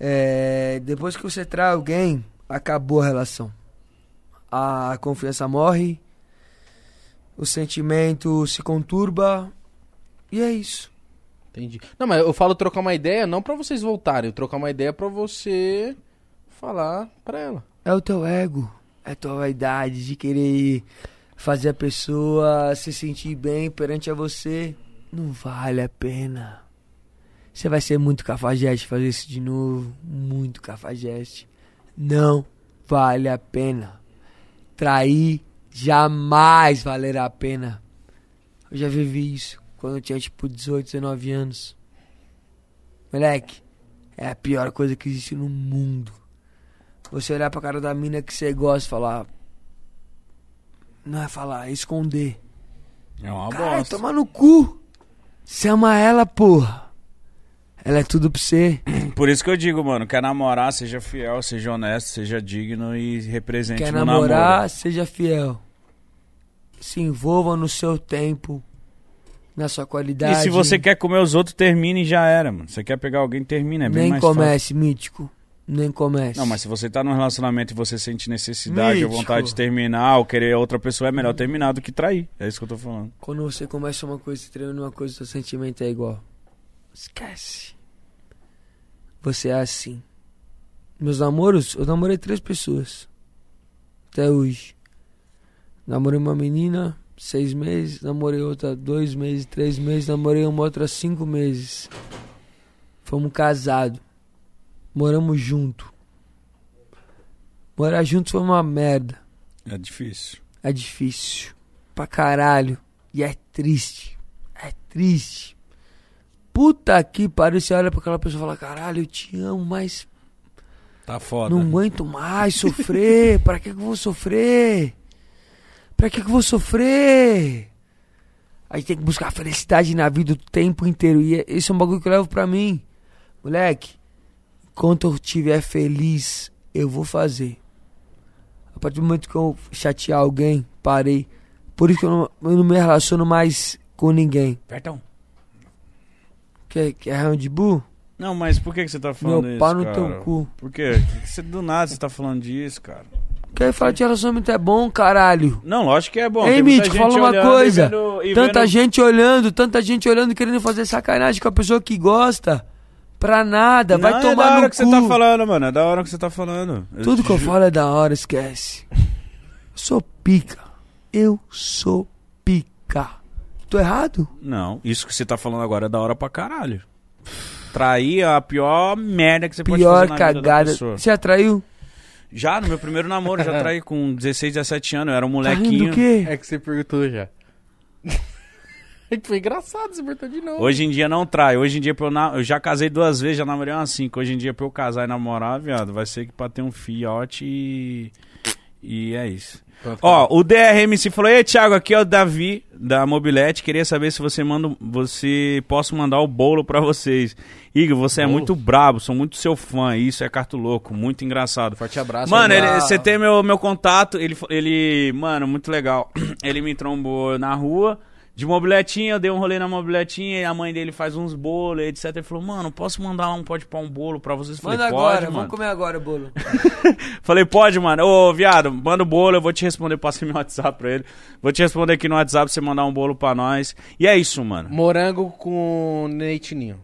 Speaker 3: É, depois que você trai alguém, acabou a relação. A confiança morre. O sentimento se conturba. E é isso.
Speaker 2: Entendi. Não, mas eu falo trocar uma ideia não pra vocês voltarem. Eu trocar uma ideia pra você falar pra ela.
Speaker 3: É o teu ego. É a tua vaidade de querer fazer a pessoa se sentir bem perante a você. Não vale a pena. Você vai ser muito cafajeste fazer isso de novo. Muito cafajeste. Não vale a pena. Trair jamais valerá a pena. Eu já vivi isso quando eu tinha tipo 18, 19 anos. Moleque, é a pior coisa que existe no mundo. Você olhar pra cara da mina que você gosta e falar. Não é falar, é esconder.
Speaker 1: É uma
Speaker 3: Caralho,
Speaker 1: bosta.
Speaker 3: tomar no cu. Você ama ela, porra. Ela é tudo pra você.
Speaker 1: Por isso que eu digo, mano, quer namorar, seja fiel, seja honesto, seja digno e represente
Speaker 3: Quer
Speaker 1: no
Speaker 3: namorar,
Speaker 1: namoro.
Speaker 3: seja fiel. Se envolva no seu tempo, na sua
Speaker 1: E
Speaker 3: qualidade.
Speaker 1: se você quer comer os outros, termine e já era, mano. Você quer pegar alguém, termina. É bem
Speaker 3: Nem
Speaker 1: mais fácil.
Speaker 3: comece, mítico. Nem comece.
Speaker 1: Não, mas se você tá num relacionamento e você sente necessidade ou
Speaker 3: Mítico.
Speaker 1: vontade de terminar ou querer outra pessoa, é melhor terminar do que trair. É isso que eu tô falando.
Speaker 3: Quando você começa uma coisa e treina uma coisa, seu sentimento é igual. Esquece. Você é assim. Meus namoros, eu namorei três pessoas. Até hoje. Namorei uma menina, seis meses. Namorei outra, dois meses, três meses. Namorei uma outra, cinco meses. Fomos casados. Moramos junto. Morar junto foi uma merda.
Speaker 1: É difícil.
Speaker 3: É difícil. Pra caralho. E é triste. É triste. Puta que pariu. Você olha pra aquela pessoa e fala: caralho, eu te amo, mas
Speaker 1: Tá foda.
Speaker 3: não aguento mais sofrer. pra que, que eu vou sofrer? Pra que, que eu vou sofrer? Aí tem que buscar felicidade na vida o tempo inteiro. E é- esse é um bagulho que eu levo pra mim. Moleque, enquanto eu estiver feliz, eu vou fazer. A partir do momento que eu chatear alguém, parei. Por isso que eu não, eu não me relaciono mais com ninguém.
Speaker 1: Aperta um.
Speaker 3: Quer, quer round bull?
Speaker 1: Não, mas por que, que você tá falando
Speaker 3: Meu
Speaker 1: isso,
Speaker 3: pau no
Speaker 1: cara?
Speaker 3: teu cu.
Speaker 1: Por quê? Que que você, do nada você tá falando disso, cara?
Speaker 3: Quer falar de relacionamento é bom, caralho.
Speaker 1: Não, lógico que é bom.
Speaker 3: Ei,
Speaker 1: Tem muita
Speaker 3: Mítico,
Speaker 1: gente
Speaker 3: fala uma
Speaker 1: olhando e
Speaker 3: coisa.
Speaker 1: vendo- e
Speaker 3: tanta
Speaker 1: vendo-
Speaker 3: gente olhando, tanta gente olhando, querendo fazer sacanagem com a pessoa que gosta. Pra nada, vai
Speaker 1: Não,
Speaker 3: tomar
Speaker 1: é da hora
Speaker 3: no
Speaker 1: que
Speaker 3: cu.
Speaker 1: você tá falando, mano. É da hora que você tá falando. Eu
Speaker 3: Tudo que eu
Speaker 1: ju-
Speaker 3: falo é da hora, esquece. Eu sou pica. Eu sou pica. Tô errado?
Speaker 1: Não, isso que você tá falando agora é da hora pra caralho. Trair é a pior merda que você pode
Speaker 3: Pior
Speaker 1: fazer na vida da
Speaker 3: cagada.
Speaker 1: pessoa.
Speaker 3: Você atraiu?
Speaker 1: Já no meu primeiro namoro, já traí com 16, 17 anos. Eu era um
Speaker 3: Tá rindo
Speaker 1: molequinho.
Speaker 3: do quê?
Speaker 2: É que você perguntou já. É que foi engraçado, você perguntou de novo.
Speaker 1: Hoje em dia não trai. Hoje em dia, pra eu, na- eu já casei duas vezes, já namorei umas cinco. Hoje em dia, pra eu casar e namorar, viado, vai ser que pra ter um fiote e. E é isso.
Speaker 2: um
Speaker 1: Ó, o DRMC falou: Ei, Thiago, aqui é o Davi da Mobilete. Queria saber se você manda. Você posso mandar o bolo pra vocês. Igor, você é muito brabo, sou muito seu fã. Isso é carto louco, muito engraçado.
Speaker 2: Forte abraço.
Speaker 1: Mano,
Speaker 2: aí,
Speaker 1: ele- você tem meu, meu contato, ele, fa- ele. Mano, muito legal. Ele me trombou na rua, de mobiletinha, eu dei um rolê na mobiletinha, e a mãe dele faz uns bolos, etc. Ele falou, mano, posso mandar lá um pó de pão um bolo pra vocês? Eu Falei,
Speaker 3: Manda
Speaker 1: pode,
Speaker 3: agora,
Speaker 1: mano.
Speaker 3: vamos comer agora o bolo.
Speaker 1: Falei, pode, mano. Ô, viado, manda o bolo, eu vou te responder, passei meu WhatsApp pra ele. Vou te responder aqui no WhatsApp pra você mandar um bolo pra nós. E é isso, mano.
Speaker 2: Morango com neitinho.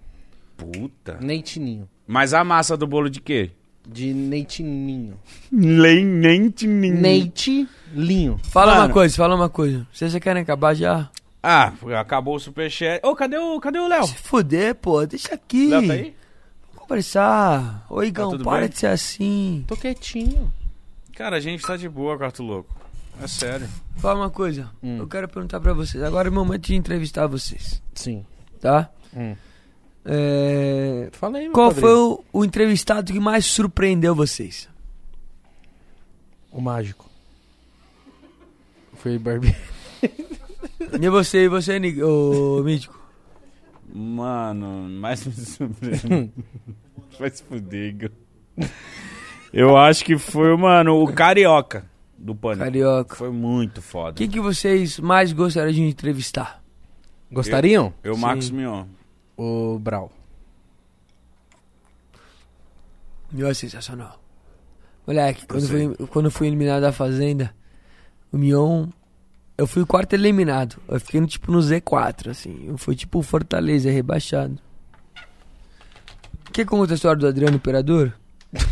Speaker 1: Puta.
Speaker 2: Neitinho.
Speaker 1: Mas a massa do bolo de quê?
Speaker 2: De neitinho.
Speaker 1: Nem, nem, nem.
Speaker 2: Neitilinho.
Speaker 3: Fala
Speaker 1: Mano.
Speaker 3: uma coisa, fala uma coisa. Vocês já querem acabar já?
Speaker 1: Ah, acabou o superchat. Ô, cadê o cadê o Léo?
Speaker 3: Se fuder, pô, deixa aqui.
Speaker 1: Léo tá aí? Tá
Speaker 3: Vamos conversar. Ô, Igão,
Speaker 1: tudo
Speaker 3: para
Speaker 1: bem?
Speaker 3: de ser assim.
Speaker 2: Tô quietinho.
Speaker 1: Cara, a gente tá de boa, Quarto Louco. É sério.
Speaker 3: Fala uma coisa. Eu quero perguntar pra vocês. Agora é o momento de entrevistar vocês,
Speaker 2: Sim.
Speaker 3: tá?
Speaker 2: Hum.
Speaker 3: É,
Speaker 2: Fala aí, meu
Speaker 3: Qual
Speaker 2: padrinho.
Speaker 3: foi o, o entrevistado que mais surpreendeu vocês?
Speaker 2: o... mágico? Foi barbeiro.
Speaker 3: E você, e você, Ni- ô Mítico?
Speaker 1: Mano, mais me surpreende. Vai se fuder, Igor. Eu acho que foi, mano, o Carioca do Pânico.
Speaker 3: Carioca.
Speaker 1: Foi muito foda.
Speaker 3: Quem que vocês mais gostariam de entrevistar?
Speaker 2: Gostariam?
Speaker 1: Eu, Marcos Mion.
Speaker 2: O Brau.
Speaker 3: Meu, é sensacional. Moleque, quando fui, quando eu fui eliminado da Fazenda, o Mion... Eu fui o quarto eliminado. Eu fiquei, no, tipo, no Z4, assim. Eu fui, tipo, o Fortaleza, rebaixado. Quer que eu conte a história do Adriano Imperador?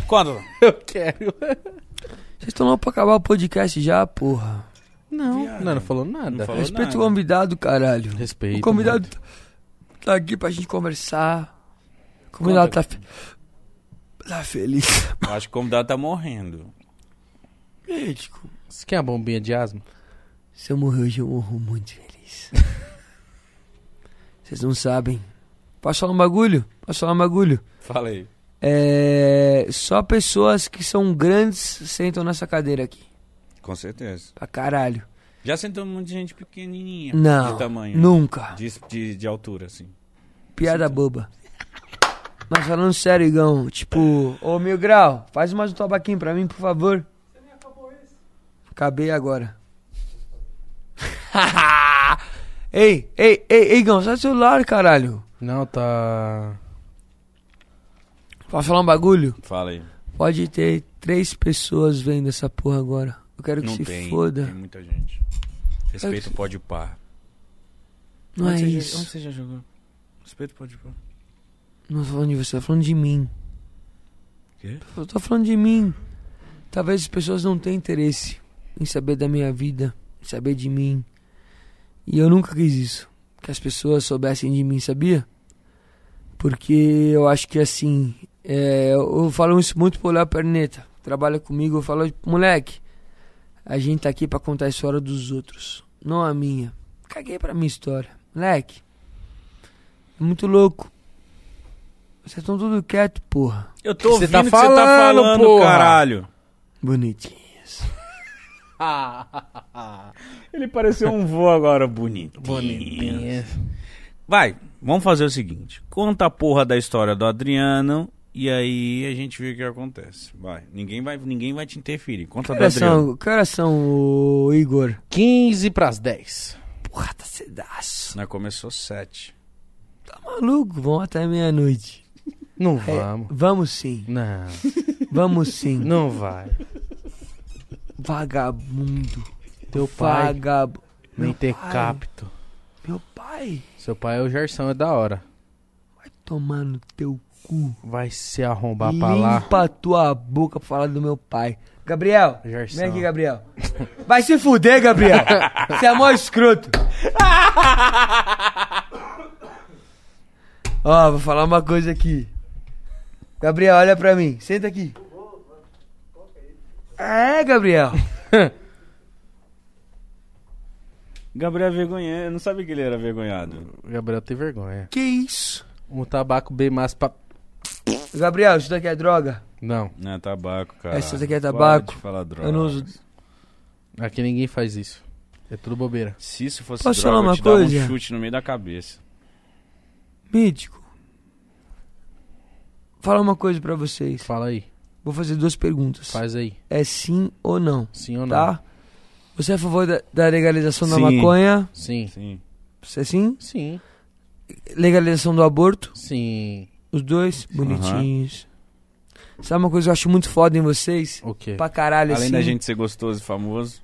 Speaker 1: Quando?
Speaker 2: Eu quero.
Speaker 3: Vocês estão lá pra acabar o podcast já, porra.
Speaker 2: Não, não, não falou nada.
Speaker 1: Não falou
Speaker 3: Respeita o
Speaker 1: nada.
Speaker 3: convidado, caralho.
Speaker 2: Respeito.
Speaker 3: O convidado
Speaker 2: mano.
Speaker 3: tá aqui pra gente conversar. O convidado tá, fe- tá feliz.
Speaker 1: Eu acho que o convidado tá morrendo.
Speaker 3: Médico.
Speaker 2: Você quer uma bombinha de asma?
Speaker 3: Se eu morrer hoje, eu morro muito feliz. Vocês não sabem. Posso falar um bagulho? Posso falar um bagulho?
Speaker 1: Fala aí.
Speaker 3: É... Só pessoas que são grandes sentam nessa cadeira aqui.
Speaker 1: Com certeza.
Speaker 3: Pra caralho.
Speaker 1: Já sentou muita gente pequenininha.
Speaker 3: Não.
Speaker 1: De tamanho.
Speaker 3: Nunca.
Speaker 1: De, de, de altura, assim.
Speaker 3: Piada boba. Mas falando sério, Igão, tipo, ô Mil Grau, faz mais um tabaquinho pra mim, por favor. Você nem acabou esse? Acabei agora. ei, ei, ei, ei, Igão, sai do celular, caralho.
Speaker 2: Não, tá.
Speaker 3: Posso falar um bagulho?
Speaker 1: Fala aí.
Speaker 3: Pode ter três pessoas vendo essa porra agora. Eu quero que
Speaker 1: Não
Speaker 3: se
Speaker 1: tem.
Speaker 3: foda.
Speaker 1: Tem muita gente. Respeito pode par.
Speaker 3: Não é isso.
Speaker 1: você já jogou? Respeito pode par.
Speaker 3: Não tô falando de você, tô falando de mim.
Speaker 1: Quê?
Speaker 3: Eu tô falando de mim. Talvez as pessoas não tenham interesse em saber da minha vida, em saber de mim. E eu nunca quis isso. Que as pessoas soubessem de mim, sabia? Porque eu acho que assim. é, eu falo isso muito pro Léo Perneta. que Trabalha comigo, eu falo, moleque, a gente tá aqui pra contar a história dos outros, não a minha. Caguei pra minha história. Moleque, é muito louco. Vocês estão tudo quieto, porra.
Speaker 1: Eu tô
Speaker 2: Você
Speaker 1: ouvindo
Speaker 2: tá
Speaker 1: o que você tá
Speaker 2: falando,
Speaker 1: falando,
Speaker 2: porra.
Speaker 1: caralho.
Speaker 3: Bonitinhas.
Speaker 1: Ele pareceu um voo agora bonito. Vai, vamos fazer o seguinte. Conta a porra da história do Adriano e aí a gente vê o que acontece. Vai, ninguém vai, ninguém vai te interferir. Conta
Speaker 3: Que
Speaker 1: do
Speaker 3: horas
Speaker 1: Adriano.
Speaker 3: são, que horas são, ô, Igor?
Speaker 2: 15 pras 10.
Speaker 3: Porra, tá cedaço.
Speaker 1: Nós Né, começou sete.
Speaker 3: Tá maluco? Vão até meia-noite.
Speaker 2: Não
Speaker 3: É,
Speaker 2: vamos.
Speaker 3: vamos sim,
Speaker 2: Não,
Speaker 3: vamos sim.
Speaker 2: não vai.
Speaker 3: Vagabundo.
Speaker 2: Teu pai
Speaker 3: Vagabundo.
Speaker 2: nem ter
Speaker 3: pai.
Speaker 2: capto.
Speaker 3: Meu pai
Speaker 2: Seu pai é o Gerson, é da hora.
Speaker 3: vai tomar no teu cu.
Speaker 2: Vai se arrombar pra lá.
Speaker 3: Limpa a tua boca pra falar do meu pai. Gabriel,
Speaker 2: Gerson.
Speaker 3: vem aqui, Gabriel. Vai se fuder, Gabriel. Você é mó escroto. Ó, vou falar uma coisa aqui. Gabriel, olha pra mim. Senta aqui. É, Gabriel.
Speaker 1: Gabriel vergonha, eu não sabia que ele era vergonhado.
Speaker 2: O Gabriel tem vergonha.
Speaker 3: Que isso?
Speaker 2: Um tabaco bem massa pra.
Speaker 3: Gabriel, isso daqui é droga?
Speaker 2: Não,
Speaker 1: Não é tabaco, cara.
Speaker 3: Essa daqui é tabaco.
Speaker 1: Para de falar droga.
Speaker 3: Eu não uso.
Speaker 2: aqui ninguém faz isso. É tudo bobeira.
Speaker 1: Se isso fosse
Speaker 3: Posso
Speaker 1: droga,
Speaker 3: falar
Speaker 1: eu
Speaker 3: uma
Speaker 1: te dava
Speaker 3: coisa?
Speaker 1: um chute no meio da cabeça.
Speaker 3: Mítico. Fala uma coisa pra vocês.
Speaker 2: Fala aí.
Speaker 3: Vou fazer duas perguntas.
Speaker 2: Faz aí.
Speaker 3: É sim ou não,
Speaker 2: Sim ou não?
Speaker 3: tá? Você é a favor da, da legalização da
Speaker 1: Sim.
Speaker 3: maconha?
Speaker 2: Sim.
Speaker 1: Sim.
Speaker 3: Você é sim?
Speaker 2: Sim.
Speaker 3: Legalização do aborto?
Speaker 2: Sim.
Speaker 3: Os dois bonitinhos. Sabe uma coisa que eu acho muito foda em vocês?
Speaker 2: O quê?
Speaker 3: Pra caralho,
Speaker 1: Além
Speaker 3: assim.
Speaker 1: da gente ser gostoso e famoso.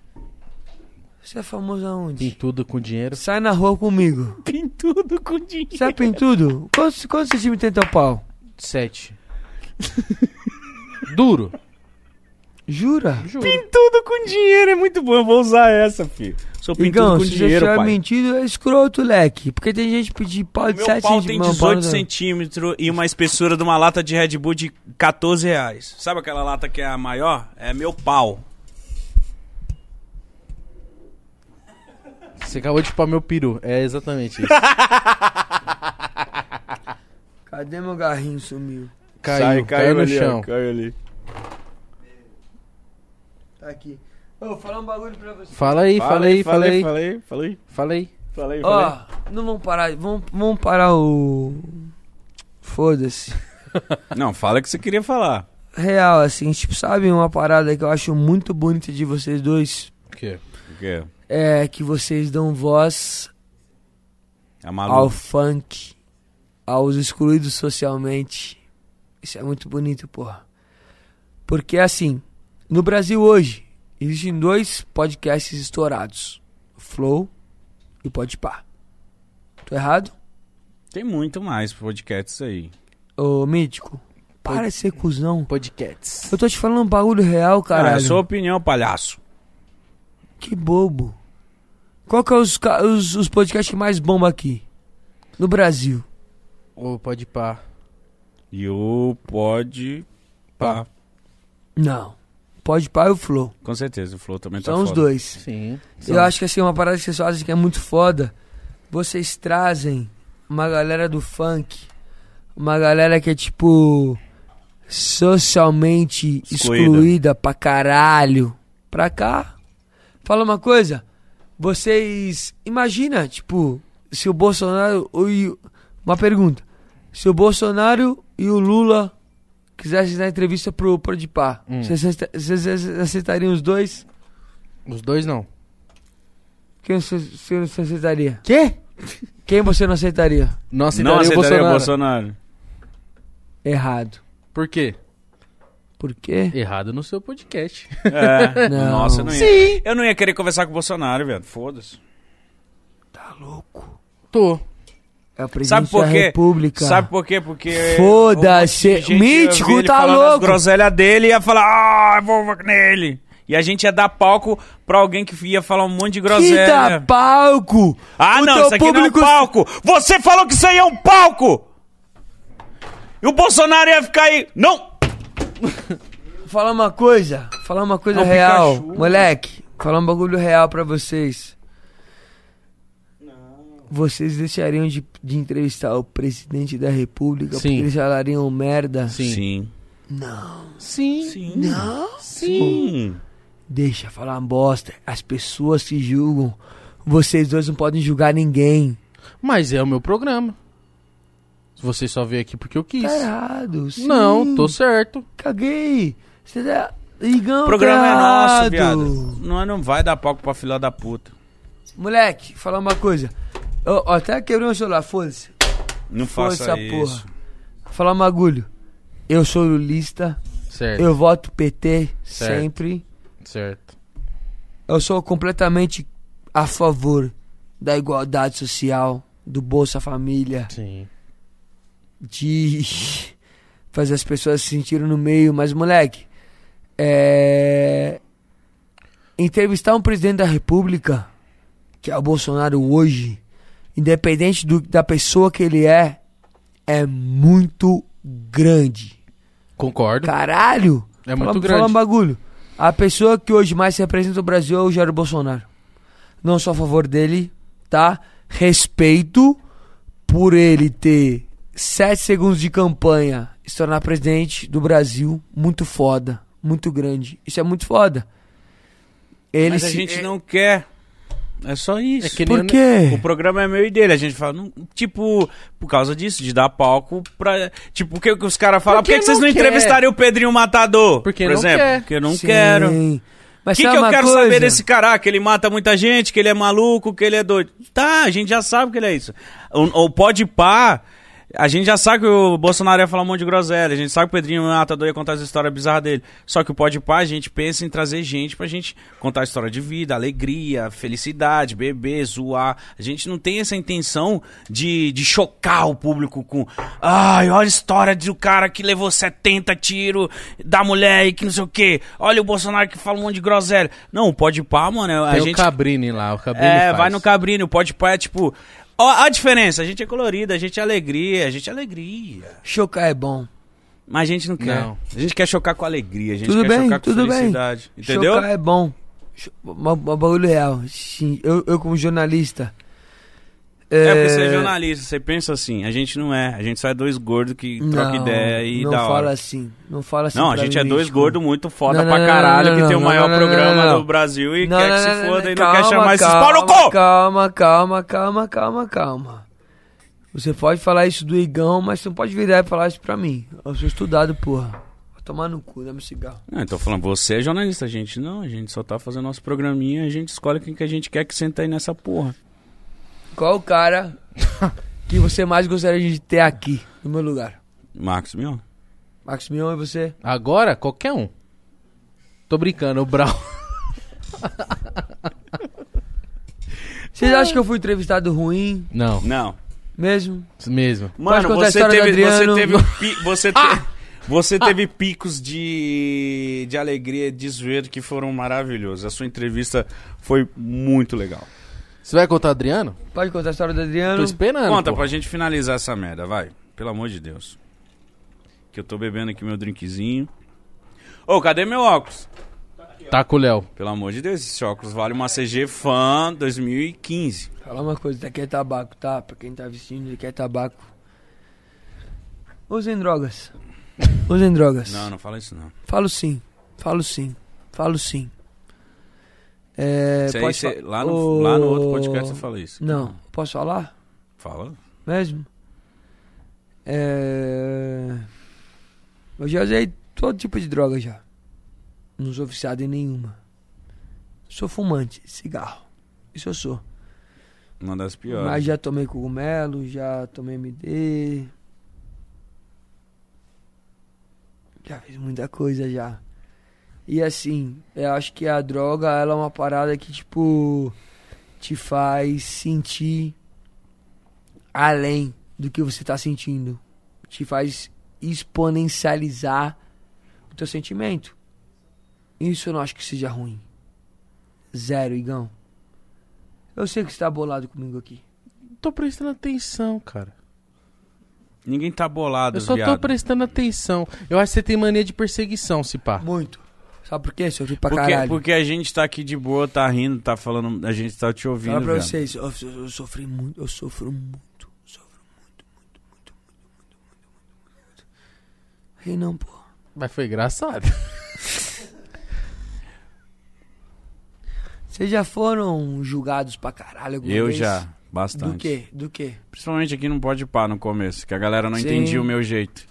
Speaker 3: Você é famoso aonde?
Speaker 2: Tem tudo com dinheiro.
Speaker 3: Sai na rua comigo.
Speaker 1: Pintudo com dinheiro.
Speaker 3: Você é pintudo? Quantos, quantos centímetros tem teu pau?
Speaker 2: Sete. Duro.
Speaker 3: Jura?
Speaker 2: Juro.
Speaker 1: Pintudo com dinheiro é muito bom, eu vou usar essa, filho. Sou pintudo
Speaker 3: Igão,
Speaker 1: com
Speaker 3: Então, se você
Speaker 1: dinheiro,
Speaker 3: tiver
Speaker 1: pai.
Speaker 3: mentido, é escroto, leque. Porque tem gente pedir pau de
Speaker 1: Meu
Speaker 3: né? 7
Speaker 1: pau tem
Speaker 3: centímetros.
Speaker 1: 18 centímetros e uma espessura de uma lata de Red Bull de 14 reais. Sabe aquela lata que é a maior? É meu pau.
Speaker 2: Você acabou de chupar meu peru. É exatamente isso.
Speaker 3: Cadê meu garrinho sumiu?
Speaker 2: Caiu, caiu, no chão.
Speaker 1: caiu ali.
Speaker 3: Tá aqui. Ô, vou falar um bagulho pra você.
Speaker 2: Fala aí, fala aí, fala
Speaker 1: falei,
Speaker 2: aí.
Speaker 1: falei,
Speaker 2: Fala aí.
Speaker 1: falei, falei.
Speaker 3: Ó, não vamos parar. Vamos, vamos parar o. Foda-se.
Speaker 1: Não, fala o que você queria falar.
Speaker 3: Real, assim, tipo, sabe uma parada que eu acho muito bonita de vocês dois?
Speaker 2: O quê?
Speaker 1: O quê?
Speaker 3: É que vocês dão voz
Speaker 1: É
Speaker 3: ao
Speaker 1: maluco.
Speaker 3: funk, aos excluídos socialmente. Isso é muito bonito, porra. Porque assim, no Brasil hoje, existem dois podcasts estourados: Flow e Podpah. Tô errado?
Speaker 1: Tem muito mais podcasts aí.
Speaker 3: Ô, Mítico, para de ser cuzão.
Speaker 2: Podcasts.
Speaker 3: Eu tô te falando um bagulho real,
Speaker 1: Cara, é a
Speaker 3: caralho.
Speaker 1: sua opinião, palhaço.
Speaker 3: Que bobo. Qual que é os, ca- os, os podcasts que mais bomba aqui? No Brasil.
Speaker 2: Ô, pode pá.
Speaker 1: E o pode. Pá.
Speaker 3: Não. Podpah e o Flow.
Speaker 1: Com certeza, o Flow também tá
Speaker 3: São os
Speaker 1: foda.
Speaker 3: dois.
Speaker 2: Sim.
Speaker 3: Eu acho que assim, uma parada que vocês fazem que é muito foda. Vocês trazem uma galera do funk, uma galera que é tipo socialmente
Speaker 1: Excluída.
Speaker 3: excluída pra caralho, pra cá. Fala uma coisa, vocês imagina, tipo, se o Bolsonaro ou e o- uma pergunta, se o Bolsonaro e o Lula quisessem dar entrevista pro Prodipar,
Speaker 2: Hum.
Speaker 3: vocês aceita- vocês aceitariam os dois?
Speaker 2: Os dois não.
Speaker 3: Quem você, você não aceitaria?
Speaker 2: Quê?
Speaker 3: Quem você não aceitaria?
Speaker 2: Não aceitaria,
Speaker 1: Não
Speaker 2: o
Speaker 1: aceitaria
Speaker 2: Bolsonaro.
Speaker 1: Bolsonaro.
Speaker 3: Errado.
Speaker 2: Por quê?
Speaker 3: Por quê?
Speaker 2: Errado no seu podcast.
Speaker 1: É.
Speaker 3: Não.
Speaker 1: Nossa, eu não ia.
Speaker 2: Sim.
Speaker 1: Eu não ia querer conversar com o Bolsonaro, velho. Foda-se.
Speaker 3: Tá louco.
Speaker 2: Tô.
Speaker 3: É o presidente
Speaker 1: Sabe por
Speaker 3: da
Speaker 1: quê?
Speaker 3: República.
Speaker 1: Sabe por quê? Porque.
Speaker 3: Foda-se.
Speaker 1: um monte de gente ia
Speaker 3: Mítico,
Speaker 1: ver ele
Speaker 3: tá
Speaker 1: falando
Speaker 3: louco.
Speaker 1: As groselhas dele e ia falar, ah, eu vou nele. E a gente ia dar palco pra alguém que ia falar um monte de
Speaker 3: Que dá
Speaker 1: groselha.
Speaker 3: palco!
Speaker 1: Ah,
Speaker 3: O
Speaker 1: não,
Speaker 3: teu
Speaker 1: isso aqui
Speaker 3: público-
Speaker 1: não é um palco. Você falou que isso aí é um palco. E o Bolsonaro ia ficar aí. Não!
Speaker 3: Falar uma coisa, falar uma coisa real. Moleque, falar um bagulho real pra vocês. Vocês deixariam de, de entrevistar o presidente da república
Speaker 2: Sim.
Speaker 3: porque eles falariam merda?
Speaker 2: Sim. Sim. Sim.
Speaker 3: Não.
Speaker 1: Sim.
Speaker 3: Deixa falar uma bosta. As pessoas se julgam. Vocês dois não podem julgar ninguém.
Speaker 2: Mas é o meu programa. Você só veio aqui porque eu quis.
Speaker 3: Tá errado. Sim.
Speaker 2: Não, tô certo.
Speaker 3: Caguei. Você tá. Igão,
Speaker 1: O programa é nosso,
Speaker 3: tá errado.
Speaker 1: viado. Não, não vai dar palco pra filha da puta.
Speaker 3: Moleque, falar uma coisa. Eu, eu até quebrei o celular, foda-se.
Speaker 1: Não faça
Speaker 3: Foda-se essa
Speaker 1: isso.
Speaker 3: porra. Falar um bagulho. Eu sou lulista.
Speaker 2: Certo.
Speaker 3: Eu voto PT
Speaker 2: Certo.
Speaker 3: sempre.
Speaker 2: Certo.
Speaker 3: Eu sou completamente a favor da igualdade social, do Bolsa Família,
Speaker 2: Sim.
Speaker 3: de. fazer as pessoas se sentirem no meio, mas, moleque, é... entrevistar um presidente da República, que é o Bolsonaro hoje, independente do- da pessoa que ele é, é muito grande.
Speaker 2: Concordo.
Speaker 3: Caralho!
Speaker 2: É muito
Speaker 3: Fala-
Speaker 2: grande.
Speaker 3: Fala um bagulho. A pessoa que hoje mais representa o Brasil é o Jair Bolsonaro. Não sou a favor dele, tá? Respeito por ele ter sete segundos de campanha e se tornar presidente do Brasil. Muito foda. Muito grande. Isso é muito foda. Ele
Speaker 1: Mas a
Speaker 3: se-
Speaker 1: gente não quer. É só isso.
Speaker 2: É que
Speaker 3: Por
Speaker 2: nem-
Speaker 1: O
Speaker 3: quê?
Speaker 1: programa é meu e dele. A gente fala, não- tipo, por causa disso, de dar palco pra. Tipo, o que, que os caras falam? Por
Speaker 2: Porque
Speaker 1: que, que vocês
Speaker 2: não
Speaker 1: não
Speaker 2: quer.
Speaker 1: entrevistariam o Pedrinho Matador?
Speaker 2: Porque
Speaker 1: por
Speaker 2: não
Speaker 1: exemplo?
Speaker 2: quer. É
Speaker 1: Porque eu não
Speaker 3: Sim.
Speaker 1: quero. O
Speaker 3: Mas
Speaker 1: que, que
Speaker 3: sabe
Speaker 1: eu
Speaker 3: uma
Speaker 1: quero
Speaker 3: coisa?
Speaker 1: saber desse caraca? Que ele mata muita gente, que ele é maluco, que ele é doido. Tá, a gente já sabe que ele é isso. O, o pode pá, a gente já sabe que o Bolsonaro ia falar um monte de groselha, a gente sabe que o Pedrinho Matador ia contar as histórias bizarras dele. Só que o pode pá, a gente pensa em trazer gente pra gente contar a história de vida, alegria, felicidade, beber, zoar. A gente não tem essa intenção de, de chocar o público com. Ai, olha a história do cara que levou 70 tiros da mulher e que não sei o quê. Olha o Bolsonaro que fala um monte de groselha. Não, o pode pá, mano. A
Speaker 2: Tem
Speaker 1: gente
Speaker 2: o Cabrini lá, o Cabrini
Speaker 1: é,
Speaker 2: faz.
Speaker 1: vai no Cabrini, o pode pá é tipo. Ó, a diferença, a gente é colorida, a gente é alegria, a gente é alegria.
Speaker 3: Chocar é bom.
Speaker 1: Mas a gente não quer.
Speaker 2: Não.
Speaker 1: A gente quer chocar com alegria, a gente
Speaker 3: Tudo
Speaker 1: quer
Speaker 3: bem,
Speaker 1: chocar com
Speaker 3: tudo bem.
Speaker 1: felicidade. Entendeu?
Speaker 3: Chocar é bom. Cho- ba- ba- Bagulho real. Sim, eu, eu como jornalista.
Speaker 1: É porque você é jornalista, você pensa assim, a gente não é, a gente só é dois gordos que troca ideia e
Speaker 3: não
Speaker 1: dá
Speaker 3: fala
Speaker 1: hora.
Speaker 3: assim. Não fala assim.
Speaker 1: não, a
Speaker 3: pra
Speaker 1: gente
Speaker 3: mim,
Speaker 1: é dois
Speaker 3: tipo,
Speaker 1: gordos muito foda
Speaker 3: Não, não,
Speaker 1: pra
Speaker 3: não,
Speaker 1: caralho,
Speaker 3: não,
Speaker 1: que
Speaker 3: não,
Speaker 1: tem o
Speaker 3: não,
Speaker 1: maior
Speaker 3: não, não,
Speaker 1: programa
Speaker 3: não, não.
Speaker 1: do Brasil e
Speaker 3: Não,
Speaker 1: quer
Speaker 3: não,
Speaker 1: que
Speaker 3: não,
Speaker 1: se
Speaker 3: não,
Speaker 1: foda e não
Speaker 3: calma,
Speaker 1: quer chamar esses
Speaker 3: calma,
Speaker 1: pau no cu!
Speaker 3: Calma, calma, calma, calma, calma. Você pode falar isso do Igão, mas você não pode virar e falar isso pra mim. Eu sou estudado, porra. Vai tomar no cu, dá meu cigarro.
Speaker 1: Não, eu tô falando, você é jornalista, a gente não, a gente só tá fazendo nosso programinha, a gente escolhe quem que a gente quer que senta aí nessa porra.
Speaker 3: Qual o cara que você mais gostaria de ter aqui, no meu lugar?
Speaker 1: Marcos Mion.
Speaker 3: Max Mion e você?
Speaker 2: Agora, qualquer um. Tô brincando, o Brau.
Speaker 3: Vocês acham que eu fui entrevistado ruim
Speaker 2: Não,
Speaker 1: Não.
Speaker 3: mesmo?
Speaker 2: isso mesmo.
Speaker 1: Mano,
Speaker 3: contar a
Speaker 1: você
Speaker 3: história do
Speaker 1: teve, você
Speaker 3: Adriano? Ah!
Speaker 1: teve, um pi- você te- você teve picos de, de alegria, de zoeira que foram maravilhosos. A sua entrevista foi muito legal.
Speaker 2: Você vai contar o Adriano?
Speaker 3: Pode contar a história do
Speaker 2: Tô
Speaker 3: Adriano?
Speaker 2: esperando.
Speaker 1: Conta
Speaker 2: pô.
Speaker 1: pra gente finalizar essa merda, vai. Pelo amor de Deus. Que eu tô bebendo aqui meu drinkzinho. Ô, cadê meu óculos?
Speaker 2: Tá com o Léo.
Speaker 1: Pelo amor de Deus, esse óculos vale uma CG Fan 2015.
Speaker 3: Falar uma coisa, isso aqui é tabaco, tá? Pra quem tá vestindo, isso aqui é tabaco. Usem drogas. Usem drogas.
Speaker 1: Não, não fala isso não.
Speaker 3: Falo sim. Falo sim. Falo sim. É,
Speaker 1: Isso aí
Speaker 3: posso
Speaker 1: você-
Speaker 3: fa-
Speaker 1: lá, no,
Speaker 3: Ô,
Speaker 1: lá no outro podcast você fala isso.
Speaker 3: Não, posso falar?
Speaker 1: Fala.
Speaker 3: Mesmo? É... Eu já usei todo tipo de droga já. Não sou viciado em nenhuma. Sou fumante, cigarro. Isso eu sou.
Speaker 1: Uma das piores.
Speaker 3: Mas já tomei cogumelo, já tomei MD. Já fiz muita coisa já. E assim, eu acho que a droga, ela é uma parada que, tipo, te faz sentir além do que você tá sentindo. Te faz exponencializar o teu sentimento. Isso eu não acho que seja ruim. Zero, Igão. Eu sei que você tá bolado comigo aqui.
Speaker 2: Tô prestando atenção, cara.
Speaker 1: Ninguém tá bolado,
Speaker 2: Eu só tô
Speaker 1: viado.
Speaker 2: prestando atenção. Eu acho que você tem mania de perseguição, se pá.
Speaker 3: Muito. Sabe por quê? Se eu pra
Speaker 1: Porque,
Speaker 3: caralho.
Speaker 1: porque a gente tá aqui de boa, tá rindo, tá falando, a gente tá te ouvindo,
Speaker 3: Fala pra
Speaker 1: velho.
Speaker 3: vocês, eu, eu- eu sofri muito, eu sofro muito, sofro muito, muito, muito, muito, muito, muito, muito. Ri não, pô.
Speaker 2: Mas foi engraçado.
Speaker 3: Vocês já foram julgados pra caralho alguma
Speaker 1: Eu
Speaker 3: vez?
Speaker 1: já, bastante.
Speaker 3: Do quê? Do quê?
Speaker 1: Principalmente aqui no Pode Pá no começo, que a galera não
Speaker 3: Sim.
Speaker 1: entendia o meu jeito.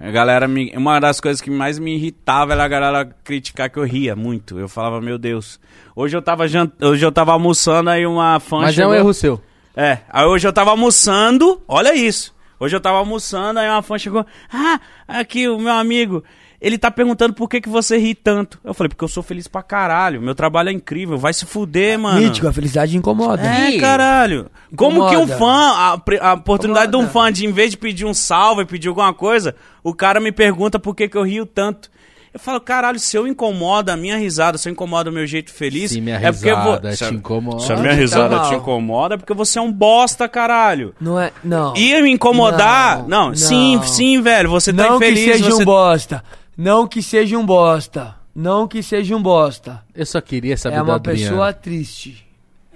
Speaker 1: A galera me. Uma das coisas que mais me irritava era a galera criticar que eu ria muito. Eu falava, meu Deus. Hoje eu tava, jant... Hoje eu tava almoçando, aí uma fã.
Speaker 2: Mas é um
Speaker 1: chegou-
Speaker 2: erro seu.
Speaker 1: É, aí hoje eu tava almoçando, olha isso. Hoje eu tava almoçando, aí uma fã chegou. Ah, aqui o meu amigo, ele tá perguntando por que, que você ri tanto. Eu falei, porque eu sou feliz pra caralho, meu trabalho é incrível, vai se fuder, mano.
Speaker 3: Mítico, a felicidade incomoda.
Speaker 1: É, caralho. Como
Speaker 3: Incomoda.
Speaker 1: que um fã, a, pre- a oportunidade de um
Speaker 3: Incomoda.
Speaker 1: fã de, em vez de pedir um salve, pedir alguma coisa, O cara me pergunta por que, que eu rio tanto. Eu falo, caralho, se eu incomodo a minha risada, se eu incomodo o meu jeito feliz,
Speaker 2: Se minha
Speaker 1: é porque eu vou.
Speaker 2: risada
Speaker 1: Se a-
Speaker 2: te incomoda.
Speaker 1: Se a minha risada
Speaker 3: tá mal.
Speaker 1: te incomoda, é porque você é um bosta, caralho.
Speaker 3: Não é. Não.
Speaker 1: E me incomodar.
Speaker 3: Não,
Speaker 1: Não,
Speaker 3: não.
Speaker 1: sim, sim, velho. Você tá
Speaker 3: não
Speaker 1: infeliz.
Speaker 3: que seja
Speaker 1: você...
Speaker 3: um bosta. Não que seja um bosta. Não que seja um bosta.
Speaker 2: Eu só queria saber
Speaker 3: é
Speaker 2: do
Speaker 3: uma
Speaker 2: Adriano.
Speaker 3: pessoa triste.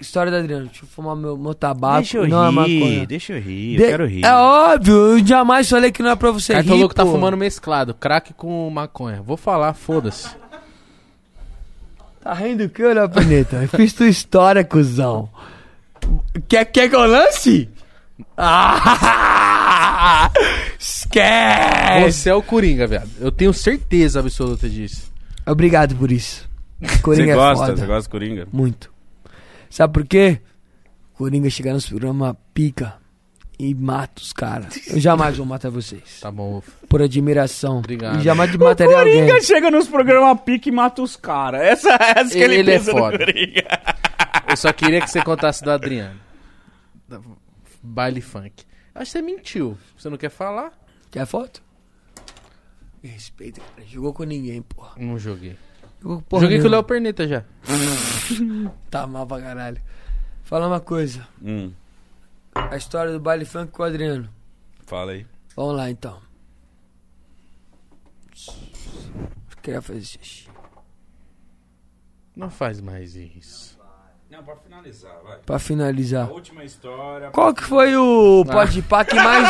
Speaker 3: História da Adriano. Deixa eu fumar meu, meu tabaco.
Speaker 1: Deixa eu
Speaker 3: não é
Speaker 1: rir,
Speaker 3: maconha.
Speaker 1: deixa eu rir,
Speaker 3: De-
Speaker 1: eu quero rir.
Speaker 3: É óbvio, eu jamais falei que não é pra você
Speaker 2: Aí
Speaker 3: rir.
Speaker 2: tá louco, tá
Speaker 3: pô.
Speaker 2: fumando mesclado. Crack com maconha. Vou falar, foda-se.
Speaker 3: Tá rindo o que, olha a punheta? Eu fiz tua história, cuzão. Quer, quer que eu lance? Ah! Esquece!
Speaker 2: Você é o Coringa, viado. Eu tenho certeza absoluta disso.
Speaker 3: Obrigado por isso.
Speaker 1: Você
Speaker 3: Coringa é
Speaker 1: gosta,
Speaker 3: foda.
Speaker 1: você gosta de Coringa?
Speaker 3: Muito. Sabe por quê? Coringa chegar nos programas pica e mata os caras. Eu jamais vou matar vocês.
Speaker 2: Tá bom.
Speaker 3: Por admiração.
Speaker 2: Obrigado.
Speaker 3: E jamais de matarei alguém.
Speaker 1: Coringa é chega nos programas pique e mata os caras. Essa, essa que ele,
Speaker 2: Ele é
Speaker 1: pensa no
Speaker 2: foda.
Speaker 1: Coringa.
Speaker 2: Eu só queria que você contasse do Adriano. Da- Baile funk. Acho que você mentiu. Você não quer falar?
Speaker 3: Quer a foto? Me respeita, cara. Jogou com ninguém, porra.
Speaker 2: Não joguei.
Speaker 3: Jogou com porra
Speaker 2: joguei com o
Speaker 3: nenhuma.
Speaker 2: Léo Perneta já.
Speaker 3: Tá mal pra caralho. Fala uma coisa.
Speaker 1: Hum,
Speaker 3: A história do baile funk com o Adriano.
Speaker 1: fala aí.
Speaker 3: Vamos lá, então. Queria fazer xixi.
Speaker 2: Não faz mais isso.
Speaker 1: Não, pra finalizar, vai.
Speaker 3: Pra finalizar.
Speaker 1: Última história.
Speaker 3: Qual que foi o pode pá que mais...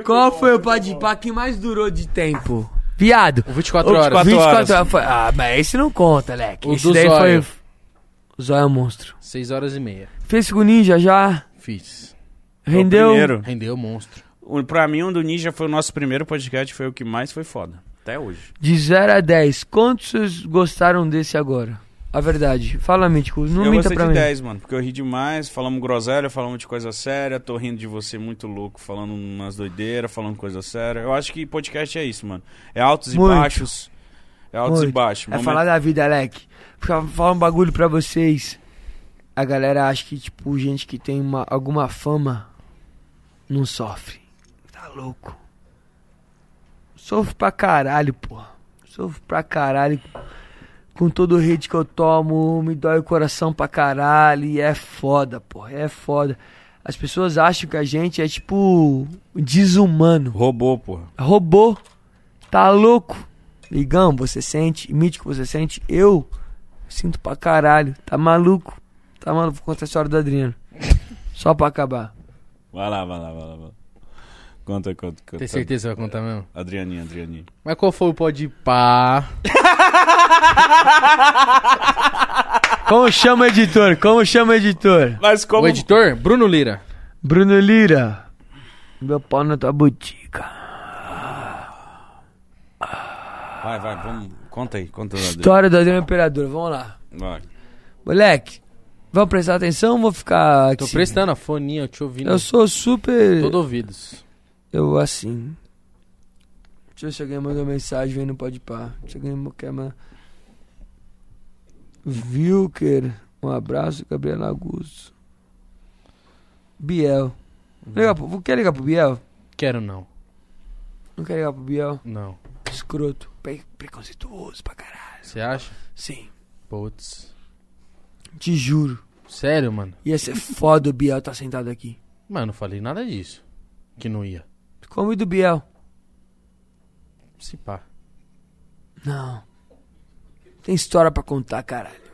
Speaker 1: é
Speaker 3: Qual foi o pode pá que mais durou de tempo? Viado.
Speaker 2: O 24 horas.
Speaker 1: 24 horas.
Speaker 3: foi... Ah, mas esse não conta, leque.
Speaker 2: O
Speaker 3: Esse
Speaker 2: do
Speaker 3: daí
Speaker 2: Zóio.
Speaker 3: foi... O Zóio é um monstro.
Speaker 2: 6 horas e meia.
Speaker 3: Fez com o Ninja já.
Speaker 2: Fiz.
Speaker 3: Rendeu.
Speaker 1: Primeiro,
Speaker 2: Rendeu monstro.
Speaker 1: o- pra mim, um do Ninja foi o nosso primeiro podcast, foi o que mais foi foda. Até hoje.
Speaker 3: De 0 a 10, quantos vocês gostaram desse agora? A verdade. Fala, Mítico. Não
Speaker 1: eu
Speaker 3: minta
Speaker 1: gostei
Speaker 3: pra
Speaker 1: de
Speaker 3: mim.
Speaker 1: 10, mano, porque eu ri demais, falamos groselha, falamos de coisa séria, tô rindo de você muito louco, falando umas doideiras, falando coisa séria. Eu acho que podcast é isso, mano. É altos
Speaker 3: Muito.
Speaker 1: e baixos. É altos
Speaker 3: Muito.
Speaker 1: e baixos.
Speaker 3: É
Speaker 1: Momento-
Speaker 3: falar da vida, Alec. Ficar- Falar um bagulho pra vocês. A galera acha que, tipo, gente que tem uma, alguma fama não sofre. Tá louco. Sofro pra caralho, porra. Sofro pra caralho. Com todo o hate que eu tomo, me dói o coração pra caralho. E é foda, porra. É foda. As pessoas acham que a gente é, tipo, desumano.
Speaker 1: Robô, porra.
Speaker 3: Robô. Tá louco? Migão, você sente? Mítico, você sente? Eu sinto pra caralho. Tá maluco? Tá maluco? Vou contar a história do Adriano. Só pra acabar.
Speaker 1: Vai lá, vai lá, vai lá. Vai lá. Conta, conta, conta.
Speaker 2: Tem certeza que vai contar mesmo?
Speaker 1: Adrianinha, Adrianinha.
Speaker 2: Mas qual foi o pode pá?
Speaker 3: Como chama o editor? Como chama o editor?
Speaker 1: Mas como.
Speaker 2: O editor? Bruno Lira.
Speaker 3: Bruno Lira. Meu pau na tua botica.
Speaker 1: Vai, vai, vamos. Conta aí, conta aí.
Speaker 3: História do Adriano Imperador, vamos lá.
Speaker 1: Vai.
Speaker 3: Moleque, vamos prestar atenção ou vou ficar
Speaker 2: Tô
Speaker 3: aqui?
Speaker 2: prestando a foninha, eu te ouvindo.
Speaker 3: Eu sou super.
Speaker 2: Todo ouvidos.
Speaker 3: Eu assim. Deixa eu ver se alguém mandou mensagem, vem no pode pá. Se alguém mo- quer mandar. Vilker, um abraço, Gabriel Augusto. Biel. Liga pro, quer ligar pro Biel?
Speaker 2: Quero não.
Speaker 3: Não quer ligar pro Biel?
Speaker 2: Não.
Speaker 3: Escroto. Pre- preconceituoso pra caralho.
Speaker 2: Você acha?
Speaker 3: Sim.
Speaker 2: Putz.
Speaker 3: Te juro.
Speaker 2: Sério, mano?
Speaker 3: Ia ser foda o Biel tá sentado aqui.
Speaker 2: Mas eu não falei nada disso. Que não ia.
Speaker 3: Come do Biel.
Speaker 2: Se pá.
Speaker 3: Não. Tem história pra contar, caralho.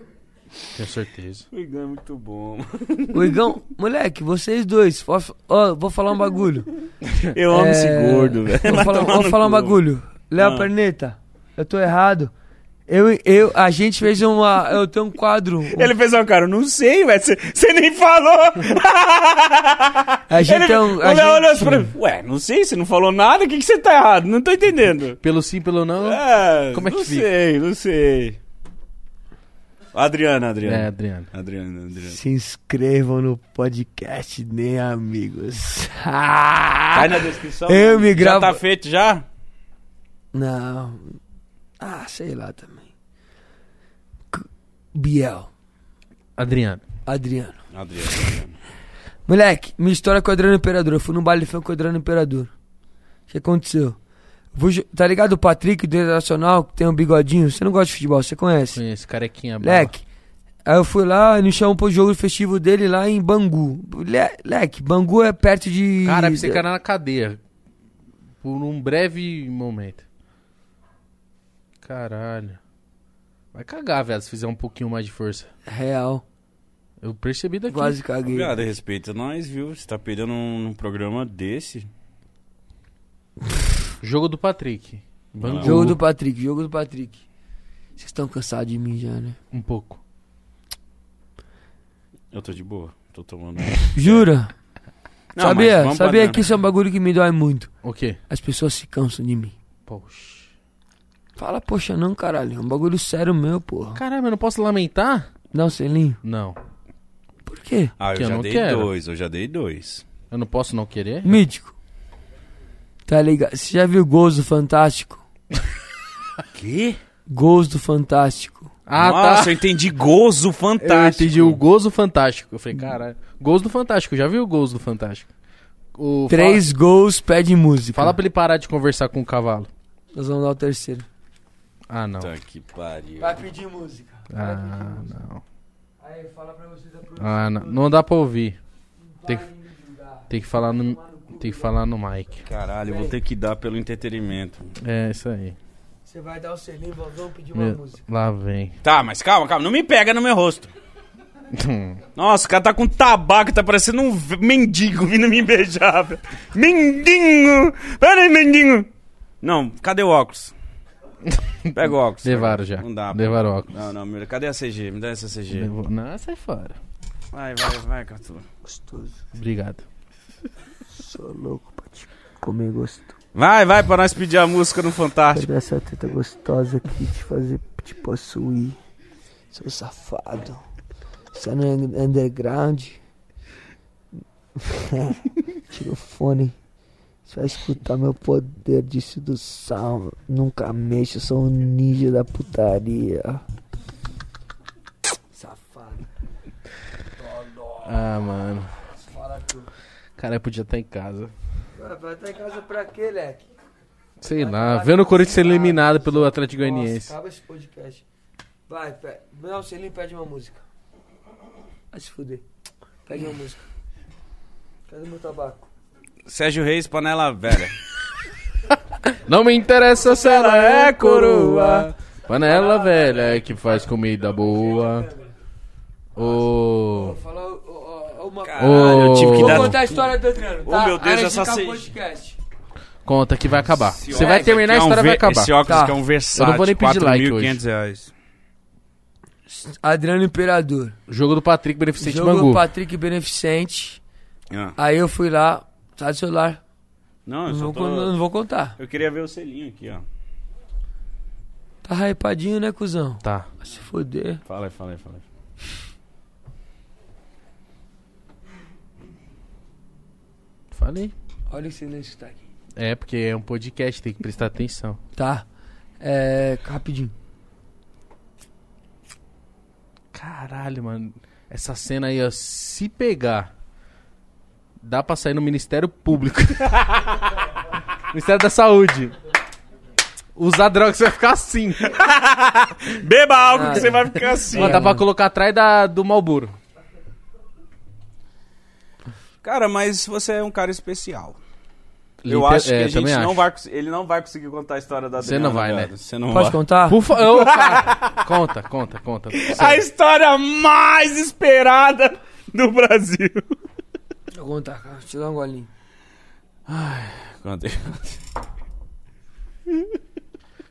Speaker 2: Tenho certeza.
Speaker 1: é muito bom.
Speaker 3: O Igão, moleque, vocês dois, ó, ó, vou falar um bagulho.
Speaker 1: Eu amo
Speaker 3: É,
Speaker 1: esse gordo, velho.
Speaker 3: Vou
Speaker 1: Vai
Speaker 3: falar,
Speaker 1: tomar
Speaker 3: vou
Speaker 1: no
Speaker 3: falar um
Speaker 1: cu.
Speaker 3: bagulho. Léo
Speaker 1: Ah.
Speaker 3: Perneta, eu tô errado. Eu, eu, a gente fez uma. Eu tenho um quadro.
Speaker 1: Ele fez uma cara, eu não sei, velho. Você nem falou.
Speaker 3: a gente
Speaker 1: Ele,
Speaker 3: tem um.
Speaker 1: o
Speaker 3: A
Speaker 1: Léo olhou
Speaker 3: gente,
Speaker 1: assim pra mim. Ué, não sei, você não falou nada, o que, que você tá errado? Não tô entendendo.
Speaker 2: Pelo sim, pelo não. É,
Speaker 1: É,
Speaker 2: Como é que
Speaker 1: não
Speaker 2: fica?
Speaker 1: sei, não sei. Adriana, Adriana.
Speaker 2: É, Adriano.
Speaker 1: Adriana, Adriana.
Speaker 3: se inscrevam no podcast, nem amigos.
Speaker 1: Cai Tá na descrição.
Speaker 3: Eu me
Speaker 1: Já
Speaker 3: gravo.
Speaker 1: tá feito já?
Speaker 3: Não. Ah, sei lá também. C- Biel.
Speaker 2: Adriano.
Speaker 3: Adriano.
Speaker 1: Adriano.
Speaker 3: Moleque, minha história com o Adriano Imperador. Eu fui num baile de funk com o Adriano Imperador. O que aconteceu? Vou ju- tá ligado o Patrick do Internacional, que tem um bigodinho? Você não gosta de futebol, você conhece?
Speaker 2: Conheço, é carequinha. brava.
Speaker 3: Leque. Aí eu fui lá, ele me chamou pro jogo festivo dele lá em Bangu. Le- Leque, Bangu é perto de.
Speaker 2: Cara, você caiu na cadeia. Por um breve momento. Caralho. Vai cagar, velho, se fizer um pouquinho mais de força.
Speaker 3: Real.
Speaker 2: Eu percebi daqui.
Speaker 3: Quase caguei.
Speaker 1: Obrigado, respeita nós, viu? Você tá perdendo um, um programa desse.
Speaker 2: Jogo do Patrick. Bangu.
Speaker 3: Jogo do Patrick, jogo do Patrick. Vocês estão cansados de mim já, né?
Speaker 2: Um pouco.
Speaker 1: Eu tô de boa. Tô tomando. um-
Speaker 3: Jura?
Speaker 1: Não, mas
Speaker 3: sabia?
Speaker 1: vamos pra
Speaker 3: Sabia
Speaker 1: dentro.
Speaker 3: que isso é um bagulho que me dói muito.
Speaker 2: O quê?
Speaker 3: As pessoas se cansam de mim.
Speaker 2: Poxa.
Speaker 3: Fala, poxa, não, caralho. É um bagulho sério meu, porra.
Speaker 2: Caralho, mas eu não posso lamentar?
Speaker 3: Dá um selinho.
Speaker 2: Não.
Speaker 3: Por quê?
Speaker 1: Ah, eu
Speaker 2: Que eu
Speaker 1: já
Speaker 2: não
Speaker 1: dei
Speaker 2: quero.
Speaker 1: dois, eu já dei dois.
Speaker 2: Eu não posso não querer?
Speaker 3: Mítico. Tá ligado? Você já viu Gozo Fantástico?
Speaker 1: Que?
Speaker 3: Gozo Fantástico.
Speaker 2: Ah,
Speaker 1: Nossa,
Speaker 2: tá.
Speaker 1: eu entendi gozo
Speaker 2: Eu
Speaker 1: fantástico.
Speaker 2: entendi o gozo fantástico. Eu falei, caralho. Gozo do Fantástico, já viu o gozo do Fantástico? O
Speaker 3: Três gols pede música.
Speaker 2: Fala, fala pra ele parar de conversar com o cavalo.
Speaker 3: Nós vamos dar o terceiro.
Speaker 2: Ah, não.
Speaker 1: Puta que pariu.
Speaker 3: pedir música.
Speaker 2: Ah, não.
Speaker 3: Aí, fala pra vocês da produção.
Speaker 2: Ah, não. Não dá pra ouvir. Tem que, tem que falar no. Tem que falar no mic.
Speaker 1: Caralho, eu vou ter que dar pelo entretenimento.
Speaker 2: É, isso aí.
Speaker 3: Você vai dar o selinho, nós vamos pedir
Speaker 2: Meu- lá vem.
Speaker 1: Tá, mas calma, calma. Não me pega no meu rosto. Nossa, o cara tá com tabaco, tá parecendo um v- mendigo vindo me beijar. velho. Mendigo! Pera aí, mendigo! Não, cadê o óculos? Pega o óculos.
Speaker 2: Levaram já.
Speaker 1: Não dá, pô.
Speaker 2: Levaram o óculos.
Speaker 1: Não, não, meu, cadê a CG? Me dá essa CG.
Speaker 2: Levou- Não, sai fora.
Speaker 1: Vai, vai, vai, Catu.
Speaker 3: Gostoso.
Speaker 2: Obrigado.
Speaker 3: Sou louco pra te comer gostoso.
Speaker 1: Vai, vai, pra nós pedir a música no Fantástico.
Speaker 3: Pegar essa teta gostosa aqui, te fazer, tipo, te possuir. Seu safado. Você é no un- underground. Tira o fone. Você vai escutar meu poder de sedução. Nunca mexa, eu sou um ninja da putaria. Safado.
Speaker 2: Ah, mano. Cara, eu podia estar em casa.
Speaker 3: Vai estar em casa pra quê, Leque?
Speaker 2: Sei lá, vendo o Corinthians ser eliminado pelo Atlético Goianiense.
Speaker 3: acaba esse podcast. Vai, pede. Não, Celinho, pede uma música. Vai se fuder. Pede uma música. Cadê meu tabaco?
Speaker 1: Sérgio Reis, panela velha.
Speaker 2: Não me interessa se ela é coroa. Panela velha é que faz comida boa. Ô.
Speaker 3: Fala ó, ó, ó, uma
Speaker 1: Caralho, eu tive que
Speaker 3: Vou
Speaker 1: dar.
Speaker 3: contar a história do Adriano, tá?
Speaker 1: Ô, meu Deus,
Speaker 3: Antes de
Speaker 1: essa
Speaker 3: acabar o
Speaker 1: se-
Speaker 3: podcast.
Speaker 2: Conta que vai acabar.
Speaker 1: Esse
Speaker 2: Você vai
Speaker 1: óculos
Speaker 2: terminar, a
Speaker 1: aqui é um
Speaker 2: história vai
Speaker 1: ve-
Speaker 2: acabar.
Speaker 1: Esse óculos
Speaker 3: Tá.
Speaker 1: que é um versátil,
Speaker 2: Eu não vou nem pedir like hoje.
Speaker 1: 4.500 reais.
Speaker 3: Adriano Imperador.
Speaker 2: Jogo do Patrick Beneficente
Speaker 3: Jogo
Speaker 2: Bangu.
Speaker 3: Patrick Beneficente.
Speaker 1: Ah.
Speaker 3: Aí eu fui lá, tá do celular.
Speaker 1: Não, eu
Speaker 3: Não
Speaker 1: só
Speaker 3: vou,
Speaker 1: tô...
Speaker 3: con- não vou contar.
Speaker 1: Eu queria ver o selinho aqui, ó.
Speaker 3: Tá hypadinho, né, cuzão?
Speaker 2: Tá.
Speaker 3: Vai se fuder.
Speaker 1: Fala aí, fala aí, fala aí.
Speaker 2: Falei.
Speaker 3: Olha o silêncio que tá aqui.
Speaker 2: É, porque é um podcast, tem que prestar atenção.
Speaker 3: Tá. É. Rapidinho.
Speaker 2: Caralho, mano. Essa cena aí, ó, se pegar, dá pra sair no Ministério Público. Ministério da Saúde. Usar droga, você vai ficar assim.
Speaker 1: Beba algo
Speaker 3: Ah.
Speaker 1: que você vai ficar assim.
Speaker 2: Ó, dá pra colocar atrás da, do Malboro.
Speaker 1: Cara, mas você é um cara especial. Eu acho
Speaker 2: é,
Speaker 1: que a gente não vai, cons- ele não vai conseguir contar a história da
Speaker 2: Você não
Speaker 1: Adriana,
Speaker 2: vai, né?
Speaker 1: velho. Você não
Speaker 3: Pode
Speaker 1: vai.
Speaker 3: contar?
Speaker 2: Por fa... Ô, cara. Conta, conta, conta.
Speaker 1: A história mais esperada do Brasil.
Speaker 3: Vou contar, cara. Deixa eu dar um golinho.
Speaker 1: Conta aí.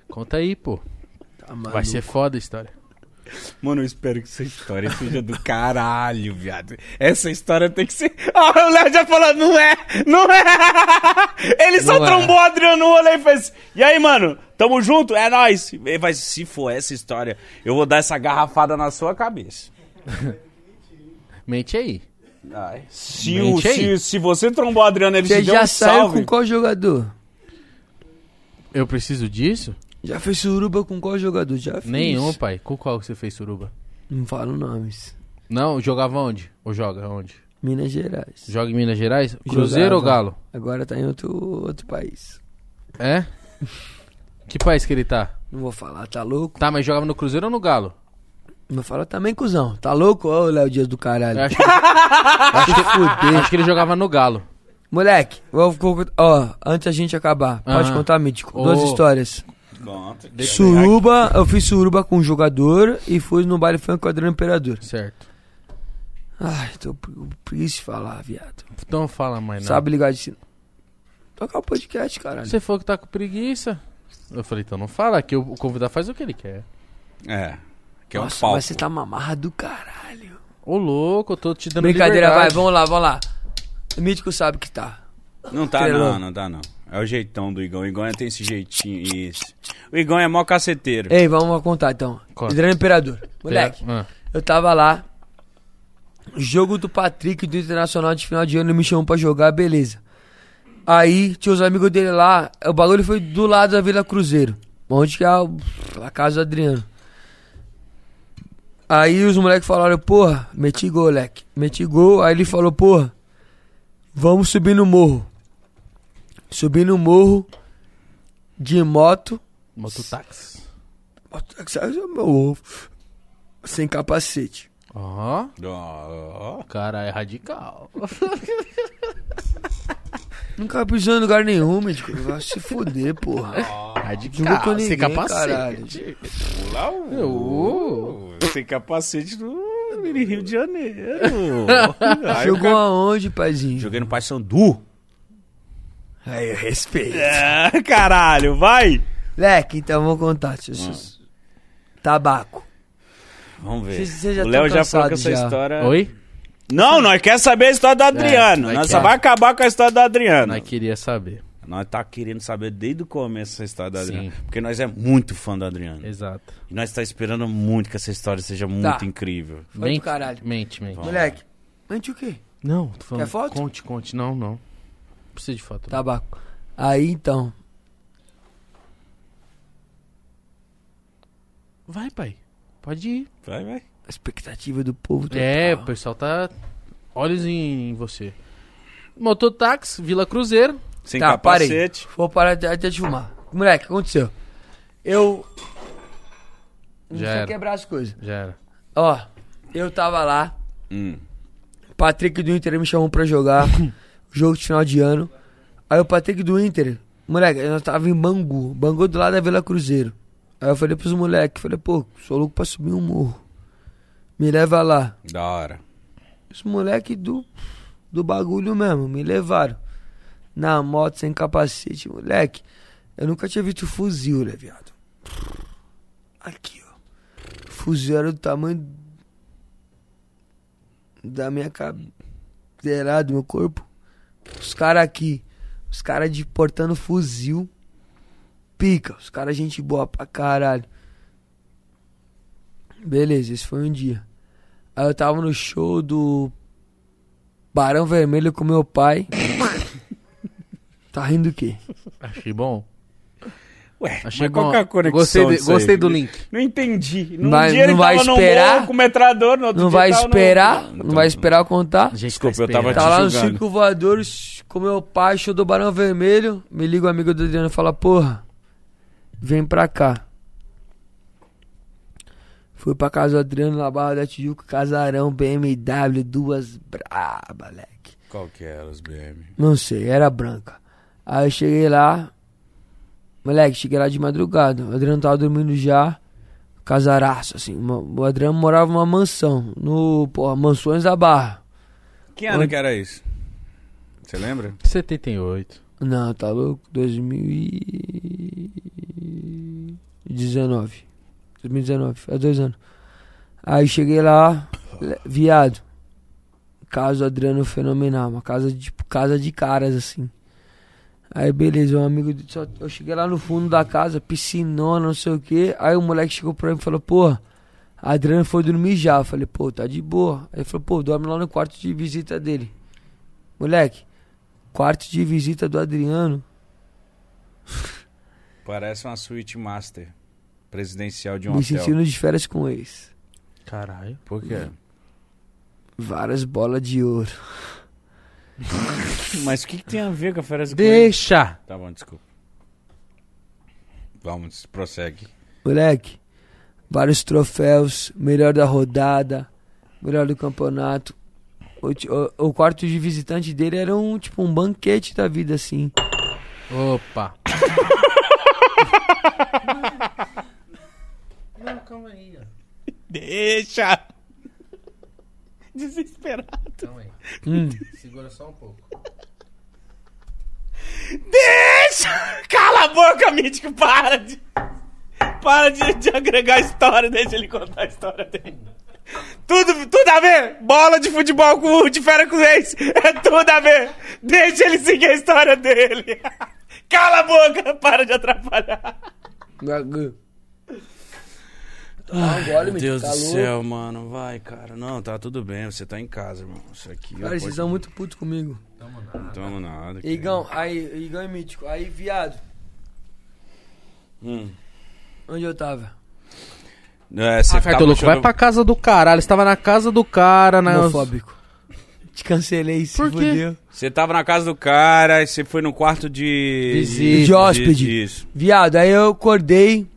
Speaker 2: Conta aí, pô.
Speaker 3: Tá, mano.
Speaker 2: Vai ser foda a história.
Speaker 1: Mano, eu espero que essa história seja do caralho, viado. Essa história tem que ser. Ah, o Léo já falou, não é! Não é! Ele só
Speaker 2: Não é.
Speaker 1: trombou o Adriano no rolê e fez. E aí, mano? Tamo junto? É nóis! Ele vai, se for essa história, eu vou dar essa garrafada na sua cabeça.
Speaker 2: Mente aí.
Speaker 1: Ai, se, o,
Speaker 2: Mente aí.
Speaker 1: se, se você trombou o Adriano, ele
Speaker 3: Você
Speaker 1: te deu
Speaker 3: já
Speaker 1: um
Speaker 3: saiu
Speaker 1: salve.
Speaker 3: com qual jogador?
Speaker 2: Eu preciso disso?
Speaker 3: Já fez suruba com qual jogador? Já fiz.
Speaker 2: Nenhum, pai. Com qual que você fez suruba?
Speaker 3: Não falo nomes.
Speaker 2: Não, jogava onde? Ou joga onde?
Speaker 3: Minas Gerais.
Speaker 2: Joga em Minas Gerais? Cruzeiro ou Galo?
Speaker 3: Agora tá em outro, outro país.
Speaker 2: É? que país que ele tá?
Speaker 3: Não vou falar, tá louco?
Speaker 2: Tá, mas jogava no Cruzeiro ou no Galo?
Speaker 3: Não fala também, cuzão. Tá louco? Ô, Léo Dias do caralho.
Speaker 2: Eu acho que,
Speaker 3: Acho que
Speaker 2: eu
Speaker 3: fudeu.
Speaker 2: acho que ele jogava no Galo.
Speaker 3: Moleque, eu vou- ó, antes a gente acabar, pode
Speaker 2: Aham.
Speaker 3: contar, Mítico,
Speaker 2: Ô.
Speaker 3: duas histórias.
Speaker 1: Conta.
Speaker 3: Suruba, Ah. eu fiz suruba com um jogador e fui no baile funk com o Adriano Imperador.
Speaker 2: Certo.
Speaker 3: Ai, tô com preguiça de falar, viado.
Speaker 2: Então fala mais nada.
Speaker 3: Sabe ligar de sinal. Tocar o podcast, caralho.
Speaker 2: Você falou que tá com preguiça. Eu falei, então não fala, que o convidado faz o que ele quer.
Speaker 1: É. Que é um
Speaker 3: Nossa,
Speaker 1: palco.
Speaker 3: mas você tá mamarra do caralho.
Speaker 2: Ô louco, eu tô te dando
Speaker 3: Brincadeira, vai,
Speaker 2: liberdade.
Speaker 3: vamos lá, vamos lá. O Mítico sabe que tá.
Speaker 1: Não tá
Speaker 3: Estrelou.
Speaker 1: não, não tá não. É o jeitão do Igão. O Igão tem esse jeitinho, isso. O Igão é mó caceteiro.
Speaker 3: Ei, vamos contar então.
Speaker 2: Conta.
Speaker 3: Adriano Imperador. Moleque,
Speaker 2: Ah,
Speaker 3: Eu tava lá. Jogo do Patrick do Internacional de final de ano, ele me chamou pra jogar, beleza. Aí tinha os amigos dele lá, o bagulho foi do lado da Vila Cruzeiro, onde que é a, a casa do Adriano. Aí os moleques falaram, porra, meti gol, leque, meti gol. Aí ele falou, porra, vamos subir no morro. Subi no morro de moto,
Speaker 2: mototáxi.
Speaker 3: meu sem capacete.
Speaker 2: Ó,
Speaker 1: Ó,
Speaker 2: o cara é radical.
Speaker 3: Nunca pisou em lugar nenhum, médico. Vai se fuder, porra. Jogou com
Speaker 2: radical,
Speaker 3: ninguém,
Speaker 2: sem
Speaker 3: caralho.
Speaker 2: capacete. Eu, uh. ô,
Speaker 1: Sem capacete do Mini Rio de Janeiro. Aí o
Speaker 3: Jogou
Speaker 1: cara-
Speaker 3: aonde, paizinho?
Speaker 1: Joguei no Paysandu.
Speaker 3: Aí eu respeito.
Speaker 1: É, caralho, vai!
Speaker 3: Leque, então vou contar. se-
Speaker 1: Hum.
Speaker 3: se- Tabaco.
Speaker 1: Vamos ver.
Speaker 3: Vocês- vocês já
Speaker 1: o Léo
Speaker 3: tão
Speaker 1: já falou que
Speaker 3: cansados
Speaker 1: essa
Speaker 3: já.
Speaker 1: história.
Speaker 2: tá Oi? É,
Speaker 1: Não, nós quer saber a história do Adriano.
Speaker 2: vai
Speaker 1: nós
Speaker 2: que-
Speaker 1: só vai acabar com a história do Adriano.
Speaker 2: Nós queria saber.
Speaker 1: Nós tá querendo saber desde o começo essa história do
Speaker 2: Sim. É.
Speaker 1: Adriano. Porque nós é muito fã do Adriano.
Speaker 2: Exato.
Speaker 1: E nós tá esperando muito que essa história
Speaker 2: Tá.
Speaker 1: seja muito incrível.
Speaker 3: Foi do caralho.
Speaker 2: Mente, mente.
Speaker 3: Moleque, mente o quê?
Speaker 2: Não, tô falando.
Speaker 3: Quer foto?
Speaker 2: Conte, conte. Não, não. Precisa de foto.
Speaker 1: Tá.
Speaker 2: não.
Speaker 3: Tabaco. Aí então.
Speaker 2: Vai, pai. Pode ir.
Speaker 1: Vai, vai.
Speaker 3: A expectativa do povo total.
Speaker 2: É, o pessoal tá. Olhos em, em você. Mototáxi, Vila Cruzeiro.
Speaker 1: Sem
Speaker 3: Tá, parei.
Speaker 1: capacete.
Speaker 3: Vou parar de, de fumar. Moleque, o que aconteceu? Eu. Não
Speaker 2: Já
Speaker 3: sei
Speaker 2: era.
Speaker 3: quebrar as coisas.
Speaker 2: Já era.
Speaker 3: Ó, eu tava lá.
Speaker 1: Hum.
Speaker 3: Patrick do Inter me chamou pra jogar. jogo de final de ano. Aí o Patrick do Inter, moleque, nós tava em Bangu. Bangu é do lado da Vila Cruzeiro. Aí eu falei pros moleques, falei, pô, sou louco pra subir um morro. Me leva lá.
Speaker 1: Da hora.
Speaker 3: Os moleques do, do bagulho mesmo, me levaram. Na moto, sem capacete, moleque. Eu nunca tinha visto fuzil, né, viado? Aqui, ó. Fuzil era do tamanho da minha cadeira, do meu corpo. Os caras aqui, os caras de portando fuzil. Pica, os caras gente boa pra caralho. Beleza, esse foi um dia. Aí eu tava no show do Barão Vermelho com meu pai. tá rindo o quê?
Speaker 2: Achei bom.
Speaker 1: Ué,
Speaker 2: Achei
Speaker 1: mas
Speaker 2: bom.
Speaker 1: qual que é a conexão
Speaker 2: Gostei, de-
Speaker 1: disso aí?
Speaker 2: gostei do link.
Speaker 1: Não entendi. Num
Speaker 3: Mas
Speaker 1: dia ele
Speaker 3: não vai
Speaker 1: tava
Speaker 3: esperar?
Speaker 1: no morro com o metrador, no outro
Speaker 3: Não
Speaker 1: dia
Speaker 3: vai
Speaker 1: tava no-
Speaker 3: esperar? Não
Speaker 1: Então,
Speaker 3: vai esperar eu contar?
Speaker 1: Desculpa, eu tava
Speaker 3: Tá lá no
Speaker 1: julgando.
Speaker 3: Circo Voador shh, com meu pai, show do Barão Vermelho. Me liga o amigo do Adriano e fala, porra, vem pra cá. Fui pra casa do Adriano, na Barra da Tijuca, casarão, BMW, duas braba, moleque.
Speaker 1: Qual que era os BM?
Speaker 3: Não sei, era branca. Aí eu cheguei lá. Moleque, cheguei lá de madrugada. O Adriano tava dormindo já. Casaraço, assim. Uma- o Adriano morava numa mansão. No, porra, Mansões da Barra.
Speaker 1: Que ano
Speaker 3: Oi?
Speaker 1: que era isso? Você lembra?
Speaker 2: 78.
Speaker 3: Não, tá louco? 2019. 2019, faz é dois anos. Aí cheguei lá, le- viado. Casa Adriano é fenomenal, uma casa de, tipo, casa de caras assim. Aí beleza, um amigo. do- só- eu cheguei lá no fundo da casa, piscinona, não sei o que. Aí o moleque chegou pra mim e falou: Porra, Adriano foi dormir já. Eu falei: Pô, tá de boa. Aí ele falou: Pô, dorme lá no quarto de visita dele. Moleque, quarto de visita do Adriano
Speaker 1: Parece uma suíte master presidencial de um
Speaker 3: me
Speaker 1: hotel.
Speaker 3: sentindo de férias com eles.
Speaker 2: Caralho.
Speaker 1: Por quê?
Speaker 3: Várias bolas de ouro.
Speaker 1: Mas o que, que tem a ver com a férias do Coelho?
Speaker 2: Deixa!
Speaker 1: Tá bom, desculpa. Vamos, prossegue.
Speaker 3: Moleque, vários troféus, melhor da rodada, melhor do campeonato. O, ti- o- o quarto de visitante dele era um tipo um banquete da vida, assim.
Speaker 2: Opa!
Speaker 1: Deixa! Desesperado.
Speaker 2: Calma aí. Segura só um pouco.
Speaker 1: Deixa! Cala a boca, Mítico, para de... Para de, de agregar história, deixa ele contar a história dele. Tudo, tudo a ver! Bola de futebol com de fera com ex! É tudo a ver! Deixa ele seguir a história dele! Cala a boca! Para de atrapalhar!
Speaker 3: Gagu. Ah,
Speaker 1: Meu Deus
Speaker 3: tá
Speaker 1: do céu, mano. Vai, cara. Não, tá tudo bem. Você tá em casa, irmão. Isso aqui...
Speaker 3: Cara, vocês são muito putos comigo.
Speaker 1: Não tamo nada.
Speaker 3: Igão, aí, Igão e Mítico. Aí, viado. Onde eu tava?
Speaker 1: Hum. É, você
Speaker 2: Ah, Cartoluco, vai pra casa do caralho. Você tava na casa do cara, né? na.
Speaker 3: Homofóbico. Te cancelei, se
Speaker 2: Por quê?
Speaker 3: fudeu.
Speaker 1: Você tava na casa do cara, aí você foi no quarto de.
Speaker 2: Visita.
Speaker 3: De hóspede.
Speaker 1: isso.
Speaker 3: Viado, aí eu acordei.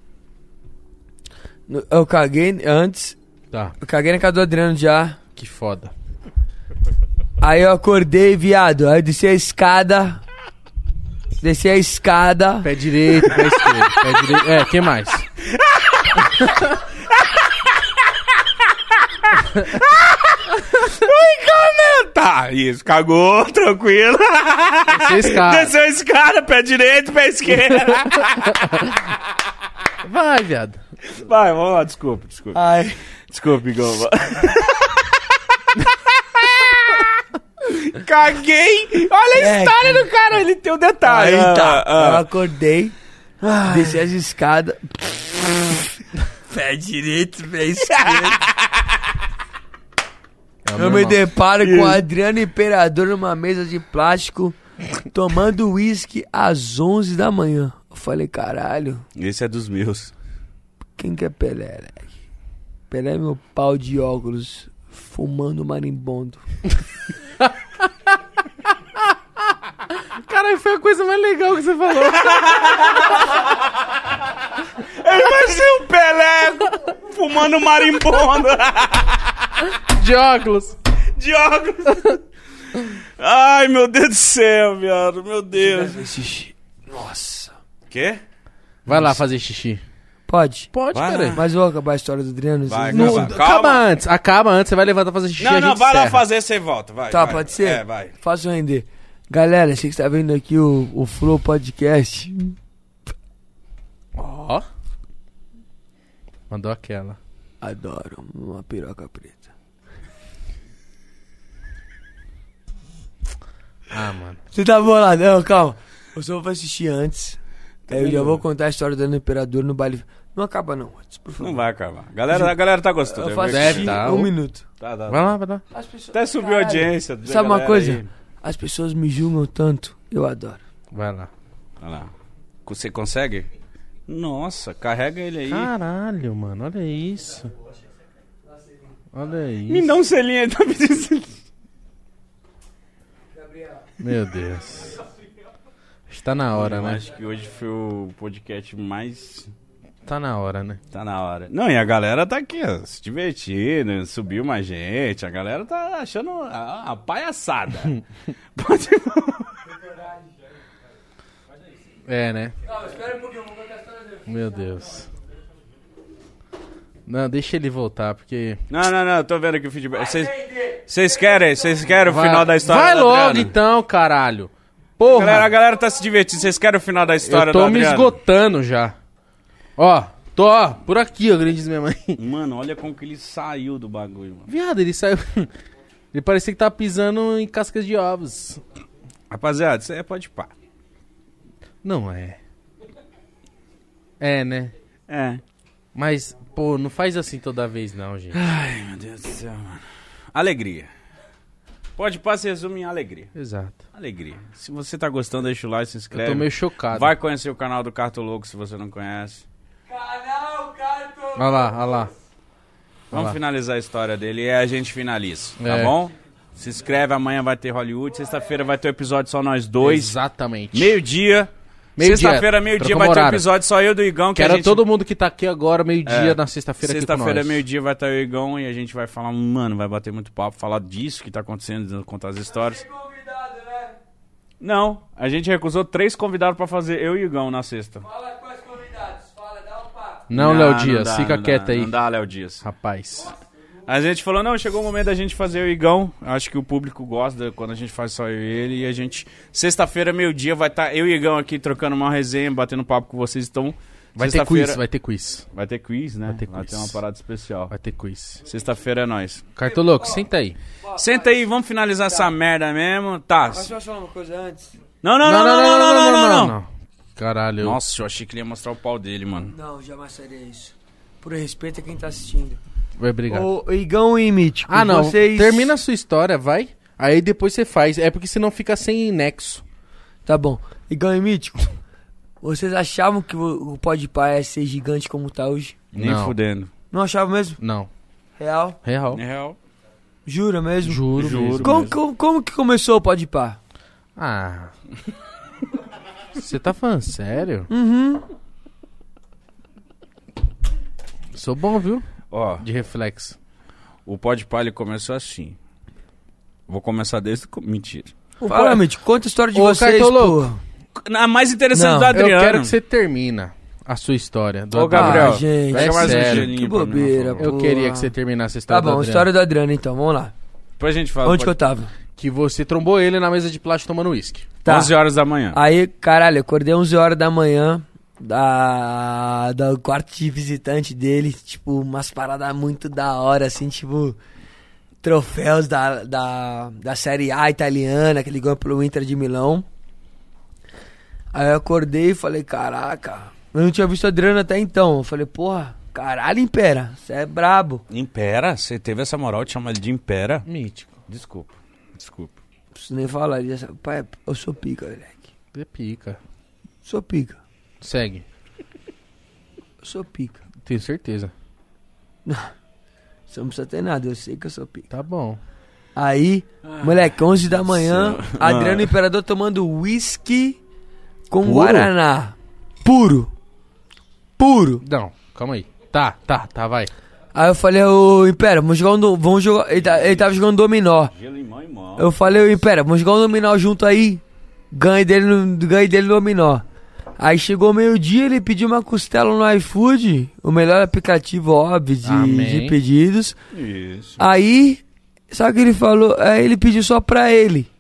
Speaker 3: No- Eu caguei antes.
Speaker 2: Tá,
Speaker 3: Eu caguei na casa do Adriano já.
Speaker 2: que foda.
Speaker 3: Aí eu acordei, viado. Aí eu desci a escada. Desci a escada.
Speaker 2: Pé direito, pé esquerdo. pé direito. É, que mais?
Speaker 1: Tá, isso. Cagou, tranquilo.
Speaker 2: Vocês, cara.
Speaker 1: Desceu esse cara, pé direito, pé esquerdo.
Speaker 2: Vai, viado.
Speaker 1: Vai, vamos lá, desculpa, desculpa.
Speaker 3: Ai.
Speaker 1: Desculpa, Igor. Caguei! Olha a
Speaker 3: É,
Speaker 1: história do cara, ele tem um
Speaker 3: Aí
Speaker 1: detalhe.
Speaker 3: tá. Eu
Speaker 1: Ah, ah.
Speaker 3: acordei. Desci as escadas.
Speaker 10: Pé direito, pé esquerdo.
Speaker 2: É o
Speaker 3: Eu
Speaker 2: meu
Speaker 3: me
Speaker 2: irmão.
Speaker 3: deparo com o Adriano Imperador numa mesa de plástico. Tomando uísque às 11 da manhã. Eu falei, caralho.
Speaker 1: Esse é dos meus.
Speaker 3: Quem que é Pelé, né? Pelé é meu pau de óculos, fumando marimbondo.
Speaker 2: Caralho, foi a coisa mais legal que você falou.
Speaker 1: Imagina é o Pelé fumando marimbondo.
Speaker 2: De óculos.
Speaker 1: de óculos. Ai, meu Deus do céu, viado. Meu Deus.
Speaker 3: Nossa.
Speaker 1: Quê?
Speaker 2: Vai lá fazer xixi.
Speaker 3: Pode?
Speaker 2: Pode,
Speaker 1: Vai
Speaker 2: cara.
Speaker 1: lá.
Speaker 3: Mas eu vou acabar a história do Adriano.
Speaker 1: Vai,
Speaker 3: vocês-
Speaker 2: Não,
Speaker 1: Calma.
Speaker 2: acaba antes, acaba antes. Você vai levantar fazer xixi. a
Speaker 1: Não, não,
Speaker 2: gente
Speaker 1: vai lá
Speaker 2: encerra.
Speaker 1: fazer, você volta. Vai.
Speaker 3: Tá,
Speaker 1: vai.
Speaker 3: pode ser?
Speaker 1: É, vai.
Speaker 3: Faço render. Galera, você que está vendo aqui o, o Flow Podcast.
Speaker 2: Ó. Mandou aquela.
Speaker 3: Adoro uma piroca preta.
Speaker 2: Ah, mano.
Speaker 3: Você tá bolado? Não, calma. Eu só vou assistir antes. Aí eu já vou contar a história do Adriano Imperador no baile. Não acaba não, Otis, por favor.
Speaker 1: Não vai acabar. Galera, a galera tá gostando.
Speaker 3: Eu faço
Speaker 1: vi que-
Speaker 2: Deve
Speaker 3: xixi
Speaker 2: tá,
Speaker 3: um
Speaker 2: o-
Speaker 3: minuto.
Speaker 1: Tá, tá,
Speaker 2: Vai
Speaker 1: tá.
Speaker 2: lá, vai lá.
Speaker 3: As pessoas-
Speaker 1: Até subiu a
Speaker 3: Caralho.
Speaker 1: audiência. da
Speaker 3: Sabe uma
Speaker 1: galera
Speaker 3: coisa?
Speaker 1: aí.
Speaker 3: As pessoas me julgam tanto. Eu adoro.
Speaker 2: Vai lá.
Speaker 1: Olha lá. Você consegue? Nossa, carrega ele aí.
Speaker 2: Caralho, mano, olha isso. Olha
Speaker 1: Me
Speaker 2: isso.
Speaker 1: dá um selinho aí, tá pedindo selinho.
Speaker 2: Meu Deus. Acho que Tá na hora,
Speaker 1: Eu
Speaker 2: né?
Speaker 1: acho que hoje foi o podcast mais.
Speaker 2: Tá na hora, né?
Speaker 1: Tá na hora. Não, e a galera tá aqui, ó, se divertindo, subiu mais gente. A galera tá achando a, a palhaçada. Pode
Speaker 2: É, né? Meu Deus. Não, deixa ele voltar, porque.
Speaker 1: Não, não, não, eu tô vendo aqui o feedback. Vocês- Vocês querem, vocês querem o final da história
Speaker 2: Vai
Speaker 1: do
Speaker 2: logo
Speaker 1: Adriano?
Speaker 2: então, caralho.
Speaker 1: Galera, a
Speaker 2: Porra,
Speaker 1: galera tá se divertindo, vocês querem o final da história
Speaker 2: eu tô
Speaker 1: do
Speaker 2: me
Speaker 1: Adriano?
Speaker 2: esgotando já. Ó, tô ó, por aqui, ó, grande diz minha mãe.
Speaker 1: Mano, olha como que ele saiu do bagulho, mano.
Speaker 2: Viado, ele saiu. Ele parecia que tava pisando em cascas de ovos.
Speaker 1: Rapaziada, isso aí é pode pá.
Speaker 2: Não é. É, né?
Speaker 1: É.
Speaker 2: Mas, pô, não faz assim toda vez, não, gente.
Speaker 1: Ai, meu Deus do céu, mano. Alegria. Pode pá se resume em alegria.
Speaker 2: Exato.
Speaker 1: Alegria. Se você tá gostando, deixa o like, se
Speaker 2: Eu
Speaker 1: inscreve.
Speaker 2: tô meio chocado.
Speaker 1: Vai conhecer o canal do Carto Louco se você não conhece.
Speaker 2: Olha lá, olha lá.
Speaker 1: Vamos finalizar a história dele e a gente finaliza, tá
Speaker 2: É.
Speaker 1: bom? Se inscreve, amanhã vai ter Hollywood, sexta-feira vai ter o episódio só nós dois.
Speaker 2: Exatamente.
Speaker 1: Meio-dia.
Speaker 2: Meio-dia,
Speaker 1: Sexta-feira, meio-dia,
Speaker 2: troca um
Speaker 1: vai ter um
Speaker 2: horário.
Speaker 1: episódio só eu do Igão. Que
Speaker 2: Quero
Speaker 1: a gente...
Speaker 2: todo mundo que tá aqui agora, meio-dia,
Speaker 1: É.
Speaker 2: na sexta-feira aqui com nós.
Speaker 1: Sexta-feira, é meio-dia, vai estar o Igão e a gente vai falar, mano, vai bater muito papo, falar disso que tá acontecendo, contar as histórias. Não, a gente recusou três convidados pra fazer eu e o Igão na sexta.
Speaker 2: Não, Léo
Speaker 1: dá,
Speaker 2: Dias,
Speaker 1: dá,
Speaker 2: fica
Speaker 1: não
Speaker 2: quieto
Speaker 1: dá,
Speaker 2: aí.
Speaker 1: Não dá, Léo Dias.
Speaker 2: Rapaz.
Speaker 1: A gente falou, não, chegou o momento da gente fazer o Igão. Acho que o público gosta quando a gente faz só eu e ele. E a gente, sexta-feira, meio-dia, vai estar eu e o Igão aqui trocando uma resenha, batendo papo com vocês. Então,
Speaker 2: Vai ter
Speaker 1: sexta-feira-
Speaker 2: quiz, vai ter quiz.
Speaker 1: Vai ter quiz, né? Vai
Speaker 2: ter
Speaker 1: ter
Speaker 2: quiz.
Speaker 1: uma parada especial.
Speaker 2: Vai ter quiz.
Speaker 1: Sexta-feira é nóis.
Speaker 2: Cartoloco, senta aí.
Speaker 1: Senta aí, vamos finalizar essa merda mesmo. Tá.
Speaker 3: Mas posso falar uma coisa antes?
Speaker 1: Não, não, não, não, não, não, não, não, não.
Speaker 2: Caralho. eu-
Speaker 1: Nossa, eu achei que ele ia mostrar o pau dele, mano.
Speaker 3: Não, jamais faria isso. Por respeito a quem tá assistindo.
Speaker 2: Vai brigar.
Speaker 3: Ô, Igão e Mítico,
Speaker 2: Ah, não.
Speaker 3: vocês...
Speaker 2: Termina a sua história, vai. Aí depois você faz. É porque senão fica sem nexo.
Speaker 3: Tá bom. Igão e Mítico, vocês achavam que o o Podpah ia ser gigante como tá hoje?
Speaker 1: Nem
Speaker 2: Não.
Speaker 1: fudendo.
Speaker 3: Não achavam mesmo?
Speaker 2: Não.
Speaker 3: Real?
Speaker 2: Real.
Speaker 1: Na real,
Speaker 3: Jura mesmo?
Speaker 2: Juro,
Speaker 1: É. Juro.
Speaker 2: juro.
Speaker 3: Como,
Speaker 1: mesmo.
Speaker 3: como, como que começou o Podpah?
Speaker 2: Ah. Você tá falando sério?
Speaker 3: Uhum.
Speaker 2: Sou bom, viu?
Speaker 1: ó,
Speaker 2: De reflexo.
Speaker 1: o pó de palha começou assim. Vou começar desde. o co- Mentira.
Speaker 3: Fala, Mítico, conta a história de
Speaker 2: Ô,
Speaker 3: vocês,
Speaker 2: Cartoloco.
Speaker 3: porra.
Speaker 1: A Ah, mais interessante
Speaker 3: Não,
Speaker 1: do
Speaker 3: eu
Speaker 1: Adriano.
Speaker 2: Eu quero que você termina a sua história. do
Speaker 1: Ô,
Speaker 2: Adriano.
Speaker 1: Gabriel,
Speaker 3: Ah, gente,
Speaker 1: pega mais
Speaker 2: sério.
Speaker 1: um gelinho
Speaker 3: Que
Speaker 1: pra mim, por
Speaker 3: bobeira,
Speaker 1: favor.
Speaker 2: Eu
Speaker 3: Boa.
Speaker 2: queria que você terminasse a
Speaker 3: Tá
Speaker 2: história do
Speaker 3: bom,
Speaker 2: Adriano.
Speaker 3: história do Adriano então, vamos lá.
Speaker 1: Depois a gente fala.
Speaker 3: Onde que eu
Speaker 1: pode...
Speaker 3: tava?
Speaker 2: Que você trombou ele na mesa de plástico tomando uísque.
Speaker 3: Tá.
Speaker 1: 11 horas da manhã.
Speaker 3: Aí, caralho, acordei 11 horas da manhã da, do quarto de visitante dele, tipo, umas paradas muito da hora, assim, tipo, troféus da, da, da Série A italiana, que ele ganhou pelo Inter de Milão. Aí eu acordei e falei, caraca, eu não tinha visto o Adriano até então. Eu falei, porra, caralho, Impera, você é brabo.
Speaker 1: Impera? Você teve essa moral de chamar ele de Impera?
Speaker 2: Mítico.
Speaker 1: Desculpa. Desculpa.
Speaker 3: Não preciso nem falar, ele já sabe, pai, eu sou pica, moleque,
Speaker 2: Você é pica.
Speaker 3: sou pica,
Speaker 2: Segue.
Speaker 3: eu sou pica.
Speaker 2: Tenho certeza.
Speaker 3: Você não precisa ter nada, eu sei que eu sou pica.
Speaker 2: Tá bom.
Speaker 3: Aí, moleque,
Speaker 2: Ah,
Speaker 3: 11 da manhã, Adriano Imperador tomando whisky com
Speaker 2: Puro?
Speaker 3: Guaraná. Puro. Puro.
Speaker 2: Não, calma aí. Tá, tá, tá, vai.
Speaker 3: Aí eu falei, ô Impera, vamos jogar um. do- Vamos jogar. Ele, tá- ele tava jogando dominó.
Speaker 1: Gelo em mão e mão.
Speaker 3: Eu falei, ô Impera, vamos jogar um dominó junto aí. Ganhei dele no, ganhei dele no dominó. Aí chegou meio-dia, ele pediu uma costela no iFood, o melhor aplicativo, óbvio, de,
Speaker 2: Amém.
Speaker 3: de pedidos.
Speaker 1: Isso.
Speaker 3: Aí, só que ele falou, aí ele pediu só pra ele.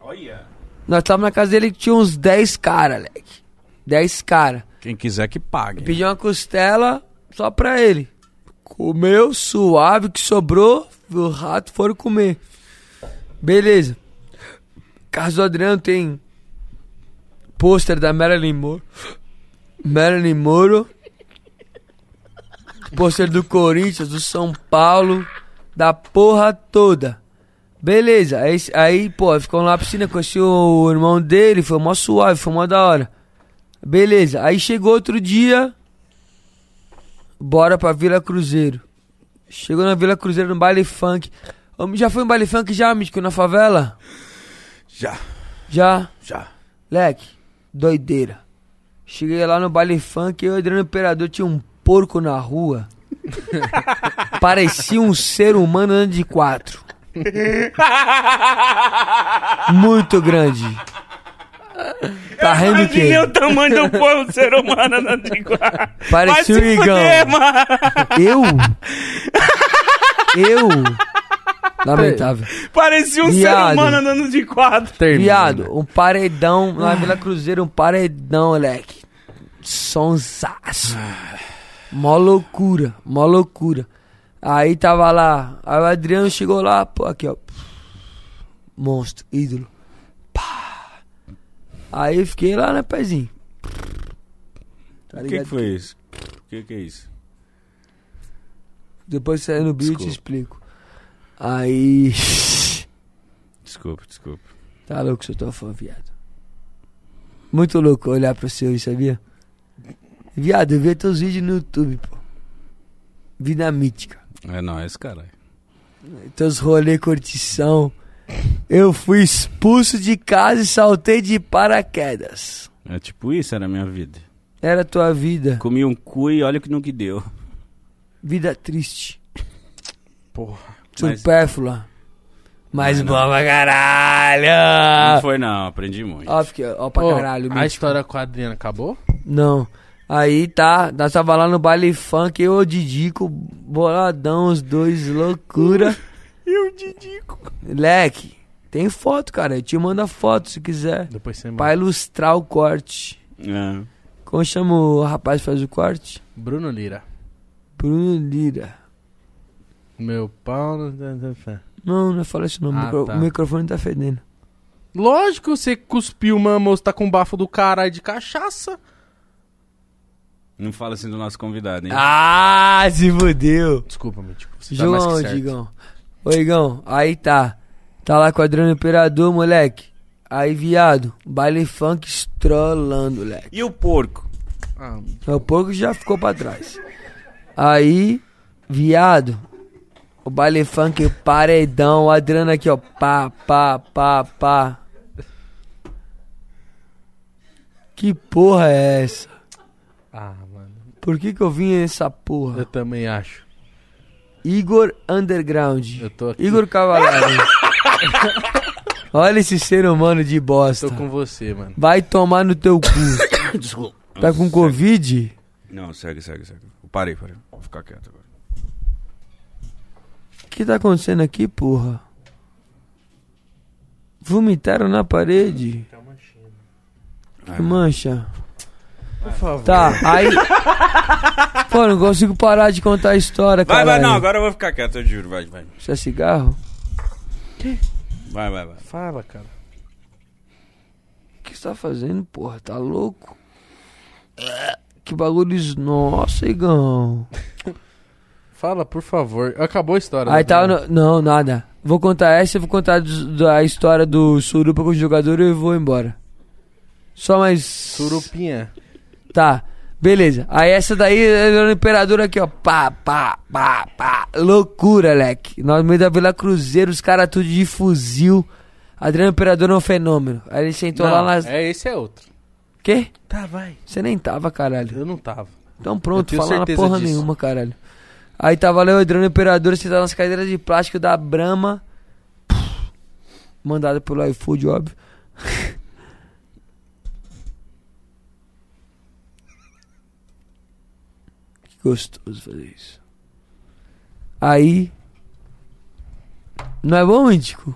Speaker 1: Olha.
Speaker 3: Nós estávamos na casa dele que tinha uns 10 caras, leque. 10 caras.
Speaker 1: Quem quiser que pague.
Speaker 3: Pediu uma costela só pra ele. Comeu, suave, o que sobrou, o rato foram comer. Beleza. Casa do Adriano tem pôster da Marilyn Monroe. Marilyn Monroe. Pôster do Corinthians, do São Paulo, da porra toda. Beleza, aí, aí pô, ficamos lá na piscina, conheci o irmão dele, foi mó suave, foi mó da hora. Beleza, aí chegou outro dia, bora pra Vila Cruzeiro. Chegou na Vila Cruzeiro, no baile funk. Ô, Já foi um baile funk já, Mítico, na favela?
Speaker 1: Já,
Speaker 3: Já?
Speaker 1: já.
Speaker 3: Leque, doideira. Cheguei lá no baile funk e o Adriano Imperador tinha um porco na rua. Parecia um ser humano andando de quatro. Muito grande. Tá rindo o quê?
Speaker 11: o tamanho
Speaker 1: um
Speaker 11: do povo, ser humano na língua.
Speaker 3: Parecia um o Igão. Eu? Eu? Lamentável.
Speaker 11: Parecia um
Speaker 3: Viado.
Speaker 11: ser humano andando de quadro.
Speaker 2: Termina.
Speaker 1: né?
Speaker 3: Viado, um paredão lá na Vila Cruzeiro, um paredão, moleque. Sonsaço.
Speaker 1: Ah.
Speaker 3: Mó loucura, mó loucura. Aí tava lá, aí o Adriano chegou lá, pô, aqui ó. Monstro, ídolo. Pá. Aí eu fiquei lá, né, pezinho.
Speaker 1: O
Speaker 3: Tá
Speaker 1: que,
Speaker 3: ligado?
Speaker 1: que foi isso? O que, que é isso?
Speaker 3: Depois sair no bicho eu te explico. Aí.
Speaker 1: Desculpa, desculpa.
Speaker 3: Tá louco, sou teu fã, viado. Muito louco olhar pro seu, sabia? Viado, eu vi teus vídeos no YouTube, pô. Vida mítica.
Speaker 1: É nóis, caralho.
Speaker 3: Teus rolê curtição. Eu fui expulso de casa e saltei de paraquedas.
Speaker 1: É tipo isso, era a minha vida.
Speaker 3: Era a tua vida.
Speaker 1: Comi um cu e olha o que no que deu.
Speaker 3: Vida triste.
Speaker 1: Porra. Mas
Speaker 3: Supérflua. Mas
Speaker 1: Não,
Speaker 3: boa pra
Speaker 1: não
Speaker 3: caralho.
Speaker 1: foi não, aprendi muito.
Speaker 3: Ó, fiquei- ó pra
Speaker 2: Ô,
Speaker 3: caralho.
Speaker 2: a
Speaker 3: mentira.
Speaker 2: história com a Adriana acabou?
Speaker 3: Não. Aí tá, nós tava lá no baile funk, eu e o Didico, boladão, os dois, loucura.
Speaker 2: Eu, Didico.
Speaker 3: Leque, tem foto, cara. Eu te mando a foto se quiser.
Speaker 2: Depois você
Speaker 3: Pra ilustrar o corte.
Speaker 1: É.
Speaker 3: Como chama o rapaz que faz o corte?
Speaker 2: Bruno Lira.
Speaker 3: Bruno Lira.
Speaker 2: Meu pau no...
Speaker 3: Não, é não fala isso não.
Speaker 2: Ah,
Speaker 3: o micro-
Speaker 2: tá.
Speaker 3: O microfone tá fedendo.
Speaker 2: Lógico que você cuspiu, mano, você tá com bafo do caralho de cachaça.
Speaker 1: Não fala assim do nosso convidado, hein?
Speaker 3: Ah, se fudeu.
Speaker 2: Desculpa, Mítico. Você tá mais que
Speaker 3: João,
Speaker 2: certo.
Speaker 3: Digão. Ô, Igão, aí tá. Tá lá com o Adriano Imperador, moleque. Aí, viado, baile funk estrolando, moleque.
Speaker 1: E o porco?
Speaker 2: Ah,
Speaker 3: O porco já ficou pra trás. Aí, viado, o baile funk paredão, o Adriano aqui, ó, pá, pá, pá, pá. Que porra é essa?
Speaker 2: ah, mano.
Speaker 3: Por que que eu vim nessa
Speaker 2: Eu
Speaker 3: porra?
Speaker 2: também acho.
Speaker 3: Igor Underground.
Speaker 2: Eu tô aqui.
Speaker 3: Igor Cavalari. Olha esse ser humano de bosta.
Speaker 2: Tô com você, mano.
Speaker 3: Vai tomar no teu cu. Tá com Covid?
Speaker 1: Não, segue, segue, segue. Parei, parei. Vou ficar quieto agora.
Speaker 3: O que tá acontecendo aqui, porra? Vomitaram na parede? Que mancha.
Speaker 2: Por favor.
Speaker 3: Tá, aí. Pô, não consigo parar de contar a história,
Speaker 1: Vai,
Speaker 3: cara.
Speaker 1: vai, não, agora eu vou ficar quieto, eu juro. Vai, vai.
Speaker 3: Isso é cigarro?
Speaker 1: Vai, vai, vai.
Speaker 2: Fala, cara.
Speaker 3: O que você tá fazendo, porra? Tá louco? Que bagulho. es- Nossa, Igão.
Speaker 2: Fala, por favor. Acabou a história.
Speaker 3: Aí
Speaker 2: né?
Speaker 3: tava no... Não, nada. Vou contar essa, eu vou contar dos- da história do Surupa com o jogador e eu vou embora. Só mais.
Speaker 2: Surupinha.
Speaker 3: Tá. Beleza. Aí essa daí era o imperador aqui, ó. Pá, pá, pá, pá. Loucura, leque. Nós no meio da Vila Cruzeiro, os caras tudo de fuzil. Adriano Imperador é um fenômeno. Aí ele sentou
Speaker 2: Não,
Speaker 3: lá nas.
Speaker 2: É, esse é outro.
Speaker 3: Quê?
Speaker 2: Tá, vai.
Speaker 3: Você nem tava, caralho.
Speaker 2: Eu não tava.
Speaker 3: Então
Speaker 2: Eu
Speaker 3: pronto,
Speaker 2: tenho
Speaker 3: falando
Speaker 2: certeza
Speaker 3: porra
Speaker 2: disso.
Speaker 3: nenhuma, caralho. Aí tava lá o Adriano Imperador sentado nas cadeiras de plástico da Brahma. Puf. Mandado pelo iFood, óbvio. que gostoso fazer isso. Aí. Não é bom, Índico?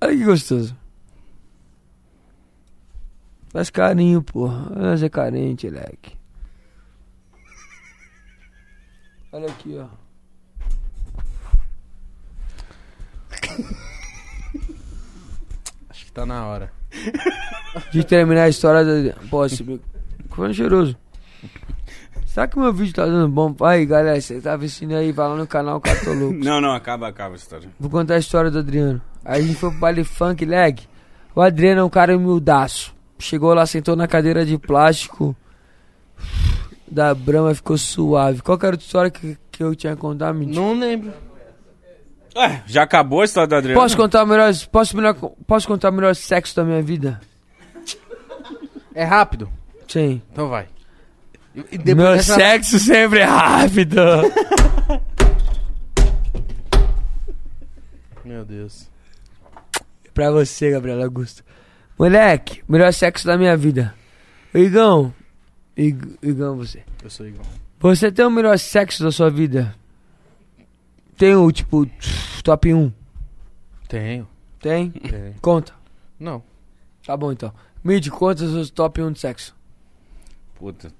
Speaker 3: Olha que gostoso. Faz carinho, porra. Nós é carente, leque. Olha aqui, ó.
Speaker 2: Acho que tá na hora.
Speaker 3: De terminar a história da. Pô, esse bico. Ficou cheiroso. Será que meu vídeo tá dando bom? Aí, galera, você tá assistindo aí, vai lá no canal Catoluco.
Speaker 1: Não, não, acaba, acaba a história.
Speaker 3: Vou contar a história do Adriano. Aí a gente foi pro baile funk, leg. O Adriano é um cara humildaço. Chegou lá, sentou na cadeira de plástico da Brahma, ficou suave. Qual que era a história que, que eu tinha que contar, mentira?
Speaker 2: Não lembro.
Speaker 1: Ué, É, já acabou a história do Adriano?
Speaker 3: Posso contar o melhor, posso, melhor, posso contar o melhor sexo da minha vida?
Speaker 2: É rápido?
Speaker 3: Sim.
Speaker 2: Então vai. E- e depois
Speaker 3: Meu
Speaker 2: dessa-
Speaker 3: sexo sempre é rápido.
Speaker 2: Meu Deus.
Speaker 3: Pra você, Gabriela Augusto. Moleque, melhor sexo da minha vida. Igão. Ig- Igão, você.
Speaker 2: Eu sou igual.
Speaker 3: Você tem o melhor sexo da sua vida? Tem o, tipo, top 1?
Speaker 2: Tenho.
Speaker 3: Tem?
Speaker 2: Tenho.
Speaker 3: Conta.
Speaker 2: Não.
Speaker 3: Tá bom, então. Mid, conta os seus top 1 de sexo.
Speaker 1: Puta,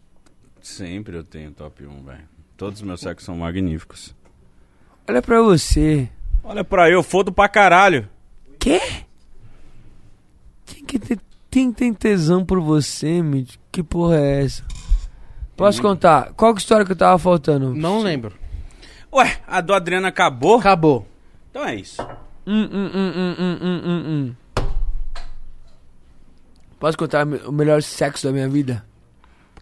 Speaker 1: sempre eu tenho top 1, velho. Todos os meus sexos são magníficos.
Speaker 3: Olha pra você.
Speaker 1: Olha pra eu, fodo pra caralho.
Speaker 3: Quê? Quem que tem, quem tem tesão por você, Mid? Que porra é essa? Posso contar? Qual que história que eu tava faltando?
Speaker 2: Não lembro.
Speaker 1: Ué, a do Adriano acabou?
Speaker 2: Acabou.
Speaker 1: Então é isso.
Speaker 3: Hum, hum, hum, hum, hum, hum, hum, hum. Posso contar me- o melhor sexo da minha vida?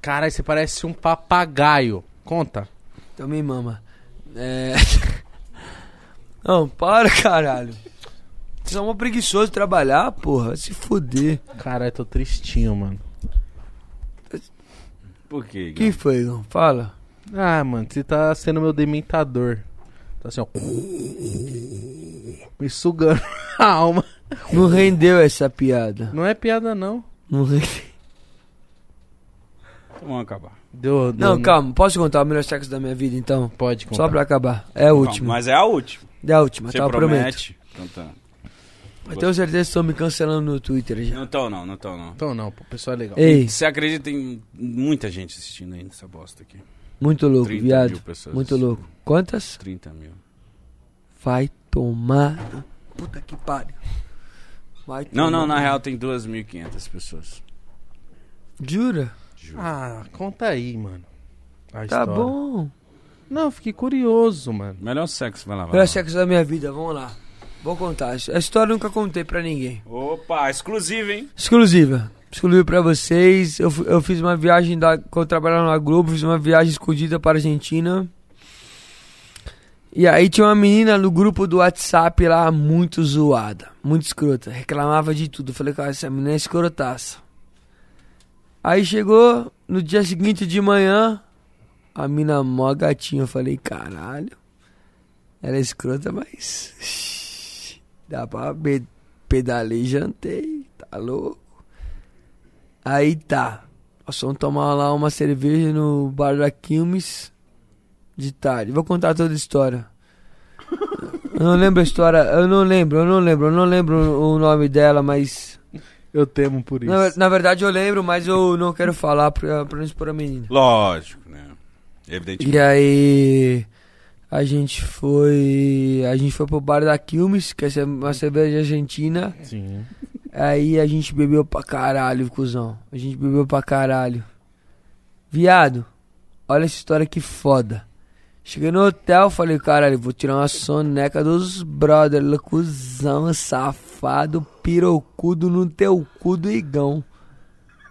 Speaker 2: Caralho, você parece um papagaio. Conta.
Speaker 3: Também mama. É... Não, para, caralho. Você é um preguiçoso de trabalhar, porra. Vai Se fuder.
Speaker 2: Caralho, tô tristinho, mano.
Speaker 1: Por quê?
Speaker 3: que foi, não? Fala.
Speaker 2: Ah, mano, você tá sendo meu dementador. Tá assim, ó. Me sugando a alma.
Speaker 3: Não rendeu essa piada.
Speaker 2: Não é piada, não.
Speaker 3: Não rendeu.
Speaker 1: Então Vamos acabar.
Speaker 2: Deu, deu
Speaker 3: Não,
Speaker 2: né?
Speaker 3: calma. Posso contar o melhor sexo da minha vida, então?
Speaker 2: Pode contar.
Speaker 3: Só pra acabar. É a
Speaker 1: Calma,
Speaker 3: última.
Speaker 1: Mas é a última.
Speaker 3: É a última,
Speaker 1: Você
Speaker 3: tá? Eu prometo.
Speaker 1: promete. Então tá.
Speaker 3: Eu tenho certeza que estão me cancelando no Twitter já.
Speaker 1: Não tão, não, não tão, não.
Speaker 2: Então não, pô, o pessoal é legal.
Speaker 3: Ei,
Speaker 1: Você acredita tem muita gente assistindo ainda essa bosta aqui?
Speaker 3: muito louco,
Speaker 1: 30
Speaker 3: viado.
Speaker 1: mil pessoas.
Speaker 3: Muito louco. Quantas?
Speaker 1: 30 mil.
Speaker 3: Vai tomar. no- Puta que pariu. Vai
Speaker 1: Não,
Speaker 3: tomar
Speaker 1: não, na
Speaker 3: no-
Speaker 1: real tem 2.500 pessoas.
Speaker 3: Jura?
Speaker 1: Juro.
Speaker 2: Ah, conta aí, mano. A
Speaker 3: Tá
Speaker 2: história.
Speaker 3: bom.
Speaker 2: Não, eu fiquei curioso, mano.
Speaker 1: Melhor sexo, vai lá. Vai lá.
Speaker 3: Melhor sexo da minha vida, vamos lá. Vou contar. A história eu nunca contei pra ninguém.
Speaker 1: Opa, exclusivo, hein?
Speaker 3: Exclusiva. Exclusiva pra vocês. Eu, fu- eu fiz uma viagem da, quando eu trabalhava na Globo, fiz uma viagem escondida pra Argentina. E aí tinha uma menina no grupo do WhatsApp lá, muito zoada, muito escrota. Reclamava de tudo. Eu falei, cara, essa menina é escrotaça. Aí chegou no dia seguinte de manhã, a mina mó gatinha. Eu falei, caralho, ela é escrota, mas. Dá pra be- pedalei e jantei, tá louco? Aí tá. Nós vamos tomar lá uma cerveja no bar da Quilmes de tarde. Vou contar toda a história. Eu não lembro a história, eu não lembro, eu não lembro, eu não lembro o nome dela, mas.
Speaker 2: Eu temo por isso.
Speaker 3: Na, na verdade eu lembro, mas eu não quero falar pra, pra não expor a menina.
Speaker 1: Lógico, né? Evidentemente.
Speaker 3: E aí a gente foi. A gente foi pro bar da Quilmes, que é uma cerveja argentina.
Speaker 2: Sim.
Speaker 3: Aí a gente bebeu pra caralho, cuzão. A gente bebeu pra caralho. Viado, olha essa história que foda. Cheguei no hotel, falei, caralho, vou tirar uma soneca dos brother, lá, cuzão, safado, pirocudo no teu cu do igão.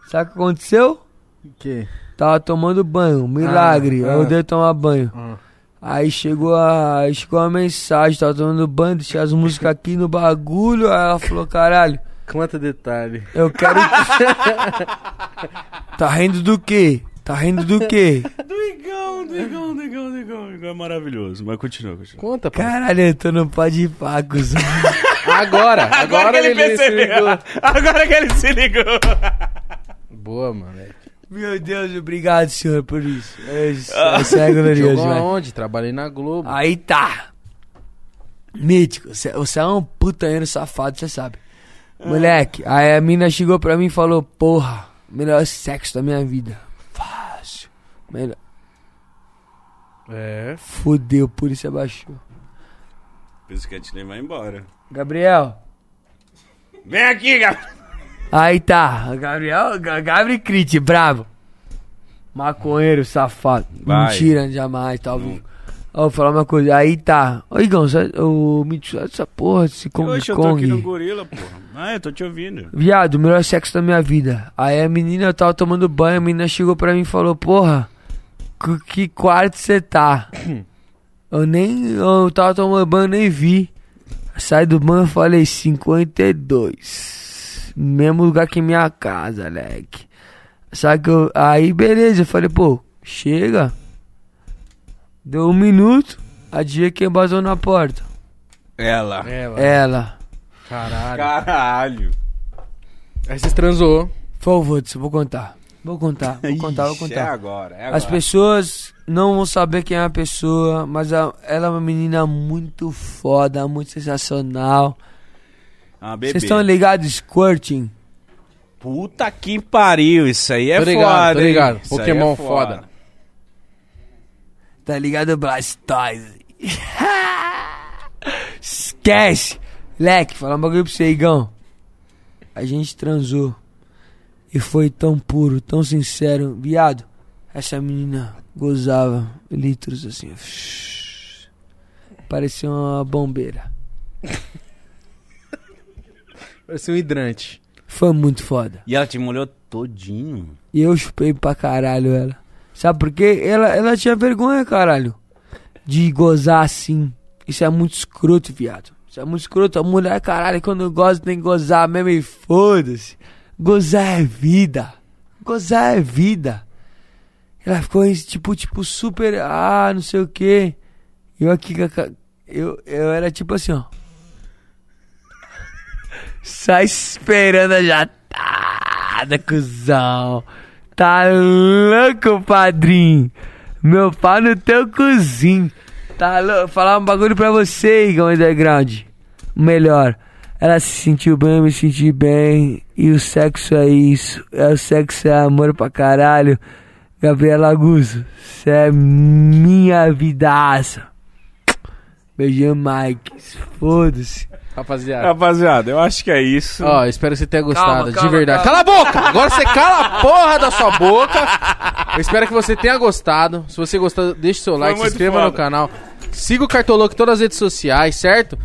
Speaker 3: Sabe o que aconteceu?
Speaker 2: O quê?
Speaker 3: Tava tomando banho, um milagre,
Speaker 2: Ah, ah.
Speaker 3: eu odeio tomar banho.
Speaker 2: Ah.
Speaker 3: Aí chegou a, aí chegou a mensagem, tava tomando banho, deixei as músicas aqui no bagulho, aí ela falou, caralho,
Speaker 2: Quanto detalhe.
Speaker 3: eu quero. tá rindo do quê? Tá rindo do quê?
Speaker 1: Do Igão, do Igão, do Igão, do Igão. Igão é maravilhoso. Mas continua, continua.
Speaker 2: Conta, pô.
Speaker 3: Caralho, eu tô no pá de pá, cuzão.
Speaker 2: Agora, agora,
Speaker 7: Agora que ele percebeu.
Speaker 2: ligou.
Speaker 7: Agora que ele se ligou.
Speaker 2: Boa, mano.
Speaker 3: Meu Deus, obrigado, senhor, por isso. É isso, essa é glorioso,
Speaker 2: Ah. Jogou
Speaker 3: velho.
Speaker 2: aonde? Trabalhei na Globo.
Speaker 3: Aí tá. Mítico, cê- você é um putanheiro safado, você sabe.
Speaker 2: É.
Speaker 3: Moleque, aí a mina chegou pra mim e falou: Porra, melhor sexo da minha vida. Fácil. Melhor.
Speaker 2: É.
Speaker 3: Fudeu, por isso abaixou.
Speaker 1: Pensa que a gente nem vai embora.
Speaker 3: Gabriel,
Speaker 1: Vem aqui, Gabriel.
Speaker 3: Aí tá, Gabriel, Ga- Gabriel Crit, bravo. Maconheiro, safado.
Speaker 1: Vai.
Speaker 3: Mentira, jamais, tá ao vivo. Ó, vou falar uma coisa, aí tá. Ô, Igão, sa- ô, me tira essa porra, esse Kong
Speaker 1: Hoje eu tô aqui no
Speaker 3: Kong.
Speaker 1: Gorila, porra. Ah, eu tô te ouvindo.
Speaker 3: Viado, o melhor sexo da minha vida. Aí a menina, eu tava tomando banho, a menina chegou pra mim e falou, porra, cu- que quarto você tá? eu nem, eu tava tomando banho, nem vi. Saí do banho, eu falei 52. Mesmo lugar que minha casa, leque. Só que eu, aí beleza, eu falei, pô, chega. Deu um minuto, a dia que embasou na porta.
Speaker 1: Ela.
Speaker 2: Ela.
Speaker 3: é. Ela.
Speaker 2: É, Caralho.
Speaker 1: Caralho.
Speaker 2: Aí vocês transou.
Speaker 3: Foi o Woods, eu vou contar. Vou contar, vou contar, vou
Speaker 1: Ixi,
Speaker 3: contar.
Speaker 1: É agora, é agora.
Speaker 3: As pessoas não vão saber quem é a pessoa, mas a- ela é uma menina muito foda, muito sensacional.
Speaker 1: Ah, bebê.
Speaker 3: Vocês estão ligados, Squirting?
Speaker 1: Puta que pariu, isso aí é
Speaker 2: Tô ligado,
Speaker 1: foda,
Speaker 2: tô ligado.
Speaker 1: hein? Isso aí
Speaker 2: Pokémon
Speaker 1: é foda.
Speaker 2: foda.
Speaker 3: Tá ligado, Blastoise? Esquece! Leque, falar um bagulho pra você, Igão. A gente transou. E foi tão puro, tão sincero. Viado, essa menina gozava litros assim. ó. Parecia uma bombeira.
Speaker 2: Parecia um hidrante.
Speaker 3: Foi muito foda.
Speaker 1: E ela te molhou todinho.
Speaker 3: E eu chupei pra caralho ela. Sabe por quê? Ela, ela tinha vergonha, caralho. De gozar assim. Isso é muito escroto, viado. Isso é muito escroto. A mulher, caralho, quando gosta tem que gozar mesmo e foda-se. Gozar é vida. Gozar é vida. Ela ficou, tipo, tipo, super. Ah, não sei o quê. Eu aqui. com a ca- Eu, eu era tipo assim, ó. Sai esperando a jatada, cuzão. Tá louco, padrinho? Meu pau no teu cozinho. Tá louco? Falar um bagulho pra você, Igão Underground. Melhor. Ela se sentiu bem, eu me senti bem. E o sexo é isso. É o sexo, é amor pra caralho. Gabriela Aguzo, você é minha vidaça. Beijão, Mike. Foda-se.
Speaker 2: Rapaziada.
Speaker 1: Rapaziada, eu acho que é isso.
Speaker 2: Ó, espero que você tenha gostado,
Speaker 3: Calma,
Speaker 2: de
Speaker 3: calma,
Speaker 2: verdade. Cala a boca! Agora você cala a porra da sua boca. Eu espero que você tenha gostado. Se você gostou, deixa o seu like, se
Speaker 1: muito
Speaker 2: inscreva
Speaker 1: foda.
Speaker 2: no canal. Siga o Cartoloco em todas as redes sociais, certo?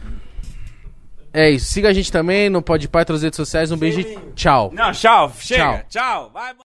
Speaker 2: É isso. Siga a gente também no Podpah e todas as redes sociais. Um beijo e tchau.
Speaker 1: Não, tchau, chega, tchau. vai.